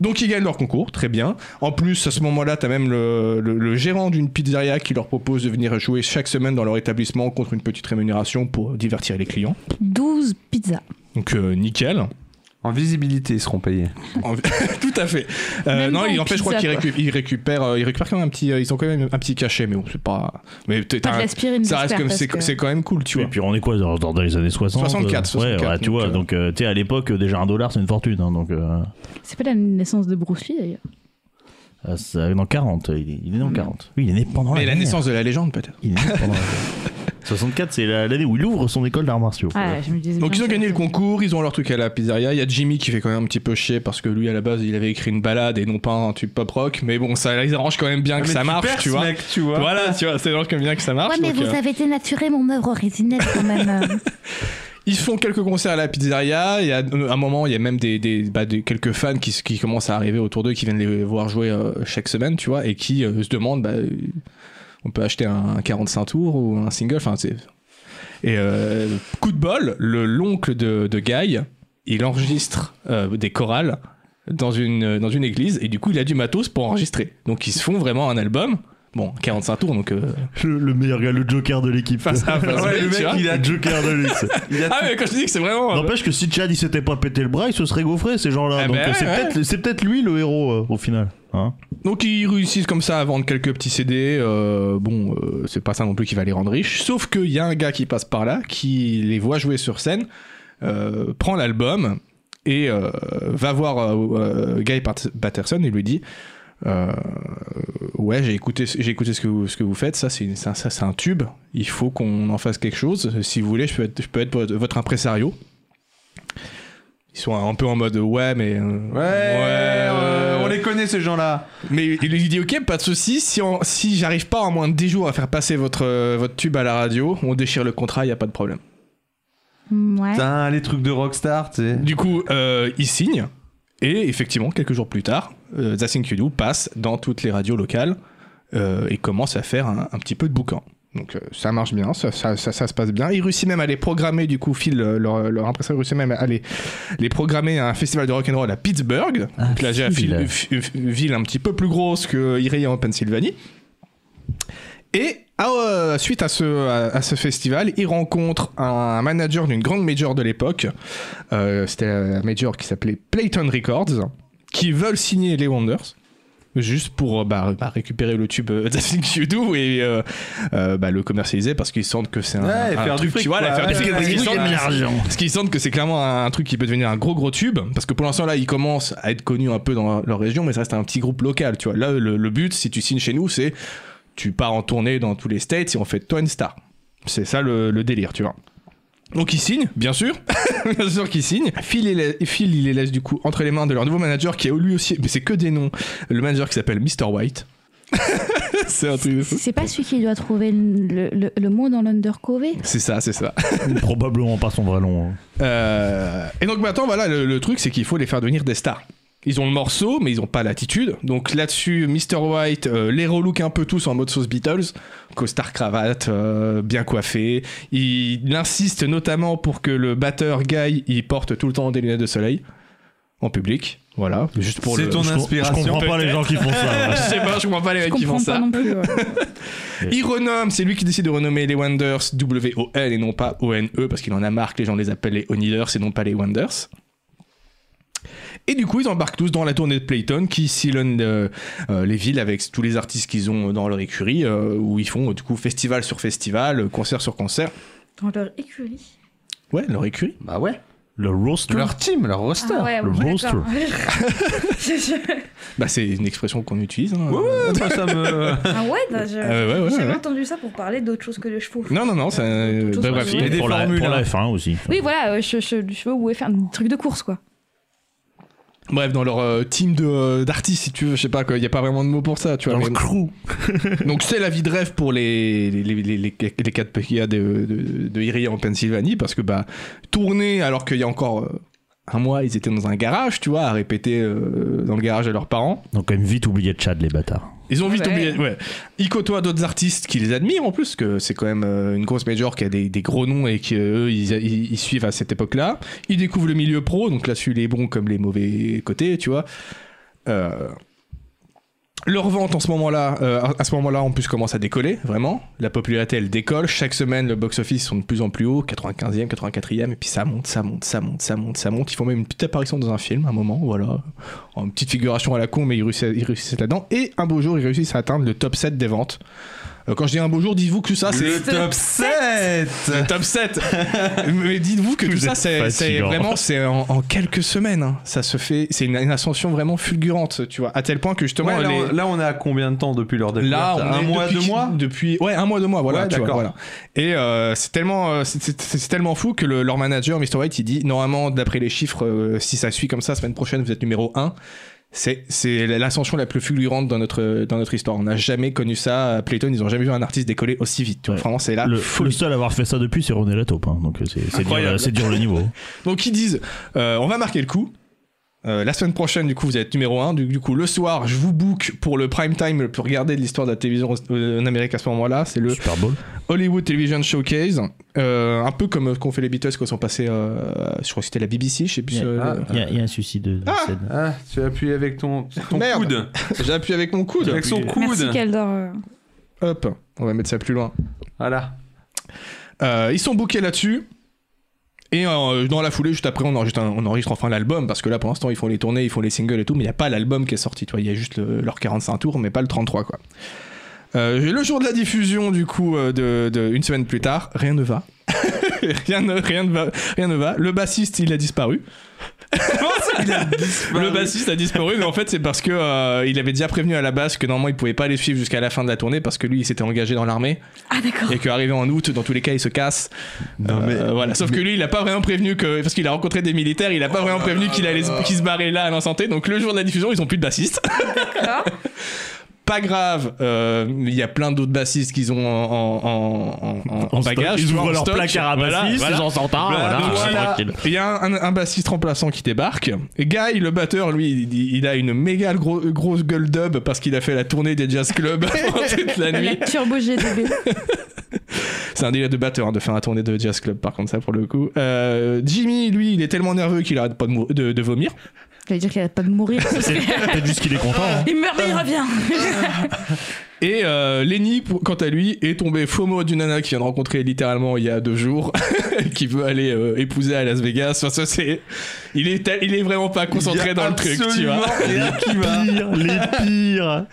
Speaker 1: Donc ils gagnent leur concours, très bien. En plus, à ce moment-là, t'as même le, le- le gérant d'une pizzeria qui leur propose de venir jouer chaque semaine dans leur établissement contre une petite rémunération pour divertir les clients.
Speaker 4: 12 pizzas.
Speaker 1: Donc euh, nickel.
Speaker 2: En visibilité, ils seront payés.
Speaker 1: En- Tout à fait. Euh,
Speaker 4: Même
Speaker 1: non,
Speaker 4: pas
Speaker 1: il
Speaker 4: en
Speaker 1: en fait, je crois
Speaker 4: pizza,
Speaker 1: qu'ils
Speaker 4: quoi.
Speaker 1: récu- ils récupèrent, euh, ils récupèrent quand même un petit, euh, ils ont quand même un petit cachet, mais bon, c'est pas. Mais t'as-
Speaker 4: Pas
Speaker 1: t'as
Speaker 4: de
Speaker 1: un-
Speaker 4: l'aspirine,
Speaker 1: ça reste
Speaker 4: j'espère,
Speaker 1: comme
Speaker 4: parce
Speaker 1: c'est
Speaker 4: que-
Speaker 1: c'est quand même cool, tu
Speaker 3: Et
Speaker 1: vois.
Speaker 3: puis on est quoi dans, dans les années 60 euh,
Speaker 1: 64,
Speaker 3: Ouais, ouais,
Speaker 1: 64,
Speaker 3: tu vois,
Speaker 1: donc, euh,
Speaker 3: donc euh, tu sais, à l'époque, euh, déjà un dollar c'est une fortune. hein, donc euh,
Speaker 4: C'est pas la naissance de Bruce Lee d'ailleurs.
Speaker 3: euh, c'est dans 40, euh, il est, il est né en 40. Oui, il est né pendant
Speaker 1: Mais
Speaker 3: la,
Speaker 1: la
Speaker 3: guerre.
Speaker 1: naissance de la légende, peut-être.
Speaker 3: Il est né pendant la guerre. 64, c'est la- l'année où il ouvre son école d'arts martiaux.
Speaker 4: Ah, je me disais
Speaker 1: Donc
Speaker 4: bien
Speaker 1: ils ont
Speaker 4: que-
Speaker 1: gagné le concours, ils ont leur truc à la pizzeria. Il y a Jimmy qui fait quand même un petit peu chier parce que lui à la base il avait écrit une balade et non pas un tube pop rock. Mais bon, ça les arrange quand même bien que ça marche, Ah, tu vois.
Speaker 2: Ah, tu vois.
Speaker 1: Voilà, tu vois, ça arrange quand même bien que ça marche. donc, euh,
Speaker 4: avez dénaturé mon œuvre originelle quand même.
Speaker 1: Ils font quelques concerts à la pizzeria. Il y a euh, un moment, il y a même des, des- bah, des- quelques fans qui, s- qui commencent à arriver autour d'eux, qui viennent les voir jouer euh, chaque semaine, tu vois, et qui euh, se demandent, bah, euh, on peut acheter un 45 tours ou un single. Enfin, c'est. Et euh, coup de bol, le l'oncle de, de Guy, il enregistre euh, des chorales dans une dans une église, et du coup, il a du matos pour enregistrer. Donc, ils se font vraiment un album. Bon, 45 tours, donc. euh,
Speaker 3: Le, le meilleur gars, le Joker de l'équipe.
Speaker 1: face à face,
Speaker 2: Ouais, le
Speaker 1: tu
Speaker 2: mec,
Speaker 1: vois.
Speaker 2: il a-
Speaker 3: Le Joker de luxe.
Speaker 1: Ah, mais quand je te dis que c'est vraiment.
Speaker 3: N'empêche que si Chad il s'était pas pété le bras, il se serait gaufré ces gens-là.
Speaker 1: Ah
Speaker 3: donc
Speaker 1: bah
Speaker 3: euh, c'est
Speaker 1: ouais,
Speaker 3: peut-être c'est peut-être lui le héros euh, au final. Hein
Speaker 1: Donc ils réussissent comme ça à vendre quelques petits CD. euh, bon, euh, c'est pas ça non plus qui va les rendre riches. Sauf qu'il y a un gars qui passe par là, qui les voit jouer sur scène, euh, prend l'album et euh, va voir euh, euh, Guy Pat- Patterson et lui dit. euh, ouais, j'ai écouté, j'ai écouté ce que vous, ce que vous faites. Ça, c'est une- ça, ça, c'est un tube. Il faut qu'on en fasse quelque chose. Si vous voulez, je peux être, je peux être votre- votre impresario. Ils sont un peu en mode ouais, mais euh,
Speaker 2: Ouais, euh,
Speaker 1: ouais,
Speaker 2: on les connaît ces gens-là.
Speaker 1: mais il lui dit ok, pas de souci. Si, on- si j'arrive pas en moins de 10 jours à faire passer votre, euh, votre tube à la radio, on déchire le contrat, y a pas de problème.
Speaker 4: ouais.
Speaker 2: Putain, les trucs de rockstar, tu sais.
Speaker 1: Du coup, euh, il signe et effectivement, quelques jours plus tard, euh, The Thing You Do passe dans toutes les radios locales euh, et commence à faire un, un petit peu de boucan. Donc euh, ça marche bien, ça, ça, ça- ça se passe bien. Il réussit même à les programmer, du coup, Phil, euh, leur, leur impresseur réussit même à les, les programmer à un festival de rock'n'roll à Pittsburgh. Donc là, j'ai la
Speaker 3: Phil.
Speaker 1: fil- fi- fi- ville un petit peu plus grosse que Erie en Pennsylvanie. Et ah, euh, suite à ce, à, à ce festival, il rencontre un manager d'une grande major de l'époque. Euh, C'était un major qui s'appelait Playton Records, qui veulent signer les Wonders. Juste pour euh, bah, bah, récupérer le tube euh, Nothing You Do et euh, euh, bah, le commercialiser parce qu'ils sentent que c'est un,
Speaker 2: Ouais, et
Speaker 1: un
Speaker 2: faire du
Speaker 1: truc,
Speaker 2: fric,
Speaker 1: tu vois, là,
Speaker 2: quoi.
Speaker 1: faire du fric,
Speaker 2: Ouais, ouais,
Speaker 1: parce
Speaker 2: ouais,
Speaker 1: qu'ils
Speaker 3: Euh,
Speaker 2: ouais.
Speaker 1: sentent
Speaker 2: Ouais.
Speaker 1: que
Speaker 3: l'argent.
Speaker 1: ce qui semble que c'est clairement un, un truc qui peut devenir un gros gros tube, parce que pour l'instant là, ils commencent à être connus un peu dans leur région, mais ça reste un petit groupe local, tu vois. Là, le, le but, si tu signes chez nous, c'est tu pars en tournée dans tous les States et on fait de toi une star. C'est ça le, le délire, tu vois. Donc ils signent, bien sûr, bien sûr qu'ils signent. Phil, il les- Phil, il les laisse du coup entre les mains de leur nouveau manager qui est lui aussi, mais c'est que des noms. Le manager qui s'appelle Mr. White. c'est un truc de fou.
Speaker 4: C'est pas celui qui doit trouver le, le- le mot dans l'undercover
Speaker 1: C'est ça, c'est ça.
Speaker 3: Probablement pas son vrai nom. hein.
Speaker 1: Euh, et donc maintenant, voilà, le, le truc, c'est qu'il faut les faire devenir des stars. Ils ont le morceau, mais ils n'ont pas l'attitude. Donc là-dessus, Mr. White euh, les relook un peu tous en mode sauce Beatles, costard cravate, euh, bien coiffé. Il, il insiste notamment pour que le batteur Guy, il porte tout le temps des lunettes de soleil en public. Voilà, juste pour
Speaker 2: C'est
Speaker 1: le.
Speaker 2: ton
Speaker 1: je,
Speaker 3: Je, com- je
Speaker 2: Inspiration,
Speaker 3: comprends pas les gens qui font ça.
Speaker 1: je
Speaker 3: ouais.
Speaker 1: sais pas, je comprends pas les
Speaker 5: Ah, Je
Speaker 1: mecs qui font
Speaker 5: comprends pas
Speaker 1: ça.
Speaker 5: non plus. ouais.
Speaker 1: Il renomme, c'est lui qui décide de renommer les Wonders W-O-L et non pas O-N-E parce qu'il en a marre que les gens les appellent les Oniders et non pas les Wonders. Et du coup, ils embarquent tous dans la tournée de Playton qui sillonne euh, euh, les villes avec tous les artistes qu'ils ont dans leur écurie euh, où ils font euh, du coup festival sur festival, euh, concert sur concert.
Speaker 5: Dans leur écurie.
Speaker 1: Ouais, leur écurie.
Speaker 2: Bah ouais.
Speaker 3: Le roaster.
Speaker 2: Leur team, leur roster.
Speaker 5: Ah
Speaker 4: Ah
Speaker 5: ouais,
Speaker 3: le
Speaker 5: bon,
Speaker 3: roaster.
Speaker 5: d'accord. Je- je-
Speaker 1: Bah, c'est une expression qu'on utilise. hein.
Speaker 2: Ouais, ouais, moi, ça me.
Speaker 5: Ah ouais, non, je-
Speaker 1: Euh, ouais, ouais,
Speaker 5: j'ai
Speaker 1: ouais.
Speaker 5: jamais entendu ça pour parler d'autre chose que les chevaux.
Speaker 1: Non, non, non, c'est un-
Speaker 5: Tout
Speaker 1: bah,
Speaker 5: ça,
Speaker 1: bref.
Speaker 5: ouais.
Speaker 1: il est des
Speaker 3: pour, la,
Speaker 1: formules,
Speaker 3: pour la
Speaker 1: hein.
Speaker 3: F1 aussi.
Speaker 5: Oui, voilà, euh, je, je, je voulais faire un truc de course, quoi.
Speaker 1: Bref, dans leur euh, team de, euh, d'artistes, si tu veux, je sais pas, il n'y a pas vraiment de mots pour ça, tu vois.
Speaker 3: Dans
Speaker 1: mais-
Speaker 3: le crew.
Speaker 1: Donc c'est la vie de rêve pour les, les, les, les, les- les quatre PIA euh, de, de, de Erie en Pennsylvanie, parce que bah, tourner alors qu'il y a encore euh, un mois, ils étaient dans un garage, tu vois, à répéter euh, dans le garage de leurs parents.
Speaker 3: Donc, quand même vite oublié de Chad, les bâtards.
Speaker 1: Ils ont vite
Speaker 5: Ouais.
Speaker 1: oublié. Ouais. Ils côtoient d'autres artistes qui les admirent en plus, que c'est quand même euh, une grosse major qui a des, des gros noms et qui euh, eux, ils, ils- ils suivent à cette époque-là. Ils découvrent le milieu pro, donc là-dessus les bons comme les mauvais côtés, tu vois. Euh, Leur vente en ce moment-là, euh, à- à ce moment-là, en plus commence à décoller vraiment. La popularité elle décolle. Chaque semaine, le box-office sont de plus en plus haut, 95e, 84e, et puis ça monte, ça monte, ça monte, ça monte, ça monte. Ils font même une petite apparition dans un film, à un moment, voilà en petite figuration à la con, mais ils réussissent, ils réussissent là-dedans. Et un beau jour, ils réussissent à atteindre le top 7 des ventes. Euh, quand je dis un beau jour, dites-vous que ça, c'est
Speaker 2: le top 7
Speaker 1: le top 7 Mais dites-vous que tout
Speaker 3: Vous
Speaker 1: ça,
Speaker 3: êtes
Speaker 1: c'est c'est
Speaker 3: fatigant.
Speaker 1: vraiment, c'est en, en quelques semaines. hein. Ça se fait, c'est une, une ascension vraiment fulgurante, tu vois. À tel point que justement,
Speaker 2: Ouais, là,
Speaker 1: les-
Speaker 2: on, là, on est à combien de temps depuis leur découverte
Speaker 1: Là, on
Speaker 2: Un
Speaker 1: est
Speaker 2: mois,
Speaker 1: depuis-
Speaker 2: deux mois
Speaker 1: Depuis, ouais, un mois, deux mois, voilà.
Speaker 2: Ouais,
Speaker 1: tu vois,
Speaker 2: d'accord.
Speaker 1: voilà. Et euh, c'est tellement, euh, c'est- c'est c'est tellement fou que le- leur manager, Mr. White, il dit normalement, d'après les chiffres, euh, si ça suit comme ça, semaine prochaine, vous êtes numéro 1. C'est c'est l'ascension la plus fulgurante dans notre, dans notre histoire. On n'a jamais connu ça. à Playton, ils n'ont jamais vu un artiste décoller aussi vite. tu vois.
Speaker 3: Ouais.
Speaker 1: Vraiment, c'est là.
Speaker 3: Le, le seul à avoir fait ça depuis, c'est René Latope. hein. Donc, euh, c'est- c'est dur,
Speaker 1: Incroyable.
Speaker 3: c'est dur le niveau.
Speaker 1: Donc ils disent, euh, on va marquer le coup. Euh, la semaine prochaine, du coup, vous êtes numéro 1. Du, du coup, le soir, je vous book pour le prime time le plus regardé de l'histoire de la télévision euh, en Amérique à ce moment-là. C'est le
Speaker 3: Super Bowl.
Speaker 1: Hollywood Television Showcase, euh, un peu comme euh, ce qu'ont fait les Beatles quand ils sont passés, euh, je crois que c'était la BBC, je sais plus.
Speaker 8: Yeah.
Speaker 1: euh,
Speaker 2: Ah.
Speaker 1: le-
Speaker 8: Il y, a- il y a un suicide de de
Speaker 1: Ah.
Speaker 8: scène.
Speaker 2: Ah, tu as appuyé avec ton, ton
Speaker 1: Merde.
Speaker 2: coude.
Speaker 1: J'ai appuyé avec mon coude.
Speaker 2: Avec son
Speaker 5: Merci,
Speaker 2: coude.
Speaker 5: Keldor. euh.
Speaker 1: Hop, on va mettre ça plus loin.
Speaker 2: Voilà.
Speaker 1: Euh, ils sont bookés là-dessus. Et euh, dans la foulée, juste après, on enregistre, un- on enregistre enfin l'album, parce que là, pour l'instant, ils font les tournées, ils font les singles et tout, mais il n'y a pas l'album qui est sorti, tu vois, il y a juste le- leur 45 tours, mais pas le 33, quoi. Euh, le jour de la diffusion, du coup, euh, de, de- une semaine plus tard, rien ne va. rien, ne, rien, ne va rien ne va. Le bassiste, il a disparu. Le bassiste a disparu, mais en fait, c'est parce que euh, il avait déjà prévenu à la base que normalement, il pouvait pas les suivre jusqu'à la fin de la tournée, parce que lui, il s'était engagé dans l'armée
Speaker 5: Ah, d'accord.
Speaker 1: et qu'arrivé en août, dans tous les cas, il se casse. Euh,
Speaker 2: Non, mais-
Speaker 1: voilà. Sauf que lui, il a pas vraiment prévenu que. Parce qu'il a rencontré des militaires, il a pas vraiment prévenu qu'il
Speaker 3: Oh
Speaker 1: allait se- qu'il se barrer là à l'instant T. Donc le jour de la diffusion, ils ont plus de bassiste.
Speaker 5: D'accord.
Speaker 1: Pas grave, euh, il y a plein d'autres bassistes qu'ils ont en, en, en, en, en
Speaker 3: En stock,
Speaker 1: bagage.
Speaker 3: Ils
Speaker 1: tu vois,
Speaker 3: ouvrent
Speaker 1: en
Speaker 3: leur
Speaker 1: stock.
Speaker 3: placard à
Speaker 1: Voilà,
Speaker 3: bassiste,
Speaker 1: voilà.
Speaker 3: ils en sortent un.
Speaker 1: Voilà,
Speaker 3: Voilà,
Speaker 1: donc
Speaker 3: c'est
Speaker 1: voilà.
Speaker 3: tranquille.
Speaker 1: Il y a un, un- un bassiste remplaçant qui débarque. Et Guy, le batteur, lui, il, il- il a une méga gros- grosse gueule dub parce qu'il a fait la tournée des jazz clubs pendant toute la
Speaker 5: La
Speaker 1: nuit.
Speaker 5: turbo GDB.
Speaker 1: C'est un délire de batteur hein, de faire la tournée de jazz club, par contre, ça pour le coup. Euh, Jimmy, lui, il est tellement nerveux qu'il arrête pas de, mou- de- de vomir.
Speaker 5: J'allais dire qu'il arrête pas de mourir. Euh,
Speaker 3: Peut-être juste qu'il est content. hein.
Speaker 5: il meurt, mais il revient.
Speaker 1: Et euh, Lenny, pour- quant à lui, est tombé FOMO d'une nana qu'il vient de rencontrer littéralement il y a deux jours, qui veut aller euh, épouser à Las Vegas. Enfin, ça, c'est... Il, est tel- il est vraiment pas concentré dans le truc, tu vois.
Speaker 3: Pire, les pires.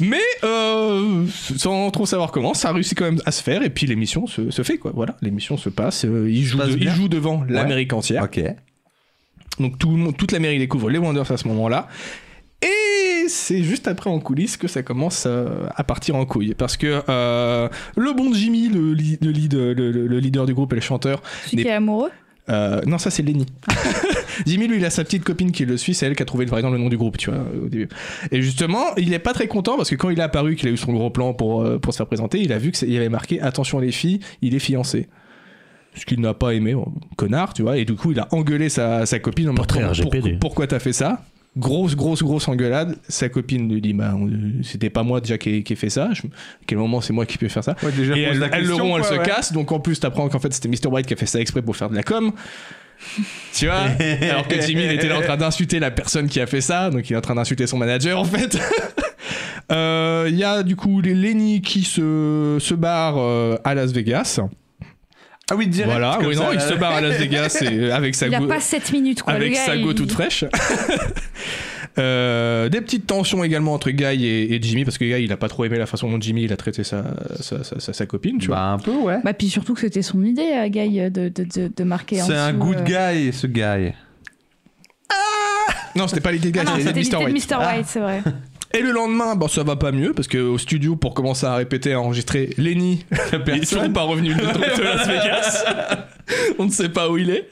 Speaker 1: Mais euh, sans trop savoir comment, ça a réussi quand même à se faire. Et puis l'émission se, se fait, quoi. Voilà, l'émission se passe. euh, il, joue
Speaker 2: passe
Speaker 1: de- il
Speaker 2: bien.
Speaker 1: joue devant l'Amérique entière.
Speaker 2: Ok.
Speaker 1: Donc tout le monde, toute l'Amérique découvre les Wonders à ce moment-là. Et c'est juste après en coulisses que ça commence euh, à partir en couille. Parce que euh, le bon Jimmy, le, li- le lead- le- le- le leader du groupe et le chanteur,
Speaker 5: Celui
Speaker 1: Des-
Speaker 5: qui est amoureux.
Speaker 1: euh, non, ça c'est Lenny. Jimmy, lui, il a sa petite copine qui le suit, c'est elle qui a trouvé par exemple le nom du groupe, tu vois, au début. Et justement, il est pas très content parce que quand il est apparu, qu'il a eu son gros plan pour, euh, pour se faire présenter, il a vu qu'il y avait marqué Attention les filles, il est fiancé. Ce qu'il n'a pas aimé, bon, connard, tu vois, et du coup, il a engueulé sa, sa copine en mode,
Speaker 3: Portrait
Speaker 1: Pour-
Speaker 3: RGPD.
Speaker 1: pour- Pourquoi t'as fait ça Grosse, grosse, grosse engueulade. Sa copine lui dit Bah, on- c'était pas moi déjà qui ai, qui ai fait ça. Je- à quel moment c'est moi qui peux faire ça
Speaker 2: Ouais, déjà,
Speaker 1: et
Speaker 2: pose
Speaker 1: elle,
Speaker 2: la
Speaker 1: elle le
Speaker 2: question,
Speaker 1: rompt, elle
Speaker 2: quoi,
Speaker 1: se
Speaker 2: ouais.
Speaker 1: casse. Donc en plus, t'apprends qu'en fait c'était Mr. White qui a fait ça exprès pour faire de la com. Tu vois Alors que Jimmy, il était là en train d'insulter la personne qui a fait ça. Donc il est en train d'insulter son manager en fait. Euh, Il y a du coup les Lenny qui se, se barre euh, à Las Vegas.
Speaker 2: Ah oui, direct.
Speaker 1: voilà,
Speaker 2: comme
Speaker 1: oui,
Speaker 2: ça,
Speaker 1: non, il
Speaker 2: là.
Speaker 1: se barre à Las Vegas et, euh, avec sa
Speaker 5: Il a
Speaker 1: go-
Speaker 5: pas 7 minutes, quoi.
Speaker 1: avec
Speaker 5: le gars,
Speaker 1: sa go
Speaker 5: il-
Speaker 1: toute fraîche. Euh, des petites tensions également entre Guy et, et Jimmy, parce que Guy, il a pas trop aimé la façon dont Jimmy il a traité sa, sa, sa, sa- sa copine, tu vois.
Speaker 2: Bah, un peu, ouais.
Speaker 5: Bah, puis surtout que c'était son idée, euh, Guy, euh, de, de, de, de marquer en
Speaker 2: C'est un
Speaker 5: dessous,
Speaker 2: good
Speaker 5: euh,
Speaker 2: guy, ce guy.
Speaker 1: Non, c'était pas l'idée de Guy,
Speaker 5: Ah non,
Speaker 1: c'était
Speaker 5: c'était
Speaker 1: l'idée de
Speaker 5: l'idée
Speaker 1: Mr.
Speaker 5: de
Speaker 1: White.
Speaker 5: Mr. White, c'est vrai.
Speaker 1: Et le lendemain, bon, ça va pas mieux parce que au studio, pour commencer à répéter, à enregistrer, Lenny, il est toujours pas revenu de, de Las Vegas. On ne sait pas où il est.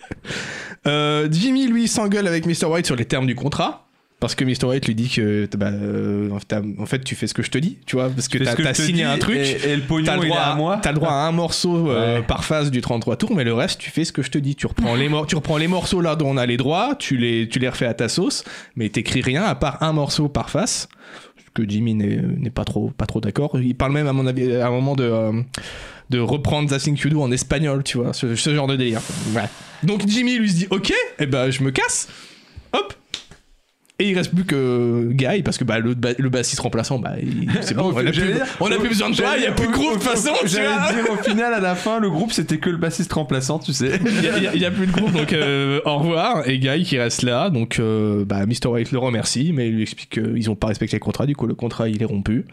Speaker 1: Euh, Jimmy, lui, s'engueule avec Mr. White sur les termes du contrat. Parce que Mr. White lui dit que bah, euh, t'as- en fait tu fais ce que je te dis, tu vois, parce que
Speaker 2: Fais
Speaker 1: t'as
Speaker 2: ce que
Speaker 1: t'as
Speaker 2: je te
Speaker 1: signé
Speaker 2: dis
Speaker 1: un truc,
Speaker 2: Et, et le pognon,
Speaker 1: T'as le,
Speaker 2: il est
Speaker 1: droit
Speaker 2: à moi.
Speaker 1: à- t'as le droit à un morceau euh,
Speaker 2: Ouais.
Speaker 1: par phase du 33 tours, mais le reste, tu fais ce que je te dis. Tu reprends les, mor- tu reprends les morceaux là dont on a les droits, tu les, tu les refais à ta sauce, mais t'écris rien à part un morceau par face. Que Jimmy n'est n'est pas trop, pas trop d'accord. Il parle même, à mon avis, à un moment de, euh, de reprendre Zassin Kudo en espagnol, tu vois, ce, ce genre de délire. Ouais. Donc Jimmy lui se dit Ok, eh ben, je me casse. Hop et il reste plus que Guy parce que bah, le, ba- le bassiste remplaçant, bah, il- c'est bon,
Speaker 2: Au-
Speaker 1: on a,
Speaker 2: Ah, Oh, j'allais
Speaker 1: plus,
Speaker 2: dire,
Speaker 1: on a
Speaker 2: au-
Speaker 1: plus besoin de toi, il
Speaker 2: j'allais
Speaker 1: n'y a
Speaker 2: dire,
Speaker 1: plus de
Speaker 2: au-
Speaker 1: groupe de toute
Speaker 2: au-
Speaker 1: façon, tu
Speaker 2: J'allais
Speaker 1: vois.
Speaker 2: dire, au final, à la fin, le groupe, c'était que le bassiste remplaçant, tu sais.
Speaker 1: Il n'y a, plus de groupe, donc euh, au revoir. Et Guy qui reste là, donc euh, bah, Mr. White le remercie, mais il lui explique qu'ils n'ont pas respecté le contrat, du coup le contrat il est rompu.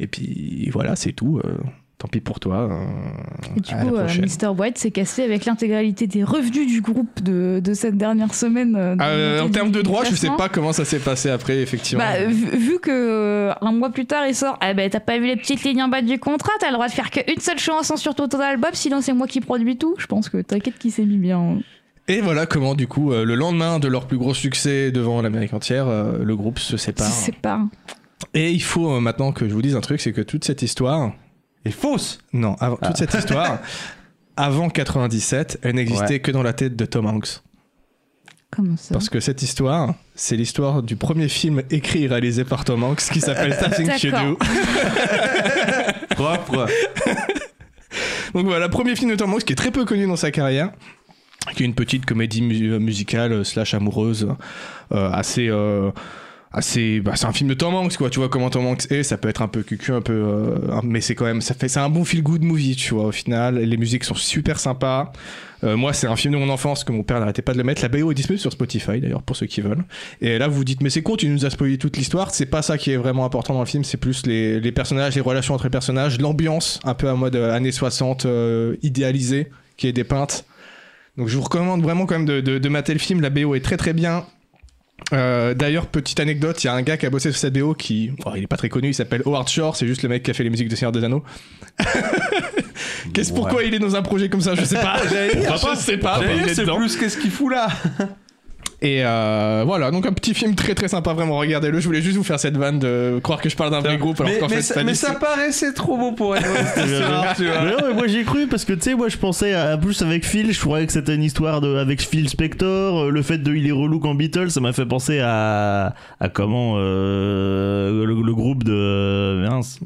Speaker 1: Et puis voilà, c'est tout. euh, tant pis pour toi. euh,
Speaker 5: Et du
Speaker 1: à
Speaker 5: coup,
Speaker 1: la
Speaker 5: euh,
Speaker 1: prochaine.
Speaker 5: Mr. White s'est cassé avec l'intégralité des revenus du groupe de, de cette dernière semaine. euh, de
Speaker 1: Euh,
Speaker 5: montée
Speaker 1: en
Speaker 5: du-
Speaker 1: termes de
Speaker 5: du
Speaker 1: droit, je sais
Speaker 5: classement.
Speaker 1: pas comment ça s'est passé après, effectivement.
Speaker 5: Bah, vu, vu que euh, un mois plus tard il sort, eh ben t'as pas vu les petites lignes en bas du contrat, t'as le droit de faire qu'une seule chanson sur ton, ton album, sinon c'est moi qui produis tout. Je pense que t'inquiète qu'il s'est mis bien.
Speaker 1: Et voilà comment, du coup, euh, le lendemain de leur plus gros succès devant l'Amérique entière, euh, le groupe se sépare.
Speaker 5: C'est pas.
Speaker 1: Et il faut euh, maintenant que je vous dise un truc, c'est que toute cette histoire,
Speaker 2: Et fausse
Speaker 1: Non, avant, toute cette histoire, avant 97, elle n'existait que dans la tête de Tom Hanks.
Speaker 5: Comment ça
Speaker 1: Parce que cette histoire, c'est l'histoire du premier film écrit et réalisé par Tom Hanks qui s'appelle Nothing You Do.
Speaker 5: D'accord.
Speaker 2: propre.
Speaker 1: Donc voilà, premier film de Tom Hanks qui est très peu connu dans sa carrière, qui est une petite comédie mu- musicale euh, slash amoureuse euh, assez. euh, assez bah, c'est un film de Tom Hanks quoi tu vois comment Tom Hanks est ça peut être un peu cucu un peu euh, un- mais c'est quand même ça fait c'est un bon feel good movie tu vois au final les musiques sont super sympas Euh, moi c'est un film de mon enfance que mon père n'arrêtait pas de le mettre la BO est disponible sur Spotify d'ailleurs pour ceux qui veulent et là vous vous dites mais c'est con tu nous as spoilé toute l'histoire c'est pas ça qui est vraiment important dans le film c'est plus les, les personnages les relations entre les personnages l'ambiance un peu en mode euh, années 60 euh, idéalisée qui est dépeinte donc je vous recommande vraiment quand même de, de- de mater le film la BO est très très bien euh, D'ailleurs, petite anecdote, il y a un gars qui a bossé sur cette BO qui, bon, il est pas très connu, il s'appelle Howard Shore, c'est juste le mec qui a fait les musiques de Seigneur des Anneaux. Qu'est-ce
Speaker 2: Ouais.
Speaker 1: pourquoi il est dans un projet comme ça Je sais pas. Pourquoi pas, je sais pas. mais il est
Speaker 2: C'est
Speaker 1: dedans.
Speaker 2: plus qu'est-ce qu'il fout là
Speaker 1: Et euh, voilà, donc un petit film très très sympa, vraiment regardez-le. Je voulais juste vous faire cette vanne de croire que je parle d'un vrai groupe alors
Speaker 2: mais,
Speaker 1: qu'en
Speaker 2: mais
Speaker 1: fait
Speaker 2: ça,
Speaker 1: pas
Speaker 2: mais
Speaker 1: du
Speaker 2: ça
Speaker 1: tout.
Speaker 2: paraissait trop beau pour être vrai, cette
Speaker 3: Bien
Speaker 2: histoire, tu vois.
Speaker 3: Mais non, mais moi j'ai cru parce que tu sais, moi je pensais à, à plus avec Phil, je croyais que c'était une histoire de, avec Phil Spector, euh, le fait de il est relou quand Beatles, ça m'a fait penser à, à comment euh, le, le groupe de mince,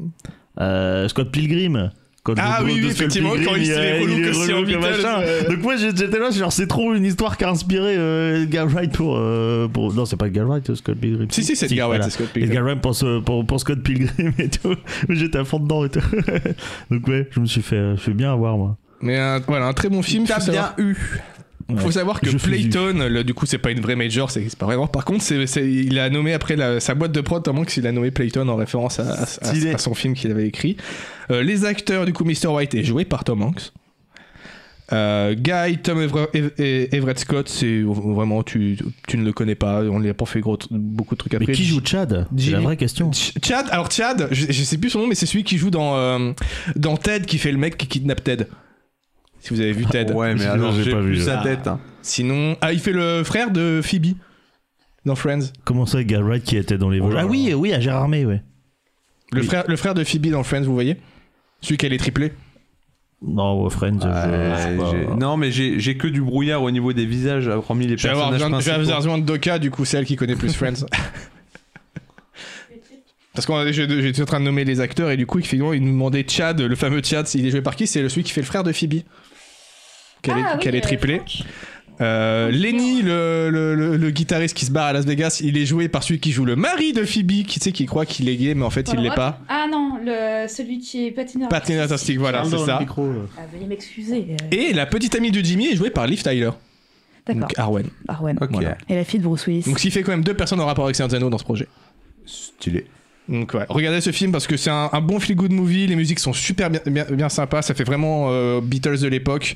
Speaker 3: euh, Scott Pilgrim. Quand le
Speaker 1: Ah
Speaker 3: groupe
Speaker 1: oui,
Speaker 3: de
Speaker 1: oui,
Speaker 3: Scott
Speaker 1: effectivement, quand il est relou que c'est en
Speaker 3: que
Speaker 1: Beatles,
Speaker 3: machin.
Speaker 1: euh.
Speaker 3: Donc moi j'ai- j'étais là, genre c'est trop une histoire qui a inspiré euh, Edgar Wright pour, euh, pour- Non, c'est pas Edgar Wright, Scott Pilgrim.
Speaker 1: Si, si, c'est Edgar Wright,
Speaker 3: voilà.
Speaker 1: c'est Scott Pilgrim.
Speaker 3: Edgar Wright pour, ce- pour, pour Scott Pilgrim et tout. J'étais à fond dedans et tout. Donc ouais, je me suis fait, euh, je fais bien avoir moi.
Speaker 1: Mais un- voilà, un très bon film.
Speaker 2: T'as
Speaker 1: Faut savoir,
Speaker 2: bien eu.
Speaker 1: faut savoir que
Speaker 3: Je fais du-
Speaker 1: Playton, le- du coup, c'est pas une vraie major, c'est c'est pas vraiment. Par contre, c'est- c'est- il a nommé après la- sa boîte de prod, tant qu'il a nommé Playton en référence à, à- à-
Speaker 2: Stylé.
Speaker 1: à son film qu'il avait écrit. Euh, les acteurs, du coup, Mr. White est joué par Tom Hanks. Euh, Guy, Tom Evre- Ev- Ev- Everett Scott, c'est vraiment tu, tu ne le connais pas, on lui a pas fait gros, beaucoup de trucs
Speaker 3: Mais
Speaker 1: après.
Speaker 3: qui joue Chad C'est la
Speaker 1: Jimmy-
Speaker 3: vraie question.
Speaker 1: Ch- Chad, alors Chad, je, je sais plus son nom, mais c'est celui qui joue dans, euh, dans Ted, qui fait le mec qui kidnappe Ted. Si vous avez vu Ted.
Speaker 2: Ouais, mais alors
Speaker 3: j'ai
Speaker 2: j'ai
Speaker 3: pas
Speaker 2: plus
Speaker 3: vu.
Speaker 2: sa
Speaker 1: Ah.
Speaker 2: tête. hein.
Speaker 1: Sinon, ah, il fait le frère de Phoebe dans Friends.
Speaker 3: Comment ça, Edgar Wright qui était dans les Vosges
Speaker 1: là
Speaker 3: Ah
Speaker 1: là.
Speaker 3: oui, oui, à Gérardmer, ouais.
Speaker 1: Le,
Speaker 3: Oui.
Speaker 1: frère, le frère de Phoebe dans Friends, vous voyez Celui qui a les triplés.
Speaker 3: Non, ouais, Friends,
Speaker 2: Ouais,
Speaker 3: je, je sais pas.
Speaker 2: j'ai- non, mais j'ai j'ai que du brouillard au niveau des visages, hormis les
Speaker 1: Je vais avoir
Speaker 2: personnages
Speaker 1: besoin, de- je vais
Speaker 2: principaux.
Speaker 1: avoir besoin de Doka, du coup, celle qui connaît plus Friends. Parce que j'étais en train de nommer les acteurs et du coup, effectivement, ils nous demandaient Chad, le fameux Chad, s'il est joué par qui C'est le- celui qui fait le frère de Phoebe. Qu'elle est, qu'elle est triplée. Euh, Lenny, le, le- le- le guitariste qui se barre à Las Vegas, il est joué par celui qui joue le mari de Phoebe, qui, tu sais, qui croit qu'il est gay, mais en fait, il l'est pas.
Speaker 5: Ah non, celui qui est patineur.
Speaker 1: Patineur artistique, voilà, c'est ça.
Speaker 4: Ah, veuillez m'excuser. euh.
Speaker 1: Et la petite amie de Jimmy est jouée par Liv Tyler.
Speaker 4: D'accord.
Speaker 1: Donc Arwen.
Speaker 4: Arwen.
Speaker 2: Ok.
Speaker 1: Voilà.
Speaker 4: Et la fille de Bruce Willis.
Speaker 1: Donc s'il fait quand même deux personnes en rapport avec Seigneur des Anneaux dans ce projet.
Speaker 2: Stylé.
Speaker 1: Donc ouais, regardez ce film parce que c'est un, un bon feel good movie, les musiques sont super bien, bien, bien sympas, ça fait vraiment euh, Beatles de l'époque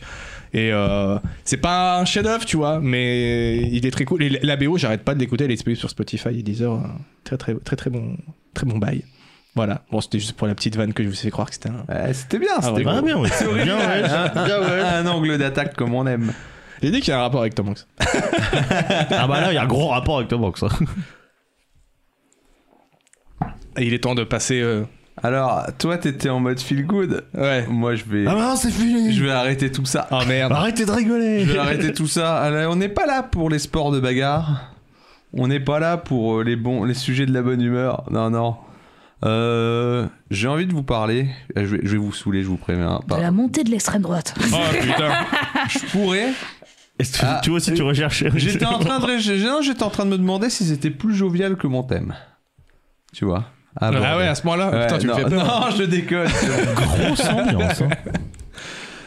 Speaker 1: et euh, c'est pas un chef-d'œuvre, tu vois, mais il est très cool. Et la- la BO, j'arrête pas de l'écouter, elle est disponible sur Spotify et Deezer, euh, très très très très bon très bon bail. Voilà. Bon, c'était juste pour la petite vanne que je vous ai fait croire que c'était un
Speaker 2: Ouais, c'était bien,
Speaker 1: ouais,
Speaker 2: c'était
Speaker 1: bah,
Speaker 2: gros.
Speaker 3: Ah, bien, ouais.
Speaker 2: C'est
Speaker 3: Bien, ouais.
Speaker 2: original. Un-
Speaker 3: Bien, ouais.
Speaker 2: Un angle d'attaque comme on aime.
Speaker 1: J'ai dit qu'il y a un rapport avec Tom Hanks.
Speaker 3: Ah bah là, il y a un gros rapport avec Tom Hanks. hein.
Speaker 1: Et il est temps de passer euh,
Speaker 2: Alors, toi, t'étais en mode feel good.
Speaker 1: ouais.
Speaker 2: Moi, je vais,
Speaker 3: Ah bah non, c'est fini.
Speaker 2: je vais arrêter tout ça.
Speaker 1: Oh merde.
Speaker 3: Arrêtez de rigoler.
Speaker 2: Je vais arrêter tout ça. Alors, on n'est pas là pour les sports de bagarre. On n'est pas là pour euh, les, bons, les sujets de la bonne humeur. Non, non. Euh, J'ai envie de vous parler. Euh, Je vais, je vais vous saouler, je vous préviens. hein.
Speaker 4: De
Speaker 2: Par-
Speaker 4: la montée de l'extrême droite.
Speaker 1: Oh putain.
Speaker 2: Je pourrais.
Speaker 3: Est-ce que
Speaker 2: Ah,
Speaker 3: tu vois si tu recherches
Speaker 2: J'étais en train de, ré- j'ai- non, j'étais en train de me demander si c'était plus jovial que mon thème. Tu vois. Ah, bon.
Speaker 1: ah ouais, à ce moment-là,
Speaker 2: Ouais,
Speaker 1: putain, tu
Speaker 2: non,
Speaker 1: me fais peur.
Speaker 2: non, je déconne.
Speaker 3: grosse ambiance. hein.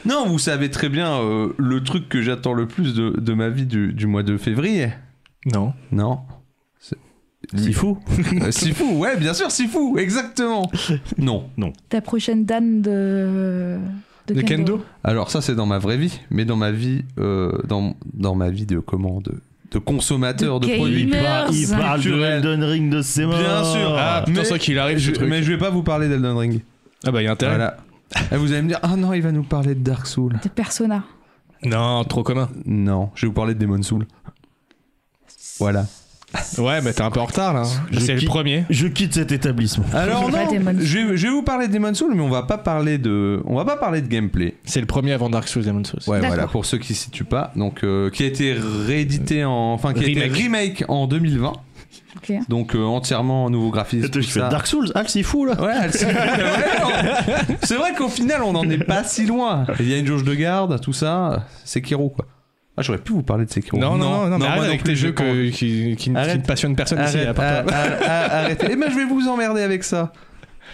Speaker 2: non, vous savez très bien euh, le truc que j'attends le plus de, de ma vie du, du mois de février.
Speaker 1: Non.
Speaker 2: Non.
Speaker 3: C'est fou.
Speaker 2: Euh, Sifu, ouais, bien sûr, Sifu, exactement. Non.
Speaker 4: Ta prochaine Dan de.
Speaker 1: De kendo.
Speaker 2: Alors ça, c'est dans ma vraie vie, mais dans ma vie, euh, dans, dans ma vie de comment, de, de consommateur de,
Speaker 4: De
Speaker 2: produits.
Speaker 4: gamer.
Speaker 3: Bah, il
Speaker 4: Meurs.
Speaker 3: parle de
Speaker 2: Culturel.
Speaker 3: Elden Ring de ses mains.
Speaker 2: Bien sûr.
Speaker 1: Ah putain,
Speaker 2: Mais-
Speaker 1: c'est vrai qu'il arrive ce
Speaker 2: Je-
Speaker 1: truc.
Speaker 2: mais je vais pas vous parler d'Elden Ring.
Speaker 1: Ah bah il y a intérêt.
Speaker 2: Voilà. Et vous allez me dire, ah non, il va nous parler de Dark Souls.
Speaker 4: De Persona.
Speaker 1: Non, trop commun.
Speaker 2: Non, je vais vous parler de Demon Souls. Voilà.
Speaker 1: Ouais, mais t'es un peu en retard là. hein.
Speaker 3: Je
Speaker 1: C'est le
Speaker 3: quitte.
Speaker 1: premier.
Speaker 3: Je quitte cet établissement.
Speaker 2: Alors
Speaker 4: Pas
Speaker 2: non,
Speaker 4: Demon's
Speaker 2: je vais, je vais vous parler de Demon Souls, mais on va pas parler de, on va pas parler de gameplay.
Speaker 1: C'est le premier avant Dark Souls Demon Souls.
Speaker 2: Ouais,
Speaker 4: D'accord.
Speaker 2: voilà, pour ceux qui ne situent pas, donc euh, qui a été réédité en, enfin qui a
Speaker 1: Remake.
Speaker 2: été Euh, remake en 2020,
Speaker 4: Ok.
Speaker 2: donc euh, entièrement en nouveau graphisme.
Speaker 3: Attends,
Speaker 2: tout
Speaker 3: je fais
Speaker 2: ça.
Speaker 3: Dark Souls, ah c'est fou là.
Speaker 2: Ouais, elle s'est- Ouais, on- c'est vrai qu'au final on n'en est pas si loin. Il y a une jauge de garde, tout ça, Sekiro quoi. Ah j'aurais pu vous parler de Sekiro.
Speaker 1: Non, non, non, non, mais
Speaker 2: moi
Speaker 1: arrête
Speaker 2: non
Speaker 1: avec
Speaker 2: plus,
Speaker 1: tes
Speaker 2: je
Speaker 1: jeux
Speaker 2: comprends.
Speaker 1: que- qui, qui, ne- qui
Speaker 2: Arrête.
Speaker 1: ne passionnent personne ici, à
Speaker 2: Arrête,
Speaker 1: part toi.
Speaker 2: ah, ah, ah, arrêtez. Eh ben je vais vous emmerder avec ça.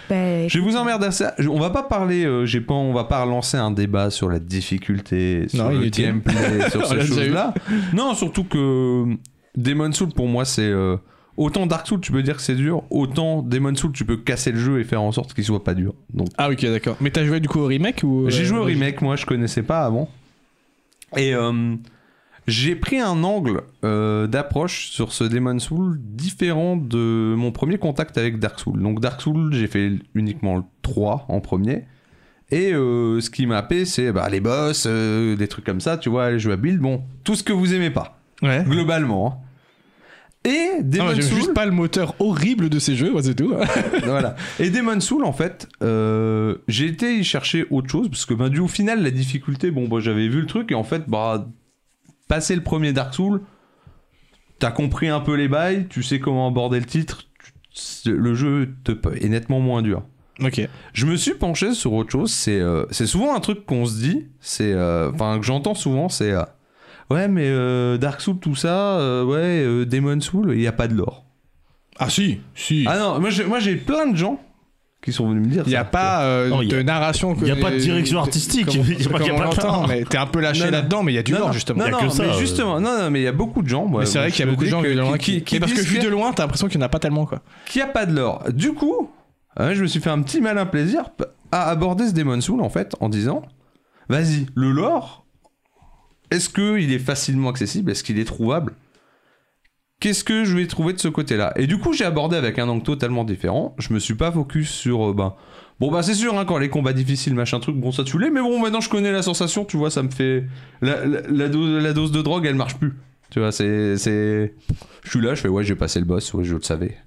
Speaker 4: Ben,
Speaker 2: Je vais vous emmerder à ça. Je- On va pas parler, euh, j'ai pas, on va pas relancer un débat sur la difficulté, sur
Speaker 1: Non,
Speaker 2: le
Speaker 1: inutile.
Speaker 2: gameplay,
Speaker 1: On
Speaker 2: sur ces
Speaker 1: l'a déjà eu.
Speaker 2: choses-là. Non, surtout que euh, Demon Soul pour moi c'est euh, autant Dark Soul tu peux dire que c'est dur, autant Demon Soul tu peux casser le jeu et faire en sorte qu'il soit pas dur. Donc
Speaker 1: Ah, ok, d'accord. Mais t'as joué du coup au remake ou.
Speaker 2: j'ai
Speaker 1: euh,
Speaker 2: joué au remake, moi je connaissais pas avant. Et euh, j'ai pris un angle euh, d'approche sur ce Demon Soul différent de mon premier contact avec Dark Soul. Donc Dark Soul, j'ai fait uniquement le 3 en premier. Et euh, ce qui m'a happé, c'est bah, les boss, euh, des trucs comme ça, tu vois, les jouables, bon, tout ce que vous aimez pas,
Speaker 1: Ouais.
Speaker 2: globalement. hein. Et
Speaker 1: Non,
Speaker 2: Demon
Speaker 1: mais Ah, j'aime
Speaker 2: Soul,
Speaker 1: juste pas le moteur horrible de ces jeux, moi, c'est tout.
Speaker 2: voilà. Et Demon Soul, en fait, euh, j'ai été y chercher autre chose parce que, ben, du au final, la difficulté, bon, bah, j'avais vu le truc et en fait, bah, passer le premier Dark Soul, t'as compris un peu les bails, tu sais comment aborder le titre, tu- c'est- le jeu te, est nettement moins dur.
Speaker 1: ok.
Speaker 2: Je me suis penché sur autre chose. C'est euh, c'est souvent un truc qu'on se dit, c'est euh, enfin que j'entends souvent, c'est euh, ouais mais euh, Dark Soul tout ça, euh, ouais euh, Demon Soul, il n'y a pas de lore.
Speaker 1: Ah, si, si.
Speaker 2: Ah non, moi j'ai moi, j'ai plein de gens qui sont venus me dire
Speaker 1: Il n'y a
Speaker 2: ça. Oh,
Speaker 1: pas euh,
Speaker 3: Non, y a-
Speaker 1: de narration.
Speaker 3: y a pas de direction artistique,
Speaker 1: Il
Speaker 3: je dis pas qu'il y a pas de lore.
Speaker 1: mais t'es un peu
Speaker 2: Non,
Speaker 1: lâché
Speaker 2: non.
Speaker 1: là-dedans, mais il y a du
Speaker 2: non,
Speaker 1: lore
Speaker 2: non,
Speaker 1: justement.
Speaker 2: Non,
Speaker 3: Il y a
Speaker 2: non,
Speaker 3: que ça,
Speaker 2: mais
Speaker 3: euh.
Speaker 2: justement, non, non, mais il y a beaucoup de gens.
Speaker 1: Mais c'est vrai qu'il y a beaucoup de gens vu de loin
Speaker 2: qui,
Speaker 1: qui. mais Parce que vu de loin, t'as l'impression qu'il n'y en a pas tellement, quoi.
Speaker 2: qui a pas de l'or. Du coup, euh, je me suis fait un petit malin plaisir p- à aborder ce Demon Soul en fait en disant vas-y, le lore, est-ce qu'il est facilement accessible Est-ce qu'il est trouvable Qu'est-ce que je vais trouver de ce côté-là Et du coup, j'ai abordé avec un angle totalement différent. Je me suis pas focus sur. euh, ben, bon, bah, c'est sûr, hein, quand les combats difficiles, machin truc, bon, ça tu l'es, mais bon, maintenant je connais la sensation, tu vois, ça me fait. La, la- la dose, la dose de drogue, elle marche plus. Tu vois, c'est. c'est- Je suis là, je fais, ouais, j'ai passé le boss, ouais, je le savais.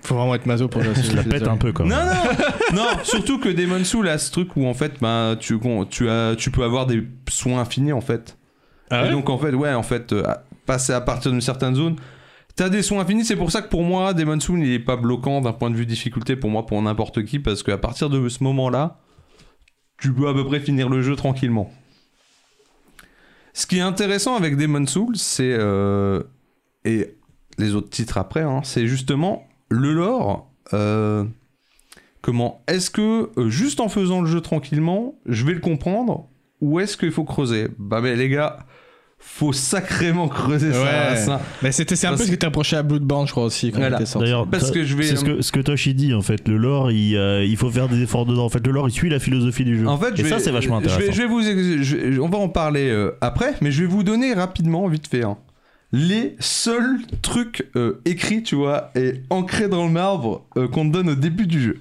Speaker 1: Faut vraiment être maso pour jouer à ce
Speaker 3: On se
Speaker 1: jeu,
Speaker 3: la
Speaker 1: je suis
Speaker 3: pète
Speaker 1: désolé.
Speaker 3: un peu quand même.
Speaker 2: Non, non, non, surtout que Demon Soul a ce truc où en fait, ben, tu, con- tu, as, tu peux avoir des soins infinis en fait.
Speaker 1: Ah
Speaker 2: Et
Speaker 1: ouais
Speaker 2: donc en fait, ouais, en fait, euh, à- passer à partir d'une certaine zone, t'as des soins infinis. C'est pour ça que pour moi, Demon Soul, il est pas bloquant d'un point de vue difficulté pour moi, pour n'importe qui, parce qu'à partir de ce moment-là, tu peux à peu près finir le jeu tranquillement. Ce qui est intéressant avec Demon Soul, c'est euh, et les autres titres après, hein, c'est justement le lore. euh, comment est-ce que euh, juste en faisant le jeu tranquillement, je vais le comprendre ou est-ce qu'il faut creuser Bah mais les gars, faut sacrément creuser
Speaker 1: Ouais.
Speaker 2: ça. ça.
Speaker 1: Mais c'était c'est un
Speaker 2: Parce
Speaker 1: peu ce
Speaker 2: que-
Speaker 1: qui était reproché à Bloodborne, je crois aussi, quand
Speaker 2: Voilà.
Speaker 1: il était sorti.
Speaker 3: D'ailleurs,
Speaker 2: Parce
Speaker 3: ça-
Speaker 2: que je vais.
Speaker 3: c'est ce que, ce que Toshi dit en fait. Le lore, il, euh, il faut faire des efforts dedans. En fait, le lore, il suit la philosophie du jeu.
Speaker 2: En fait,
Speaker 3: Et
Speaker 2: je vais-
Speaker 3: ça, c'est vachement
Speaker 2: je vais-
Speaker 3: intéressant.
Speaker 2: Je vais, vous, ex- je vais- on va en parler euh, après, mais je vais vous donner rapidement, vite fait, hein, les seuls trucs euh, écrits, tu vois, et ancrés dans le marbre euh, qu'on te donne au début du jeu.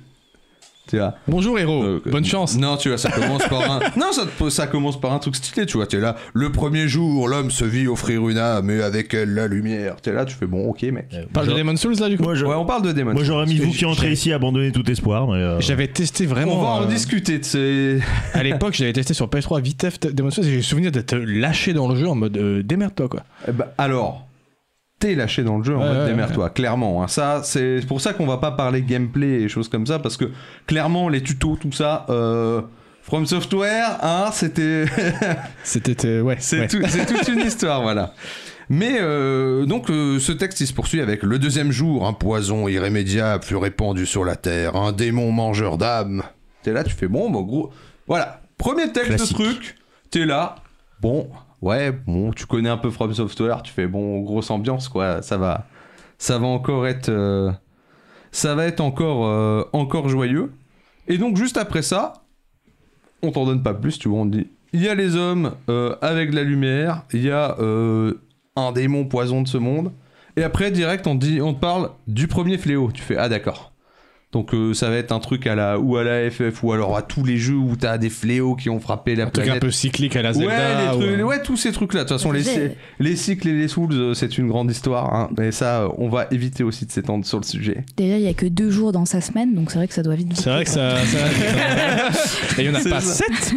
Speaker 2: Tu vois.
Speaker 1: Bonjour héros,
Speaker 2: Euh,
Speaker 1: Oh, bonne
Speaker 2: euh,
Speaker 1: chance.
Speaker 2: Non, tu vois, ça commence par un. Non, ça, te- ça commence par un truc stylé, tu vois. Tu es là, le premier jour, l'homme se vit offrir une âme, et avec elle la lumière. Tu es là, tu fais bon, ok, mec.
Speaker 3: Euh,
Speaker 1: Parle de
Speaker 3: moi,
Speaker 1: Demon Souls là du coup.
Speaker 3: moi, je-
Speaker 2: Ouais, on parle de démons.
Speaker 3: moi, j'aurais mis
Speaker 1: parce que
Speaker 3: vous qui
Speaker 1: j'ai-
Speaker 3: entrez ici, abandonner tout espoir. mais, euh,
Speaker 1: J'avais testé
Speaker 2: on
Speaker 1: vraiment.
Speaker 2: va en
Speaker 1: euh,
Speaker 2: discuter de ces.
Speaker 1: à l'époque, j'avais testé sur PS3 Vitef Demon Souls et j'ai le souvenir d'être lâché dans le jeu en mode euh, démerde-toi quoi.
Speaker 2: Eh ben, alors, t'es lâché dans le jeu en
Speaker 1: Ouais,
Speaker 2: mode
Speaker 1: ouais,
Speaker 2: démerde-toi, clairement. hein. Ça, c'est pour ça qu'on va pas parler gameplay et choses comme ça, parce que clairement, les tutos, tout ça. euh, From Software, hein, c'était.
Speaker 1: C'était. euh, ouais.
Speaker 2: C'est
Speaker 1: ouais.
Speaker 2: tout- c'est toute une histoire, voilà. Mais euh, donc euh, ce texte il se poursuit avec le deuxième jour, un poison irrémédiable fut répandu sur la terre, un démon mangeur d'âmes. T'es là, tu fais bon, bon gros, voilà. Premier texte
Speaker 3: Classique.
Speaker 2: de truc, t'es là, bon, ouais, bon, tu connais un peu From Software, tu fais bon, grosse ambiance quoi, ça va, ça va encore être, euh, ça va être encore, euh, encore joyeux. Et donc juste après ça, on t'en donne pas plus, tu vois, on te dit. Il y a les hommes euh, avec de la lumière, il y a euh, un démon poison de ce monde, et après direct on te, dit, on te parle du premier fléau. Tu fais ah d'accord. Donc euh, ça va être un truc à la ou à la FF ou alors à tous les jeux où t'as des fléaux qui ont frappé la
Speaker 1: Un truc
Speaker 2: planète.
Speaker 1: un peu cyclique à la
Speaker 2: Ouais,
Speaker 1: Zelda.
Speaker 2: les
Speaker 1: ou- euh,
Speaker 2: trucs- ouais, tous ces trucs-là. De toute façon, les,
Speaker 4: J'ai-
Speaker 2: les cycles et les souls, euh, c'est une grande histoire. hein. Mais ça, euh, on va éviter aussi de s'étendre sur le sujet.
Speaker 4: Déjà, il y a que deux jours dans sa semaine, donc c'est vrai que ça doit vite.
Speaker 1: C'est vrai que ça. ça- Et il y en a
Speaker 2: C'est
Speaker 1: pas
Speaker 2: ça.
Speaker 1: sept.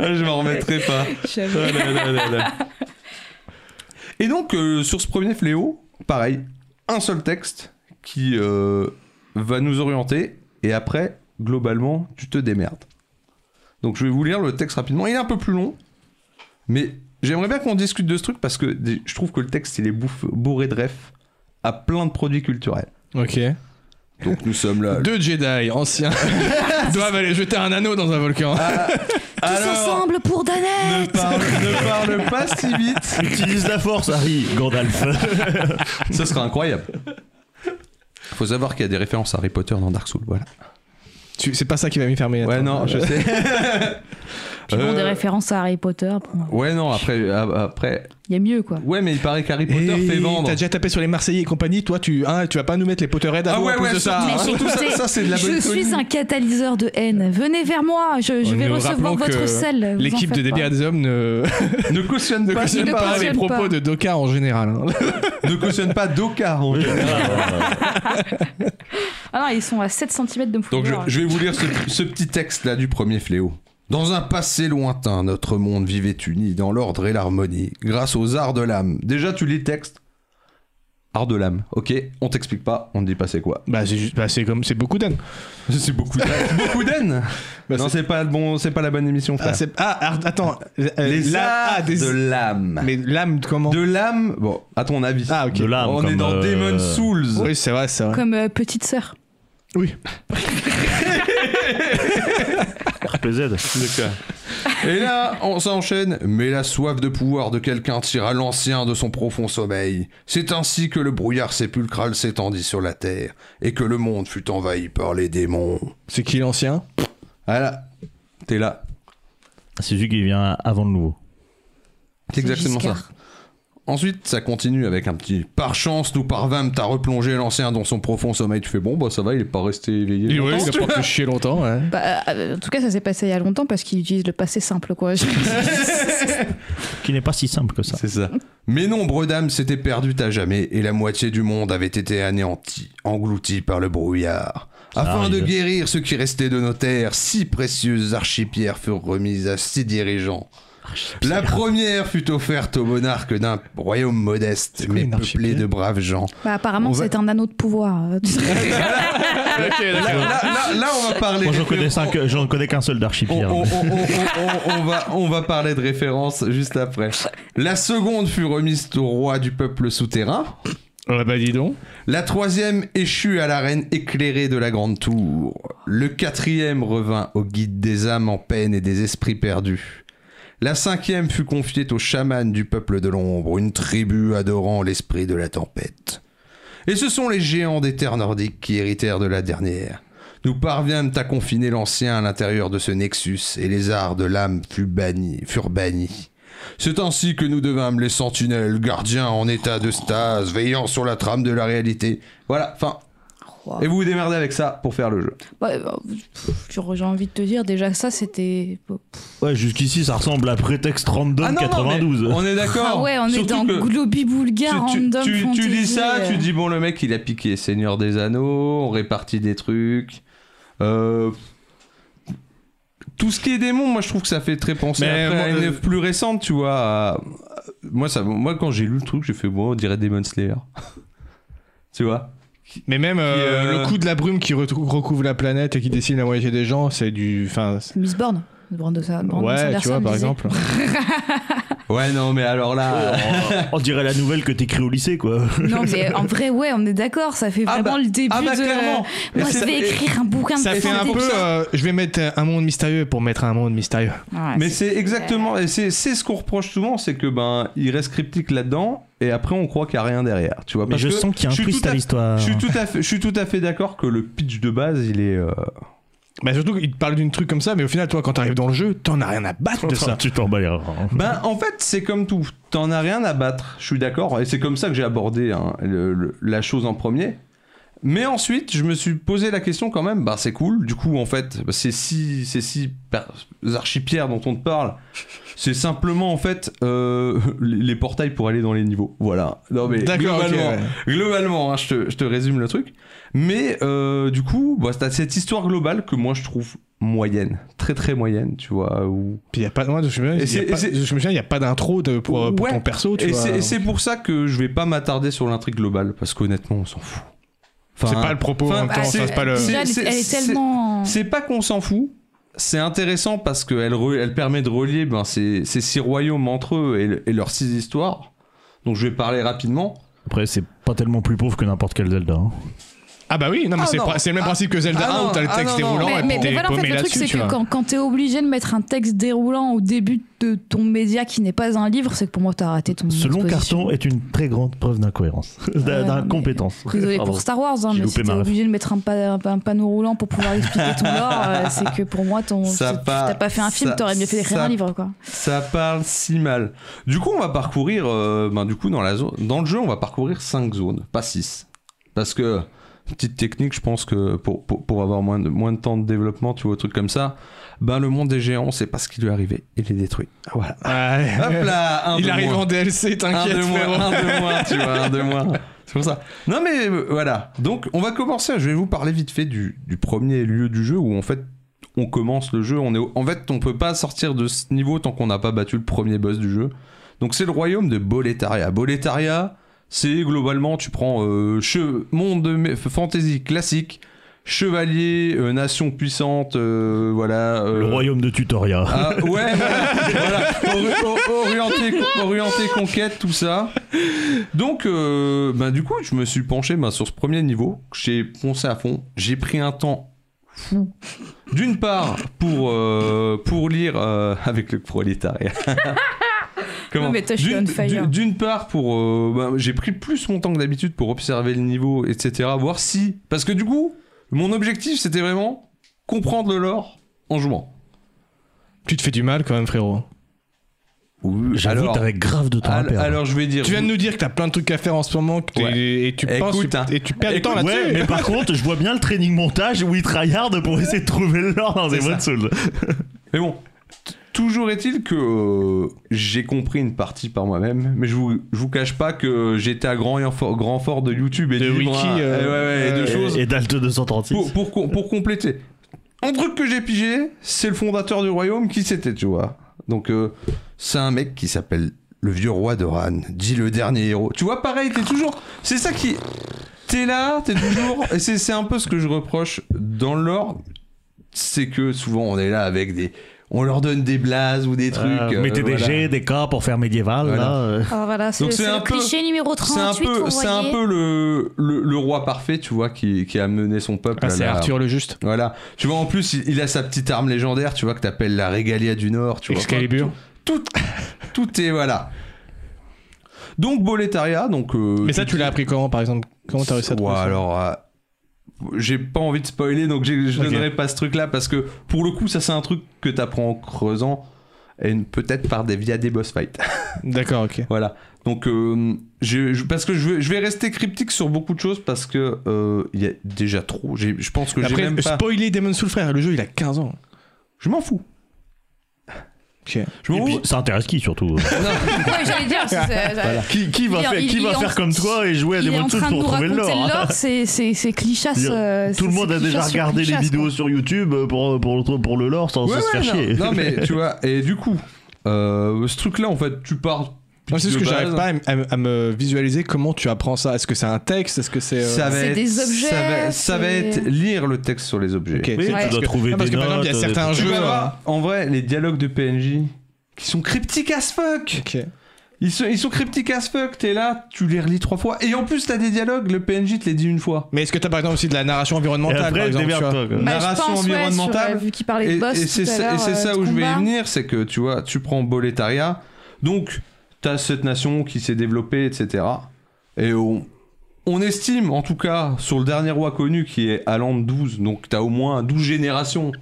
Speaker 2: Ah, Je m'en remettrai pas. Ah là là là là. Et donc, euh, sur ce premier fléau, pareil, un seul texte qui euh, va nous orienter, et après, globalement, tu te démerdes. Donc, je vais vous lire le texte rapidement. Il est un peu plus long, mais j'aimerais bien qu'on discute de ce truc parce que des- je trouve que le texte, il est bouff- bourré de refs à plein de produits culturels.
Speaker 1: Ok.
Speaker 2: Donc, nous sommes là.
Speaker 1: Deux Jedi anciens doivent aller jeter un anneau dans un volcan.
Speaker 4: Tous ensemble pour
Speaker 2: ne
Speaker 4: Danette
Speaker 2: parle, ne parle pas si vite.
Speaker 3: Utilise la force, Harry Gandalf.
Speaker 2: Ce serait incroyable. Faut savoir qu'il y a des références à Harry Potter dans Dark Souls, voilà.
Speaker 1: Tu- C'est pas ça qui va m'y fermer.
Speaker 2: ouais,
Speaker 1: attends.
Speaker 2: non, je sais.
Speaker 4: Puis bon,
Speaker 2: Euh,
Speaker 4: des références à Harry Potter, bon,
Speaker 1: Oh.
Speaker 4: il
Speaker 2: Ouais, non, après, a- après.
Speaker 4: y a mieux quoi.
Speaker 2: Ouais, mais il paraît qu'Harry
Speaker 1: Et
Speaker 2: Potter fait vendre.
Speaker 1: Eh, T'as déjà tapé sur les Marseillais et compagnie, toi tu, hein, tu vas pas nous mettre les Potterheads à
Speaker 2: Ah
Speaker 1: nous
Speaker 2: ouais,
Speaker 1: en plus
Speaker 2: ouais,
Speaker 1: de ça.
Speaker 2: surtout-
Speaker 1: hein.
Speaker 4: Mais
Speaker 2: surtout ça,
Speaker 4: écoutez,
Speaker 2: ça, c'est de la bonne
Speaker 4: Je suis
Speaker 2: commune.
Speaker 4: un catalyseur de haine. Venez vers moi, je, je
Speaker 1: Nous
Speaker 4: vais
Speaker 1: nous
Speaker 4: recevoir
Speaker 1: rappelons que
Speaker 4: votre sel. vous en
Speaker 1: L'équipe de
Speaker 4: faites pas. Bah,
Speaker 1: DBA des hommes ne,
Speaker 2: Ne cautionne
Speaker 1: ne
Speaker 2: pas,
Speaker 1: cautionne
Speaker 4: ne
Speaker 1: pas les
Speaker 4: cautionne
Speaker 1: propos
Speaker 4: pas.
Speaker 1: de Doka en général. hein.
Speaker 2: ne cautionne pas Dokar en général.
Speaker 4: Ah non, ils sont à 7 cm de me
Speaker 2: Donc je,
Speaker 4: foutre.
Speaker 2: je vais vous lire ce, ce petit texte là du premier fléau. Dans un passé lointain, notre monde vivait uni dans l'ordre et l'harmonie, grâce aux arts de l'âme. Déjà, tu lis le texte. Art de l'âme, ok, on t'explique pas, on te dit pas c'est quoi.
Speaker 1: Bah c'est juste, bah, c'est comme, c'est beaucoup d'ânes.
Speaker 2: C'est beaucoup d'âne. beaucoup d'âne
Speaker 1: Bah,
Speaker 2: Non,
Speaker 1: c'est-
Speaker 2: c'est pas, le bon, c'est pas la bonne émission, frère.
Speaker 1: Ah, c'est- ah, ar- attends, euh,
Speaker 2: Les
Speaker 1: la-
Speaker 2: arts
Speaker 1: ah, des-
Speaker 2: de l'âme.
Speaker 1: mais l'âme comment
Speaker 2: De l'âme, bon, à ton avis.
Speaker 1: Ah ok.
Speaker 3: De l'âme,
Speaker 2: on est
Speaker 3: comme,
Speaker 2: dans
Speaker 3: euh,
Speaker 2: Demon Souls.
Speaker 1: Oui c'est vrai ça.
Speaker 4: Comme euh, petite sœur.
Speaker 1: Oui.
Speaker 3: RPZ.
Speaker 2: Et là, on s'enchaîne. Mais la soif de pouvoir de quelqu'un tira l'ancien de son profond sommeil. C'est ainsi que le brouillard sépulcral s'étendit sur la terre et que le monde fut envahi par les démons.
Speaker 1: C'est qui l'ancien
Speaker 2: Voilà, t'es là.
Speaker 3: C'est celui qui vient avant le nouveau.
Speaker 2: C'est exactement ça.
Speaker 4: Giscard.
Speaker 2: Ensuite, ça continue avec un petit par chance nous parvâmes à replonger l'ancien dans son profond sommeil. Tu fais bon, bah ça va, il est pas resté éveillé.
Speaker 1: Il
Speaker 2: longtemps,
Speaker 1: oui,
Speaker 2: tu
Speaker 1: il a
Speaker 2: vois.
Speaker 1: pas fait chier longtemps. ouais.
Speaker 4: Bah, euh, en tout cas, ça s'est passé il y a longtemps parce qu'il utilise le passé simple quoi.
Speaker 3: Qui n'est pas si simple que ça.
Speaker 2: C'est ça. Mais nombre d'âmes s'étaient perdues à jamais et la moitié du monde avait été anéantie, engloutie par le brouillard. Afin de
Speaker 3: arrive.
Speaker 2: guérir ce qui restait de nos terres, six précieuses archipierres furent remises à six dirigeants. La première fut offerte au monarque d'un royaume modeste,
Speaker 1: quoi
Speaker 2: mais
Speaker 1: une
Speaker 2: peuplé
Speaker 1: archipierre
Speaker 2: de braves gens.
Speaker 4: Bah, apparemment,
Speaker 2: On va-
Speaker 4: c'est un anneau de pouvoir. Ah,
Speaker 2: Là, là- là, on va parler.
Speaker 3: Moi, j'en
Speaker 2: des-
Speaker 3: connais, cinq, euh, j'en connais qu'un seul hein.
Speaker 2: On,
Speaker 3: d'archipierre.
Speaker 2: on- on- on- on- on- on va, on va parler de référence juste après. La seconde fut remise au roi du peuple souterrain.
Speaker 1: Ah bah dis donc.
Speaker 2: La troisième échut à l'arène éclairée de la grande tour. Le quatrième revint au guide des âmes en peine et des esprits perdus. La cinquième fut confiée aux chamans du peuple de l'ombre, une tribu adorant l'esprit de la tempête. Et ce sont les géants des terres nordiques qui héritèrent de la dernière. Nous parvînmes à confiner l'ancien à l'intérieur de ce nexus, et les arts de l'âme furent bannis. Furent bannis. C'est ainsi que nous devînmes les sentinelles, gardiens en état de stase, veillant sur la trame de la réalité. Voilà, fin.
Speaker 4: Wow.
Speaker 2: Et vous vous démerdez avec ça pour faire le jeu.
Speaker 4: Ouais, bah, pff, tu- J'ai envie de te dire, déjà ça c'était.
Speaker 3: Ouais, jusqu'ici, ça ressemble à prétexte random
Speaker 2: Ah non, non,
Speaker 3: 92.
Speaker 2: mais on est d'accord.
Speaker 4: Ah ouais, on est
Speaker 2: Surtout
Speaker 4: dans
Speaker 2: que
Speaker 4: Globi Bulga
Speaker 2: tu,
Speaker 4: random.
Speaker 2: tu- tu- tu
Speaker 4: fantasy,
Speaker 2: dis ça,
Speaker 4: euh.
Speaker 2: tu dis bon, le mec il a piqué Seigneur des Anneaux, on répartit des trucs. Euh, Tout ce qui est démon, moi je trouve que ça fait très penser
Speaker 1: Mais
Speaker 2: après,
Speaker 1: moi,
Speaker 2: à une
Speaker 1: euh,
Speaker 2: œuvre plus récente, tu vois. à- Moi, ça, moi quand j'ai lu le truc, j'ai fait bon, on dirait Demon Slayer. tu vois
Speaker 1: Mais même euh,
Speaker 2: euh,
Speaker 1: le coup de la brume qui re- recouvre la planète et qui dessine la moitié des gens, c'est du. Enfin, c'est-
Speaker 4: Miss Born. Brando Sa- Brando
Speaker 1: ouais, tu
Speaker 4: Sanderson
Speaker 1: vois, par
Speaker 4: disait.
Speaker 1: exemple.
Speaker 2: Ouais, non, mais alors là.
Speaker 3: On dirait la nouvelle que t'écris au lycée, quoi.
Speaker 4: Non, mais en vrai, ouais, on est d'accord, ça fait
Speaker 2: Ah
Speaker 4: vraiment
Speaker 2: bah-
Speaker 4: le début
Speaker 2: ah bah
Speaker 4: de. euh,
Speaker 2: clairement
Speaker 4: Moi,
Speaker 2: Et
Speaker 4: je
Speaker 2: ça-
Speaker 4: vais écrire un bouquin
Speaker 1: Ça
Speaker 4: de
Speaker 1: fait un
Speaker 4: fantasy.
Speaker 1: peu. euh, je vais mettre un monde mystérieux pour mettre un monde mystérieux.
Speaker 4: Ouais,
Speaker 2: Mais c'est exactement. et C'est c'est ce qu'on reproche souvent, c'est que ben, il reste cryptique là-dedans, et après on croit qu'il n'y a rien derrière. Tu vois,
Speaker 8: Mais
Speaker 2: parce
Speaker 8: je
Speaker 2: que
Speaker 8: sens qu'il y a
Speaker 2: je
Speaker 8: un
Speaker 2: suis
Speaker 8: twist
Speaker 2: tout
Speaker 8: à
Speaker 2: à-
Speaker 8: l'histoire.
Speaker 2: Je suis tout à fait, je suis tout à fait d'accord que le pitch de base, il est. euh,
Speaker 1: Bah surtout qu'il te parle d'une truc comme ça, mais au final, toi, quand t'arrives dans le jeu, t'en as rien à battre de ça.
Speaker 3: tu t'en bats les reins.
Speaker 2: Ben, en fait, c'est comme tout. T'en as rien à battre. Je suis d'accord. Et c'est comme ça que j'ai abordé hein, le- le- la chose en premier. Mais ensuite, je me suis posé la question quand même. Bah, c'est cool. Du coup, en fait, ces six, ces six par- archipierres dont on te parle, c'est simplement en fait euh, les les portails pour aller dans les niveaux. Voilà. Non Oh, mais
Speaker 1: D'accord, ok,
Speaker 2: globalement,
Speaker 1: ouais.
Speaker 2: globalement hein, je, te, je te résume le truc. Mais euh, du coup, bah, t'as cette histoire globale que moi je trouve moyenne, très très moyenne, tu vois. Où
Speaker 1: Puis y a pas, moi, je me souviens,
Speaker 2: Et
Speaker 1: y a
Speaker 2: c'est-
Speaker 1: pas-
Speaker 2: et c'est-
Speaker 1: je me souviens, y a pas d'intro de- pour, euh, pour
Speaker 2: Ouais.
Speaker 1: ton perso, tu
Speaker 2: Et
Speaker 1: vois.
Speaker 2: c'est, et
Speaker 1: C'est
Speaker 2: c'est pour ça que je vais pas m'attarder sur l'intrigue globale, parce qu'honnêtement, on s'en fout. Enfin,
Speaker 1: pas le propos
Speaker 2: enfin,
Speaker 1: en même temps,
Speaker 2: bah,
Speaker 1: ça, euh, c'est pas le.
Speaker 4: Déjà, elle est-
Speaker 2: c'est-
Speaker 4: elle est
Speaker 2: c'est-
Speaker 4: tellement.
Speaker 2: c'est pas qu'on s'en fout, c'est intéressant parce qu'elle elle permet de relier ben, ces, ces six royaumes entre eux et, le- et leurs six histoires. Donc je vais parler rapidement.
Speaker 8: Après, c'est pas tellement plus pauvre que n'importe quel Zelda. hein.
Speaker 1: Ah bah oui, non, mais
Speaker 2: Ah
Speaker 1: c'est
Speaker 2: non.
Speaker 1: pra- c'est le même
Speaker 2: Ah-
Speaker 1: principe que Zelda
Speaker 2: ah
Speaker 1: 1 où
Speaker 2: non,
Speaker 1: t'as le
Speaker 2: ah
Speaker 1: texte
Speaker 2: non, non.
Speaker 1: déroulant
Speaker 4: Mais,
Speaker 1: et puis
Speaker 4: mais- mais
Speaker 1: t'es
Speaker 4: voilà, en fait,
Speaker 1: paumé
Speaker 4: le truc,
Speaker 1: là-dessus,
Speaker 4: c'est
Speaker 1: tu
Speaker 4: que
Speaker 1: vois.
Speaker 4: quand, quand t'es obligé de mettre un texte déroulant au début de ton média qui n'est pas un livre, c'est que pour moi, t'as raté ton.
Speaker 8: Ce long
Speaker 4: exposition.
Speaker 8: carton est une très grande preuve d'incohérence,
Speaker 4: Ouais,
Speaker 8: d'in-
Speaker 4: non,
Speaker 8: d'incompétence.
Speaker 4: Désolé
Speaker 8: Pardon.
Speaker 4: pour Star Wars, hein,
Speaker 8: J'ai
Speaker 4: mais
Speaker 8: loupé
Speaker 4: si t'es
Speaker 8: ma ref.
Speaker 4: obligé de mettre un, pa- un panneau roulant pour pouvoir expliquer ton lore, euh, c'est que pour moi, ton,
Speaker 2: Ça
Speaker 4: c'est- tu-
Speaker 2: part-
Speaker 4: t'as pas fait un film,
Speaker 2: ça-
Speaker 4: t'aurais mieux fait d'écrire
Speaker 2: ça-
Speaker 4: un livre, quoi.
Speaker 2: Ça parle si mal. Du coup, on va parcourir, euh, ben, du coup, dans, la zone, dans le jeu, on va parcourir 5 zones, pas 6. Parce que, petite technique, je pense que pour, pour, pour avoir moins de, moins de temps de développement, tu vois, truc comme ça, ben, le monde des géants, c'est pas ce qui lui est arrivé, il est détruit. Voilà. Hop
Speaker 1: Ouais.
Speaker 2: là, un
Speaker 1: Il
Speaker 2: de
Speaker 1: arrive
Speaker 2: moins.
Speaker 1: en DLC,
Speaker 2: un de
Speaker 1: t'inquiète,
Speaker 2: moins,
Speaker 1: frérot.
Speaker 2: un de moins, tu vois, un de moins. C'est pour ça. Non mais euh, voilà. Donc on va commencer. Je vais vous parler vite fait du, du premier lieu du jeu où en fait on commence le jeu. On est au- en fait on peut pas sortir de ce niveau tant qu'on n'a pas battu le premier boss du jeu. Donc c'est le royaume de Boletaria. Boletaria, c'est globalement tu prends euh, che- monde de mé- fantasy classique, chevalier, euh, nation puissante, euh, voilà.
Speaker 8: Le
Speaker 2: euh,
Speaker 8: royaume de Tutoria.
Speaker 2: ah, ouais, voilà, voilà. Ori- o- orienté, orienté conquête, tout ça. Donc, euh, ben, du coup, je me suis penché ben, sur ce premier niveau. J'ai poncé à fond. J'ai pris un temps fou. D'une part, pour, euh, pour lire euh, avec le prolétariat.
Speaker 4: Non, mais toi, je suis
Speaker 2: D'une-
Speaker 4: on fire.
Speaker 2: d'une- D'une part, pour euh, ben, j'ai pris plus mon temps que d'habitude pour observer le niveau, etc. Voir si. Parce que du coup, mon objectif, c'était vraiment comprendre le lore en jouant.
Speaker 1: Tu te fais du mal quand même, frérot.
Speaker 2: Oui,
Speaker 8: J'avoue,
Speaker 2: alors,
Speaker 8: t'avais grave de temps à
Speaker 2: al-
Speaker 8: perdre.
Speaker 1: hein.
Speaker 2: alors je vais dire.
Speaker 1: Tu viens de nous dire que t'as plein de trucs à faire en ce moment que t'es- et tu
Speaker 2: Écoute,
Speaker 1: penses
Speaker 2: hein.
Speaker 1: et tu perds du
Speaker 4: Ah,
Speaker 1: temps
Speaker 4: bah,
Speaker 2: Écoute,
Speaker 1: là-dessus.
Speaker 8: Ouais, mais par contre, je vois bien le training montage où il tryhard pour essayer de trouver l'or dans
Speaker 2: C'est
Speaker 8: Demon's
Speaker 2: ça.
Speaker 8: Souls.
Speaker 2: Mais bon, t- toujours est-il que euh, j'ai compris une partie par moi-même, mais je vous, je vous cache pas que j'étais à grand, et fort- grand fort de YouTube et
Speaker 1: De
Speaker 2: du
Speaker 1: wiki,
Speaker 2: bras,
Speaker 1: euh,
Speaker 2: et ouais, ouais, et de
Speaker 1: euh,
Speaker 2: choses.
Speaker 8: Et Dalt 236.
Speaker 2: Pour, pour, com- pour compléter, un truc que j'ai pigé, c'est le fondateur du royaume, qui c'était, tu vois. Donc, euh, c'est un mec qui s'appelle le vieux roi de Ran, dit le dernier héros. Tu vois, pareil, t'es toujours. C'est ça qui. T'es là, t'es toujours. Et c'est c'est un peu ce que je reproche dans l'or, c'est que souvent on est là avec des. on leur donne des blazes ou des trucs.
Speaker 8: Euh,
Speaker 2: euh,
Speaker 8: mettez des
Speaker 2: voilà.
Speaker 8: jets, des cas pour faire médiéval.
Speaker 2: Voilà.
Speaker 8: Là, euh.
Speaker 4: Ah, voilà, c'est
Speaker 2: Donc c'est
Speaker 4: c'est
Speaker 2: un
Speaker 4: le
Speaker 2: peu-
Speaker 4: cliché numéro
Speaker 2: C'est un
Speaker 4: 38.
Speaker 2: peu,
Speaker 4: vous
Speaker 2: c'est un
Speaker 4: voyez.
Speaker 2: peu le, le, le roi parfait, tu vois, qui, qui a mené son peuple.
Speaker 1: Ah,
Speaker 2: à
Speaker 1: c'est
Speaker 2: la-
Speaker 1: Arthur le Juste.
Speaker 2: Voilà. Tu vois, en plus, il, il a sa petite arme légendaire, tu vois, que t'appelles la Régalia du Nord, tu vois. Euh,
Speaker 1: Excalibur.
Speaker 2: Tout, tout est, voilà. Donc, Boletaria, donc... euh,
Speaker 1: Mais ça, tu l'as appris comment, par exemple Comment t'as réussi à trouver
Speaker 2: Ouais,
Speaker 1: ça
Speaker 2: alors... euh, j'ai pas envie de spoiler, donc j'ai- je
Speaker 1: Ok.
Speaker 2: donnerai pas ce truc-là, parce que, pour le coup, ça, c'est un truc que t'apprends en creusant, et peut-être par des, via des boss fights.
Speaker 1: D'accord, ok.
Speaker 2: Voilà. Donc, euh, je, je- parce que je, vais- je vais rester cryptique sur beaucoup de choses parce que euh, il y a déjà trop. J'ai- Je pense que j'ai
Speaker 1: Après,
Speaker 2: même pas.
Speaker 1: spoiler Demon Soul, frère, le jeu il a 15 ans.
Speaker 2: Je m'en fous.
Speaker 1: Ok.
Speaker 2: Je
Speaker 3: Et
Speaker 2: m'en
Speaker 3: puis,
Speaker 2: fous.
Speaker 3: ça intéresse qui surtout
Speaker 4: Ouais, j'allais dire. c'est- c'est-
Speaker 8: Qui, qui va,
Speaker 4: Il est-
Speaker 8: faire,
Speaker 4: il-
Speaker 8: euh qui
Speaker 4: il est
Speaker 8: va
Speaker 4: en-
Speaker 8: faire comme toi et jouer à
Speaker 4: Il
Speaker 8: des
Speaker 4: est en
Speaker 8: choses
Speaker 4: train de
Speaker 8: pour
Speaker 4: nous
Speaker 8: trouver
Speaker 4: raconter
Speaker 8: le
Speaker 4: le
Speaker 8: lore hein.
Speaker 4: lore, c'est- c'est c'est clichasse.
Speaker 8: Il y a-
Speaker 4: euh,
Speaker 8: Tout le
Speaker 4: c'est-
Speaker 8: monde
Speaker 4: c'est
Speaker 8: a déjà
Speaker 4: clichasse sur
Speaker 8: regardé les
Speaker 4: clichasse,
Speaker 8: vidéos
Speaker 4: quoi.
Speaker 8: sur YouTube euh, pour, pour, pour, le lore sans, sans
Speaker 2: Ouais,
Speaker 8: se
Speaker 2: ouais,
Speaker 8: faire
Speaker 2: non.
Speaker 8: chier.
Speaker 2: Non, mais tu vois, et du coup, euh, ce truc-là, en fait, tu pars.
Speaker 1: Moi, c'est ce
Speaker 2: de
Speaker 1: que
Speaker 2: base. hein.
Speaker 1: j'arrive pas à, m- à m- à me visualiser comment tu apprends ça. Est-ce que c'est un texte Est-ce que c'est. euh,
Speaker 2: Ça va
Speaker 4: C'est
Speaker 2: être,
Speaker 4: des
Speaker 2: Ça va,
Speaker 4: objets,
Speaker 2: ça va
Speaker 4: c'est-
Speaker 2: être lire le texte sur les objets.
Speaker 1: ok, c'est-
Speaker 8: Oui,
Speaker 4: Ouais.
Speaker 8: tu
Speaker 1: parce
Speaker 8: dois
Speaker 1: que-
Speaker 8: trouver
Speaker 1: non, parce
Speaker 8: des
Speaker 1: que par exemple, il y a
Speaker 8: notes,
Speaker 1: certains
Speaker 8: des-
Speaker 2: Tu
Speaker 1: jeux.
Speaker 2: vas
Speaker 1: euh,
Speaker 2: voir, en vrai, les dialogues de PNJ qui sont cryptiques as fuck.
Speaker 1: Ok.
Speaker 2: Ils sont, ils sont cryptiques as fuck. T'es là, tu les relis trois fois, et en plus t'as des dialogues. Le PNJ te les dit une fois.
Speaker 1: Mais est-ce que t'as par exemple aussi de la narration
Speaker 8: Et
Speaker 1: environnementale par
Speaker 8: après,
Speaker 1: exemple, tu vois
Speaker 8: démerde-toi. quoi.
Speaker 4: Bah, je
Speaker 2: narration
Speaker 4: pense, ouais,
Speaker 2: environnementale.
Speaker 4: sur, euh, vu qu'il parlait
Speaker 2: Et,
Speaker 4: de boss.
Speaker 2: et
Speaker 4: tout
Speaker 2: c'est
Speaker 4: à
Speaker 2: ça, et
Speaker 4: l'heure,
Speaker 2: c'est
Speaker 4: euh,
Speaker 2: ça
Speaker 4: de
Speaker 2: où je vais y
Speaker 4: combat.
Speaker 2: venir, c'est que tu vois, tu prends Boletaria, donc t'as cette nation qui s'est développée, etc. Et on, on estime, en tout cas, sur le dernier roi connu qui est Alan 12, donc t'as au moins 12 générations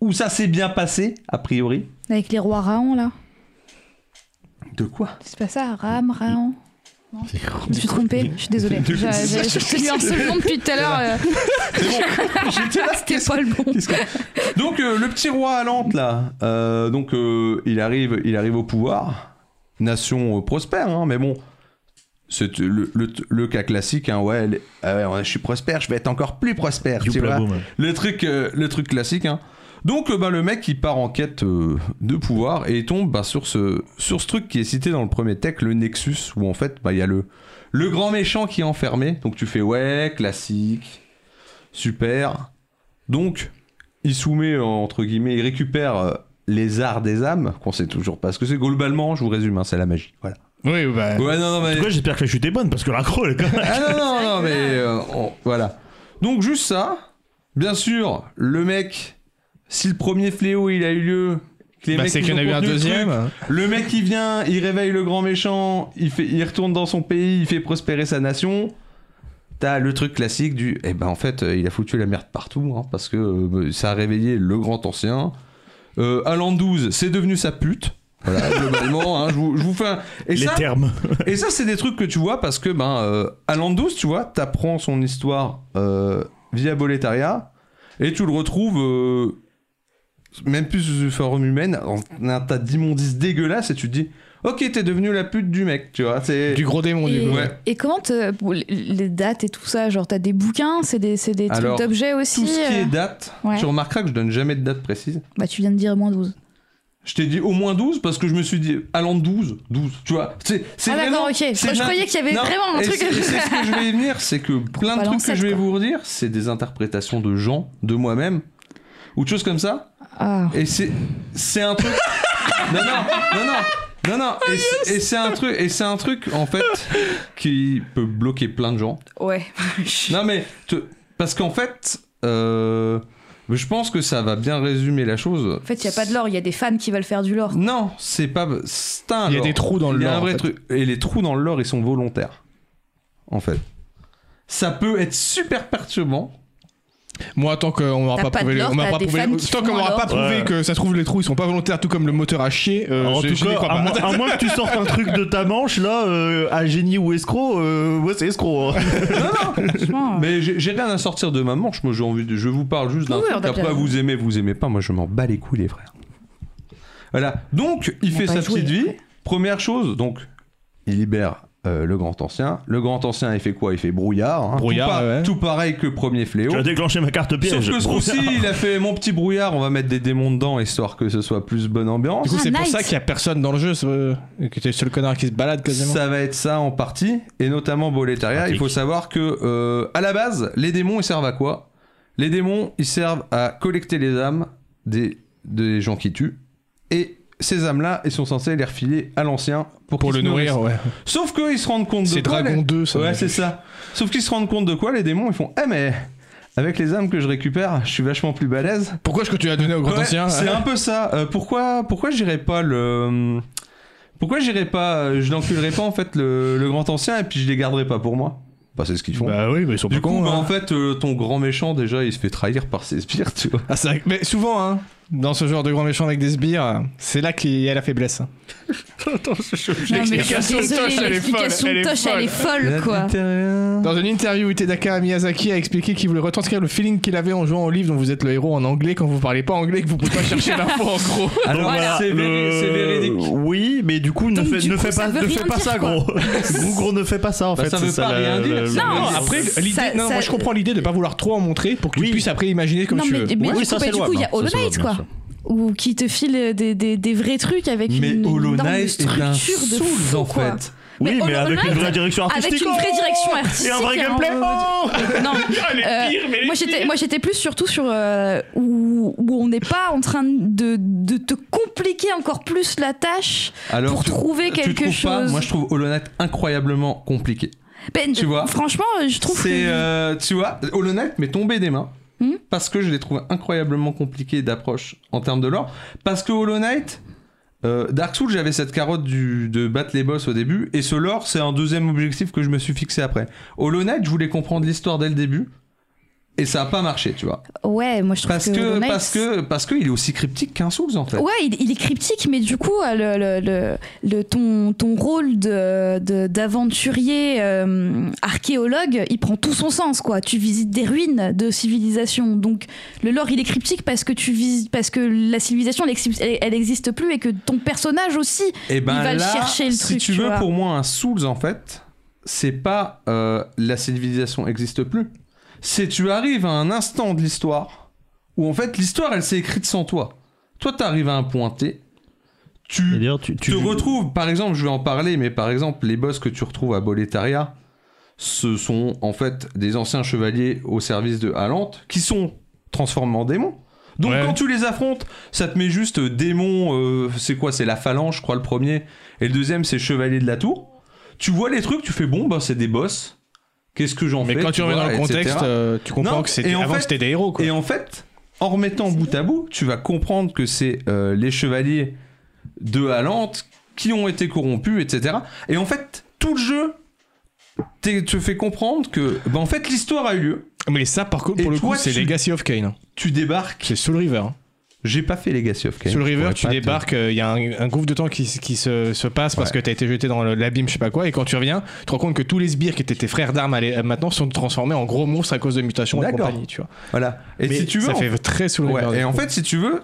Speaker 2: où ça s'est bien passé, a priori.
Speaker 4: Avec les rois Raon, là.
Speaker 2: De quoi
Speaker 4: C'est pas ça, Ram, Raon. Non. Je me suis trompée, je suis désolée. J'ai- j'ai- J'ai lu un seul nom depuis tout à l'heure. euh, C'était pas le bon.
Speaker 2: Qu'est-ce que- donc euh, le petit roi à Lente là, euh, donc euh, il arrive, il arrive au pouvoir, nation euh, prospère, hein, mais bon, c'est le, le- le cas classique, hein, ouais, les- ah ouais, ouais, je suis prospère, je vais être encore plus prospère, tu
Speaker 8: Youpla
Speaker 2: vois.
Speaker 8: boum.
Speaker 2: Le truc, euh, le truc classique. hein. Donc euh, bah, le mec il part en quête euh, de pouvoir et il tombe bah, sur, ce, sur ce truc qui est cité dans le premier tech, le Nexus, où en fait bah, il y a le, le grand méchant qui est enfermé. Donc tu fais ouais, classique, super. Donc il soumet, euh, entre guillemets, il récupère euh, les arts des âmes, qu'on sait toujours pas ce que c'est. Globalement, je vous résume, hein, c'est la magie. Voilà.
Speaker 1: Oui, bah.
Speaker 2: Ouais, non, non, mais-
Speaker 8: En tout cas, j'espère que la chute est bonne parce que l'accro, elle est quand même.
Speaker 2: ah non, non, non, mais euh, on- voilà. Donc, juste ça. Bien sûr, le mec, si le premier fléau il a eu lieu, que les
Speaker 1: Bah,
Speaker 2: mecs,
Speaker 1: c'est
Speaker 2: ils
Speaker 1: qu'il y en
Speaker 2: ont
Speaker 1: a eu un
Speaker 2: contenu le truc,
Speaker 1: deuxième.
Speaker 2: le mec il vient, il réveille le grand méchant, il, fait, il retourne dans son pays, il fait prospérer sa nation. T'as le truc classique du Eh ben en fait, euh, il a foutu la merde partout hein, parce que euh, ça a réveillé le grand ancien. Euh, Alan 12, c'est devenu sa pute. Voilà, globalement, hein, je, vous, je vous fais un. Et
Speaker 8: Les
Speaker 2: ça,
Speaker 8: termes.
Speaker 2: et ça, c'est des trucs que tu vois parce que, ben, euh, à Landos, tu vois, t'apprends son histoire euh, via Boletaria et tu le retrouves euh, même plus sous une forme humaine, en un tas d'immondices dégueulasses et tu te dis, ok, t'es devenu la pute du mec, tu vois, c'est.
Speaker 1: Du gros démon, du
Speaker 4: Et,
Speaker 1: coup.
Speaker 2: Ouais.
Speaker 4: et comment te- pour les- les dates et tout ça Genre, t'as des bouquins, c'est des, c'est des
Speaker 2: Alors,
Speaker 4: trucs d'objets aussi
Speaker 2: Tout ce qui
Speaker 4: euh,
Speaker 2: est date,
Speaker 4: ouais.
Speaker 2: tu remarqueras que je donne jamais de date précise.
Speaker 4: Bah, tu viens de dire moins 12.
Speaker 2: Je t'ai dit au moins 12 parce que je me suis dit, allant 12, 12, tu vois. C'est, c'est
Speaker 4: Ah,
Speaker 2: vraiment-
Speaker 4: d'accord, ok. Je,
Speaker 2: c'est
Speaker 4: je
Speaker 2: la-
Speaker 4: croyais qu'il y avait
Speaker 2: Non,
Speaker 4: vraiment un
Speaker 2: et
Speaker 4: truc.
Speaker 2: C'est et c'est ce que je vais y venir, c'est que plein de
Speaker 4: pas
Speaker 2: trucs que
Speaker 4: l'ancêtre,
Speaker 2: je vais
Speaker 4: quoi.
Speaker 2: vous redire, c'est des interprétations de gens, de moi-même, ou de choses comme ça.
Speaker 4: Ah.
Speaker 2: Et c'est c'est un truc. non non non non non non.
Speaker 4: Oh,
Speaker 2: et c'est- Et c'est un truc et c'est un truc en fait qui peut bloquer plein de gens.
Speaker 4: Ouais.
Speaker 2: Non mais te- parce qu'en fait, euh, je pense que ça va bien résumer la chose.
Speaker 4: En fait, il n'y a pas de lore, il y a des fans qui veulent faire du lore.
Speaker 2: Non, c'est pas. C'est un
Speaker 1: Il y a
Speaker 2: lore.
Speaker 1: des trous dans le
Speaker 2: Il y a
Speaker 1: lore,
Speaker 2: un vrai
Speaker 1: en fait.
Speaker 2: truc. Et les trous dans le lore, ils sont volontaires. En fait. Ça peut être super perturbant.
Speaker 1: Moi, tant qu'on m'aura
Speaker 4: T'as
Speaker 1: pas
Speaker 4: pas de
Speaker 1: prouvé, le-
Speaker 4: lore,
Speaker 1: on m'aura
Speaker 4: t'as
Speaker 1: pas
Speaker 4: des
Speaker 1: prouvé,
Speaker 4: fans
Speaker 1: le-
Speaker 4: qui
Speaker 1: tant
Speaker 4: font
Speaker 1: qu'on
Speaker 4: un
Speaker 1: m'aura pas
Speaker 4: lore.
Speaker 1: prouvé
Speaker 8: Ouais.
Speaker 1: que ça se trouve les trous ils sont pas volontaires, tout comme le moteur à chier. euh,
Speaker 8: en
Speaker 1: je-
Speaker 8: tout
Speaker 1: je n'y
Speaker 8: cas,
Speaker 1: crois
Speaker 8: à,
Speaker 1: pas.
Speaker 8: moins,
Speaker 4: Ah,
Speaker 8: à moins que tu sortes un truc de ta manche, là, euh, à génie ou escroc, euh, ouais, c'est escroc. hein.
Speaker 4: Franchement. euh,
Speaker 2: Mais j'ai j'ai rien à sortir de ma manche. Moi, j'ai envie de. Je vous parle juste d'un
Speaker 4: Oui, on
Speaker 2: truc.
Speaker 4: a
Speaker 2: Après,
Speaker 4: bien-
Speaker 2: vous aimez, vous aimez pas. Moi, je m'en bats les couilles, les frères. Voilà. Donc, il
Speaker 4: On
Speaker 2: fait
Speaker 4: va
Speaker 2: sa
Speaker 4: pas jouer,
Speaker 2: petite vie.
Speaker 4: après.
Speaker 2: Première chose, donc, il libère. euh, le grand ancien. Le grand ancien, il fait quoi Il fait brouillard. hein.
Speaker 1: Brouillard,
Speaker 2: tout,
Speaker 1: ouais.
Speaker 2: tout pareil que premier fléau.
Speaker 1: oh.
Speaker 8: Tu as déclenché ma carte piège.
Speaker 2: Sauf que ce coup-ci, il a fait mon petit brouillard, on va mettre des démons dedans histoire que ce soit plus bonne ambiance.
Speaker 1: Du coup,
Speaker 4: Ah,
Speaker 1: c'est pour
Speaker 4: nice.
Speaker 1: ça qu'il y a personne dans le jeu, c'est- euh, que t'es le seul connard qui se balade quasiment.
Speaker 2: Ça va être ça en partie, et notamment Boletaria. Il
Speaker 8: Pratique.
Speaker 2: faut savoir que, euh, à la base, les démons ils servent à quoi Les démons ils servent à collecter les âmes des des gens qui tuent. Et ces âmes-là, ils sont censés les refiler à l'ancien pour,
Speaker 1: Pour le
Speaker 2: qu'il se nourrisse.
Speaker 1: nourrir, ouais.
Speaker 2: Sauf qu'ils se rendent compte de
Speaker 1: C'est
Speaker 2: quoi.
Speaker 1: Dragon 2, ça.
Speaker 2: Ouais, c'est ça. Sauf qu'ils se rendent compte de quoi, les démons, ils font Eh, mais avec les âmes que je récupère, je suis vachement plus balèze.
Speaker 1: Pourquoi est-ce que tu l'as donné au grand
Speaker 2: Ouais,
Speaker 1: ancien
Speaker 2: c'est un peu ça. Euh, pourquoi pourquoi j'irais pas le. Pourquoi j'irais pas. euh, Je l'enculerais pas, en fait, le, le grand ancien, et puis je les garderais pas pour moi Bah, c'est ce qu'ils font.
Speaker 8: Bah oui, mais ils sont
Speaker 2: du
Speaker 8: pas
Speaker 2: coup,
Speaker 8: cons.
Speaker 2: bah,
Speaker 8: hein.
Speaker 2: en fait, euh, ton grand méchant, déjà, il se fait trahir par ses spires, tu vois.
Speaker 1: Ah, c'est vrai que- Mais souvent, hein, dans ce genre de grand méchant avec des sbires, euh, c'est là qu'il y a la faiblesse.
Speaker 4: Non, mais je suis
Speaker 1: L'explication de Tosh,
Speaker 4: désolée,
Speaker 1: elle est folle,
Speaker 4: l'explication
Speaker 1: elle
Speaker 4: de
Speaker 1: est
Speaker 4: Tosh, elle est folle, quoi.
Speaker 1: Dans une interview, Itedaka Miyazaki a expliqué qu'il voulait retranscrire le feeling qu'il avait en jouant au livre dont vous êtes le héros en anglais quand vous parlez pas anglais et que vous pouvez pas chercher l'info en gros.
Speaker 2: Alors,
Speaker 4: Voilà.
Speaker 2: c'est véri-
Speaker 8: Euh,
Speaker 2: c'est véridique.
Speaker 8: Oui, mais du coup, ne
Speaker 4: Donc,
Speaker 8: fais,
Speaker 4: du
Speaker 8: ne
Speaker 4: coup,
Speaker 8: fais
Speaker 4: ça
Speaker 8: pas,
Speaker 4: veut
Speaker 8: ne
Speaker 4: rien
Speaker 8: fais pas
Speaker 4: dire,
Speaker 8: ça,
Speaker 4: quoi.
Speaker 8: gros. gros, ne fais pas ça, en
Speaker 2: Bah,
Speaker 8: fait.
Speaker 2: ça
Speaker 8: c'est
Speaker 2: veut pas
Speaker 8: la-
Speaker 2: rien
Speaker 8: la-
Speaker 2: dire,
Speaker 8: la-
Speaker 2: ça
Speaker 8: la-
Speaker 4: veut
Speaker 1: Non,
Speaker 4: mais
Speaker 1: après,
Speaker 4: ça-
Speaker 1: l'idée. Non, moi je
Speaker 4: ça-
Speaker 1: comprends l'idée de pas vouloir trop en montrer pour que tu
Speaker 8: Oui.
Speaker 1: puisses après imaginer comme
Speaker 4: Non,
Speaker 1: tu
Speaker 4: mais,
Speaker 1: veux.
Speaker 4: mais
Speaker 8: Oui,
Speaker 4: du
Speaker 8: ça,
Speaker 4: coup,
Speaker 8: c'est
Speaker 4: bah, du
Speaker 8: loin.
Speaker 4: coup, il y
Speaker 8: Non,
Speaker 4: a
Speaker 8: ça,
Speaker 4: Hollow
Speaker 8: ça va,
Speaker 4: Knight,
Speaker 8: bien
Speaker 4: quoi.
Speaker 8: sûr.
Speaker 4: Ou qui te file des, des, des vrais trucs avec
Speaker 2: Mais
Speaker 4: une,
Speaker 2: Hollow
Speaker 4: une énorme
Speaker 2: Knight est
Speaker 4: structure
Speaker 2: un
Speaker 4: de
Speaker 2: Souls,
Speaker 4: fou,
Speaker 2: en
Speaker 4: quoi.
Speaker 2: fait.
Speaker 8: Oui, mais,
Speaker 4: Hollow
Speaker 8: avec une
Speaker 4: Knight,
Speaker 8: vraie direction artistique.
Speaker 4: avec une vraie
Speaker 8: oh
Speaker 4: direction artistique.
Speaker 8: Et un vrai
Speaker 4: hein,
Speaker 8: gameplay.
Speaker 4: euh,
Speaker 8: oh
Speaker 4: Non,
Speaker 2: Ah,
Speaker 4: euh, moi j'étais moi j'étais plus surtout sur euh, où, où on n'est pas en train de, de te compliquer encore plus la tâche
Speaker 2: Alors,
Speaker 4: pour
Speaker 2: tu-
Speaker 4: trouver
Speaker 2: tu
Speaker 4: quelque
Speaker 2: trouves pas
Speaker 4: chose.
Speaker 2: Moi, je trouve Hollow Knight incroyablement compliqué.
Speaker 4: Ben,
Speaker 2: tu vois,
Speaker 4: franchement, je trouve
Speaker 2: C'est,
Speaker 4: que
Speaker 2: euh, tu vois, Hollow Knight m'est tombé des mains
Speaker 4: Hmm.
Speaker 2: parce que je l'ai trouvé incroyablement compliqué d'approche en termes de lore. Parce que Hollow Knight, euh, Dark Souls, j'avais cette carotte du- de battre les boss au début et ce lore, c'est un deuxième objectif que je me suis fixé après. Hollow Knight, je voulais comprendre l'histoire dès le début. Et ça a pas marché, tu vois.
Speaker 4: ouais, moi je trouve
Speaker 2: Parce que,
Speaker 4: Hollow Knight,
Speaker 2: parce que, parce que il est aussi cryptique qu'un Souls, en fait.
Speaker 4: Ouais, il, il est cryptique, mais du coup, euh, le, le- le- le- ton, ton rôle de- de- d'aventurier euh, archéologue, il prend tout son sens, quoi. Tu visites des ruines de civilisation, donc le lore, il est cryptique parce que tu visites, parce que la civilisation, elle exi- elle- elle n'existe plus et que ton personnage aussi.
Speaker 2: Et ben
Speaker 4: Il va le
Speaker 2: là,
Speaker 4: chercher, le
Speaker 2: si
Speaker 4: truc,
Speaker 2: tu
Speaker 4: tu
Speaker 2: veux,
Speaker 4: vois.
Speaker 2: pour moi, un Souls, en fait, c'est pas euh, la civilisation existe plus. C'est tu arrives à un instant de l'histoire où, en fait, l'histoire, elle s'est écrite sans toi. Toi, t'arrives à un point T.
Speaker 3: Et
Speaker 2: Tu
Speaker 3: D'ailleurs, tu, tu
Speaker 2: te retrouves, par exemple, je vais en parler, mais par exemple, les boss que tu retrouves à Boletaria, ce sont en fait des anciens chevaliers au service de Halante qui sont transformés en démons. Donc
Speaker 1: Ouais.
Speaker 2: quand tu les affrontes, ça te met juste euh, démon, euh, c'est quoi C'est la phalange, je crois, le premier. Et le deuxième, c'est chevalier de la tour. Tu vois les trucs, tu fais bon, bah c'est des boss. Qu'est-ce que j'en fais
Speaker 1: Mais quand tu remets
Speaker 2: vois,
Speaker 1: dans le
Speaker 2: etc.
Speaker 1: contexte, euh, tu comprends
Speaker 2: Non,
Speaker 1: que c'était
Speaker 2: et en
Speaker 1: avant
Speaker 2: fait-
Speaker 1: c'était des héros quoi.
Speaker 2: Et en fait, en remettant bout à bout, tu vas comprendre que c'est euh, les chevaliers de Halante qui ont été corrompus, etc. Et en fait, tout le jeu t'es- te fait comprendre que, bah, en fait, l'histoire a eu lieu.
Speaker 1: Mais ça par contre
Speaker 2: Et
Speaker 1: pour le
Speaker 2: toi,
Speaker 1: coup c'est
Speaker 2: tu-
Speaker 1: Legacy of Kane.
Speaker 2: Tu débarques.
Speaker 1: C'est Soul River. hein.
Speaker 2: J'ai pas fait Legacy of Kain.
Speaker 1: Soul
Speaker 2: Je
Speaker 1: River
Speaker 2: pourrais
Speaker 1: tu
Speaker 2: pas te-
Speaker 1: débarques, euh, il y a un, un gouffre de temps qui, s- qui se, se passe parce
Speaker 2: Ouais.
Speaker 1: que t'as été jeté dans le- l'abîme je sais pas quoi et quand tu reviens tu te rends compte que tous les sbires qui étaient tes frères d'armes à l'é- à maintenant sont transformés en gros monstres à cause de mutations et
Speaker 2: D'accord.
Speaker 1: compagnie tu vois.
Speaker 2: Voilà. Et
Speaker 1: Mais
Speaker 2: si tu veux,
Speaker 1: ça
Speaker 2: en
Speaker 1: fait très Soul
Speaker 2: Ouais,
Speaker 1: River. du
Speaker 2: et en
Speaker 1: coup.
Speaker 2: fait, si tu veux,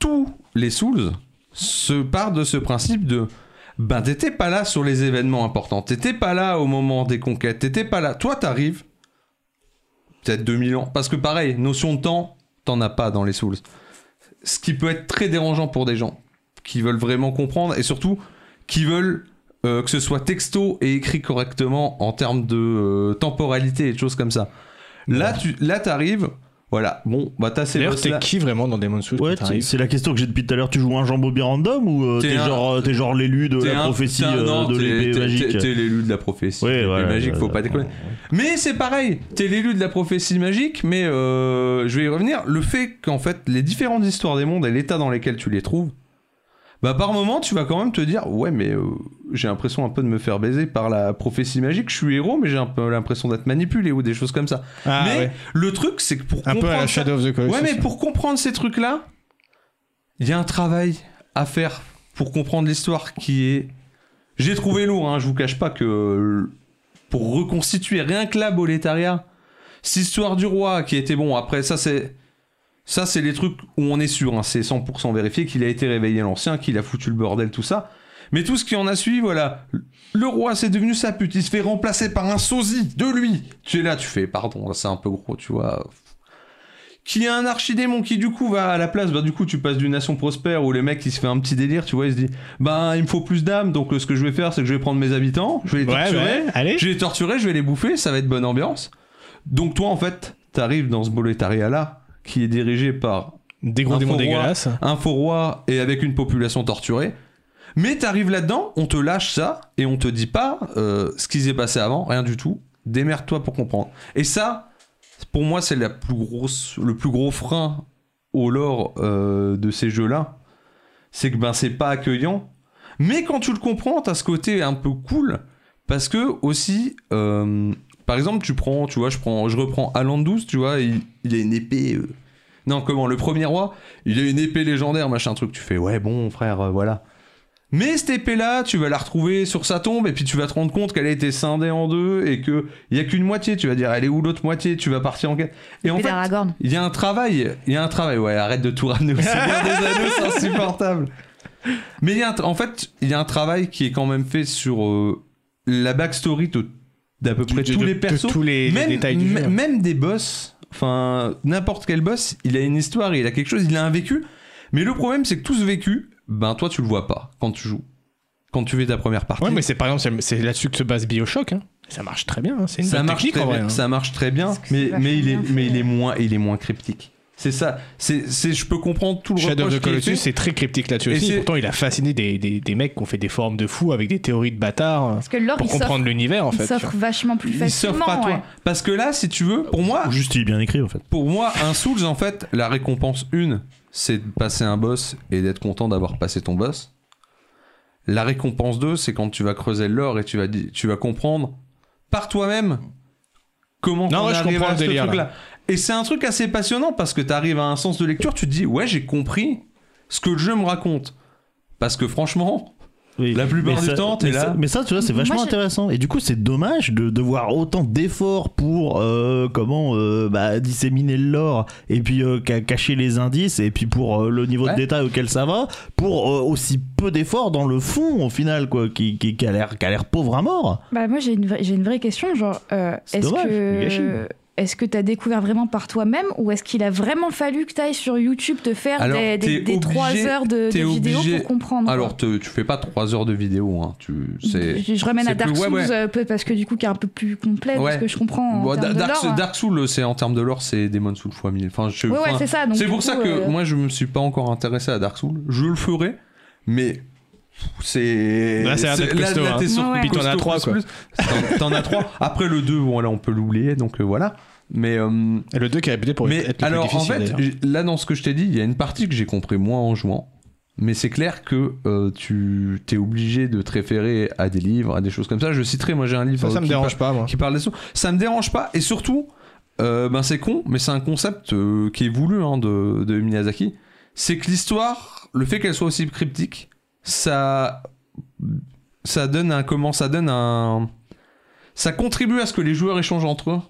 Speaker 2: tous les Souls se partent de ce principe de ben t'étais pas là sur les événements importants, t'étais pas là au moment des conquêtes, t'étais pas là. Toi, t'arrives peut-être 2000 ans, parce que pareil, notion de temps, t'en as pas dans les Souls. Ce qui peut être très dérangeant pour des gens qui veulent vraiment comprendre et surtout qui veulent euh, que ce soit texto et écrit correctement en termes de euh, temporalité et de choses comme ça. Là, tu là, t'arrives, voilà, bon, bah t'as ces
Speaker 1: D'ailleurs,
Speaker 2: boss
Speaker 1: t'es
Speaker 2: là.
Speaker 1: qui vraiment dans Demon's Souls
Speaker 3: Ouais,
Speaker 1: quand t'arrives
Speaker 8: C'est la question que j'ai depuis tout à l'heure. Tu joues un jambon random ou euh,
Speaker 2: T'es
Speaker 8: t'es
Speaker 2: un-
Speaker 8: genre, euh, t'es genre l'élu de
Speaker 2: T'es
Speaker 8: la
Speaker 2: un-
Speaker 8: prophétie
Speaker 2: t'es un-
Speaker 8: euh,
Speaker 2: non,
Speaker 8: de
Speaker 2: t'es-
Speaker 8: l'épée
Speaker 2: t'es-
Speaker 8: magique
Speaker 2: t'es- T'es l'élu de la prophétie.
Speaker 8: Ouais,
Speaker 2: L'épée
Speaker 8: voilà,
Speaker 2: magique, faut
Speaker 8: euh,
Speaker 2: pas déconner. Mais c'est pareil, t'es l'élu de la prophétie magique, mais euh, je vais y revenir. Le fait qu'en fait, les différentes histoires des mondes et l'état dans lesquels tu les trouves, bah par moment, tu vas quand même te dire Ouais, mais euh, j'ai l'impression un peu de me faire baiser par la prophétie magique, je suis héros, mais j'ai un peu l'impression d'être manipulé ou des choses comme ça.
Speaker 1: Ah,
Speaker 2: mais
Speaker 1: ouais.
Speaker 2: le truc, c'est que pour
Speaker 1: Un peu à la
Speaker 2: comprendre ça-
Speaker 1: Shadow of the Colossus.
Speaker 2: Ouais, mais pour comprendre ces trucs-là, il y a un travail à faire pour comprendre l'histoire qui est. J'ai trouvé lourd, hein, je vous cache pas que euh, pour reconstituer rien que la Boletaria, cette histoire du roi qui était bon, après ça c'est. Ça, c'est les trucs où on est sûr, hein, c'est 100% vérifié qu'il a été réveillé l'ancien, qu'il a foutu le bordel, tout ça. Mais tout ce qui en a suivi, voilà. Le roi, c'est devenu sa pute, il se fait remplacer par un sosie de lui. Tu es là, tu fais, pardon, là, c'est un peu gros, tu vois qui a un archidémon qui du coup va à la place, bah du coup tu passes d'une nation prospère où le mec il se fait un petit délire, tu vois, il se dit bah il me faut plus d'âmes donc euh, ce que je vais faire c'est que je vais prendre mes habitants, je vais les
Speaker 1: Ouais,
Speaker 2: torturer,
Speaker 1: ouais, allez.
Speaker 2: je vais les torturer, je vais les bouffer, ça va être bonne ambiance. Donc toi en fait t'arrives dans ce bolétariat là qui est dirigé par
Speaker 1: Des gros
Speaker 2: Un
Speaker 1: démons
Speaker 2: faux roi.
Speaker 1: dégueulasses.
Speaker 2: un faux roi et avec une population torturée. Mais t'arrives là-dedans, on te lâche ça et on te dit pas euh, ce qui s'est passé avant, rien du tout. Démerde-toi pour comprendre. Et ça, pour moi, c'est la plus grosse, le plus gros frein au lore euh, de ces jeux-là. C'est que ben c'est pas accueillant. Mais quand tu le comprends, t'as ce côté un peu cool parce que aussi, euh, par exemple, tu prends, tu vois, je prends, je reprends Alan 12, tu vois, il, il a une épée. euh, non, comment Le premier roi, il a une épée légendaire, machin truc. Tu fais, ouais, bon, frère, euh, voilà. Mais cette épée-là, tu vas la retrouver sur sa tombe et puis tu vas te rendre compte qu'elle a été scindée en deux et que il y a qu'une moitié. Tu vas dire, elle est où l'autre moitié Tu vas partir en quête. Et en
Speaker 4: Mais
Speaker 2: fait,
Speaker 4: d'Aragorn.
Speaker 2: il y a un travail. Il y a un travail. Ouais, arrête de tout ramener. C'est bien des anneaux, c'est insupportable. Mais il y a un tra- en fait, il y a un travail qui est quand même fait sur euh, la backstory de- d'à peu près
Speaker 1: De- de-
Speaker 2: tous
Speaker 1: de-
Speaker 2: les
Speaker 1: de
Speaker 2: persos
Speaker 1: tous les, les
Speaker 2: même,
Speaker 1: détails du jeu. hein.
Speaker 2: m- même des boss, enfin n'importe quel boss, il a une histoire, il a quelque chose, il a un vécu. Mais le problème, c'est que tout ce vécu, ben toi, tu le vois pas quand tu joues, quand tu fais ta première partie.
Speaker 1: Ouais, mais c'est par exemple, c'est- c'est là-dessus que se base Bioshock. hein. Ça marche très bien. hein. C'est une
Speaker 2: ça
Speaker 1: bonne
Speaker 2: marche
Speaker 1: technique
Speaker 2: très
Speaker 1: en vrai.
Speaker 2: bien.
Speaker 1: hein.
Speaker 2: Ça marche très bien,
Speaker 4: Parce que
Speaker 2: mais
Speaker 4: c'est
Speaker 2: mais il est
Speaker 4: vachement bien
Speaker 2: mais
Speaker 4: fait.
Speaker 2: il est moins il est moins cryptique. C'est ça. C'est c'est je peux comprendre tout le
Speaker 1: Shadow of
Speaker 2: reproche
Speaker 1: the
Speaker 2: qui est
Speaker 1: Colossus,
Speaker 2: fait.
Speaker 1: c'est très cryptique là-dessus
Speaker 2: Et
Speaker 1: aussi.
Speaker 2: c'est-
Speaker 1: Pourtant, il a fasciné des, des- des mecs qui ont fait des formes de fous avec des théories de bâtards euh,
Speaker 4: Parce que l'or,
Speaker 1: pour
Speaker 4: il s'offre
Speaker 1: comprendre l'univers en
Speaker 4: il
Speaker 1: fait. tu vois.
Speaker 4: s'offre vachement plus
Speaker 2: Il s'offre
Speaker 4: facilement.
Speaker 2: à toi.
Speaker 4: ouais.
Speaker 2: Parce que là, si tu veux, pour moi,
Speaker 3: Juste, il est bien écrit en fait.
Speaker 2: Pour moi, un Souls, en fait, la récompense une, c'est de passer un boss et d'être content d'avoir passé ton boss. La récompense 2, c'est quand tu vas creuser l'or et tu vas, di- tu vas comprendre par toi-même comment
Speaker 1: Non,
Speaker 2: t'en
Speaker 1: ouais,
Speaker 2: es
Speaker 1: je
Speaker 2: arrivé
Speaker 1: comprends
Speaker 2: à
Speaker 1: le
Speaker 2: ce
Speaker 1: délire,
Speaker 2: truc-là. Et c'est un truc assez passionnant parce que tu arrives à un sens de lecture, tu te dis, ouais, j'ai compris ce que le jeu me raconte. Parce que franchement, La plupart du temps, t'es
Speaker 3: mais
Speaker 2: là.
Speaker 3: ça- mais ça, tu vois, c'est
Speaker 4: Moi,
Speaker 3: vachement
Speaker 4: j'ai-
Speaker 3: intéressant. Et du coup, c'est dommage de, de voir autant d'efforts pour euh, comment euh, bah, disséminer le lore et puis euh, ca- cacher les indices et puis pour euh, le niveau
Speaker 2: Ouais.
Speaker 3: de détail auquel ça va, pour euh, aussi peu d'efforts dans le fond au final, quoi, qui, qui, qui a l'air qui a l'air pauvre à mort.
Speaker 5: Bah moi j'ai une, vraie- j'ai une vraie question, genre euh,
Speaker 3: C'est
Speaker 5: est-ce
Speaker 3: dommage, du gâchis.
Speaker 5: que est-ce que t'as découvert vraiment par toi-même ou est-ce qu'il a vraiment fallu que t'ailles sur YouTube te faire
Speaker 2: Alors,
Speaker 5: des, des,
Speaker 2: t'es
Speaker 5: des trois
Speaker 2: obligé-
Speaker 5: heures de,
Speaker 2: t'es
Speaker 5: de vidéos
Speaker 2: obligé-
Speaker 5: pour comprendre quoi.
Speaker 2: alors te- tu fais pas 3 heures de vidéo, hein, tu c'est-
Speaker 5: je, je remène
Speaker 2: c'est
Speaker 5: à Dark
Speaker 2: plus- ouais,
Speaker 5: Souls
Speaker 2: ouais.
Speaker 5: euh, peu- parce que du coup qui est un peu plus complet
Speaker 2: Ouais.
Speaker 5: parce que je comprends en
Speaker 2: Bon,
Speaker 5: termes
Speaker 2: Da-
Speaker 5: de
Speaker 2: Dark,
Speaker 5: lore. hein.
Speaker 2: Dark Souls, c'est en termes de lore, c'est Demon Souls fois 1000. Enfin, je,
Speaker 5: ouais ouais
Speaker 2: enfin,
Speaker 5: c'est ça. donc
Speaker 2: C'est
Speaker 5: du
Speaker 2: pour
Speaker 5: coup,
Speaker 2: ça que
Speaker 5: euh,
Speaker 2: moi je me suis pas encore intéressé à Dark Souls. Je le ferai, mais c'est
Speaker 1: Là, ça a l'air d'être
Speaker 2: là-
Speaker 1: costaud,
Speaker 2: là, t'es
Speaker 1: hein.
Speaker 2: sur-
Speaker 5: Ouais.
Speaker 1: Puis t'en as
Speaker 2: costaud
Speaker 1: trois,
Speaker 2: plus,
Speaker 1: quoi.
Speaker 2: plus. T'en- T'en as trois. Après le 2, bon là on peut l'oublier, donc euh, voilà. Mais euh,
Speaker 1: Et le 2 qui a répété pour
Speaker 2: mais
Speaker 1: être le
Speaker 2: alors
Speaker 1: plus
Speaker 2: en
Speaker 1: difficile.
Speaker 2: fait,
Speaker 1: d'ailleurs.
Speaker 2: j- là dans ce que je t'ai dit, il y a une partie que j'ai compris moins en jouant. Mais c'est clair que euh, tu t'es obligé de te référer à des livres, à des choses comme ça. Je citerai, moi j'ai un livre
Speaker 1: ça,
Speaker 2: euh,
Speaker 1: ça me
Speaker 2: qui
Speaker 1: dérange pas moi.
Speaker 2: qui parle des sous. Ça me dérange pas et surtout, euh, ben c'est con, mais c'est un concept euh, qui est voulu hein, de, de Miyazaki. C'est que l'histoire, le fait qu'elle soit aussi cryptique, ça, ça donne un comment, ça donne un, ça contribue à ce que les joueurs échangent entre eux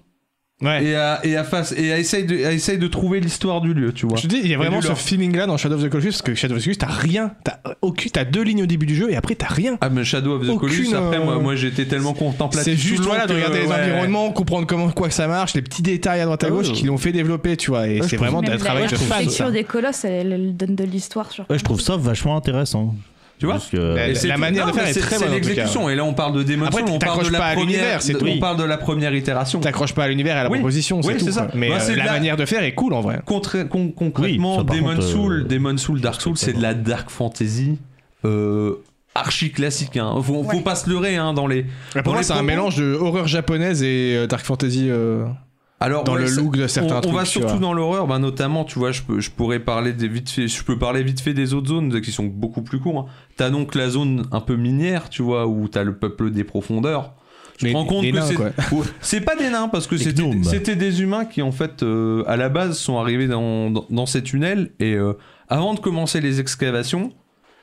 Speaker 1: Ouais.
Speaker 2: et à et à face et à essayer de, à essayer de trouver l'histoire du lieu, tu vois.
Speaker 1: Je te dis, il y a vraiment
Speaker 2: du
Speaker 1: ce
Speaker 2: lore.
Speaker 1: feeling là dans Shadow of the Colossus parce que Shadow of the Colossus, t'as rien. T'as aucune- t'as deux lignes au début du jeu et après t'as rien.
Speaker 2: Ah mais Shadow of the
Speaker 1: Aucune,
Speaker 2: Colossus après
Speaker 1: euh,
Speaker 2: moi, moi j'étais tellement contemplatif
Speaker 1: C'est
Speaker 2: tout
Speaker 1: juste
Speaker 2: le long
Speaker 1: voilà, de
Speaker 2: que,
Speaker 1: regarder les
Speaker 2: ouais.
Speaker 1: environnements, comprendre comment quoi que ça marche, les petits détails à droite à
Speaker 2: Ah
Speaker 1: gauche
Speaker 2: ouais.
Speaker 1: qui l'ont fait développer, tu vois. Et
Speaker 2: je
Speaker 1: c'est
Speaker 2: trouve-
Speaker 1: vraiment
Speaker 5: même
Speaker 1: un
Speaker 5: la-
Speaker 1: travail
Speaker 5: la
Speaker 1: de fan. ça.
Speaker 5: architecture des colosses elle, elle donne de l'histoire sur.
Speaker 3: Ouais, je trouve ça vachement intéressant.
Speaker 2: Tu vois
Speaker 3: Parce que-
Speaker 1: La-
Speaker 2: Et c'est-
Speaker 1: manière de faire
Speaker 2: mais
Speaker 1: est
Speaker 2: c'est-
Speaker 1: très
Speaker 2: C'est
Speaker 1: bonne, en tout cas.
Speaker 2: l'exécution. Et là, on parle de Demon's
Speaker 1: Après,
Speaker 2: Souls, on parle
Speaker 1: t'accroches
Speaker 2: de la
Speaker 1: pas à
Speaker 2: première.
Speaker 1: l'univers, c'est
Speaker 2: de-
Speaker 1: tout.
Speaker 2: On parle de la première itération.
Speaker 1: T'accroches pas à l'univers et à la
Speaker 2: Oui.
Speaker 1: proposition, c'est
Speaker 2: Oui,
Speaker 1: tout,
Speaker 2: c'est ça.
Speaker 1: quoi. Mais
Speaker 2: Bah,
Speaker 1: euh,
Speaker 2: c'est de
Speaker 1: la
Speaker 2: la-
Speaker 1: manière de faire est cool en vrai.
Speaker 2: Contra- con- concrètement,
Speaker 3: Oui, ça, par
Speaker 2: Demon
Speaker 3: contre, euh,
Speaker 2: Soul, Demon Soul, Dark Soul, c'est
Speaker 3: pas
Speaker 2: de la dark fantasy euh, archi classique. Hein. Faut, faut
Speaker 4: Ouais.
Speaker 2: pas se leurrer hein, dans les.
Speaker 1: Pour
Speaker 2: Dans
Speaker 1: moi,
Speaker 2: les
Speaker 1: c'est un
Speaker 2: propos-
Speaker 1: mélange de horreur japonaise et euh, dark fantasy euh,
Speaker 2: Alors
Speaker 1: dans
Speaker 2: Ah, ouais,
Speaker 1: le
Speaker 2: ça-
Speaker 1: look de
Speaker 2: on,
Speaker 1: certains
Speaker 2: on
Speaker 1: trucs.
Speaker 2: va
Speaker 1: tu
Speaker 2: surtout
Speaker 1: vois.
Speaker 2: dans l'horreur, bah, notamment, tu vois, je, peux, je pourrais parler des vite fait, je peux parler vite fait des autres zones qui sont beaucoup plus courtes. Hein. T'as donc la zone un peu minière, tu vois, où t'as le peuple des profondeurs. Je
Speaker 1: Les-
Speaker 2: me rends compte
Speaker 1: les
Speaker 2: que
Speaker 1: nains,
Speaker 2: c'est-
Speaker 1: quoi.
Speaker 2: Ouais, c'est pas des nains parce que
Speaker 3: Les
Speaker 2: c'était
Speaker 3: gnomes.
Speaker 2: c'était des humains qui en fait euh, à la base sont arrivés dans, dans, dans ces tunnels et euh, avant de commencer les excavations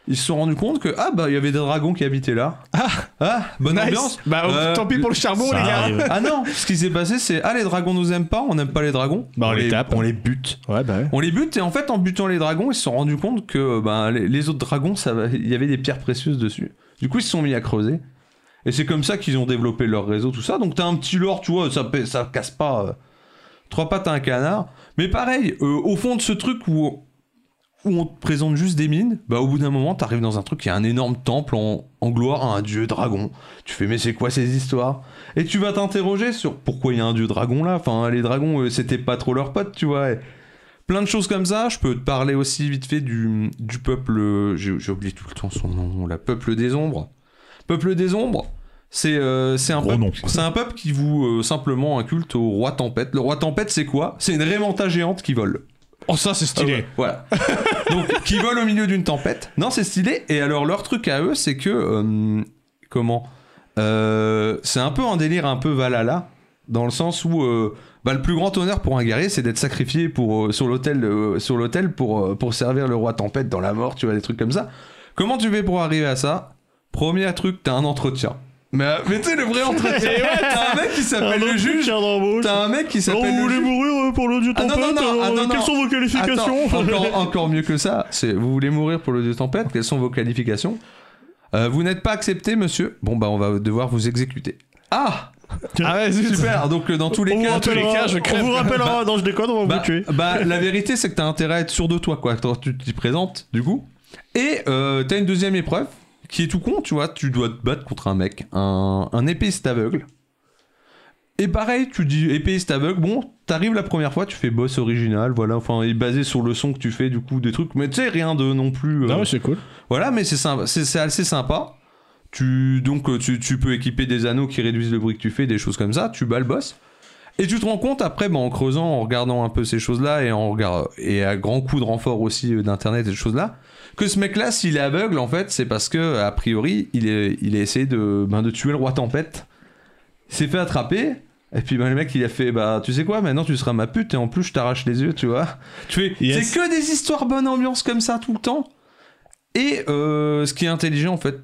Speaker 2: ils se sont rendus compte que ah bah il y avait des dragons qui habitaient là ah ah bonne
Speaker 1: Nice.
Speaker 2: ambiance
Speaker 1: Bah,
Speaker 2: Euh,
Speaker 1: tant pis pour le charbon,
Speaker 3: ça
Speaker 1: les gars.
Speaker 3: arrive.
Speaker 2: ah non ce qui s'est passé c'est ah les dragons nous aiment pas on n'aime pas les dragons
Speaker 1: Bah, on les tape.
Speaker 2: on les bute
Speaker 1: Ouais, bah ouais.
Speaker 2: on les bute et en fait en butant les dragons ils se sont rendus compte que ben, les, les autres dragons ça va- il y avait des pierres précieuses dessus. Du coup ils se sont mis à creuser et c'est comme ça qu'ils ont développé leur réseau tout ça. Donc t'as un petit lore tu vois ça pa- ça casse pas euh, trois pattes à un canard. Mais pareil euh, au fond de ce truc où où on te présente juste des mines, bah au bout d'un moment t'arrives dans un truc qui a un énorme temple en, en gloire à un dieu dragon. Tu fais mais c'est quoi ces histoires Et tu vas t'interroger sur pourquoi il y a un dieu dragon là. Enfin les dragons euh, c'était pas trop leur pote tu vois. Et- plein de choses comme ça. Je peux te parler aussi vite fait du, du peuple. J'ai j'ai oublié tout le temps son nom, la peuple des ombres. Peuple des ombres, c'est euh, c'est un,
Speaker 3: Gros
Speaker 2: peuple-
Speaker 3: nom.
Speaker 2: c'est un peuple qui vous euh, simplement un culte au roi tempête. Le roi tempête, c'est quoi C'est une rémanta géante qui vole.
Speaker 1: Oh, ça, c'est stylé.
Speaker 2: Ah Voilà. Donc, qui volent au milieu d'une tempête. Non, c'est stylé. Et alors, leur truc à eux, c'est que. euh, comment Euh, C'est un peu un délire un peu Valhalla, dans le sens où. euh, bah, le plus grand honneur pour un guerrier, c'est d'être sacrifié pour, euh, sur l'autel euh, sur l'autel pour, euh, pour servir le roi tempête dans la mort, tu vois, des trucs comme ça. Comment tu fais pour arriver à ça Premier truc, t'as un entretien. Mais, euh, mais tu sais, le vrai entretien, t'as un mec qui
Speaker 3: Ah,
Speaker 2: s'appelle le juge. T'as un mec qui
Speaker 3: Oh,
Speaker 2: s'appelle
Speaker 3: vous
Speaker 2: le
Speaker 3: voulez
Speaker 2: juge.
Speaker 3: mourir euh, pour le dieu
Speaker 2: Ah, non,
Speaker 3: tempête
Speaker 2: non, non,
Speaker 3: alors,
Speaker 2: ah,
Speaker 3: euh,
Speaker 2: non,
Speaker 3: Quelles
Speaker 2: non.
Speaker 3: sont vos qualifications
Speaker 2: Attends, encore, encore mieux que ça. C'est, vous voulez mourir pour le dieu tempête Quelles sont vos qualifications Euh, Vous n'êtes pas accepté, monsieur. Bon, bah, on va devoir vous exécuter. Ah
Speaker 1: Ah ouais, zut.
Speaker 2: Super Donc, euh, dans tous les
Speaker 3: On vous
Speaker 2: cas,
Speaker 1: les cas,
Speaker 3: rappellera,
Speaker 1: je crève.
Speaker 3: on vous rappellera. Non, je déconne, on va
Speaker 2: bah,
Speaker 3: vous tuer.
Speaker 2: bah, la vérité, c'est que t'as intérêt à être sûr de toi, quoi. Quand tu t'y présentes, du coup. Et euh, t'as une deuxième épreuve qui est tout con, tu vois. Tu dois te battre contre un mec, un, un épéiste aveugle. Et pareil, tu dis épéiste aveugle, bon, t'arrives la première fois, tu fais boss original, voilà, enfin, et basé sur le son que tu fais, du coup, des trucs, mais tu sais, rien de non plus. euh,
Speaker 1: Non, mais c'est cool.
Speaker 2: voilà, mais c'est sympa- c'est c'est assez sympa. Tu, donc euh, tu, tu peux équiper des anneaux qui réduisent le bruit que tu fais, des choses comme ça, tu bats le boss. Et tu te rends compte après, bah, en creusant, en regardant un peu ces choses-là, et, en regard- et à grands coups de renfort aussi euh, d'internet et de choses-là, que ce mec-là, s'il est aveugle, en fait, c'est parce que, a priori, il, est, il a essayé de, ben, de tuer le roi tempête. Il s'est fait attraper, et puis ben, le mec, il a fait, bah tu sais quoi, maintenant tu seras ma pute, et en plus je t'arrache les yeux, tu vois. Tu fais,
Speaker 1: Yes.
Speaker 2: c'est que des histoires bonne ambiance comme ça tout le temps. Et euh, ce qui est intelligent en fait,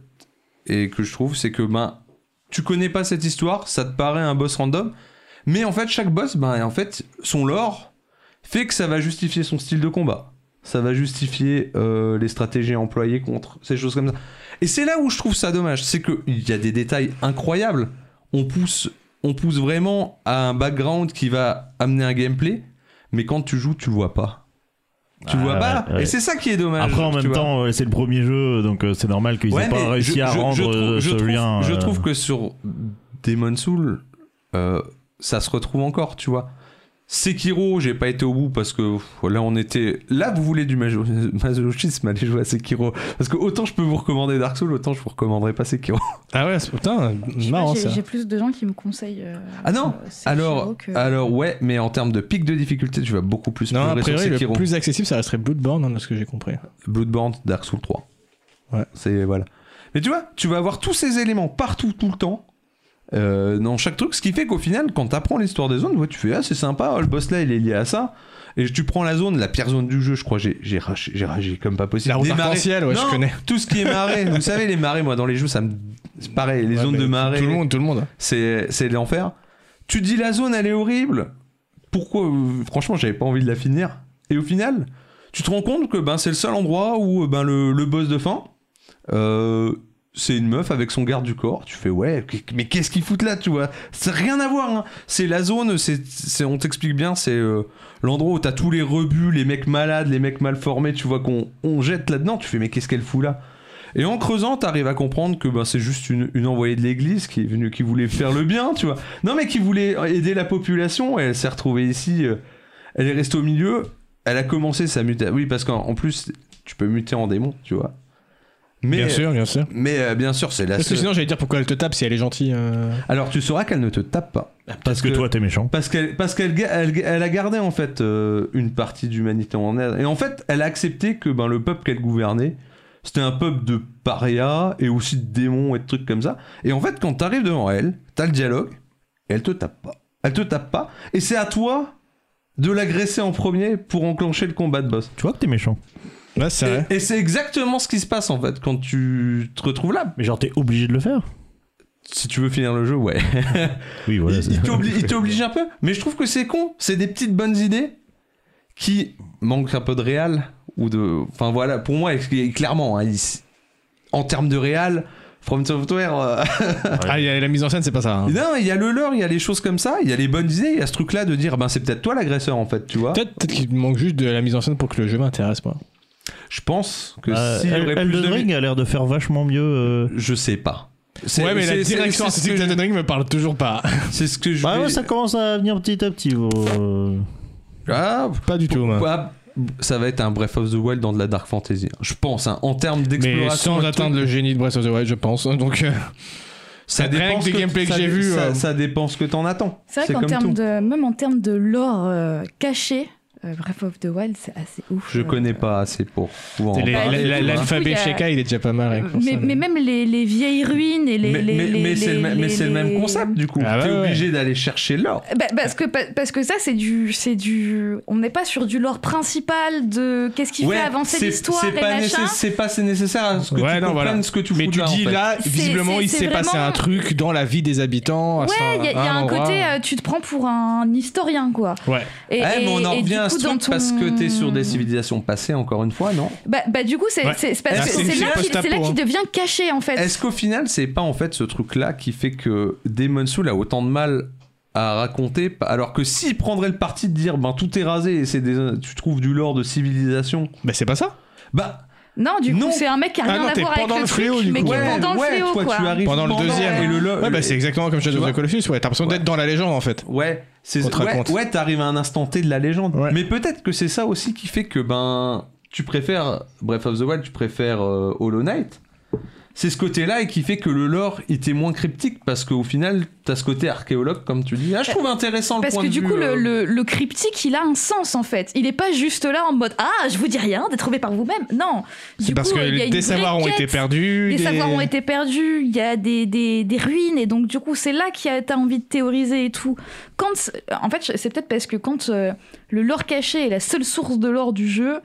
Speaker 2: et que je trouve, c'est que ben, tu connais pas cette histoire, ça te paraît un boss random, mais en fait chaque boss, ben en fait son lore fait que ça va justifier son style de combat, ça va justifier euh, les stratégies employées contre ces choses comme ça. Et c'est là où je trouve ça dommage, c'est que il y a des détails incroyables. On pousse, on pousse vraiment à un background qui va amener un gameplay, mais quand tu joues, tu le vois pas. Tu le
Speaker 3: Ah,
Speaker 2: vois pas.
Speaker 3: ouais, ouais.
Speaker 2: Et c'est ça qui est dommage.
Speaker 3: Après, en
Speaker 2: tu
Speaker 3: même
Speaker 2: vois.
Speaker 3: temps, euh, c'est le premier jeu, donc euh, c'est normal qu'ils
Speaker 2: Ouais,
Speaker 3: aient pas
Speaker 2: mais
Speaker 3: réussi
Speaker 2: je-
Speaker 3: à
Speaker 2: je- je
Speaker 3: rendre
Speaker 2: trouve-
Speaker 3: euh,
Speaker 2: je
Speaker 3: ce
Speaker 2: trouve-
Speaker 3: lien.
Speaker 2: Je
Speaker 3: euh,
Speaker 2: trouve que sur Demon Soul, euh, ça se retrouve encore, tu vois. Sekiro, j'ai pas été au bout parce que pff, là on était. Là vous voulez du maso- masochisme, allez jouer à Sekiro. Parce que autant je peux vous recommander Dark Souls, autant je vous recommanderai pas Sekiro.
Speaker 1: Ah ouais, c'est- putain,
Speaker 5: Je sais pas,
Speaker 1: marrant
Speaker 5: j'ai-
Speaker 1: ça.
Speaker 5: J'ai plus de gens qui me conseillent. euh,
Speaker 2: Ah non,
Speaker 5: euh, Sekiro
Speaker 2: Alors,
Speaker 5: que-
Speaker 2: alors ouais, mais en termes de pic de difficulté, tu vas beaucoup plus
Speaker 1: Non, a
Speaker 2: progresser sur
Speaker 1: priori, le
Speaker 2: Sekiro.
Speaker 1: plus accessible, ça resterait Bloodborne, hein, de ce que j'ai compris.
Speaker 2: Bloodborne, Dark Souls 3.
Speaker 1: Ouais.
Speaker 2: C'est voilà. Mais tu vois, tu vas avoir tous ces éléments partout, tout le temps. euh, dans chaque truc, ce qui fait qu'au final, quand t'apprends l'histoire des zones, ouais, tu fais ah c'est sympa, oh, le boss là il est lié à ça. Et tu prends la zone, la pire zone du jeu, je crois, j'ai j'ai rage- j'ai ragé comme pas possible.
Speaker 1: La route
Speaker 2: Des marées.
Speaker 1: arc-en-ciel, ouais,
Speaker 2: Non,
Speaker 1: je connais.
Speaker 2: Tout ce qui est marée, vous savez les marées, moi dans les jeux ça me c'est pareil, les
Speaker 1: Ouais,
Speaker 2: zones
Speaker 1: mais
Speaker 2: de marée,
Speaker 1: Tout le monde, tout le monde.
Speaker 2: c'est c'est l'enfer. Tu dis la zone, elle est horrible. Pourquoi euh, Franchement, j'avais pas envie de la finir. Et au final, tu te rends compte que ben, c'est le seul endroit où euh, ben, le, le boss de fin, euh, c'est une meuf avec son garde du corps. Tu fais ouais, qu- mais qu'est-ce qu'ils foutent là, tu vois C'est rien à voir. hein. C'est la zone, c'est c'est- on t'explique bien, c'est euh, l'endroit où t'as tous les rebuts, les mecs malades, les mecs mal formés, tu vois, qu'on on jette là-dedans. Tu fais mais qu'est-ce qu'elle fout là et en creusant, t'arrives à comprendre que ben, c'est juste une, une envoyée de l'église qui est venue, qui voulait faire le bien, tu vois. Non, mais qui voulait aider la population, et elle s'est retrouvée ici, euh, elle est restée au milieu, elle a commencé sa mutation. Oui, parce qu'en en plus, tu peux muter en démon, tu vois. Mais,
Speaker 1: Bien sûr, bien sûr.
Speaker 2: Mais euh, bien sûr, c'est la
Speaker 1: Parce que
Speaker 2: seule.
Speaker 1: sinon, j'allais dire pourquoi elle te tape si elle est gentille. euh.
Speaker 2: Alors, tu sauras qu'elle ne te tape pas.
Speaker 3: Parce que toi, t'es méchant.
Speaker 2: Parce qu'elle, parce qu'elle, ga- elle, elle a gardé en fait euh, une partie d'humanité en elle. Et en fait, elle a accepté que ben, le peuple qu'elle gouvernait, c'était un peuple de parias et aussi de démons et de trucs comme ça. Et en fait, quand t'arrives devant elle, t'as le dialogue, et elle te tape pas. Elle te tape pas, et c'est à toi de l'agresser en premier pour enclencher le combat de boss.
Speaker 3: Tu vois que t'es méchant.
Speaker 1: Ouais, c'est vrai.
Speaker 2: Et, et c'est exactement ce qui se passe en fait quand tu te retrouves là.
Speaker 3: Mais genre, t'es obligé de le faire.
Speaker 2: Si tu veux finir le jeu, ouais.
Speaker 3: Oui, voilà.
Speaker 2: il, il t'obli- il t'oblige un peu, mais je trouve que c'est con. C'est des petites bonnes idées qui manquent un peu de réal ou de. Enfin voilà, pour moi, et- clairement, hein, il- en termes de réal, From Software. euh,
Speaker 1: Ah, il y a la mise en scène, c'est pas ça. hein.
Speaker 2: non, il y a le leur, il y a les choses comme ça, il y a les bonnes idées, il y a ce truc-là de dire, ben c'est peut-être toi l'agresseur en fait, tu vois.
Speaker 1: Peut-être peut-être qu'il manque juste de la mise en scène pour que le jeu m'intéresse, moi.
Speaker 2: Je pense que
Speaker 3: Euh,
Speaker 2: s'il y
Speaker 3: El-
Speaker 2: aurait plus de.
Speaker 3: Elden Ring a l'air de faire vachement mieux. euh,
Speaker 2: Je sais pas. C'est-
Speaker 1: Ouais, mais
Speaker 2: c'est-
Speaker 1: la
Speaker 2: c'est-
Speaker 1: direction
Speaker 2: c'est ce
Speaker 1: artistique
Speaker 2: que je-
Speaker 1: d'Elden Ring me parle toujours pas.
Speaker 2: C'est ce que je.
Speaker 3: Bah
Speaker 2: vais-
Speaker 3: ouais, ça commence à venir petit à petit. vos-
Speaker 2: Ah,
Speaker 1: Pas du tout, moi.
Speaker 2: Pas- ça va être un Breath of the Wild dans de la dark fantasy. hein. Je pense, hein, en termes
Speaker 1: Mais
Speaker 2: d'exploration. et
Speaker 1: sans
Speaker 2: de
Speaker 1: atteindre
Speaker 2: trucs,
Speaker 1: le génie de Breath of the Wild, je pense. Donc, euh,
Speaker 2: ça
Speaker 1: rien
Speaker 2: dépend
Speaker 1: que
Speaker 2: ce
Speaker 1: des gameplays que
Speaker 2: ça-
Speaker 1: j'ai vus,
Speaker 2: Ça,
Speaker 1: euh.
Speaker 2: ça dépend ce que t'en attends.
Speaker 4: C'est vrai qu'en
Speaker 2: comme
Speaker 4: termes
Speaker 2: tout.
Speaker 4: de, même en termes de lore euh, caché, euh, Breath of the Wild, c'est assez ouf.
Speaker 2: Je
Speaker 4: euh.
Speaker 2: connais pas assez pour pouvoir en
Speaker 1: les-
Speaker 4: bah,
Speaker 1: la-
Speaker 4: du
Speaker 1: la-
Speaker 4: coup,
Speaker 2: hein.
Speaker 1: l'alphabet
Speaker 4: il y a-
Speaker 1: Sheka, il est déjà pas mal. rien que pour
Speaker 4: mais,
Speaker 1: ça,
Speaker 4: mais même les, les vieilles ruines et les.
Speaker 2: mais,
Speaker 4: les-
Speaker 2: mais-
Speaker 4: les-
Speaker 2: mais c'est le,
Speaker 4: les-
Speaker 2: même- mais
Speaker 4: les-
Speaker 2: c'est le même
Speaker 4: les-
Speaker 2: concept du coup.
Speaker 1: Ah
Speaker 2: T'es
Speaker 1: ouais, ouais.
Speaker 2: obligé d'aller chercher l'or.
Speaker 4: Bah, parce, que, pa- parce que ça, c'est du, c'est du. On n'est pas sur du lore principal de qu'est-ce qui
Speaker 2: Ouais,
Speaker 4: fait avancer
Speaker 2: c'est-
Speaker 4: l'histoire
Speaker 2: c'est
Speaker 4: et
Speaker 2: pas
Speaker 4: machin.
Speaker 2: nécessaire- C'est pas c'est nécessaire à ce
Speaker 1: Ouais,
Speaker 2: que tu
Speaker 1: non,
Speaker 2: comprennes
Speaker 1: voilà.
Speaker 2: ce que tu fous
Speaker 1: Mais tu
Speaker 2: là, en
Speaker 1: dis
Speaker 2: fait.
Speaker 1: là,
Speaker 4: C'est-
Speaker 1: visiblement,
Speaker 4: c'est-
Speaker 1: il
Speaker 4: c'est
Speaker 1: s'est passé
Speaker 4: vraiment-
Speaker 1: un truc dans la vie des habitants. à ça,
Speaker 4: Ouais, il y a, il y
Speaker 2: ah,
Speaker 4: a
Speaker 1: à
Speaker 4: un
Speaker 1: endroit.
Speaker 4: côté, euh, tu te prends pour un historien, quoi.
Speaker 1: Ouais.
Speaker 4: Et,
Speaker 2: Eh, mais on en
Speaker 4: et- et
Speaker 2: revient
Speaker 4: du
Speaker 2: à ce
Speaker 4: coup, dans
Speaker 2: truc parce
Speaker 4: ton- Hmm.
Speaker 2: que t'es sur des civilisations passées, encore une fois, non
Speaker 4: Bah, bah, du coup, c'est
Speaker 1: Ouais.
Speaker 4: c'est- c'est parce
Speaker 1: Là,
Speaker 4: que
Speaker 1: c'est-
Speaker 4: c'est
Speaker 1: c'est
Speaker 4: là qu'il
Speaker 1: post-apo,
Speaker 4: c'est là qu'il
Speaker 1: hein.
Speaker 4: devient caché, en fait.
Speaker 2: Est-ce qu'au final, c'est pas en fait ce truc-là qui fait que Demon Soul a autant de mal à raconter, pa- alors que s'il prendrait le parti de dire ben tout est rasé et c'est des- tu trouves du lore de civilisation,
Speaker 1: Mais c'est pas ça.
Speaker 2: bah
Speaker 4: Non, du
Speaker 2: Non.
Speaker 4: coup, c'est un mec qui a
Speaker 1: Ah
Speaker 4: rien
Speaker 1: non,
Speaker 4: à
Speaker 1: t'es
Speaker 4: voir avec
Speaker 1: pendant
Speaker 4: le,
Speaker 1: le fléau,
Speaker 4: truc,
Speaker 1: du
Speaker 4: mais
Speaker 1: coup.
Speaker 4: qui est
Speaker 2: ouais,
Speaker 4: pendant le
Speaker 2: ouais,
Speaker 4: fléau,
Speaker 2: toi
Speaker 4: quoi.
Speaker 2: tu arrives
Speaker 1: Pendant le deuxième.
Speaker 2: Euh, et le lo-
Speaker 1: Ouais, bah
Speaker 2: le-
Speaker 1: c'est exactement comme Shadow
Speaker 2: tu
Speaker 1: of the
Speaker 2: vois.
Speaker 1: Colossus. Ouais, t'as l'impression
Speaker 2: Ouais.
Speaker 1: d'être dans la légende en fait.
Speaker 2: Ouais, c'est
Speaker 1: On te
Speaker 2: ouais,
Speaker 1: raconte.
Speaker 2: ouais, t'arrives à un instant T de la légende.
Speaker 1: Ouais.
Speaker 2: Mais peut-être que c'est ça aussi qui fait que ben tu préfères Breath of the Wild, tu préfères euh, Hollow Knight. C'est ce côté-là et qui fait que le lore il était moins cryptique parce qu'au final t'as ce côté archéologue comme tu dis. Ah, je trouve intéressant
Speaker 4: Parce
Speaker 2: le point
Speaker 4: que
Speaker 2: de
Speaker 4: du
Speaker 2: vue,
Speaker 4: coup,
Speaker 2: euh,
Speaker 4: le, le- le cryptique, il a un sens en fait. Il est pas juste là en mode Ah, je vous dis rien, d'être trouvé par vous-même. Non.
Speaker 1: C'est
Speaker 4: Du
Speaker 1: parce
Speaker 4: coup,
Speaker 1: que
Speaker 4: il y a une
Speaker 1: des
Speaker 4: vraie
Speaker 1: savoirs ont
Speaker 4: quête.
Speaker 1: été perdus.
Speaker 4: Des
Speaker 1: des-
Speaker 4: savoirs ont été perdus, il y a des, des- des ruines, et donc du coup, c'est là qu'il y a t'as envie de théoriser et tout. Quand, c'est- en fait, c'est peut-être parce que quand euh, le lore caché est la seule source de lore du jeu,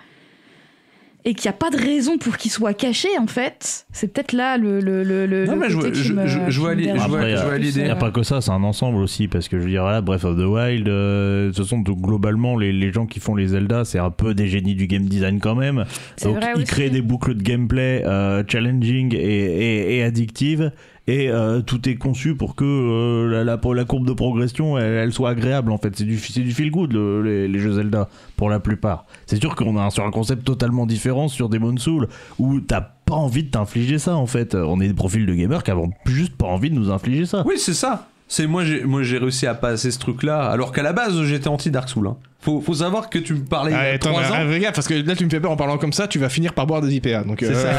Speaker 4: et qu'il n'y a pas de raison pour qu'il soit caché, en fait, c'est peut-être là le. le, le, le-
Speaker 2: Non,
Speaker 4: le
Speaker 2: mais je
Speaker 4: côté
Speaker 2: vois-
Speaker 4: qui
Speaker 2: je-
Speaker 4: me-
Speaker 2: je- je
Speaker 4: qui
Speaker 2: vois
Speaker 4: me
Speaker 2: l'idée, je
Speaker 4: dérange
Speaker 3: vois-
Speaker 4: le
Speaker 3: je
Speaker 4: plus,
Speaker 2: vois l'idée.
Speaker 4: euh,
Speaker 3: Il n'y a pas que ça, c'est un ensemble aussi, parce que je veux dire, là, Breath of the Wild, euh, ce sont de- globalement les, les gens qui font les Zelda, c'est un peu des génies du game design quand même.
Speaker 4: C'est
Speaker 3: Donc
Speaker 4: vrai
Speaker 3: ils
Speaker 4: aussi.
Speaker 3: créent des boucles de gameplay euh, challenging et, et, et addictives, et euh, tout est conçu pour que euh, la, la- la courbe de progression, elle, elle soit agréable en fait. C'est du, c'est du feel good, le- les, les jeux Zelda, pour la plupart. C'est sûr qu'on a un- sur un concept totalement différent sur Demon's Souls, où t'as pas envie de t'infliger ça en fait. On est des profils de gamers qui avons juste pas envie de nous infliger ça.
Speaker 2: Oui, c'est ça. C'est moi j'ai moi j'ai réussi à passer ce truc là alors qu'à la base j'étais anti Dark Souls. hein. Faut, faut savoir que tu me parlais
Speaker 1: Ah,
Speaker 2: il y a
Speaker 1: attends,
Speaker 2: trois
Speaker 1: mais,
Speaker 2: ans.
Speaker 1: ah, regarde, parce que là tu me fais peur en parlant comme ça, tu vas finir par boire des IPA. Donc,
Speaker 2: C'est
Speaker 1: euh,
Speaker 2: ça.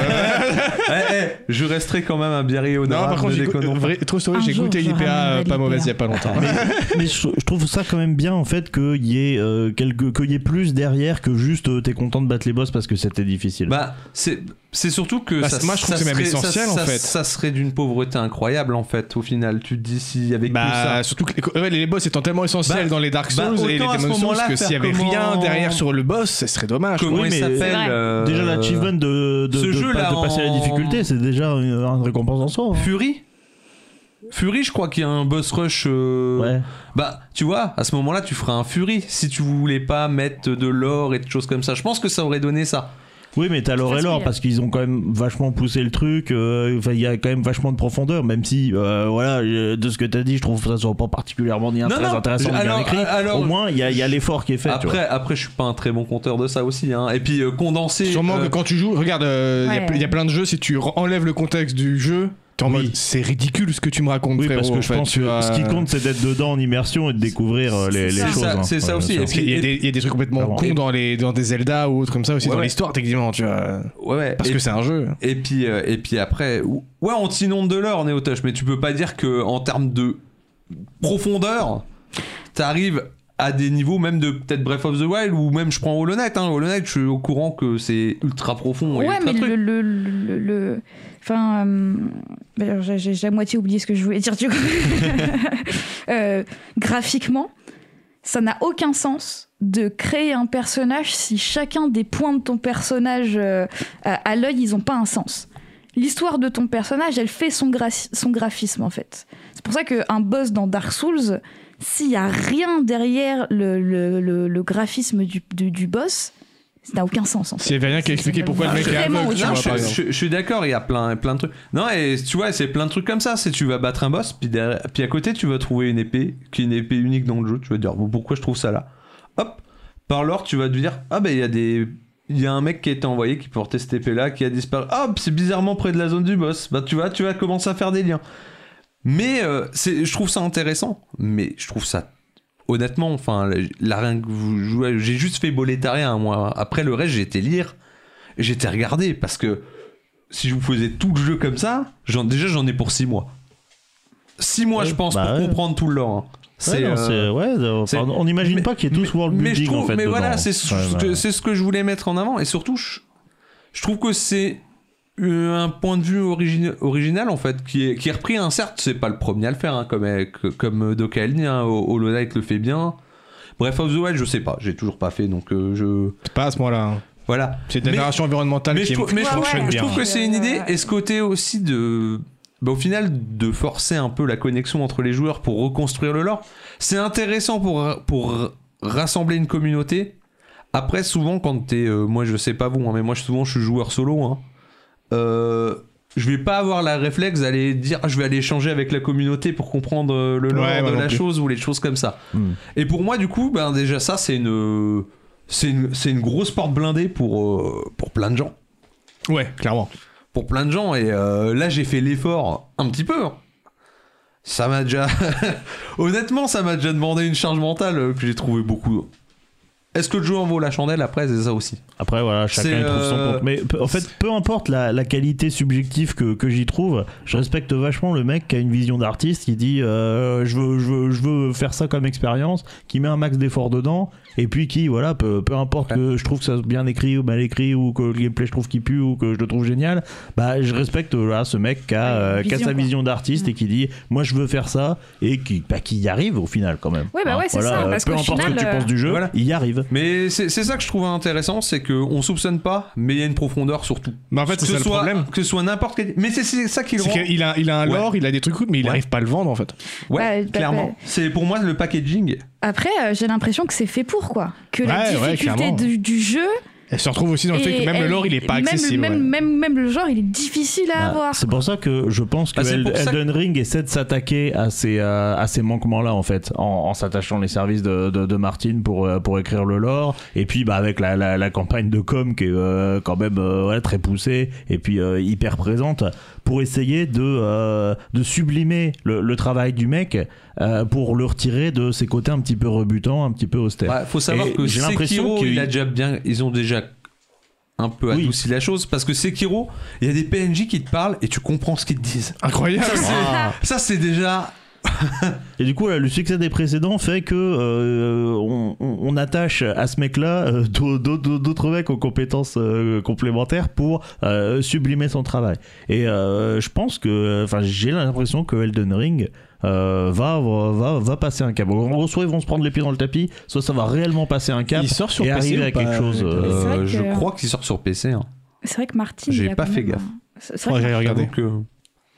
Speaker 2: Eh, eh, je resterai quand même un biarré au
Speaker 1: Non, par contre, j'ai goûté- vrai, true story,
Speaker 4: Un
Speaker 1: j'ai
Speaker 4: jour,
Speaker 1: goûté
Speaker 4: je ramènerai
Speaker 1: l'IPA
Speaker 4: de
Speaker 1: pas mauvaise il y a
Speaker 4: l'IPA.
Speaker 1: pas longtemps.
Speaker 3: mais je, je trouve ça quand même bien en fait qu'il y ait euh, quelque qu'il y ait plus derrière que juste euh, t'es content de battre les boss parce que c'était difficile.
Speaker 2: Bah, c'est c'est surtout que
Speaker 1: Bah,
Speaker 2: ça,
Speaker 1: c'est- moi, je trouve
Speaker 2: ça
Speaker 1: que c'est même
Speaker 2: serait-
Speaker 1: essentiel,
Speaker 2: ça-
Speaker 1: en
Speaker 2: ça-
Speaker 1: fait.
Speaker 2: Ça serait d'une pauvreté incroyable en fait. Au final, tu te dis s'il y avait que ça.
Speaker 1: Bah, surtout que les- ouais, les boss étant tellement essentiels
Speaker 2: Bah,
Speaker 1: dans les Dark
Speaker 2: bah,
Speaker 1: Souls et les
Speaker 2: autant à ce
Speaker 1: Demon Souls
Speaker 2: moment-là
Speaker 1: que
Speaker 2: faire
Speaker 1: s'il y avait rien
Speaker 2: comment-
Speaker 1: derrière sur le boss, ce serait dommage. quoi.
Speaker 2: Comment
Speaker 3: Oui,
Speaker 2: il
Speaker 3: mais-
Speaker 4: C'est
Speaker 2: s'appelle
Speaker 4: vrai.
Speaker 2: euh,
Speaker 3: déjà l'achievement de de,
Speaker 2: ce
Speaker 3: de,
Speaker 2: jeu,
Speaker 3: pas-
Speaker 2: là,
Speaker 3: de passer
Speaker 2: en-
Speaker 3: la difficulté c'est déjà une, une récompense en soi. hein.
Speaker 2: Fury. Fury, je crois qu'il y a un boss rush. euh,
Speaker 3: Ouais.
Speaker 2: Bah, tu vois, à ce moment-là, tu feras un Fury si tu voulais pas mettre de l'or et de choses comme ça. Je pense que ça aurait donné ça.
Speaker 3: Oui mais t'as l'or et
Speaker 4: façon,
Speaker 3: l'or
Speaker 4: il y a-
Speaker 3: parce qu'ils ont quand même vachement poussé le truc. euh, Enfin il y a quand même vachement de profondeur même si euh, voilà euh, de ce que t'as dit je trouve ça soit pas particulièrement ni
Speaker 2: Non,
Speaker 3: très
Speaker 2: non,
Speaker 3: intéressant ni bien
Speaker 2: alors-
Speaker 3: écrit.
Speaker 2: alors-
Speaker 3: Au moins il y a, il y a l'effort qui est fait. tu vois.
Speaker 2: Après, après, je suis pas un très bon compteur de ça aussi. Hein. Et puis euh, condensé.
Speaker 1: Sûrement
Speaker 2: euh,
Speaker 1: que quand tu joues, regarde, euh, il y a
Speaker 4: Ouais.
Speaker 1: ple- il y, a plein de jeux, si tu re- enlèves le contexte du jeu, t'es en
Speaker 3: Oui.
Speaker 1: mode c'est ridicule ce que tu me racontes,
Speaker 3: Oui,
Speaker 1: frérot,
Speaker 3: parce que
Speaker 1: en
Speaker 3: je
Speaker 1: fait,
Speaker 3: pense
Speaker 1: tu
Speaker 3: que
Speaker 1: vois.
Speaker 3: ce qui compte, c'est d'être dedans en immersion et de découvrir euh, les,
Speaker 4: C'est
Speaker 3: les
Speaker 4: ça.
Speaker 3: choses.
Speaker 2: C'est ça-
Speaker 3: hein.
Speaker 2: c'est ça aussi.
Speaker 3: bien
Speaker 2: Est-ce
Speaker 3: sûr.
Speaker 1: Il y, a des- il y a des trucs complètement
Speaker 3: Pardon.
Speaker 1: cons dans, les, dans des Zelda ou autres comme ça aussi,
Speaker 2: Ouais,
Speaker 1: dans
Speaker 2: ouais.
Speaker 1: l'histoire, techniquement, tu vois.
Speaker 2: Ouais, ouais.
Speaker 1: Parce
Speaker 2: Et-
Speaker 1: que c'est un jeu.
Speaker 2: Et puis, euh, et puis après, ou- ouais, on t'inonde de l'or, Néotoche, mais tu peux pas dire que en termes de profondeur, t'arrives à des niveaux même de peut-être Breath of the Wild ou même je prends Hollow Knight. Hein. Hollow Knight, je suis au courant que c'est ultra profond. et
Speaker 4: Ouais,
Speaker 2: ultra
Speaker 4: mais
Speaker 2: truc.
Speaker 4: le, le, le, le- le- Enfin. euh, d'ailleurs, j'ai- j'ai j'ai à moitié oublié ce que je voulais dire du coup. Euh, graphiquement, ça n'a aucun sens de créer un personnage si chacun des points de ton personnage euh, à, à l'œil, ils n'ont pas un sens. L'histoire de ton personnage, elle fait son, gra- son graphisme en fait. C'est pour ça qu'un boss dans Dark Souls, s'il n'y a rien derrière le, le, le- le graphisme du, du, du boss, ça n'a aucun sens en fait.
Speaker 1: S'il y avait rien qui
Speaker 4: C'est-
Speaker 1: expliquait
Speaker 4: c'est
Speaker 1: pourquoi le mec est
Speaker 4: vraiment
Speaker 1: aveugle,
Speaker 4: autre
Speaker 1: tu
Speaker 2: Non,
Speaker 1: vois,
Speaker 2: je,
Speaker 1: par exemple.
Speaker 2: je- je suis d'accord, il y a plein, plein de trucs. Non, et tu vois, c'est plein de trucs comme ça. C'est tu vas battre un boss, puis, derrière- puis à côté, tu vas trouver une épée, qui est une épée unique dans le jeu. Tu vas te dire, Bon, pourquoi je trouve ça là Hop, par l'or, tu vas te dire, ah ben il y a des. Il y a un mec qui a été envoyé qui portait cette épée là, qui a disparu. Hop, c'est bizarrement près de la zone du boss. Bah tu vois, tu vas commencer à faire des liens. Mais euh, c'est- je trouve ça intéressant, mais je trouve ça honnêtement, enfin, la, la- j'ai juste fait bolétarien, moi. Après le reste, j'étais lire, j'étais regardé, parce que si je vous faisais tout le jeu comme ça, j'en- déjà j'en ai pour 6 mois. 6 mois,
Speaker 3: Ouais,
Speaker 2: je pense,
Speaker 3: bah
Speaker 2: pour
Speaker 3: ouais.
Speaker 2: comprendre tout le lore. hein.
Speaker 3: Ouais, non,
Speaker 2: euh,
Speaker 3: c'est- ouais, euh,
Speaker 2: c'est-
Speaker 3: enfin, on n'imagine
Speaker 2: mais-
Speaker 3: pas qu'il y ait tout ce world
Speaker 2: mais je
Speaker 3: building
Speaker 2: trouve-
Speaker 3: en fait.
Speaker 2: Mais voilà,
Speaker 3: dedans.
Speaker 2: c'est ce,
Speaker 3: Ouais,
Speaker 2: que-
Speaker 3: bah,
Speaker 2: c'est ce que je voulais mettre en avant. Et surtout, je, je trouve que c'est euh, un point de vue origina- original en fait qui est, qui est repris hein. certes c'est pas le premier à le faire hein, comme euh, que- comme euh, Doc Elny hein, Ho- Hollow Knight le fait bien bref of the Wild je sais pas j'ai toujours pas fait donc euh, je
Speaker 1: C'est pas à ce moment-là. hein.
Speaker 2: voilà
Speaker 1: C'est de la
Speaker 2: Mais-
Speaker 1: narration environnementale
Speaker 2: mais
Speaker 1: qui
Speaker 2: je, trouve, mais je
Speaker 5: Ouais,
Speaker 2: trouve-
Speaker 1: fonctionne
Speaker 5: ouais,
Speaker 2: je
Speaker 1: bien.
Speaker 2: trouve que c'est une idée.
Speaker 5: Ouais.
Speaker 2: Et ce côté aussi de. Bah, au final, de forcer un peu la connexion entre les joueurs pour reconstruire le lore, c'est intéressant pour, pour rassembler une communauté. Après, souvent, quand t'es. euh, moi, je sais pas vous, hein, mais moi, je- souvent, je suis joueur solo. Hein, euh, je vais pas avoir la réflexe d'aller dire ah, je vais aller échanger avec la communauté pour comprendre euh, le lore
Speaker 1: Ouais, moi
Speaker 2: de
Speaker 1: non
Speaker 2: la
Speaker 1: plus. Hmm.
Speaker 2: chose ou les choses comme ça. Et pour moi, du coup, ben déjà ça, c'est une, c'est une, c'est une grosse porte blindée pour, euh, pour plein de gens.
Speaker 1: Ouais, clairement.
Speaker 2: Pour plein de gens. Et euh, là, j'ai fait l'effort un petit peu. hein. Ça m'a déjà, honnêtement, ça m'a déjà demandé une charge mentale euh, que j'ai trouvé beaucoup. Est-ce que le jeu en vaut la chandelle après C'est ça aussi.
Speaker 3: Après, voilà, chacun
Speaker 2: C'est,
Speaker 3: il trouve son
Speaker 2: euh,
Speaker 3: compte. Mais peu- en fait, peu importe la, la qualité subjective que, que j'y trouve, je respecte vachement le mec qui a une vision d'artiste, qui dit euh, je, veux, je, veux, je veux faire ça comme expérience, qui met un max d'efforts dedans, et puis qui, voilà, peu, peu importe
Speaker 2: Ouais.
Speaker 3: que je trouve que ça soit bien écrit ou mal écrit, ou que le gameplay je trouve qu'il pue, ou que je le trouve génial, bah je respecte là, ce mec qui a,
Speaker 4: Ouais,
Speaker 3: euh,
Speaker 4: une
Speaker 3: qui a
Speaker 4: vision,
Speaker 3: sa
Speaker 4: quoi.
Speaker 3: vision d'artiste
Speaker 4: Mm.
Speaker 3: et qui dit moi je veux faire ça, et qui, bah, qui y arrive au final quand même.
Speaker 5: Ouais, bah
Speaker 3: Hein,
Speaker 5: ouais, c'est
Speaker 3: voilà,
Speaker 5: ça,
Speaker 3: euh,
Speaker 5: parce
Speaker 3: peu
Speaker 5: qu'au
Speaker 3: importe ce que
Speaker 5: final,
Speaker 3: tu penses du jeu,
Speaker 2: voilà.
Speaker 3: il y arrive.
Speaker 2: Mais c'est c'est ça que je trouve intéressant, c'est qu'on soupçonne pas, mais il y a une profondeur surtout.
Speaker 1: Mais Bah, en fait,
Speaker 2: que
Speaker 1: c'est ça
Speaker 2: ce
Speaker 1: le
Speaker 2: soit,
Speaker 1: problème.
Speaker 2: Que ce soit n'importe quel. Mais c'est- c'est ça qui le
Speaker 1: C'est
Speaker 2: rend.
Speaker 1: qu'il a, il a un
Speaker 2: Ouais.
Speaker 1: lore, il a des trucs cool, mais il
Speaker 2: Ouais.
Speaker 1: arrive pas à le vendre en fait.
Speaker 2: Ouais,
Speaker 5: Bah, bah,
Speaker 2: clairement.
Speaker 5: bah.
Speaker 2: C'est pour moi le packaging.
Speaker 5: Après, euh, j'ai l'impression que c'est fait pour, quoi. Que la
Speaker 1: Ouais, ouais,
Speaker 5: difficulté
Speaker 1: clairement.
Speaker 5: du, du jeu.
Speaker 1: Elle se retrouve aussi dans le fait que
Speaker 5: et
Speaker 1: même le
Speaker 5: elle-
Speaker 1: lore, il est pas
Speaker 5: même-
Speaker 1: accessible.
Speaker 5: Même,
Speaker 1: ouais.
Speaker 5: même, même le genre, il est difficile à
Speaker 3: Bah,
Speaker 5: avoir.
Speaker 3: C'est pour ça que je pense que
Speaker 2: Bah, c'est
Speaker 3: Eld-
Speaker 2: pour ça que-
Speaker 3: Elden Ring essaie de s'attaquer à ces, euh, à ces manquements-là, en fait, en, en s'attachant les services de, de, de Martin pour, euh, pour écrire le lore, et puis bah, avec la, la, la campagne de com qui est euh, quand même euh, ouais, très poussée, et puis euh, hyper présente, pour essayer de, euh, de sublimer le, le travail du mec euh, pour le retirer de ses côtés un petit peu rebutants, un petit peu austères.
Speaker 2: Bah, faut savoir
Speaker 3: Et
Speaker 2: que
Speaker 3: j'ai l'impression
Speaker 2: Sekiro,
Speaker 3: qu'il-
Speaker 2: il a déjà bien, ils ont déjà un peu
Speaker 3: Oui.
Speaker 2: adouci la chose parce que Sekiro, il y a des PNJ qui te parlent et tu comprends ce qu'ils te disent.
Speaker 1: Incroyable.
Speaker 2: Ça, c'est-
Speaker 3: Ah.
Speaker 2: Ça, c'est déjà.
Speaker 3: Et du coup, là, le succès des précédents fait que euh, on, on- on attache à ce mec-là euh, d'au- d'au- d'au- d'autres mecs aux compétences euh, complémentaires pour euh, sublimer son travail. Et euh, je pense que, enfin, j'ai l'impression que Elden Ring euh, va, va va passer un cap. En gros, soit ils vont se prendre les pieds dans le tapis, soit ça va réellement passer un cap
Speaker 1: Il sort sur
Speaker 3: et
Speaker 1: PC
Speaker 3: arriver
Speaker 1: ou
Speaker 3: à
Speaker 1: pas
Speaker 3: quelque chose.
Speaker 1: Euh,
Speaker 3: euh,
Speaker 5: c'est vrai que-
Speaker 2: je crois qu'il sort sur PC. hein.
Speaker 5: C'est vrai que Martin.
Speaker 2: J'ai
Speaker 5: il a
Speaker 2: pas
Speaker 5: quand
Speaker 2: fait
Speaker 5: même
Speaker 2: gaffe.
Speaker 5: un- C'est c'est
Speaker 1: Ouais,
Speaker 5: vrai, que-
Speaker 1: j'allais regarder.
Speaker 2: Donc, euh,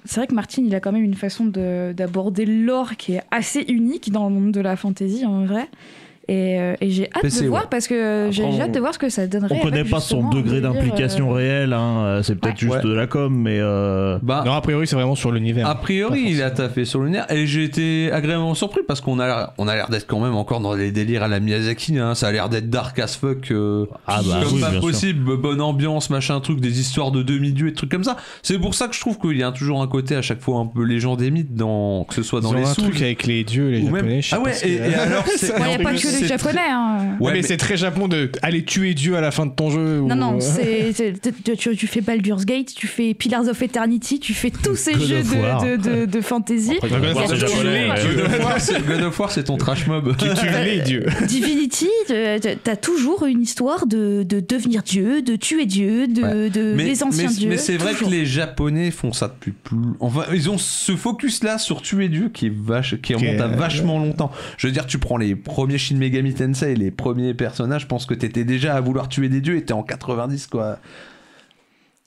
Speaker 5: c'est vrai que Martin, il a quand même une façon de- d'aborder l'or qui est assez unique dans le monde de la fantasy, en vrai. Et, euh, et j'ai hâte
Speaker 2: PC,
Speaker 5: de
Speaker 2: ouais.
Speaker 5: voir parce que j'ai
Speaker 3: Après,
Speaker 5: j'ai hâte
Speaker 3: on-
Speaker 5: de voir ce que ça donnerait.
Speaker 3: on connaît
Speaker 5: avec,
Speaker 3: pas son
Speaker 5: justement, un
Speaker 3: degré
Speaker 5: délire,
Speaker 3: d'implication
Speaker 5: euh,
Speaker 3: réelle. hein, euh, c'est peut-être
Speaker 5: Ouais.
Speaker 3: juste
Speaker 2: Ouais.
Speaker 3: de la com, mais. euh,
Speaker 2: bah,
Speaker 1: Ah. Non, a priori, c'est vraiment sur l'univers.
Speaker 2: a priori, il a taffé sur lunaire et j'ai été agréablement surpris parce qu'on a, l'air- on a l'air d'être quand même encore dans les délires à la Miyazaki. hein. Ça a l'air d'être dark as fuck. euh,
Speaker 3: Ah bah
Speaker 2: comme
Speaker 3: oui,
Speaker 2: pas
Speaker 3: bien sûr.
Speaker 2: possible, bonne ambiance, machin truc, des histoires de demi-dieux et des trucs comme ça. C'est pour ça que je trouve qu'il y a toujours un côté à chaque fois un peu légende et mythe dans que ce soit
Speaker 1: Ils
Speaker 2: dans
Speaker 1: ont
Speaker 2: les
Speaker 1: un
Speaker 2: sous
Speaker 1: truc avec les dieux, les
Speaker 2: ou
Speaker 1: japonais.
Speaker 2: même
Speaker 1: je sais
Speaker 2: ah
Speaker 1: pas
Speaker 2: ouais
Speaker 1: si-
Speaker 2: et, et alors c'est
Speaker 5: Ouais, il n'y a
Speaker 2: en
Speaker 5: pas
Speaker 2: plus,
Speaker 5: que les
Speaker 2: c'est-
Speaker 5: japonais. hein.
Speaker 1: Ouais,
Speaker 2: Ouais,
Speaker 1: mais,
Speaker 2: mais-
Speaker 1: c'est très Japon de aller tuer Dieu à la fin de ton jeu.
Speaker 4: Non,
Speaker 1: ou-
Speaker 4: non,
Speaker 5: C'est- c'est- tu, tu- tu fais Baldur's Gate, tu fais Pillars of Eternity, tu fais tous ces
Speaker 3: God
Speaker 5: jeux
Speaker 3: of War.
Speaker 5: de, de, de, de fantasy.
Speaker 1: Après, God of War,
Speaker 5: Il y a
Speaker 1: c'est
Speaker 5: tout
Speaker 1: japonais, ouais.
Speaker 5: le monde.
Speaker 2: God of War, c'est- God of War, c'est ton trash mob.
Speaker 1: Tu tues les dieux.
Speaker 4: Divinity, euh, t'as- t'as toujours une histoire de, de devenir Dieu, de tuer Dieu, de,
Speaker 2: Ouais.
Speaker 4: de- des Euh, anciens
Speaker 2: mais-
Speaker 4: dieux.
Speaker 2: mais c'est vrai que
Speaker 4: toujours.
Speaker 2: les Japonais font ça depuis plus. Enfin, ils ont ce focus là sur tuer Dieu qui est vache, qui remonte à
Speaker 1: euh,
Speaker 2: vachement longtemps. Je veux dire, tu prends les premiers Shin Megami Tensei, les premiers personnages, je pense que t'étais déjà à vouloir tuer des dieux, et t'es en 90 quoi.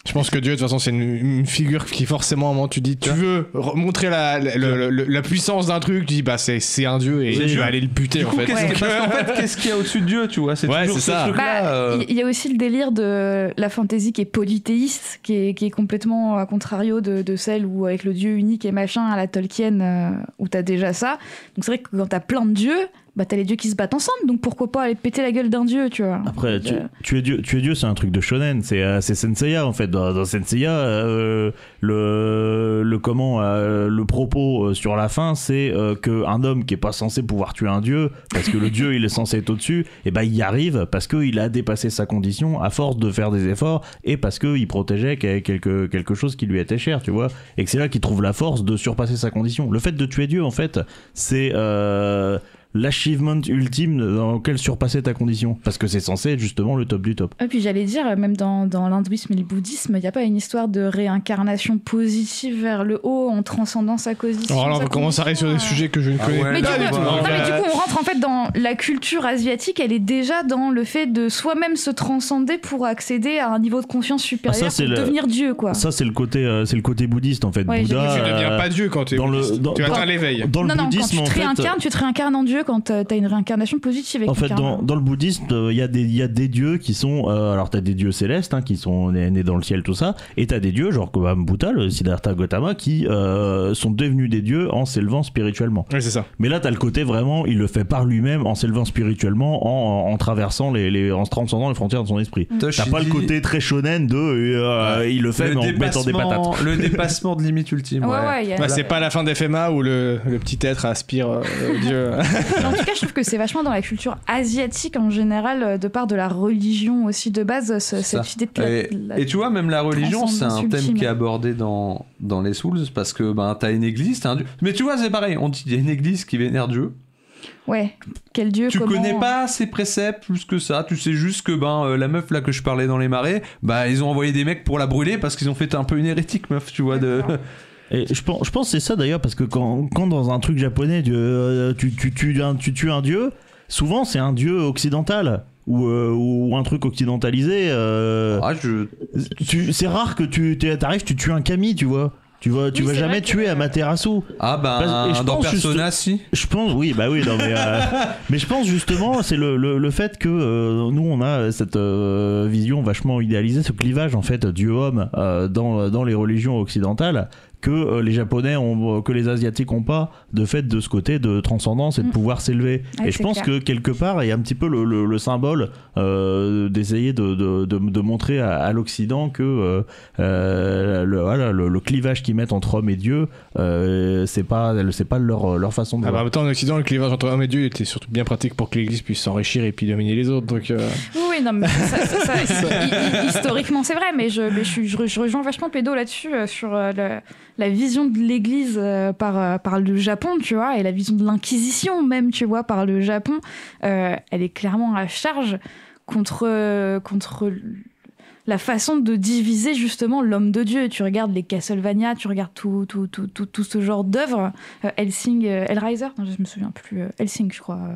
Speaker 1: Je pense que Dieu, de toute façon, c'est une, une figure qui, forcément, à un moment, tu dis, tu veux re- montrer la, la, le- le- la puissance d'un truc, tu dis, bah, c'est c'est un dieu et
Speaker 2: C'est
Speaker 1: tu
Speaker 2: Dieu.
Speaker 1: vas aller le buter,
Speaker 2: Du
Speaker 1: en
Speaker 2: coup,
Speaker 1: fait.
Speaker 2: qu'est-ce
Speaker 1: Donc,
Speaker 2: qu'il parce qu'en fait, qu'est-ce qu'il y a au-dessus de Dieu, tu vois C'est
Speaker 1: Ouais,
Speaker 2: toujours
Speaker 1: c'est
Speaker 2: ce
Speaker 1: ça.
Speaker 2: truc-là,
Speaker 5: Bah,
Speaker 2: euh,
Speaker 5: Il y a aussi le délire de la fantaisie qui est polythéiste, qui est, qui est complètement à contrario de, de celle où avec le dieu unique et machin à la Tolkien, euh, où t'as déjà ça. Donc c'est vrai que quand t'as plein de dieux, bah t'as les dieux qui se battent ensemble, donc pourquoi pas aller péter la gueule d'un dieu, tu vois.
Speaker 3: Après, tu,
Speaker 5: Euh.
Speaker 3: tu es Dieu, tu es Dieu, c'est un truc de shonen, c'est euh, c'est Senseiya en fait. Dans, dans Senseiya, euh, le, le le comment, euh, le propos euh, sur la fin, c'est euh, que un homme qui est pas censé pouvoir tuer un dieu, parce que le dieu il est censé être au-dessus, et ben il y arrive parce qu'il a dépassé sa condition à force de faire des efforts et parce qu'il protégeait que- quelque, quelque chose qui lui était cher, tu vois. Et que c'est là qu'il trouve la force de surpasser sa condition. Le fait de tuer Dieu, en fait, c'est euh, l'achievement ultime dans lequel surpasser ta condition. Parce que c'est censé être justement le top du top.
Speaker 4: Et Ah, puis j'allais dire, euh, même dans, dans l'hindouisme et le bouddhisme, il n'y a pas une histoire de réincarnation positive vers le haut en transcendant sa condition.
Speaker 1: Alors Oh là, on
Speaker 4: sa
Speaker 1: va commencer à arriver sur des
Speaker 4: condition,
Speaker 1: sujets que je ne
Speaker 2: Ah
Speaker 1: connais
Speaker 2: ouais,
Speaker 4: Mais du,
Speaker 1: pas.
Speaker 4: coup,
Speaker 1: du tout.
Speaker 4: non, mais
Speaker 1: Donc,
Speaker 4: du
Speaker 1: euh,
Speaker 4: coup, on rentre en fait dans la culture asiatique, elle est déjà dans le fait de soi-même se transcender pour accéder à un niveau de conscience supérieur,
Speaker 3: Ah, ça, c'est
Speaker 4: pour
Speaker 3: le-
Speaker 4: devenir Dieu, quoi.
Speaker 3: Ça, c'est le côté, euh, c'est le côté bouddhiste en fait.
Speaker 4: Ouais,
Speaker 3: Bouddha.
Speaker 4: j'ai-
Speaker 1: Tu ne deviens
Speaker 3: euh,
Speaker 1: pas Dieu quand t'es
Speaker 3: dans le-
Speaker 1: bouddhiste.
Speaker 3: dans-
Speaker 1: tu
Speaker 3: dans-
Speaker 1: atteins l'éveil.
Speaker 3: dans le
Speaker 4: non, non, quand
Speaker 3: bouddhisme,
Speaker 4: tu
Speaker 3: en
Speaker 4: te
Speaker 3: fait,
Speaker 4: réincarnes, tu te réincarnes en Dieu quand euh, t'as t'as une réincarnation positive. hein. avec
Speaker 3: En fait,
Speaker 4: quelqu'un.
Speaker 3: dans, dans le bouddhisme, euh, il y, a des- il y a des dieux qui sont. euh, alors, t'as des dieux célestes hein, qui sont nés, nés dans le ciel, tout ça. Et t'as des dieux, genre comme Buddha, le Siddhartha Gautama, qui euh, sont devenus des dieux en s'élevant spirituellement.
Speaker 1: Oui, c'est ça.
Speaker 3: Mais là, t'as le côté vraiment, il le fait par lui-même en s'élevant spirituellement, en, en traversant les, les- en se transcendant les frontières de son esprit. T'as pas le côté très shonen de. euh, il le fait
Speaker 2: le
Speaker 3: mais en mettant des patates.
Speaker 2: dépassement, le dépassement de limite ultime.
Speaker 4: Ouais,
Speaker 2: Ouais,
Speaker 4: ouais, il y a-
Speaker 1: Bah, c'est pas la fin d'FMA où le, le petit être aspire euh, au Dieu.
Speaker 4: en tout cas, je trouve que c'est vachement dans la culture asiatique en général, euh, de part de la religion aussi de base, ce-
Speaker 2: C'est
Speaker 4: cette
Speaker 2: ça.
Speaker 4: idée de la-
Speaker 2: Et,
Speaker 4: la-
Speaker 2: et tu vois, même la religion, c'est un
Speaker 4: transcendance
Speaker 2: thème
Speaker 4: ultime.
Speaker 2: qui est abordé dans, dans les Souls parce que ben, t'as une église, t'as un dieu. Mais tu vois, c'est pareil, on dit il y a une église qui vénère Dieu.
Speaker 4: Ouais, quel dieu,
Speaker 2: tu
Speaker 4: comment-
Speaker 2: connais pas ses préceptes plus que ça, tu sais juste que ben, euh, la meuf là que je parlais dans les marais, bah ils ont envoyé des mecs pour la brûler parce qu'ils ont fait un peu une hérétique meuf, tu vois. De...
Speaker 3: Et je pense, je pense que c'est ça d'ailleurs, parce que quand, quand dans un truc japonais, tu, euh, tu, tu, tues un, tu tues un dieu, souvent c'est un dieu occidental. Ou, euh, ou un truc occidentalisé. euh,
Speaker 2: Ah, je...
Speaker 3: tu- c'est rare que tu t'es- t'arrives, tu tues un kami, tu vois. Tu vas, tu
Speaker 4: Oui,
Speaker 3: vas
Speaker 4: c'est
Speaker 3: jamais
Speaker 4: vrai que-
Speaker 3: tuer Amaterasu.
Speaker 2: ah
Speaker 3: Parce- et je
Speaker 2: ben, dans
Speaker 3: pense juste-
Speaker 2: Persona, si.
Speaker 3: Je pense, oui, bah oui, non, mais, euh, mais je pense justement, c'est le, le, le fait que euh, nous, on a cette euh, vision vachement idéalisée, ce clivage en fait Dieu-homme euh, dans, dans les religions occidentales que euh, les Japonais ont, que les Asiatiques ont pas, de fait de ce côté de transcendance et de
Speaker 4: Mm.
Speaker 3: pouvoir s'élever.
Speaker 4: Ouais,
Speaker 3: et je
Speaker 4: c'est
Speaker 3: pense
Speaker 4: clair.
Speaker 3: que quelque part, il y a un petit peu le, le- le symbole euh, d'essayer de, de, de, de montrer à, à l'Occident que euh, euh, le, voilà, le, le clivage qu'ils mettent entre homme et Dieu, euh, c'est pas, c'est pas leur, leur façon de
Speaker 1: Ah bah,
Speaker 3: voir.
Speaker 1: en même temps, en Occident, le clivage entre homme et Dieu était surtout bien pratique pour que l'Église puisse s'enrichir et puis dominer les autres. Donc, euh,
Speaker 4: Oui, Oui, non, mais ça, ça- ça- hi- hi- historiquement, c'est vrai, mais je, mais je, suis- je, re- je rejoins vachement Pédo là-dessus, euh, sur euh, le- la vision de l'Église euh, par, euh, par le Japon, tu vois, et la vision de l'Inquisition même, tu vois, par le Japon. Euh, elle est clairement à charge contre, euh, contre l- la façon de diviser justement l'homme de Dieu. Tu regardes les Castlevania, tu regardes tout, tout, tout, tout, tout ce genre d'œuvres. Euh, Helsing, euh, Hellraiser, non, je me souviens plus, euh, Helsing, je crois, euh,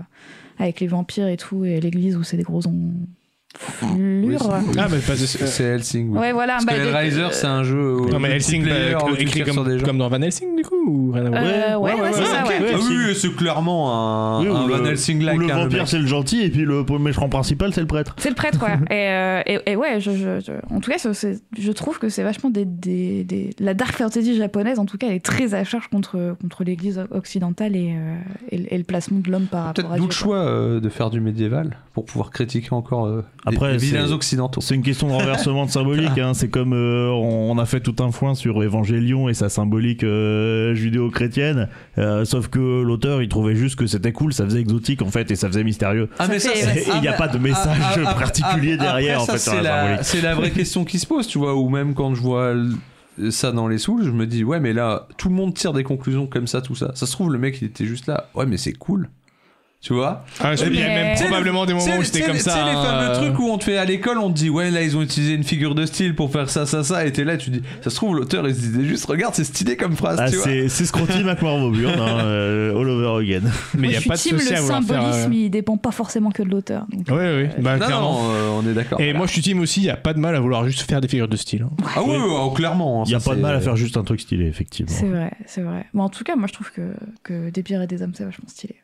Speaker 4: avec les vampires et tout, et l'église où c'est des gros
Speaker 2: Oui,
Speaker 4: enflures.
Speaker 2: c'est-
Speaker 1: Ah, mais pas de-
Speaker 2: c'est c'est Helsing. oui.
Speaker 4: ouais, voilà.
Speaker 2: Parce
Speaker 4: bah,
Speaker 2: que
Speaker 4: de-
Speaker 2: Hellraiser, c'est un jeu. où
Speaker 1: Non, mais
Speaker 2: tu
Speaker 1: Helsing,
Speaker 2: tires,
Speaker 1: bah,
Speaker 2: où tu
Speaker 1: écrit
Speaker 2: tires sur des
Speaker 1: comme,
Speaker 2: gens.
Speaker 1: comme dans Van Helsing, du coup, ou rien à voir
Speaker 4: Euh, ouais, ouais, c'est ça, ouais.
Speaker 2: Ah oui,
Speaker 3: Helsing.
Speaker 2: oui, c'est clairement un,
Speaker 3: Oui, ou
Speaker 2: un
Speaker 3: le-
Speaker 2: Van Helsing
Speaker 3: Ou
Speaker 2: like.
Speaker 3: le
Speaker 2: hein,
Speaker 3: vampire
Speaker 2: mec.
Speaker 3: c'est le gentil et puis le méchant principal c'est le prêtre.
Speaker 4: C'est le prêtre, ouais. et, euh, et, et ouais, je, je- je- en tout cas, c'est- c'est- je trouve que c'est vachement des, des- des- La dark fantasy japonaise, en tout cas, elle est très à charge contre, contre l'église occidentale et, euh, et, le- et le placement de l'homme par rapport
Speaker 2: Peut-être
Speaker 4: à
Speaker 2: d'où
Speaker 4: Dieu.
Speaker 2: le
Speaker 4: quoi.
Speaker 2: choix euh, de faire du médiéval pour pouvoir critiquer encore euh, les-
Speaker 3: Après,
Speaker 2: les vilains
Speaker 3: c'est-
Speaker 2: occidentaux.
Speaker 3: C'est une question de renversement de symbolique. hein. C'est comme euh, on, on a fait tout un foin sur Évangélion et sa symbolique euh, judéo-chrétienne. Euh, sauf que l'auteur il trouvait juste que c'était cool, ça faisait exotique en fait et ça faisait mystérieux.
Speaker 2: Ah, mais ça,
Speaker 9: fait-
Speaker 2: c'est-
Speaker 3: Il n'y a
Speaker 2: ah,
Speaker 3: pas de message
Speaker 2: ah, ah, ah,
Speaker 3: particulier
Speaker 2: ah,
Speaker 3: derrière
Speaker 2: après,
Speaker 3: en fait. hein,
Speaker 2: ça,
Speaker 3: dans
Speaker 2: C'est la,
Speaker 3: symbolique.
Speaker 2: c'est la vraie question qui se pose, tu vois, ou même quand je vois l- ça dans les souls, je me dis, ouais, mais là, tout le monde tire des conclusions comme ça, tout ça. Ça se trouve, le mec, il était juste là, ouais, mais c'est cool. Tu vois
Speaker 1: Ah, je- Il y a
Speaker 4: Mais-
Speaker 1: même
Speaker 4: C'est
Speaker 1: probablement des moments où c'était comme ça.
Speaker 2: C'est les
Speaker 1: hein,
Speaker 2: fameux
Speaker 1: euh,
Speaker 2: trucs où on te fait à l'école, on te dit, ouais, là, ils ont utilisé une figure de style pour faire ça, ça, ça, et t'es là, tu dis, ça se trouve, l'auteur, il se disait juste, regarde, c'est stylé comme phrase,
Speaker 3: Ah,
Speaker 2: tu vois.
Speaker 3: c'est c'est Scrotty McMarvoburn hein, euh, all over again.
Speaker 1: Mais il
Speaker 4: Moi,
Speaker 1: n'y
Speaker 4: je
Speaker 1: a
Speaker 4: suis
Speaker 1: pas de
Speaker 4: team,
Speaker 1: souci
Speaker 4: le
Speaker 1: à vouloir faire. euh,
Speaker 4: symbolisme, il dépend pas forcément que de l'auteur. donc.
Speaker 1: Oui, oui, bah,
Speaker 2: Non,
Speaker 1: clairement.
Speaker 2: non, euh, on est d'accord.
Speaker 1: Et moi, je suis team aussi, il n'y a pas de mal à vouloir juste faire des figures de style. hein.
Speaker 2: Ah oui, oui, oui, clairement.
Speaker 3: Il n'y a
Speaker 2: ça,
Speaker 3: pas de
Speaker 2: c'est-
Speaker 3: mal à faire juste un truc stylé effectivement.
Speaker 4: C'est vrai, c'est vrai. Mais en tout cas, moi, je trouve que, que des pires et des hommes, c'est vachement stylé.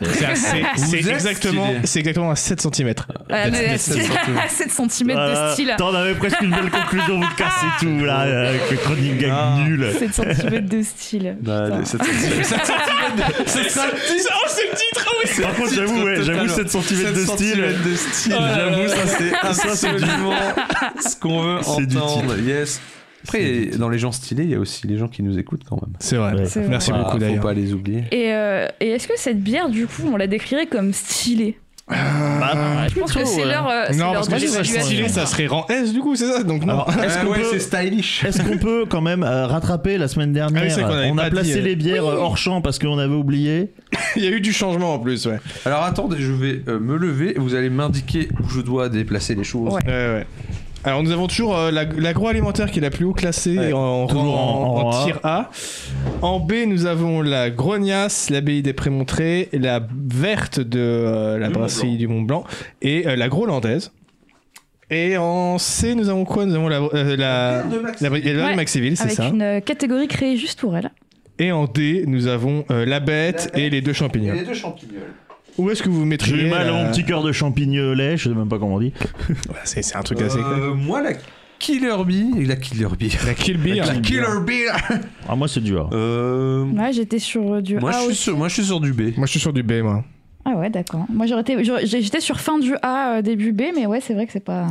Speaker 1: C'est à- c'est-
Speaker 2: Vous
Speaker 1: c'est
Speaker 2: êtes
Speaker 1: exactement,
Speaker 2: stylé.
Speaker 1: c'est exactement à 7 cm.
Speaker 9: Ah, mais- Ah.
Speaker 4: 7 cm de
Speaker 3: Voilà.
Speaker 4: style.
Speaker 3: T'en avais presque une belle conclusion, vous cassez tout là, euh, que chronique gag
Speaker 2: Ah.
Speaker 3: nul.
Speaker 4: 7 cm de style.
Speaker 2: Bah,
Speaker 4: putain.
Speaker 2: les 7 cm. 7 cm. C'est ça le titre. Oh, c'est le titre. Ah oui, c'est
Speaker 3: Par
Speaker 2: le
Speaker 3: contre,
Speaker 2: titre
Speaker 3: j'avoue, ouais,
Speaker 2: totalement.
Speaker 3: j'avoue 7 cm de
Speaker 2: 7
Speaker 3: style.
Speaker 2: centimètres de style.
Speaker 3: Oh là
Speaker 2: J'avoue, ça, c'est
Speaker 3: Ça, c'est du-
Speaker 2: absolument ce qu'on veut
Speaker 3: C'est du
Speaker 2: entendre. Yes. Après, dans les gens stylés, il y a aussi les gens qui nous écoutent quand même.
Speaker 1: C'est vrai.
Speaker 10: Ouais.
Speaker 4: C'est-
Speaker 1: Merci
Speaker 2: Faut pas-
Speaker 1: beaucoup d'ailleurs.
Speaker 2: Faut pas les oublier.
Speaker 4: Et, euh, et est-ce que cette bière, du coup, on la décrirait comme stylée Je pense que c'est leur. euh, c'est
Speaker 1: Non,
Speaker 4: leur
Speaker 1: parce que si ça
Speaker 4: dévaluation.
Speaker 1: stylé, ça serait rang S du coup, c'est ça Donc non.
Speaker 3: Alors, est-ce
Speaker 2: Ah
Speaker 3: qu'on
Speaker 2: ouais,
Speaker 3: peut-
Speaker 2: c'est stylish.
Speaker 3: Est-ce qu'on peut quand même euh, rattraper la semaine dernière
Speaker 1: Ah oui, c'est qu'on avait
Speaker 3: On a
Speaker 1: pas
Speaker 3: placé
Speaker 1: dit, euh,
Speaker 3: les bières
Speaker 4: oui.
Speaker 3: euh, hors champ parce qu'on avait oublié.
Speaker 1: Il y a eu du changement en plus, ouais.
Speaker 2: Alors attendez, je vais euh, me lever. Vous allez m'indiquer où je dois déplacer les choses.
Speaker 4: Ouais.
Speaker 1: Ouais, ouais. Alors nous avons toujours euh, la- l'agroalimentaire qui est la plus haut classée
Speaker 2: Ouais.
Speaker 1: en,
Speaker 3: Toujours
Speaker 1: en-
Speaker 3: en- en
Speaker 1: en tir A. En B, nous avons la Grognasse, l'abbaye des Prémontrés, la verte de euh, la
Speaker 2: Du
Speaker 1: brasserie
Speaker 2: Mont-Blanc.
Speaker 1: du Mont Blanc et euh, la Grolandaise. Et en C, nous avons quoi Nous avons la euh, la, la, la,
Speaker 4: Ouais.
Speaker 1: Maxiville, c'est
Speaker 4: Avec
Speaker 1: ça.
Speaker 4: une euh, catégorie créée juste pour elle.
Speaker 1: Et en D, nous avons euh, la, bête
Speaker 2: La Bête.
Speaker 1: et les deux
Speaker 2: Et
Speaker 1: champignons.
Speaker 2: les deux champignols.
Speaker 1: Où est-ce que vous mettriez
Speaker 3: J'ai eu mal à
Speaker 1: la-
Speaker 3: mon petit cœur de champignolet, je sais même pas comment on dit.
Speaker 1: Ouais, c'est, c'est un truc assez cool.
Speaker 2: Euh, moi, la Killer Bee. et La Killer Bee.
Speaker 1: La Kill Beer.
Speaker 2: La Killer Bee.
Speaker 3: Ah, moi, c'est dur.
Speaker 2: Euh,
Speaker 4: Ouais, j'étais sur euh, du
Speaker 2: moi,
Speaker 4: A.
Speaker 2: je suis
Speaker 4: aussi.
Speaker 2: sur, moi, je suis sur du B.
Speaker 1: Moi, je suis sur du B, moi.
Speaker 4: Ah ouais, d'accord. Moi, j'aurais été- j'aurais- j'étais sur fin du A, euh, début B, mais ouais, c'est vrai que c'est pas.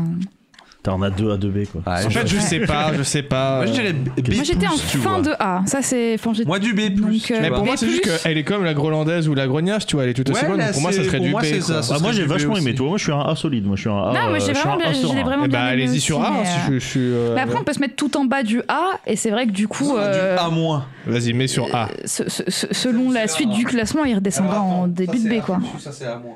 Speaker 3: T'en on a deux à 2B, quoi.
Speaker 2: Ouais,
Speaker 1: En
Speaker 2: je-
Speaker 1: fait, je sais pas, je sais pas.
Speaker 2: moi, je dirais B.
Speaker 4: Moi, j'étais en
Speaker 2: tu
Speaker 4: fin
Speaker 2: vois.
Speaker 4: de A. Ça, c'est. enfin, j'étais-
Speaker 2: Moi, du B. plus,
Speaker 4: Donc,
Speaker 2: tu
Speaker 4: euh,
Speaker 1: Mais
Speaker 2: vois.
Speaker 1: pour moi,
Speaker 4: Mais
Speaker 1: c'est juste
Speaker 4: plus-
Speaker 1: qu'elle est comme la Grolandaise ou la Grognasse, tu vois, elle est tout aussi
Speaker 2: Ouais,
Speaker 1: bonne.
Speaker 2: là,
Speaker 1: donc Pour moi, ça
Speaker 2: c'est-
Speaker 1: serait
Speaker 2: pour
Speaker 1: du
Speaker 2: moi, c'est
Speaker 1: B. quoi.
Speaker 2: ça, ça
Speaker 3: Ah,
Speaker 2: serait
Speaker 3: moi, j'ai
Speaker 2: du B
Speaker 3: vachement aimé.
Speaker 2: aussi.
Speaker 3: Toi, moi, je suis un A solide. Moi, je suis un A.
Speaker 4: Non, moi,
Speaker 3: euh,
Speaker 4: j'ai
Speaker 3: je suis
Speaker 4: vraiment
Speaker 3: un
Speaker 4: bien.
Speaker 3: A
Speaker 4: je
Speaker 3: sur
Speaker 4: l'ai
Speaker 3: un.
Speaker 4: vraiment
Speaker 1: Eh bah,
Speaker 4: bien aimé
Speaker 1: allez-y
Speaker 4: aussi,
Speaker 1: sur A,
Speaker 4: mais,
Speaker 1: hein, si
Speaker 4: euh,
Speaker 1: je je suis. euh,
Speaker 4: Mais après, on peut se mettre tout en bas du A, et c'est vrai que du coup, euh,
Speaker 2: Du A moins.
Speaker 1: Vas-y, mets sur A.
Speaker 4: ce- ce- ce- selon
Speaker 2: C'est
Speaker 4: la
Speaker 2: là,
Speaker 4: suite
Speaker 2: hein.
Speaker 4: du classement, il redescendra
Speaker 2: Alors, attends,
Speaker 4: en
Speaker 2: ça,
Speaker 4: début de
Speaker 2: c'est
Speaker 4: B,
Speaker 2: à-
Speaker 4: quoi.
Speaker 2: Ça, c'est à moi.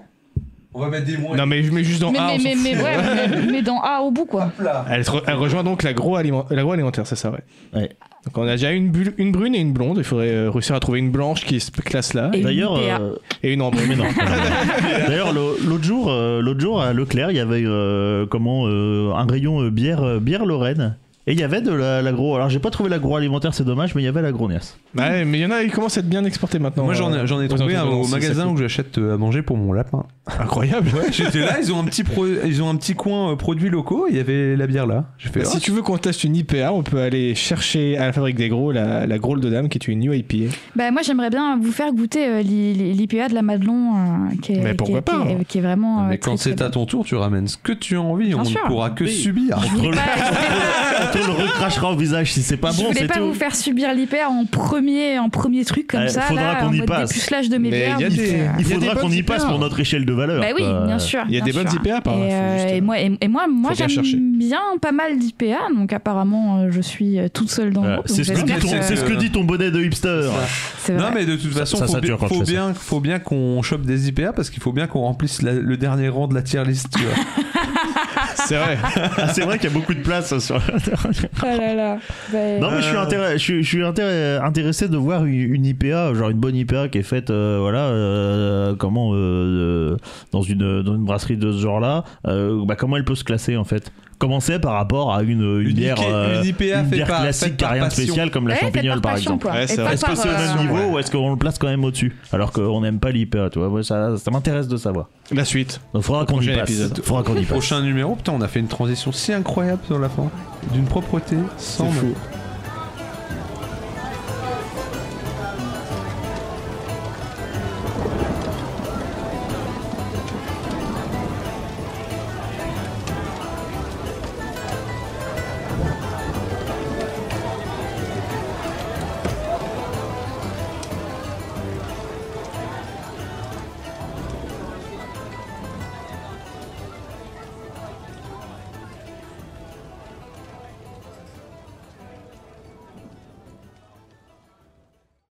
Speaker 2: On va mettre des moins.
Speaker 1: Non, mais je mets juste dans
Speaker 4: Mais,
Speaker 1: A. on
Speaker 4: mais,
Speaker 1: s'en
Speaker 4: mais,
Speaker 1: fout.
Speaker 4: mais, ouais, mais- mais dans A au bout, quoi.
Speaker 2: Hop là.
Speaker 1: Elle, se re- elle rejoint donc l'agroaliment- l'agroalimentaire, c'est ça, ouais.
Speaker 3: Ouais.
Speaker 1: Donc on a déjà une, bulle- une brune et une blonde. Il faudrait euh, réussir à trouver une blanche qui se classe là
Speaker 4: Et une
Speaker 3: D'ailleurs,
Speaker 4: BA.
Speaker 3: euh,
Speaker 1: et une ambre.
Speaker 3: mais non. D'ailleurs, l'au- l'autre jour, euh, l'autre jour à Leclerc, il y avait euh, comment euh, un rayon euh, bière, euh, bière Lorraine. Et il y avait de la- l'agro. Alors, j'ai pas trouvé l'agroalimentaire, c'est dommage, mais il y avait l'agroniasse.
Speaker 1: Ouais, mais il y en a, ils commencent à être bien exportés maintenant. euh,
Speaker 2: Moi j'en ai, j'en ai trouvé un au magasin où
Speaker 1: où
Speaker 2: j'achète euh, à manger pour mon lapin.
Speaker 1: Incroyable.
Speaker 2: J'étais là, ils ont un petit, pro- ils ont un petit coin euh, produits locaux, il y avait la bière là. J'ai fait,
Speaker 1: Bah,
Speaker 2: oh,
Speaker 1: si tu veux qu'on teste une IPA, on peut aller chercher à la fabrique des gros la, la Grôle de Dame qui est une New IPA.
Speaker 4: Bah, moi, j'aimerais bien vous faire goûter euh, l'i- l'i- l'IPA de la Madelon, euh, qui, est,
Speaker 1: Mais
Speaker 4: qui
Speaker 1: pourquoi
Speaker 4: est-
Speaker 1: pas,
Speaker 4: qui est- qui est vraiment. euh,
Speaker 2: mais
Speaker 4: très,
Speaker 2: quand
Speaker 4: très
Speaker 2: c'est à
Speaker 4: bonne.
Speaker 2: ton tour, tu ramènes ce que tu as envie,
Speaker 4: Bien
Speaker 2: on
Speaker 4: sûr.
Speaker 2: ne pourra que
Speaker 1: Oui.
Speaker 2: subir.
Speaker 3: On te, le,
Speaker 4: Bah,
Speaker 3: on te le recrachera au visage si c'est pas
Speaker 4: je
Speaker 3: bon,
Speaker 4: voulais
Speaker 3: c'est
Speaker 4: pas
Speaker 3: tout.
Speaker 4: vous faire subir l'IPA en premier, en premier truc comme
Speaker 3: Eh,
Speaker 4: ça,
Speaker 3: faudra
Speaker 4: là,
Speaker 3: qu'on
Speaker 4: en
Speaker 3: y
Speaker 4: mode
Speaker 3: passe.
Speaker 4: dépucelage de mes
Speaker 1: Mais
Speaker 4: bières.
Speaker 1: il y a
Speaker 4: donc,
Speaker 1: des-
Speaker 4: euh,
Speaker 3: Il
Speaker 1: Il y a
Speaker 3: faudra
Speaker 1: des
Speaker 3: qu'on
Speaker 1: bonnes
Speaker 3: y passe
Speaker 1: IPA.
Speaker 3: pour notre échelle de valeur.
Speaker 4: Bah oui,
Speaker 3: quoi.
Speaker 4: bien sûr.
Speaker 1: Il y a
Speaker 4: bien
Speaker 1: des bonnes
Speaker 4: sûr.
Speaker 1: IPA par là,
Speaker 4: Et,
Speaker 1: faut
Speaker 4: euh,
Speaker 1: juste, euh,
Speaker 4: et moi, et, et moi, moi
Speaker 1: bien chercher.
Speaker 4: j'aime bien pas mal d'IPA, donc apparemment euh, je suis euh, toute seule dans le
Speaker 3: Voilà.
Speaker 4: groupe,
Speaker 3: C'est
Speaker 4: donc
Speaker 3: ce, que
Speaker 4: j'espère
Speaker 3: dit ton-
Speaker 2: que-
Speaker 3: c'est
Speaker 4: euh,
Speaker 3: ce que dit ton bonnet de hipster.
Speaker 4: c'est
Speaker 2: Non
Speaker 4: vrai.
Speaker 2: mais de toute façon,
Speaker 3: ça
Speaker 2: faut, bien,
Speaker 3: sature quand je
Speaker 2: faut
Speaker 3: fais ça.
Speaker 2: bien, faut bien qu'on chope des IPA parce qu'il faut bien qu'on remplisse la- le dernier rang de la tier list. tu vois.
Speaker 1: C'est vrai.
Speaker 3: Ah, c'est vrai qu'il y a beaucoup de place hein, sur
Speaker 4: Oh là là. Bah,
Speaker 3: Non mais je suis, intér- je suis- je suis intér- intéressé de voir une, une IPA, genre une bonne IPA qui est faite, euh, voilà, euh, comment euh, euh, dans une dans une brasserie de ce genre-là, euh, bah, comment elle peut se classer en fait. Commencer par rapport à une une,
Speaker 2: Une
Speaker 3: bière,
Speaker 2: IK
Speaker 3: euh,
Speaker 2: une IPA
Speaker 3: une
Speaker 2: fait
Speaker 3: bière
Speaker 2: par-
Speaker 3: classique
Speaker 2: faite
Speaker 3: qui a
Speaker 2: par
Speaker 3: rien de
Speaker 2: passion.
Speaker 3: spécial comme la
Speaker 4: ouais,
Speaker 3: champignole
Speaker 4: faites
Speaker 3: par
Speaker 4: passion,
Speaker 3: exemple.
Speaker 4: quoi.
Speaker 1: Ouais,
Speaker 4: Et
Speaker 1: c'est
Speaker 4: pas
Speaker 1: vrai.
Speaker 3: Est-ce que
Speaker 4: par,
Speaker 3: c'est au
Speaker 4: euh,
Speaker 3: même niveau ou est-ce qu'on le place quand même au-dessus alors qu'on n'aime pas l'IPA, tu vois Moi, ça, ça m'intéresse de savoir.
Speaker 1: La suite.
Speaker 3: Donc faudra qu'on y
Speaker 1: prochain
Speaker 3: passe.
Speaker 1: épisode.
Speaker 3: Faudra qu'on y passe.
Speaker 2: Prochain numéro, putain, on a fait une transition si incroyable sur la fin, d'une propreté sans
Speaker 1: C'est
Speaker 2: nom.
Speaker 1: fou.